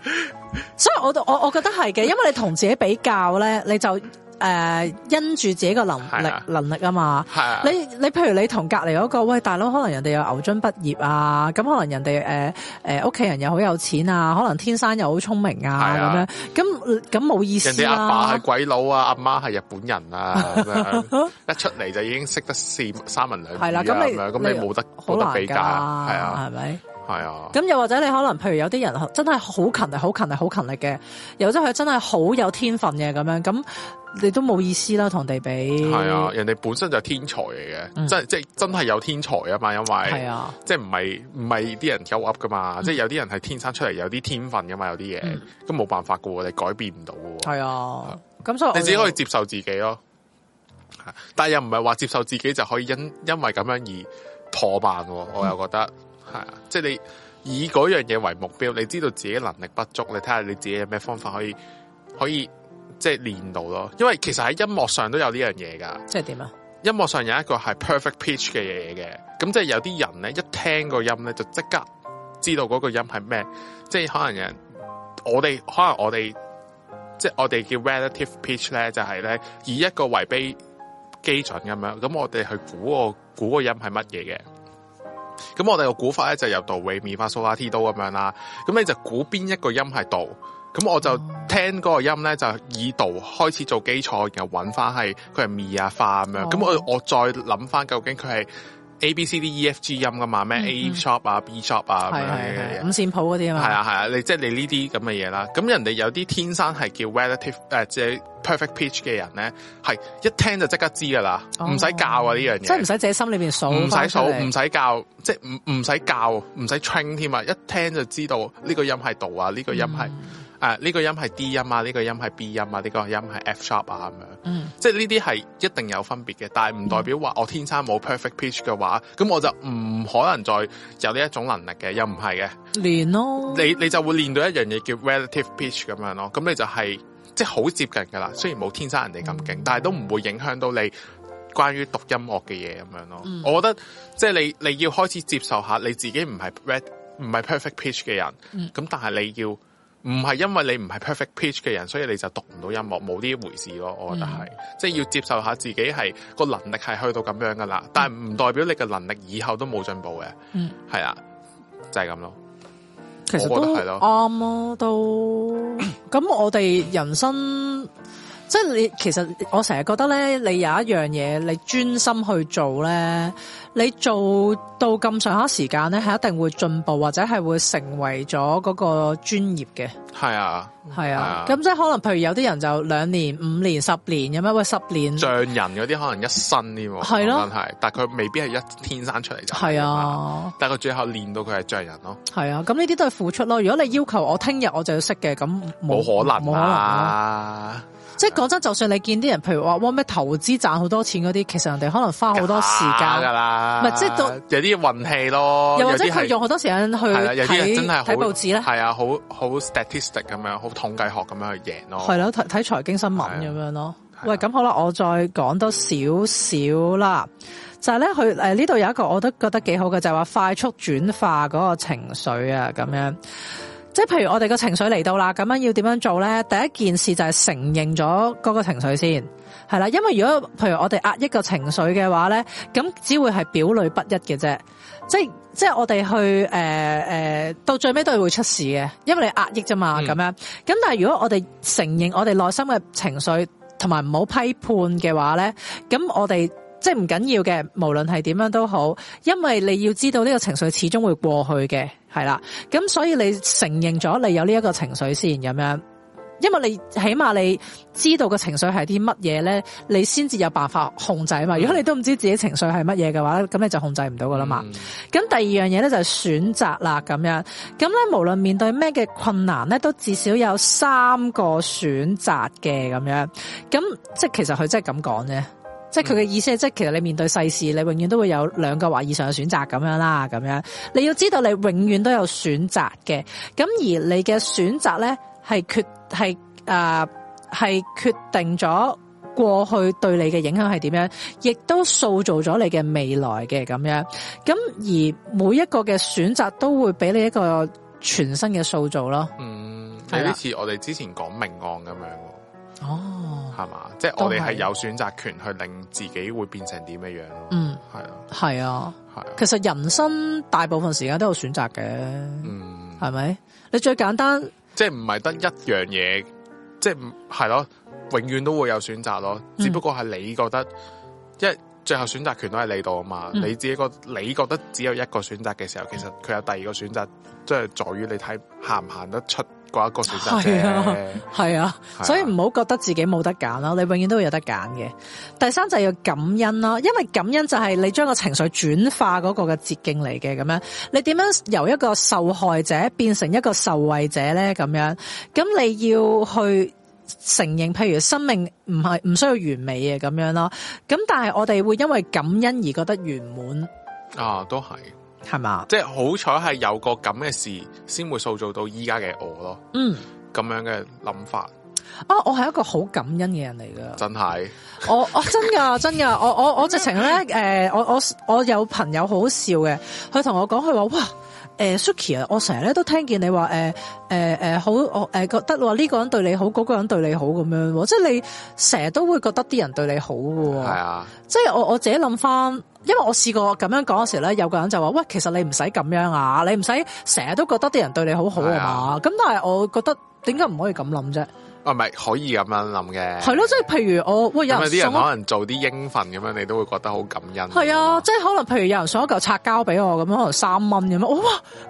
B: 所以我都我我覺得係嘅，因為你同自己比較咧，你就诶因住自己個能
A: 係
B: 力
A: 啊
B: 能力啊嘛。
A: 係啊
B: 你，你譬如你同隔離嗰個，喂大佬，可能人哋有牛津畢業啊，咁可能人哋诶诶屋企人又好有錢啊，可能天生又好聰明啊
A: 係啊
B: 咁嗯樣，咁咁冇 意
A: 人
B: 思
A: 哋阿爸
B: 啦
A: 係。鬼佬啊，阿媽係日本人啊，咁樣一出嚟就已經識得四三文兩語
B: 係啦，
A: 啊
B: 咁
A: 咁
B: 你
A: 樣，咁你冇得
B: 好
A: 冇得
B: 難
A: 比
B: 㗎
A: 較，係啊，
B: 係咪？
A: 係啊，
B: 咁又或者你可能，譬如有啲人真係好勤力、好勤力、好勤力嘅，又或者佢真係好有天分嘅咁樣，咁你都冇意思啦，同地比。
A: 係啊，，人哋本身就係天才嚟嘅，
B: 嗯
A: 即係即係真係有天才啊嘛，因
B: 係
A: 為
B: 啊，嗯
A: 即係唔係唔係啲人鳩噏噶嘛，即係有啲人係天生出嚟有啲天分噶嘛，有啲嘢咁冇辦法噶喎，你改變唔到噶喎。
B: 係啊，咁所以我
A: 你自己可以
B: 就
A: 接受自己咯，但系又唔係話接受自己就可以因因為咁樣而妥慢喎，我又覺得係啊，即係你以嗰樣嘢為目標，你知道自己能力不足，你睇下你自己有咩方法可以可以即係練到咯，因為其實喺音樂上都有呢樣嘢噶，
B: 即係點啊？
A: 音樂上有一個係 perfect pitch 嘅嘢嘅，咁即係有啲人咧一聽個音咧就即刻知道嗰個音係咩，即係可能有人我哋可能我哋即係我哋叫 relative pitch 咧，就係、咧以一個為基基準咁樣，咁我哋去估個估個音係乜嘢嘅。咁我哋個估法咧就由度 re mi fa so la ti do 咁樣啦，咁你就估邊一個音係度，咁我就聽嗰個音咧就以度開始做基礎，然後揾翻係佢係 mi 啊 fa 咁樣，咁
B: 哦
A: 我我再諗翻究竟佢係 A B C D E F G 音噶嘛，咩 A sharp 啊 B sharp 啊咁
B: 係
A: 樣嘅
B: 係
A: 嘢
B: 係五。線譜嗰啲啊嘛。
A: 係，啊係啊，你即係你呢啲咁嘅嘢啦。咁人哋有啲天生係叫 relative 誒、即係 perfect pitch 嘅人咧，係一聽就即刻知噶啦，
B: 哦
A: 唔使、教啊呢樣嘢，
B: 即係唔使自己心裏邊數，
A: 唔使數，唔使教，即係唔唔使教，唔使 train 添啊！一聽就知道呢個音係度啊，呢、個音係
B: 嗯
A: 誒呢個音係 D 音啊，呢、個音係 B 音啊，呢、個音係 F sharp 啊咁樣。
B: 嗯
A: 即係呢啲係一定有分別嘅，但係唔代表話我天生冇 perfect pitch 嘅話，咁我就唔可能再有呢一種能力嘅，又唔係嘅。
B: 練嗯咯。
A: 你你就會練到一樣嘢叫 relative pitch 咁樣咯，咁你就係即係好接近噶啦。雖然冇天生人哋咁勁，但係都唔會影響到你關於讀音樂嘅嘢咁樣咯。我覺得即係你你要開始接受下你自己唔係 red 唔係 perfect pitch 嘅人，咁、但係你要唔係因為你唔係 perfect pitch 嘅人，所以你就讀唔到音樂，冇呢回事咯。我覺得係、即係要接受下自己係個能力係去到咁樣噶啦，但係唔代表你嘅能力以後都冇進步嘅。
B: 嗯，
A: 係啦，就係咁咯。
B: 其實
A: 我
B: 都
A: 覺得係咯
B: 啱咯，都 咁我哋人生即係你，其實我成日覺得咧，你有一樣嘢你專心去做咧，你做到咁上下時間咧，係一定會進步或者係會成為咗嗰個專業嘅。
A: 係啊。
B: 係啊
A: 啊，
B: 咁即係可能，譬如有啲人就兩年、五年、十年咁樣，喂，十年
A: 匠人嗰啲可能一身添喎，
B: 係咯
A: 真係，但係佢未必係一天生出嚟就係
B: 係
A: 㗎嘛，
B: 啊，
A: 但係佢最後練到佢係匠人咯，
B: 係啊，咁呢啲都係付出咯。如果你要求我聽日我就要識嘅，咁
A: 冇可能
B: 冇可能咯
A: 啊，
B: 即係講真，就算你見啲人，譬如話哇咩投資賺好多錢嗰啲，其實人哋可能花好多時
A: 噶
B: 間，
A: 啦，
B: 唔係即係到
A: 有啲運氣咯，
B: 又或者
A: 有啲係
B: 佢用好多時間去
A: 係啊啦，有啲
B: 睇
A: 人真係好
B: 睇報紙咧，
A: 係啊，好好 statistic 咁樣，好統計學咁樣去贏咯，
B: 係咯，睇睇財經新聞
A: 啊
B: 咁樣咯。喂，咁好啦，我再講多少少啦。就係咧，佢誒呢度有一個我都覺得幾好嘅，就係、話快速轉化嗰個情緒啊，咁樣。即係譬如我哋個情緒嚟到啦，咁樣要點樣做咧？第一件事就係承認咗嗰個情緒先，係啦。因為如果譬如我哋壓抑個情緒嘅話咧，咁只會係表裏不一嘅啫。即係即係我哋去誒誒、呃呃到最尾都係會出事嘅，因為你壓抑啫嘛，
A: 嗯
B: 咁、樣。咁但係如果我哋承認我哋內心嘅情緒，同埋唔好批判嘅話咧，咁我哋即係唔緊要嘅，無論係點樣都好，因為你要知道呢個情緒始終會過去嘅，係啦。咁所以你承認咗你有呢一個情緒先咁樣。因為你起碼你知道個情緒係啲乜嘢咧，你先至有辦法控制啊嘛。如果你都唔知自己情緒係乜嘢嘅話，咁你就控制唔到噶啦嘛。咁第二樣嘢咧就係選擇啦，咁樣咁咧，無論面對咩嘅困難咧，都至少有三個選擇嘅咁樣。咁即係其實佢真係咁講啫，即係佢嘅意思係，即係其實你面對世事，你永遠都會有兩個或以上嘅選擇咁樣啦，咁樣你要知道你永遠都有選擇嘅，咁而你嘅選擇咧係決係誒係決定咗。過去對你嘅影響係點樣，亦都塑造咗你嘅未來嘅咁樣。咁而每一個嘅選擇都會俾你一個全新嘅塑造咯。
A: 嗯，有
B: 係啦
A: 啲似我哋之前講命案咁樣喎，
B: 哦，
A: 係嘛？即係我哋
B: 都係
A: 係有選擇權去令自己會變成點嘅樣咯。
B: 嗯，
A: 係啊，
B: 係啊，
A: 係啊，
B: 其實人生大部分時間都有選擇嘅，
A: 嗯，
B: 係咪？你最簡單
A: 即係唔係得一樣嘢，即係唔係咯，永遠都會有選擇咯。
B: 嗯
A: 只不過係你覺得，因為最後選擇權都喺你度啊嘛。
B: 嗯
A: 你自己覺你覺得只有一個選擇嘅時候，其實佢有第二個選擇，即係在於你睇行唔行得出嗰一個選擇
B: 係
A: 啫
B: 啊。係啊，
A: 係啊
B: 所以唔好覺得自己冇得揀咯，你永遠都會有得揀嘅。第三就係要感恩咯，因為感恩就係你將個情緒轉化嗰個嘅捷徑嚟嘅咁樣。你點樣由一個受害者變成一個受惠者咧？咁樣咁你要去。承認，譬如生命唔係唔需要完美嘅咁樣咯，咁但係我哋會因為感恩而覺得圓滿，
A: 啊，都係，
B: 係嘛？
A: 即係好彩係有個咁嘅事，先會塑造到依家嘅我咯。
B: 嗯，
A: 咁樣嘅諗法
B: 啊，我係一個好感恩嘅人嚟噶。
A: 真係，
B: 我我真噶真噶，我我我直情咧誒，我我我有朋友好好笑嘅，佢同我講佢話哇。誒 Suki 啊，我成日咧都聽見你話誒誒誒好，我誒覺得話呢個人對你好，嗰、個人對你好咁樣喎，即係你成日都會覺得啲人對你好嘅
A: 係
B: 喎，
A: 啊，
B: 即係我我自己諗翻，因為我試過咁樣講嗰時咧，有個人就話喂，其實你唔使咁樣啊，你唔使成日都覺得啲人對你好好啊
A: 係啊
B: 嘛，咁但係我覺得點解唔可以咁諗啫？
A: 啊，唔係可以咁樣諗嘅，
B: 係咯，即係譬如我喂有
A: 咁有
B: 人
A: 啲人
B: 送我
A: 可能做啲應份咁樣，你都會覺得好感恩。
B: 係啊，，即係可能譬如有人送一嚿擦膠俾我咁，可能三蚊咁樣，我哇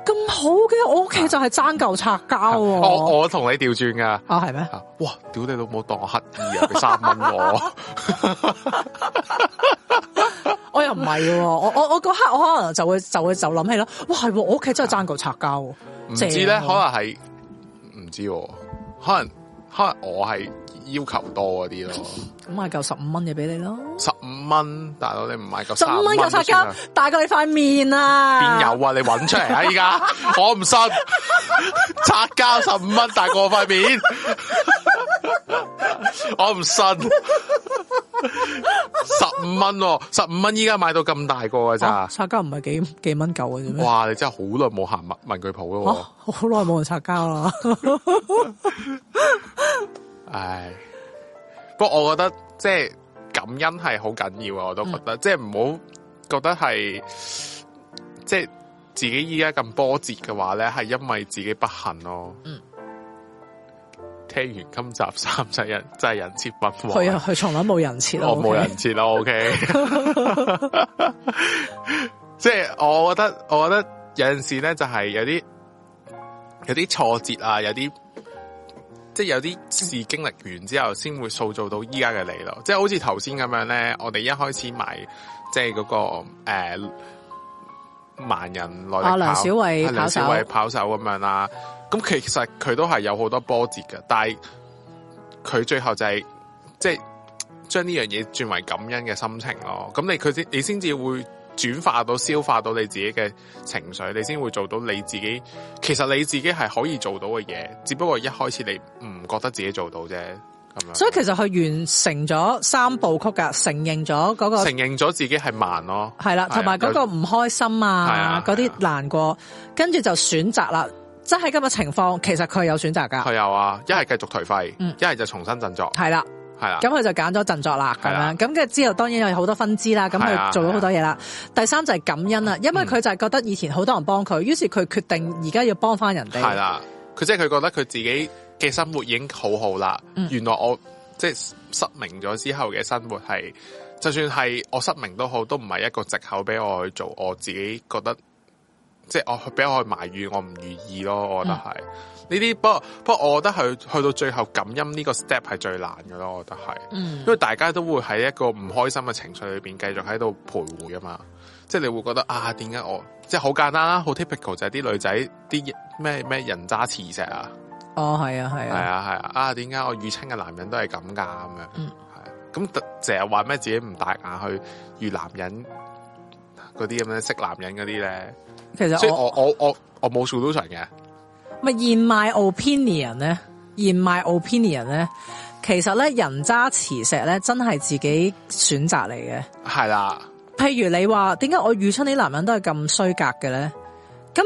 B: 咁好嘅，我屋企就係爭嚿擦膠
A: 我
B: 喎。
A: 我同你調轉噶，
B: 啊，係咩？
A: 啊哇，屌你老母當我乞兒啊，俾三蚊 我，
B: 我又唔係喎，我我我嗰刻我可能就會就會就諗起啦，哇係喎，我屋企真係爭嚿擦膠
A: 唔
B: 喎。
A: 知
B: 正
A: 咧，可能
B: 喎
A: 係唔知喎，可能可能我係要求多嗰啲咯，
B: 咁買嚿十五蚊嘢俾你咯，
A: 十五蚊大佬你唔買夠
B: 十五蚊嚿擦膠大過你塊面啊！
A: 邊啊有啊？你揾出嚟啊！依家我唔信，拆膠十五蚊大過我塊面，我唔信。十五蚊喎，十五蚊依家買到咁大個㗎
B: 啊
A: 咋？
B: 擦膠唔係幾幾蚊嚿嘅啫咩？
A: 哇！你真係好耐冇行文文具鋪
B: 啊
A: 咯
B: 好耐冇人擦膠啦，
A: 喎，唉。不過我覺得即係感恩係好緊要啊！我都覺得、即係唔好覺得係即係自己依家咁波折嘅話咧，係因為自己不幸咯。
B: 嗯。
A: 聽完今集三世人真係人設不和，
B: 佢佢從來冇人設啦，
A: 我哦冇
B: 啊 OK
A: 人設咯，OK。即係我覺得，我覺得有陣時咧，就係有啲有啲挫折啊，有啲即係有啲事經歷完之後，先會塑造到依家嘅你咯。即係好似頭先咁樣咧，我哋一開始買即係嗰、個诶、盲人內力
B: 啊梁
A: 跑
B: 小偉
A: 啊梁小
B: 跑手
A: 偉跑手咁樣啦。咁其實佢都係有好多波折嘅，但係佢最後就係、即係將呢樣嘢轉為感恩嘅心情咯。咁你佢先你先至會轉化到消化到你自己嘅情緒，你先會做到你自己。其實你自己係可以做到嘅嘢，只不過一開始你唔覺得自己做到啫。咁樣，
B: 所以其實佢完成咗三部曲噶，承認咗嗰個
A: 承認咗自己係慢咯，
B: 係啦，
A: 係啊
B: 同埋嗰個唔開心
A: 係啊
B: 啊，嗰
A: 係
B: 啲
A: 啊
B: 難過，跟住就選擇啦。即係今日情況，其實佢係有選擇㗎，
A: 佢有啊，一係繼續頹廢，
B: 嗯
A: 一係就重新振作，
B: 係啦。
A: 係啦
B: 咁。佢就揀咗振作啦，咁
A: 啊係啦
B: 樣。咁跟住之後，當然有好多分支啦。咁
A: 係啊嗯
B: 佢做咗好多嘢啦。第三就係感恩啦，因為佢就係覺得以前好多人幫佢，於是佢決定而家要幫翻人哋。
A: 係啦，佢即係佢覺得佢自己嘅生活已經好好啦。
B: 嗯
A: 原來我即係失明咗之後嘅生活係，就算係我失明都好，都唔係一個藉口俾我去做我自己覺得即係我俾我去埋怨，我唔如意咯。我覺
B: 嗯
A: 得係呢啲，不過不過我覺得去去到最後感恩呢個 step 係最難嘅咯。我覺得係，
B: 嗯
A: 因為大家都會喺一個唔開心嘅情緒裏邊繼續喺度徘徊啊嘛。即係你會覺得啊，點解我即係好簡單啦，好 typical 就係啲女仔啲咩咩人渣磁石啊。
B: 哦，系啊，系
A: 系
B: 啊，
A: 啊系啊，啊點解我遇親嘅男人都係咁噶咁樣？
B: 嗯
A: 係啊咁成日話咩自己唔大眼去遇男人嗰啲咁樣識男人嗰啲咧，
B: 其
A: 所以
B: 實我
A: 我我我我冇 solution 嘅，
B: 咪 in my opinion 咧，in my opinion 咧，其實咧人渣磁石咧真係自己選擇嚟嘅。
A: 係啦，
B: 譬如你話點解我遇親啲男人都係咁衰格嘅咧？咁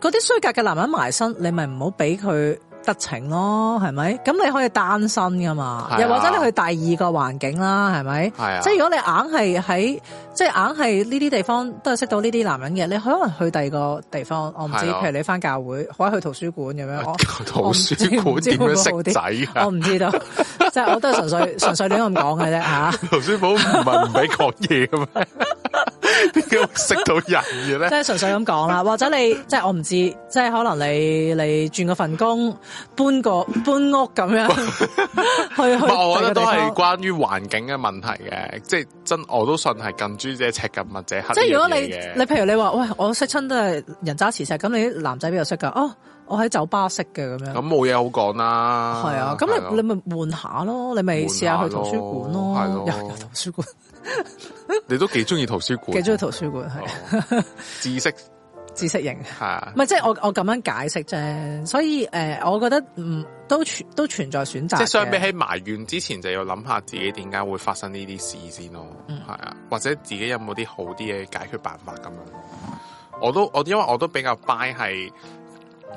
B: 嗰啲衰格嘅男人埋身，你咪唔好俾佢得逞咯，係咪？咁你可以單身噶嘛
A: 係，啊
B: 又或者你去第二個環境啦，係咪？
A: 係啊
B: 即係如果你硬係喺，即係硬係呢啲地方都係識到呢啲男人嘅，你可能去第二個地方，我唔知，
A: 係啊
B: 譬如你翻教會，或者去圖書館 咁樣，我
A: 圖書
B: 我唔
A: 館
B: 知
A: 點
B: 會唔會
A: 樣識仔
B: 我
A: 啊？
B: 唔知道，即係我都係純粹純粹亂咁講嘅啫吓。
A: 圖書館唔係唔俾講嘢嘅咩？ 點解會識到人 嘅
B: 即
A: 咧？
B: 係純粹咁講啦，或者你即係我唔知，即係可能你你轉嗰份工，搬個搬屋咁 樣去
A: 唔
B: 去第
A: 係我覺
B: 二個
A: 得都
B: 地
A: 係
B: 方。
A: 關於環境嘅問題嘅，即係真我都信係近朱者赤，近墨者黑呢樣嘢嘅。
B: 即係如果你你譬如你話喂，我識親都係人渣磁石，咁你啲男仔邊度識㗎？哦，我喺酒吧識嘅咁樣。
A: 咁冇嘢好講啦。
B: 係啊，咁
A: 係咯
B: 你你咪換下咯，你咪試下去圖書館
A: 換下咯係
B: 咯，
A: 咯
B: 又有圖書館，
A: 你都幾中意圖書館，
B: 幾中意圖書館係
A: 哦知識
B: 知識型。
A: 係啊
B: 唔，係即係我我咁樣解釋啫，所以誒、呃我覺得唔都存都存在選擇嘅。
A: 即係相比起埋怨之前，就要諗下自己點解會發生呢啲事先咯。
B: 嗯
A: 係啊，或者自己有冇啲好啲嘅解決辦法咁樣咯。我都我因為我都比較 buy 係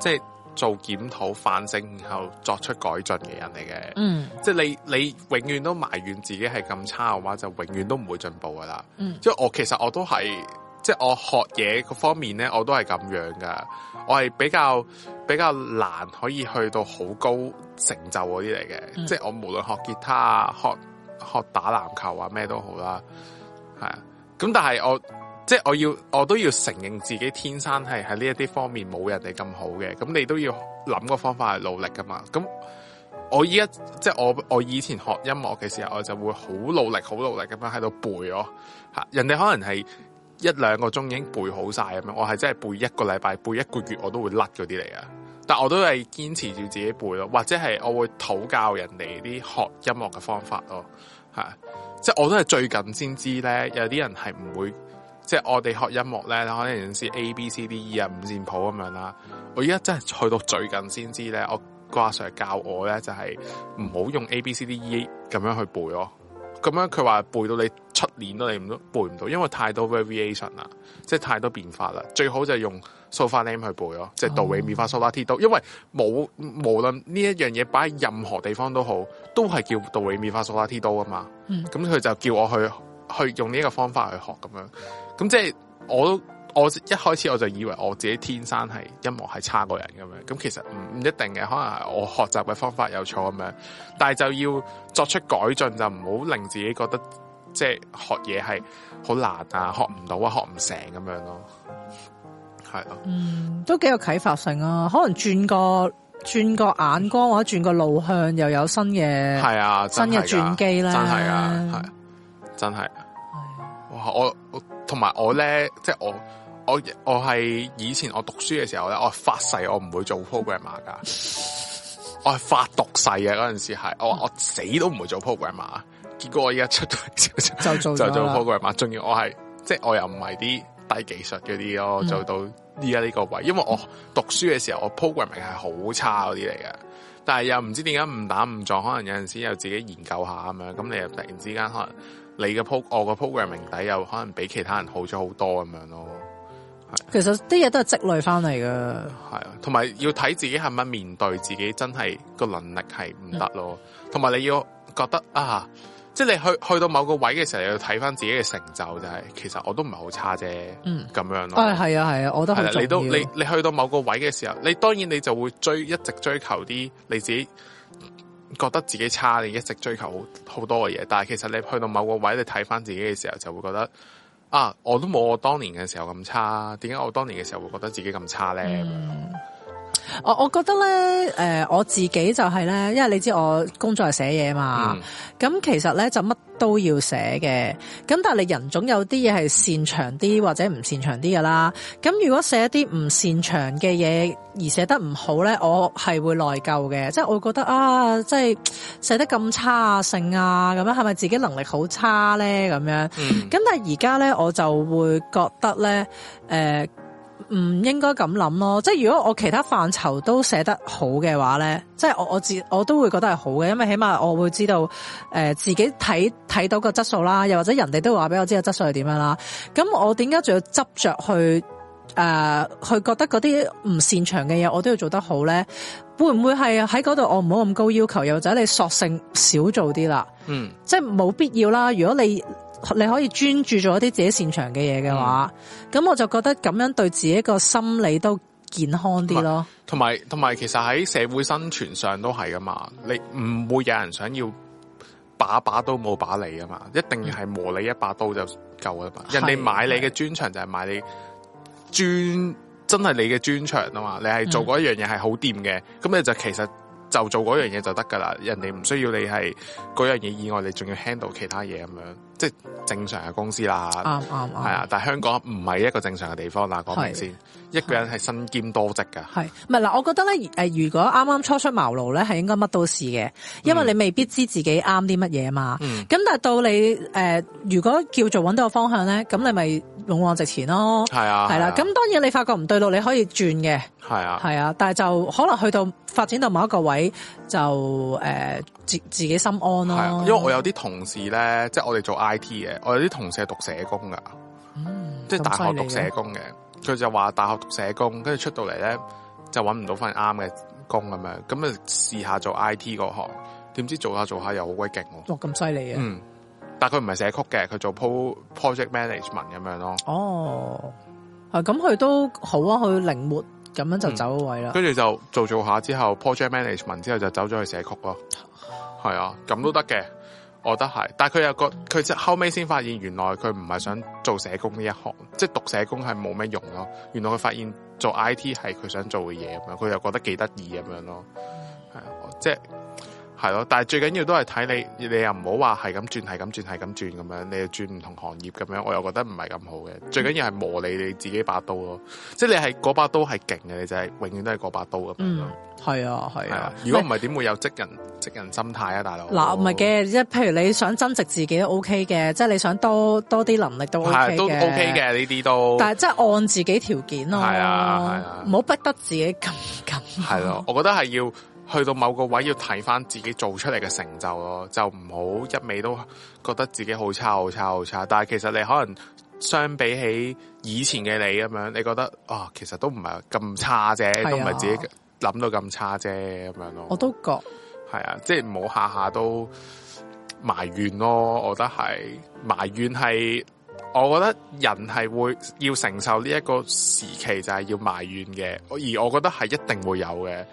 A: 即係做檢討反省，然後作出改進嘅人嚟嘅。
B: 嗯
A: 即係你你永遠都埋怨自己係咁差嘅話，就永遠都唔會進步噶啦。
B: 嗯
A: 即係我其實我都係，即係我學嘢嗰方面咧，我都係咁樣噶。我係比較比較難可以去到好高成就嗰啲嚟嘅，
B: 嗯
A: 即係我無論學吉他啊、學學打籃球啊咩都好啦，係啊。咁但係我即係我要我都要承認自己天生係喺呢一啲方面冇人哋咁好嘅，咁你都要諗個方法去努力噶嘛。咁我依家即係我我以前學音樂嘅時候，我就會好努力、好努力咁樣喺度背咯。吓，人哋可能係一兩個鐘已經背好晒咁樣，我係真係背一個禮拜、背一個月，我都會甩嗰啲嚟嘅。但我都係堅持住自己背咯，或者係我會討教人哋啲學音樂嘅方法咯。吓，即係我都係最近先知咧，有啲人係唔會。即係我哋學音樂咧，可能有陣時 A、B、C、D、E 啊五線譜咁樣啦。我而家真係去到最近先知咧，我個阿 Sir 教我咧就係唔好用 A、B、C、D、E 咁樣去背咯。咁樣佢話背到你出年都你唔都背唔到，因為太多 variation 啦，即係太多變化啦。最好就用 so far name 去背咯，即係 do re mi fa so la ti do，因為冇無論呢一樣嘢擺喺任何地方都好，都係叫 do re mi fa so la ti do 啊嘛。
B: 嗯
A: 咁佢就叫我去去用呢一個方法去學咁樣。咁即係我都我一開始我就以為我自己天生係音樂係差過人咁樣，咁其實唔唔一定嘅，可能係我學習嘅方法有錯咁樣，但係就要作出改進，就唔好令自己覺得即係學嘢係好難啊，學唔到啊，學唔成咁樣咯，係咯，
B: 都幾有啟發性啊！可能轉個轉個眼光或者轉個路向，又有新嘅。
A: 係啊，
B: 新嘅轉機啊
A: 咧，
B: 咧
A: 真係啊，係真係。哇！我我同埋我咧，即係我我我係以前我讀書嘅時候咧，我發誓我唔會做 programmer 噶， 我係發毒誓嘅嗰陣時係，我話我死都唔會做 programmer。結果我而家出到嚟之後
B: 就做
A: 就
B: 咗
A: 就做
B: 啦，
A: programmer，仲要我係即係我又唔係啲低技術嗰啲
B: 嗯
A: 咯，做到依家呢個位，因為我讀書嘅時候我 programming 係好差嗰啲嚟嘅。但係又唔知點解誤打誤撞，可能有陣時又自己研究下咁樣，咁你又突然之間可能你嘅 pro 我嘅 programming 底又可能比其他人好咗好多咁樣咯，
B: 其實啲嘢都係積累翻嚟噶。
A: 係啊，同埋要睇自己係咪面對自己真係個能力係唔得咯，同埋、你要覺得啊，即係你去去到某個位嘅時候，你要睇翻自己嘅成就，就係、其實我都唔係好差啫，咁、
B: 嗯
A: 樣咯。
B: 啊，係啊，係啊，我覺得
A: 係
B: 好
A: 啦，
B: 重
A: 你
B: 要。
A: 都你你去到某個位嘅時候，你當然你就會追一直追求啲你自己覺得自己差，你一直追求好好多嘅嘢。但係其實你去到某個位，你睇翻自己嘅時候，就會覺得啊，我都冇我當年嘅時候咁差，點解我當年嘅時候會覺得自己咁差咧？
B: 嗯
A: 咁樣
B: 我我覺得咧，誒、我自己就係咧，因為你知我工作係寫嘢嘛，咁、其實咧就乜都要寫嘅，咁但係你人總有啲嘢係擅長啲或者唔擅長啲噶啦，咁如果寫一啲唔擅長嘅嘢而寫得唔好咧，我係會內疚嘅，即係我會覺得啊，即係寫得咁差啊，性啊，咁樣係咪自己能力好差咧？咁樣，
A: 嗯
B: 咁但係而家咧，我就會覺得咧，誒、唔應該咁諗咯。即係如果我其他範疇都寫得好嘅話咧，即係我我自我都會覺得係好嘅，因為起碼我會知道誒、呃自己睇睇到個質素啦，又或者人哋都會話俾我知個質素係點樣啦。咁我點解仲要執着去誒、呃去覺得嗰啲唔擅長嘅嘢我都要做得好咧？會唔會係喺嗰度我唔好咁高要求，又或者你索性少做啲啦？
A: 嗯
B: 即係冇必要啦。如果你你可以專注做一啲自己擅長嘅嘢嘅
A: 嗯
B: 話，咁、我就覺得咁樣對自己個心理都健康啲咯。
A: 同埋同埋，其實喺社會生存上都係噶嘛，你唔會有人想要把把都冇把你噶嘛，一定係磨你一把刀就夠啦嘛。
B: 嗯係
A: 人哋買你嘅專長就係買你專，真係你嘅專長啊嘛。你
B: 嗯
A: 係做嗰一樣嘢係好掂嘅，咁、你就其實就做嗰樣嘢就得噶啦。人哋唔需要你係嗰樣嘢以外，你仲要 handle 其他嘢咁樣，即係正常嘅公司啦。
B: 啱啱啱，
A: 系啊，但系香港唔係一個正常嘅地方啦，講明
B: 係
A: 先，一個人係身兼多職噶，
B: 係唔係嗱？我覺得咧，誒，如果啱啱初出茅廬咧，係應該乜都試嘅，因為你未必知自己啱啲乜嘢嘛。咁、
A: 嗯
B: 但係到你誒、如果叫做揾到個方向咧，咁你咪勇往直前咯。
A: 係啊，
B: 係啦，咁當然你發覺唔對路，你可以轉嘅，
A: 係啊，
B: 係啊，但係就可能去到發展到某一個位就誒、呃自自己心安咯。
A: 係啊，因為我有啲同事咧，即係我哋做 I T 嘅，我有啲同事係讀社工噶，
B: 嗯
A: 即係大學讀社工嘅，佢就話大學讀社工，跟住出到嚟咧就揾唔到份啱嘅工咁樣，咁啊試下做 I T 嗰行，點知做下做下又好鬼勁喎，
B: 哇咁犀利啊！
A: 嗯，但係佢唔係寫曲嘅，佢做 pro project management 咁樣咯。
B: 哦，啊咁佢都好啊，佢靈活咁樣就
A: 嗯
B: 走咗位啦。
A: 跟住就做做下之後 project management 之後就走咗去寫曲咯。係啊，咁都得嘅，我覺得係。但係佢又覺佢即係後尾先發現，原來佢唔係想做社工呢一行，即係讀社工係冇咩用咯。原來佢發現做 I T 係佢想做嘅嘢咁樣，佢又覺得幾得意咁樣咯。係啊，我即係。係咯，但係最緊要都係睇你，你又唔好話係咁轉，係咁轉，係咁轉咁樣，你又轉唔同行業咁樣，我又覺得唔係咁好嘅。最緊要係磨你你自己把刀咯，即係你係嗰把刀係勁嘅，你就係永遠都係嗰把刀咁樣
B: 嗯
A: 咯。，
B: 係啊，係
A: 係啊
B: 啊，。
A: 如果唔係點會有職人職人心態啊，大佬？
B: 嗱，唔係，嘅，即係譬如你想增值自己都 OK 嘅，即係你想多多啲能力都 OK
A: 係啊
B: 嘅，
A: 都 OK。嘅呢啲都
B: 但係即係按自己條件咯，
A: 係啊係啊
B: 唔好逼得自己咁 緊。
A: 係咯。我覺得係要去到某個位要睇翻自己做出嚟嘅成就咯，就唔好一味都覺得自己好差好差好差。但係其實你可能相比起以前嘅你咁樣，你覺得啊、其實都唔係咁差啫，
B: 啊
A: 都唔係自己諗到咁差啫咁樣咯。
B: 我都覺
A: 係啊，即係唔好下下都埋怨咯。我覺得係埋怨係，我覺得人係會要承受呢一個時期就係要埋怨嘅，而我覺得係一定會有嘅。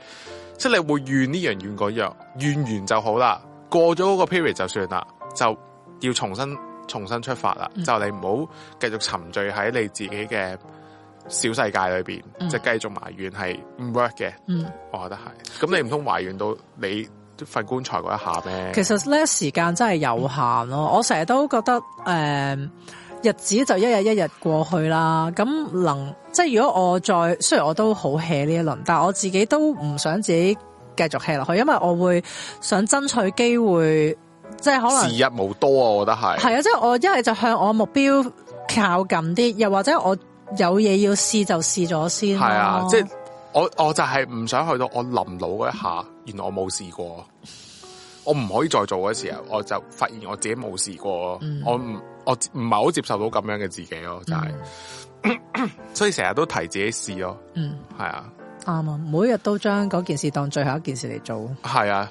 A: 即係你會怨呢樣怨嗰樣，怨完就好啦，過咗嗰個 period 就算啦，就要重新重新出發啦。就你唔好繼續沉醉喺你自己嘅小世界裏邊，即係繼續埋怨係唔 work 嘅。
B: 嗯。
A: 哦我覺得係。咁你唔通懷怨到你份棺材嗰一下咩？
B: 其實咧時間真係有限
A: 嗯
B: 咯，我成日都覺得诶、誒日子就一日一日過去啦。咁能即係如果我再雖然我都好 hea 呢一輪，但我自己都唔想自己繼續 hea 落去，因為我會想爭取機會，即係可能
A: 時日無多啊，我覺得係。
B: 係啊，即係我一係就向我目標靠近啲，又或者我有嘢要試就試咗先咯。
A: 係啊，即係我我就係唔想去到我臨老嗰一下，原來我冇試過，我唔可以再做嘅時候，我就發現我自己冇試過，
B: 嗯
A: 我唔我唔係好接受到咁樣嘅自己咯，就係、 所以成日都提自己試咯，
B: 嗯
A: 係啊，
B: 啱啊，每日都將嗰件事當最後一件事嚟做。
A: 係啊，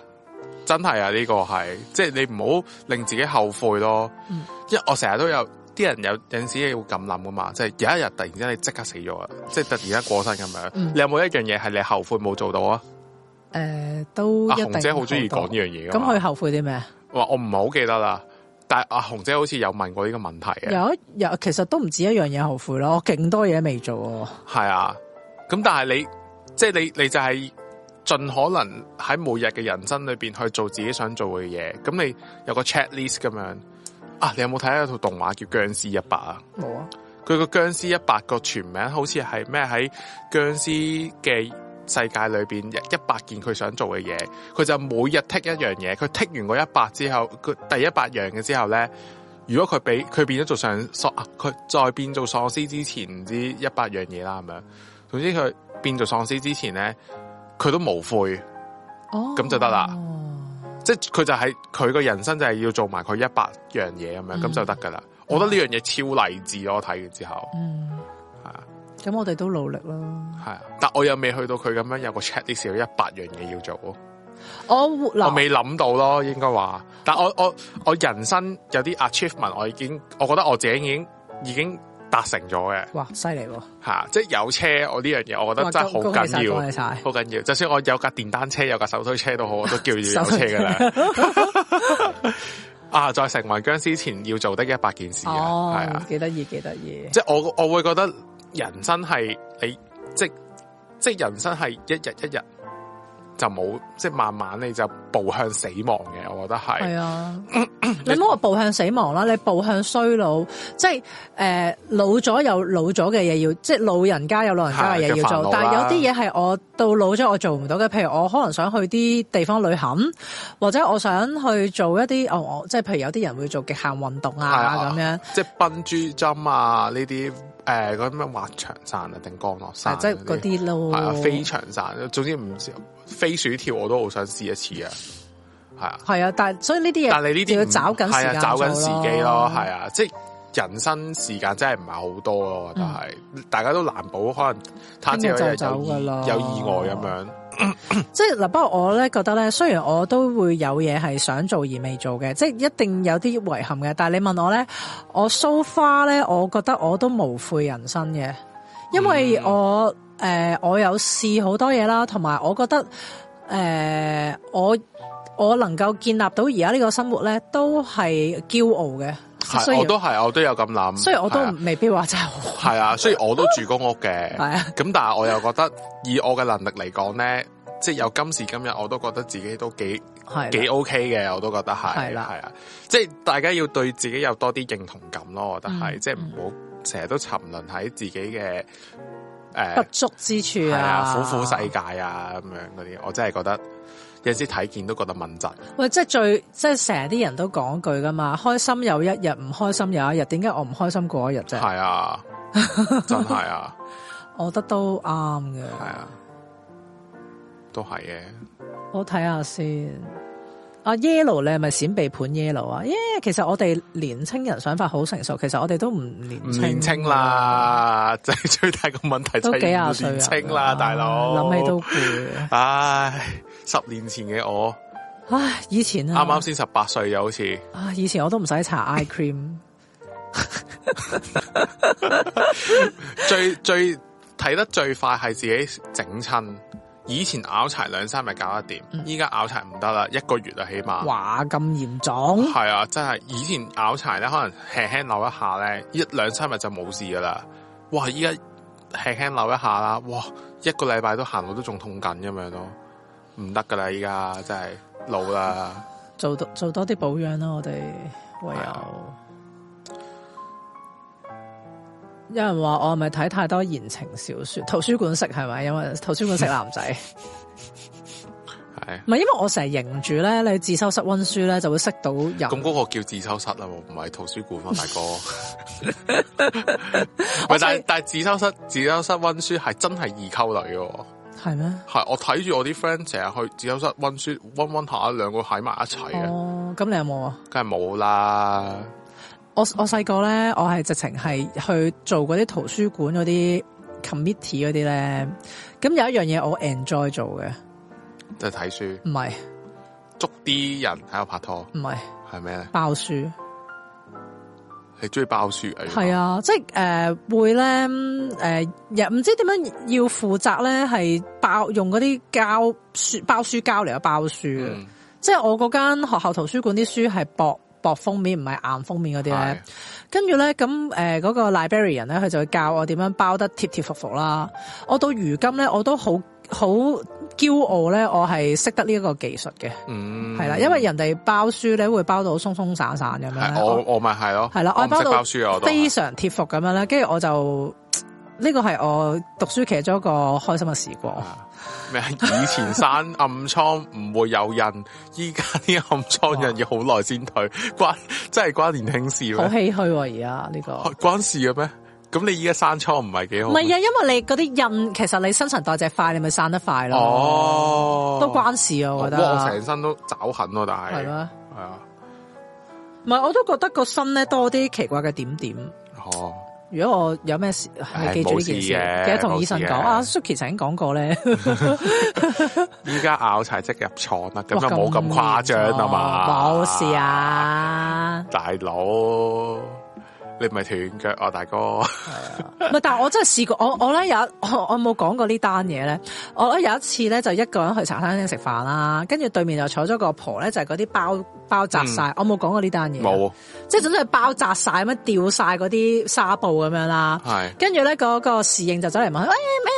A: 真係啊，呢、個係，即係你唔好令自己後悔咯。
B: 嗯
A: 因為我成日都有啲人有有阵时會咁諗噶嘛，即係有一日突然之間你即刻死咗啊，即係突然間過身咁樣。
B: 嗯
A: 你有冇一樣嘢係你後悔冇做到啊？
B: 诶、都
A: 阿
B: 呃一定
A: 紅姐好中意講呢
B: 多
A: 樣嘢㗎
B: 咁
A: 嘛
B: 佢後悔啲咩？
A: 話我唔係好記得啦，但系阿紅姐好似有問過呢個問題嘅，
B: 有一有，其實都唔止一樣嘢後悔咯，我勁多嘢未做喎。
A: 係啊。咁但係你即係你你就係盡可能喺每日嘅人生裏边去做自己想做嘅嘢。咁你有個 checklist 咁樣啊？你有冇睇一套動畫叫《僵尸一百》啊？
B: 冇啊，
A: 佢個僵屍一百個全名好似係咩喺僵屍嘅世界裏边一百件佢想做嘅嘢，佢就每日剔一樣嘢，佢剔完嗰一百之後，佢第一百樣嘅之後咧，如果佢俾佢變咗做上喪，啊佢再變做喪屍之前唔知一百樣嘢啦咁樣，總之佢變做喪屍之前咧，佢都無悔。
B: 哦，
A: 咁就得啦即系佢就係佢個人生就係要做埋佢一百樣嘢咁樣，咁、就得噶啦。我覺得呢樣嘢超勵志咯，我睇完之後。
B: 嗯，
A: 係啊
B: 咁我哋都努力啦。
A: 系啊，但我又未去到佢咁樣有個 checklist 有一百樣嘢要做咯，
B: 我
A: 我
B: 嗱，
A: 未諗到咯，應該話。但我我我人生有啲 achievement，我已經我覺得我自己已經已經達成咗嘅
B: 哇，犀利喎！
A: 吓，嚇即係有車我呢樣嘢，我覺得
B: 哇
A: 真係好
B: 恭恭喜晒
A: 緊要，
B: 恭喜晒
A: 好緊要。就算我有架電單車，有架手推車都好，我都叫住有
B: 手推
A: 車
B: 車
A: 噶啦。 啊，在成為僵屍前要做的一百件事啊，
B: 哦
A: 係啊，，
B: 幾得意，幾得意。
A: 即系我我会觉得人生系你即即人生系一日一日就冇即慢慢你就步向死亡嘅，我觉得
B: 系
A: 系
B: 啊，你唔好話步向死亡啦，你步向衰老，即係诶、誒老咗有老咗嘅嘢要，即係老人家有老人家嘅嘢
A: 係嘅
B: 要
A: 煩惱
B: 做
A: 啦，
B: 但係有啲嘢係我到老咗我做唔到嘅，譬如我可能想去啲地方旅行，或者我想去做一啲哦，我即係譬如有啲人會做極限運動啊咁樣，
A: 即笨豬針啊呢啲诶嗰啲咩滑翔傘啊定降落傘啊
B: 係即係嗰啲哦
A: 系啊
B: 咯，
A: 飛翔傘，總之唔知飛鼠跳我都好想試一次啊，係啊。
B: 係啊，但係所以呢啲嘢，
A: 但你呢啲
B: 要
A: 唔
B: 找緊時
A: 係啊
B: 間
A: 找緊
B: 做
A: 時機咯，係啊，即係人生時間真係唔係好多咯，我覺得係、大家都難保可能他朝有一日
B: 嗯聽日就走㗎啦
A: 有意有意外咁樣，
B: 即係嗱，不過我咧覺得咧，雖然我都會有嘢係想做而未做嘅，即係一定有啲遺憾嘅。但係你問我咧，我 so far 咧，我覺得我都無悔人生嘅，因為我誒、呃我有試好多嘢啦，同埋我覺得誒、呃我我能夠建立到而家呢個生活咧，都係驕傲嘅。雖
A: 係我
B: 然
A: 都係我都有咁諗，
B: 雖然我都
A: 係啊
B: 未必話真係好，
A: 係啊，雖然我都住公屋嘅，
B: 係啊
A: 咁但係我又覺得以我嘅能力嚟講咧，即係有今時今日，我都覺得自己都幾
B: 係
A: 幾
B: 啦
A: OK 嘅，我都覺得係
B: 係
A: 係
B: 啦
A: 啊，即係大家要對自己有多啲認同感咯，我覺得係，
B: 嗯
A: 即係唔好成日都沉淪喺自己嘅誒
B: 不足之處
A: 係
B: 啊，
A: 啊苦苦世界啊咁樣嗰啲，我真係覺得有時睇見都覺得敏陣，
B: 喂，即係最即係成日啲人都講句噶嘛，開心有一日，唔開心有一日。點解我唔開心過一日啫？
A: 係 啊，真係啊，
B: 我覺得都啱嘅。
A: 係啊，都係嘅。
B: 我睇下先。阿 Yellow 你係咪閃避盤 Yellow 啊？耶、其實我哋年青人想法好成熟，其實我哋都唔年
A: 唔
B: 青
A: 年青，嗯啦， 就係最大個問題就
B: 都幾
A: 係
B: 廿
A: 唔
B: 歲
A: 年
B: 人
A: 青啦，大佬。
B: 諗起都，攰。
A: 唉，十年前嘅我，
B: 唉，以前
A: 啱
B: 啊，
A: 啱先十八歲又好似，
B: 啊，以前我都唔使搽 eye cream。
A: 最最睇得最快係自己整親。以前拗柴兩三日搞得
B: 嗯
A: 掂，依家拗柴唔得啦，一個月啊起碼。
B: 哇，咁嚴重？
A: 系啊，真係以前拗柴咧，可能輕輕扭一下咧，一兩三日就冇事噶啦。哇！依家輕輕扭一下啦，哇！一個禮拜都行路都仲痛緊咁樣咯，唔得噶啦！依家真係老啦，
B: 做多做多啲保養啦，我哋唯
A: 係啊
B: 有。有人話我係咪睇太多言情小說？圖書館識係咪？因為圖書館識 男仔，
A: 係
B: 唔係因為我成日認住咧，你去自修室温書咧就會識到人。
A: 咁嗰個叫自修室啦，唔係圖書館啊，大哥。
B: 我
A: 喂，但係
B: 最
A: 但係自修室自修室温書係真係易溝女嘅喎，
B: 係咩？
A: 係我睇住我啲 friend 成日去自修室温書，温温下兩個喺埋一齊嘅，
B: 哦，咁你有冇啊？
A: 梗係冇啦。
B: 我我細個咧，我係直情係去做嗰啲圖書館嗰啲 committee 嗰啲咧，咁有一樣嘢我 enjoy 做嘅，
A: 即係睇書。
B: 唔係
A: 捉啲人喺度拍拖，
B: 唔係
A: 系咩咧？
B: 爆書。
A: 你中意爆雪啊？
B: 係啊，即係诶、呃、会咧诶，又、唔知點樣要負責咧，係爆用嗰啲膠書包書膠嚟去包書嘅。
A: 嗯
B: 即係我嗰間學校圖書館啲書係薄薄封面，唔係啊硬封面嗰啲
A: 係
B: 咧。跟住咧，咁誒嗰個 library 人咧，佢就會教我點樣包得貼貼服服啦。我到如今咧，我都好好驕傲咧，我係識得呢一個技術嘅，
A: 嗯，
B: 係啦、因為人哋包書咧會包到鬆鬆散散咁樣
A: 係
B: 呢。
A: 我我咪係咯，
B: 係啦，
A: 我唔
B: 我
A: 識
B: 包
A: 包
B: 到
A: 書啊，我都
B: 非常貼服咁樣啦，跟住我就呢個係我讀書其中一個開心嘅時光。
A: 啊咩？ 以前生暗瘡唔會有印，依家啲暗瘡印要好耐先退，關真係關年輕事
B: 好
A: 咩？
B: 唏噓喎，而家呢個。
A: 關事嘅咩？咁你依家生瘡唔係幾好
B: 唔
A: 咩？
B: 係啊，因為你嗰啲印，其實你新陳代謝快，你咪散得快咯。，
A: 哦，
B: 都關事啊，我覺
A: 哇我
B: 得。
A: 成身都爪痕咯，但係
B: 係咩？
A: 係啊，
B: 唔係，我都覺得個身咧多啲奇怪嘅點點。
A: 哦，
B: 如果我有咩事，
A: 唉
B: 你記住呢件事，
A: 冇事嘅
B: 記得同醫生講
A: 冇事嘅
B: 啊。Suki 曾經講過咧，
A: 依家咬柴即入廠啦，咁
B: 哇
A: 又冇咁誇張啊嘛，
B: 冇事，啊，
A: 大佬，你唔係斷腳啊，大哥，
B: 唔係，但係我真係試過，我我咧有一 我我冇講過呢單嘢咧。我咧有一次咧就一個人去茶餐廳食飯啦，跟住對面就坐咗個婆咧，就係嗰啲包包紮晒。我冇講過呢單嘢。
A: 嗯冇，
B: 即係總之係包紮晒咁樣掉晒嗰啲紗布咁樣啦。
A: 係
B: 跟住咧，嗰個侍應就走嚟問佢：，誒、咩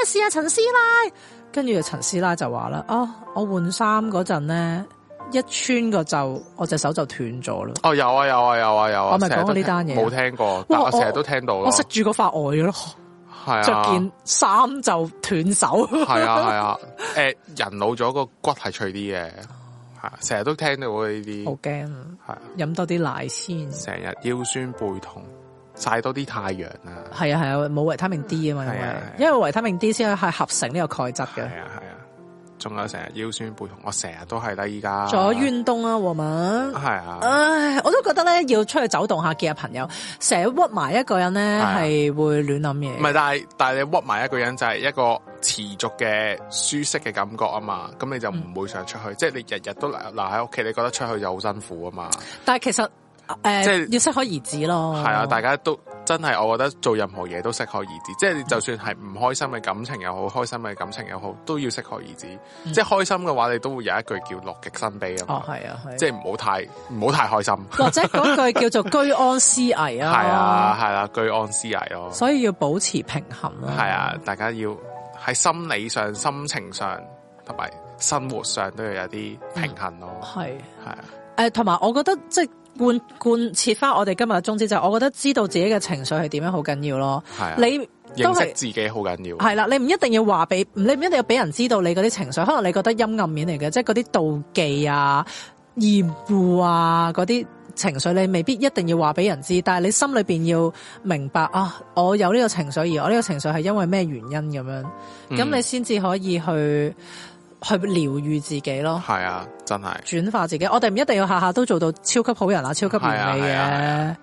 B: 事啊，陳師奶？跟住陳師奶就話啦：，哦，我換衫嗰陣咧，一穿個袖，我隻手就斷咗啦。
A: 哦，有啊，有啊，有啊，有啊，
B: 我咪
A: 成日
B: 講
A: 都
B: 過呢
A: 聽
B: 單嘢
A: 冇聽過，但
B: 哇
A: 我成日都聽到
B: 我
A: 咯，
B: 食住個發呆嘅咯，
A: 係啊，
B: 着件衫就斷手。
A: 係啊係啊，诶，人老咗個骨係脆啲嘅，係啊成日都聽到呢
B: 好
A: 啲，
B: 驚啊，
A: 係啊
B: 飲多啲奶先。
A: 成日腰酸背痛，曬多啲太陽啊，
B: 係啊係啊，冇維他命 D 啊嘛，因
A: 係
B: 為
A: 啊係啊
B: 因為維他命 D 先係合成呢個鈣質嘅。
A: 係啊係啊，仲有成日腰酸背痛，我成日都係啦，依家
B: 仲有遠東啊，和敏。
A: 係啊，
B: 唉，我都覺得咧要出去走動下，見下朋友，成日屈埋一個人咧
A: 係啊
B: 係會亂諗
A: 唔
B: 嘢。
A: 係，但係但係你屈埋一個人就係一個持續嘅舒適嘅感覺啊嘛，咁你就
B: 嗯
A: 唔會想出去，即係你日日都留留喺屋企，你覺得出去就好辛苦啊嘛。
B: 但係其實誒，
A: 即係
B: 要適可而止咯。
A: 系啊，大家都真係，我覺得做任何嘢都適可而止，即係你就算係唔開心嘅感情又好，開心嘅感情又好，都要適可而止。即係開心嘅話，你都會有一句叫樂極生悲啊嘛，
B: 嗯哦係啊係，哦
A: 即係唔好太唔好太開心。
B: 或者嗰句叫做居安思 危
A: 係
B: 啊。
A: 啊，，係啦，居安思危咯。
B: 所以要保持平衡咯。
A: 係啊，大家要喺心理上、心情上同埋生活上都要有啲平衡咯。
B: 係
A: 係啊，
B: 誒，呃同埋我覺得即係。貫貫徹翻我哋今日嘅宗旨就係，我覺得知道自己嘅情緒係點樣好緊要咯。
A: 係啊，
B: 你都
A: 認識
B: 係
A: 自己好緊要。
B: 係啦，你唔一定要話俾，你唔一定要俾人知道你嗰啲情緒，可能你覺得陰暗面嚟嘅，即係嗰啲妒忌啊、厭惡啊嗰啲情緒，你未必一定要話俾人知，但係你心裏邊要明白啊，我有呢個情緒，而我呢個情緒係因為咩原因咁樣，咁、
A: 嗯
B: 你先至可以去去療愈自己咯。
A: 係啊，真係
B: 轉化自己，我哋唔一定要下下都做到超級好人啊、超級完美
A: 係啊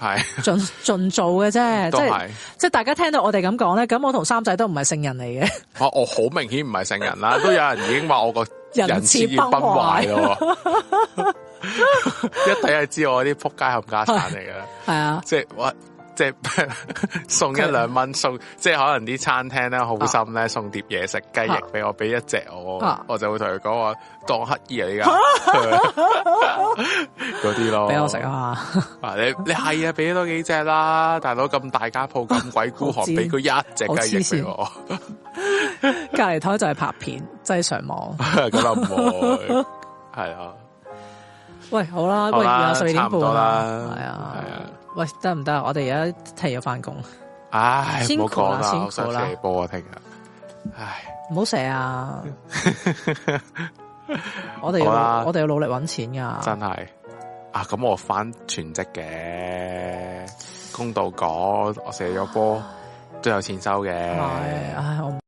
A: 係啊
B: 嘅，
A: 係
B: 盡盡做 嘅啫，即
A: 都
B: 係
A: 係。
B: 即係大家聽到我哋咁講咧，咁我同三仔都唔係聖人嚟嘅。
A: 我我好明顯唔係聖人 啦，都有人已經話我個
B: 人
A: 人
B: 設
A: 設要崩
B: 崩
A: 壞
B: 壞
A: 咯， 一睇就知我啲仆街冚家產嚟嘅，
B: 系啊，
A: 即 係我即係 送一兩蚊送，即係可能啲餐廳咧好心咧送碟嘢食雞翼俾我，俾一隻我
B: 啊，
A: 我就會同佢講我當乞衣啊依家 嗰啲咯，
B: 俾我食啊！
A: 啊！你你係啊，俾多幾隻啦，大佬咁大家鋪咁鬼孤寒，
B: 好賤
A: 俾佢一隻雞翼俾我。
B: 隔離台就係拍片，真係上 網。
A: 咁又唔會，係啊，
B: 喂，好啦，
A: 好
B: 喂，
A: 啦
B: 而家十二
A: 差
B: 點
A: 唔
B: 半
A: 多啦
B: 係啊
A: 係啊，
B: 喂，得唔得？我哋而家提要翻工，
A: 唉，
B: 辛
A: 唔
B: 苦
A: 好講
B: 啦辛苦
A: 啦，
B: 啦
A: 我想射波啊，聽日，唉，
B: 唔好射啊！ 我哋要
A: 好啦
B: 我哋要努力揾錢噶
A: 真。係啊，咁我翻全職嘅，公道講，我射咗波都有錢收嘅，
B: 係，唉，我唔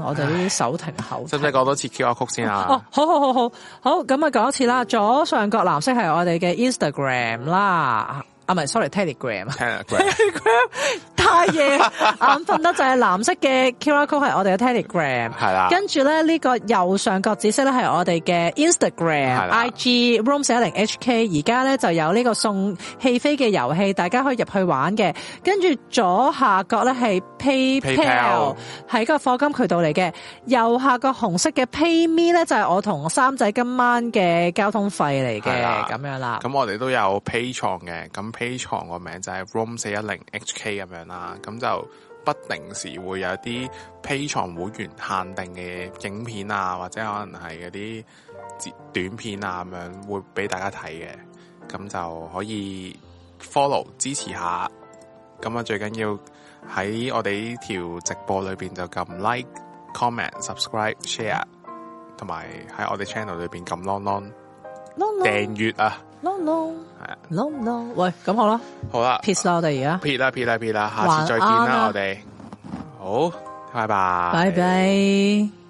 B: 啦，我哋呢啲手停口
A: 使唔
B: 停
A: 使講多次 Q R 曲先
B: 哦
A: 啊？，
B: 好好好好好，咁啊講一次啦，左上角藍色係我哋嘅 Instagram 啦，啊，唔係 sorry，Telegram 啊
A: Telegram
B: ，Telegram 太夜 眼瞓得就係藍色嘅 QR code 係我哋嘅 Telegram，
A: 係啦
B: 跟住咧呢、個右上角紫色咧係我哋嘅
A: 係
B: Instagram、
A: 啦
B: IG Room 四一零 HK，而家咧就有呢個送戲飛嘅遊戲，大家可以入去玩嘅。跟住左下角咧係
A: PayPal
B: PayPal，係個課金渠道嚟嘅。右下角紅色嘅 PayMe 咧就係我同三仔今晚嘅交通費嚟
A: 係啦
B: 嘅，咁樣啦。
A: 咁我哋都有 P 床嘅，咁 P 床個名就係 Room 四一零 HK 咁樣啦，咁就不定時會有啲 P 床會員限定嘅影片啊，或者可能係嗰啲截短片啊咁樣，會俾大家睇嘅，咁就可以 follow 支持下，咁啊最緊要喺我哋呢條直播裏邊就撳 like、comment、subscribe、share，同啊埋喺我哋 channel 裏邊撳 long long 訂閱啊！
B: no no
A: 係啊
B: no no，喂，咁好啦
A: 好啦，
B: ，peace 啦，我哋而家，
A: 撇啦撇啦撇啦，下次再見
B: 還啱
A: 啦，
B: 啦
A: 我哋好，拜拜，
B: 拜拜。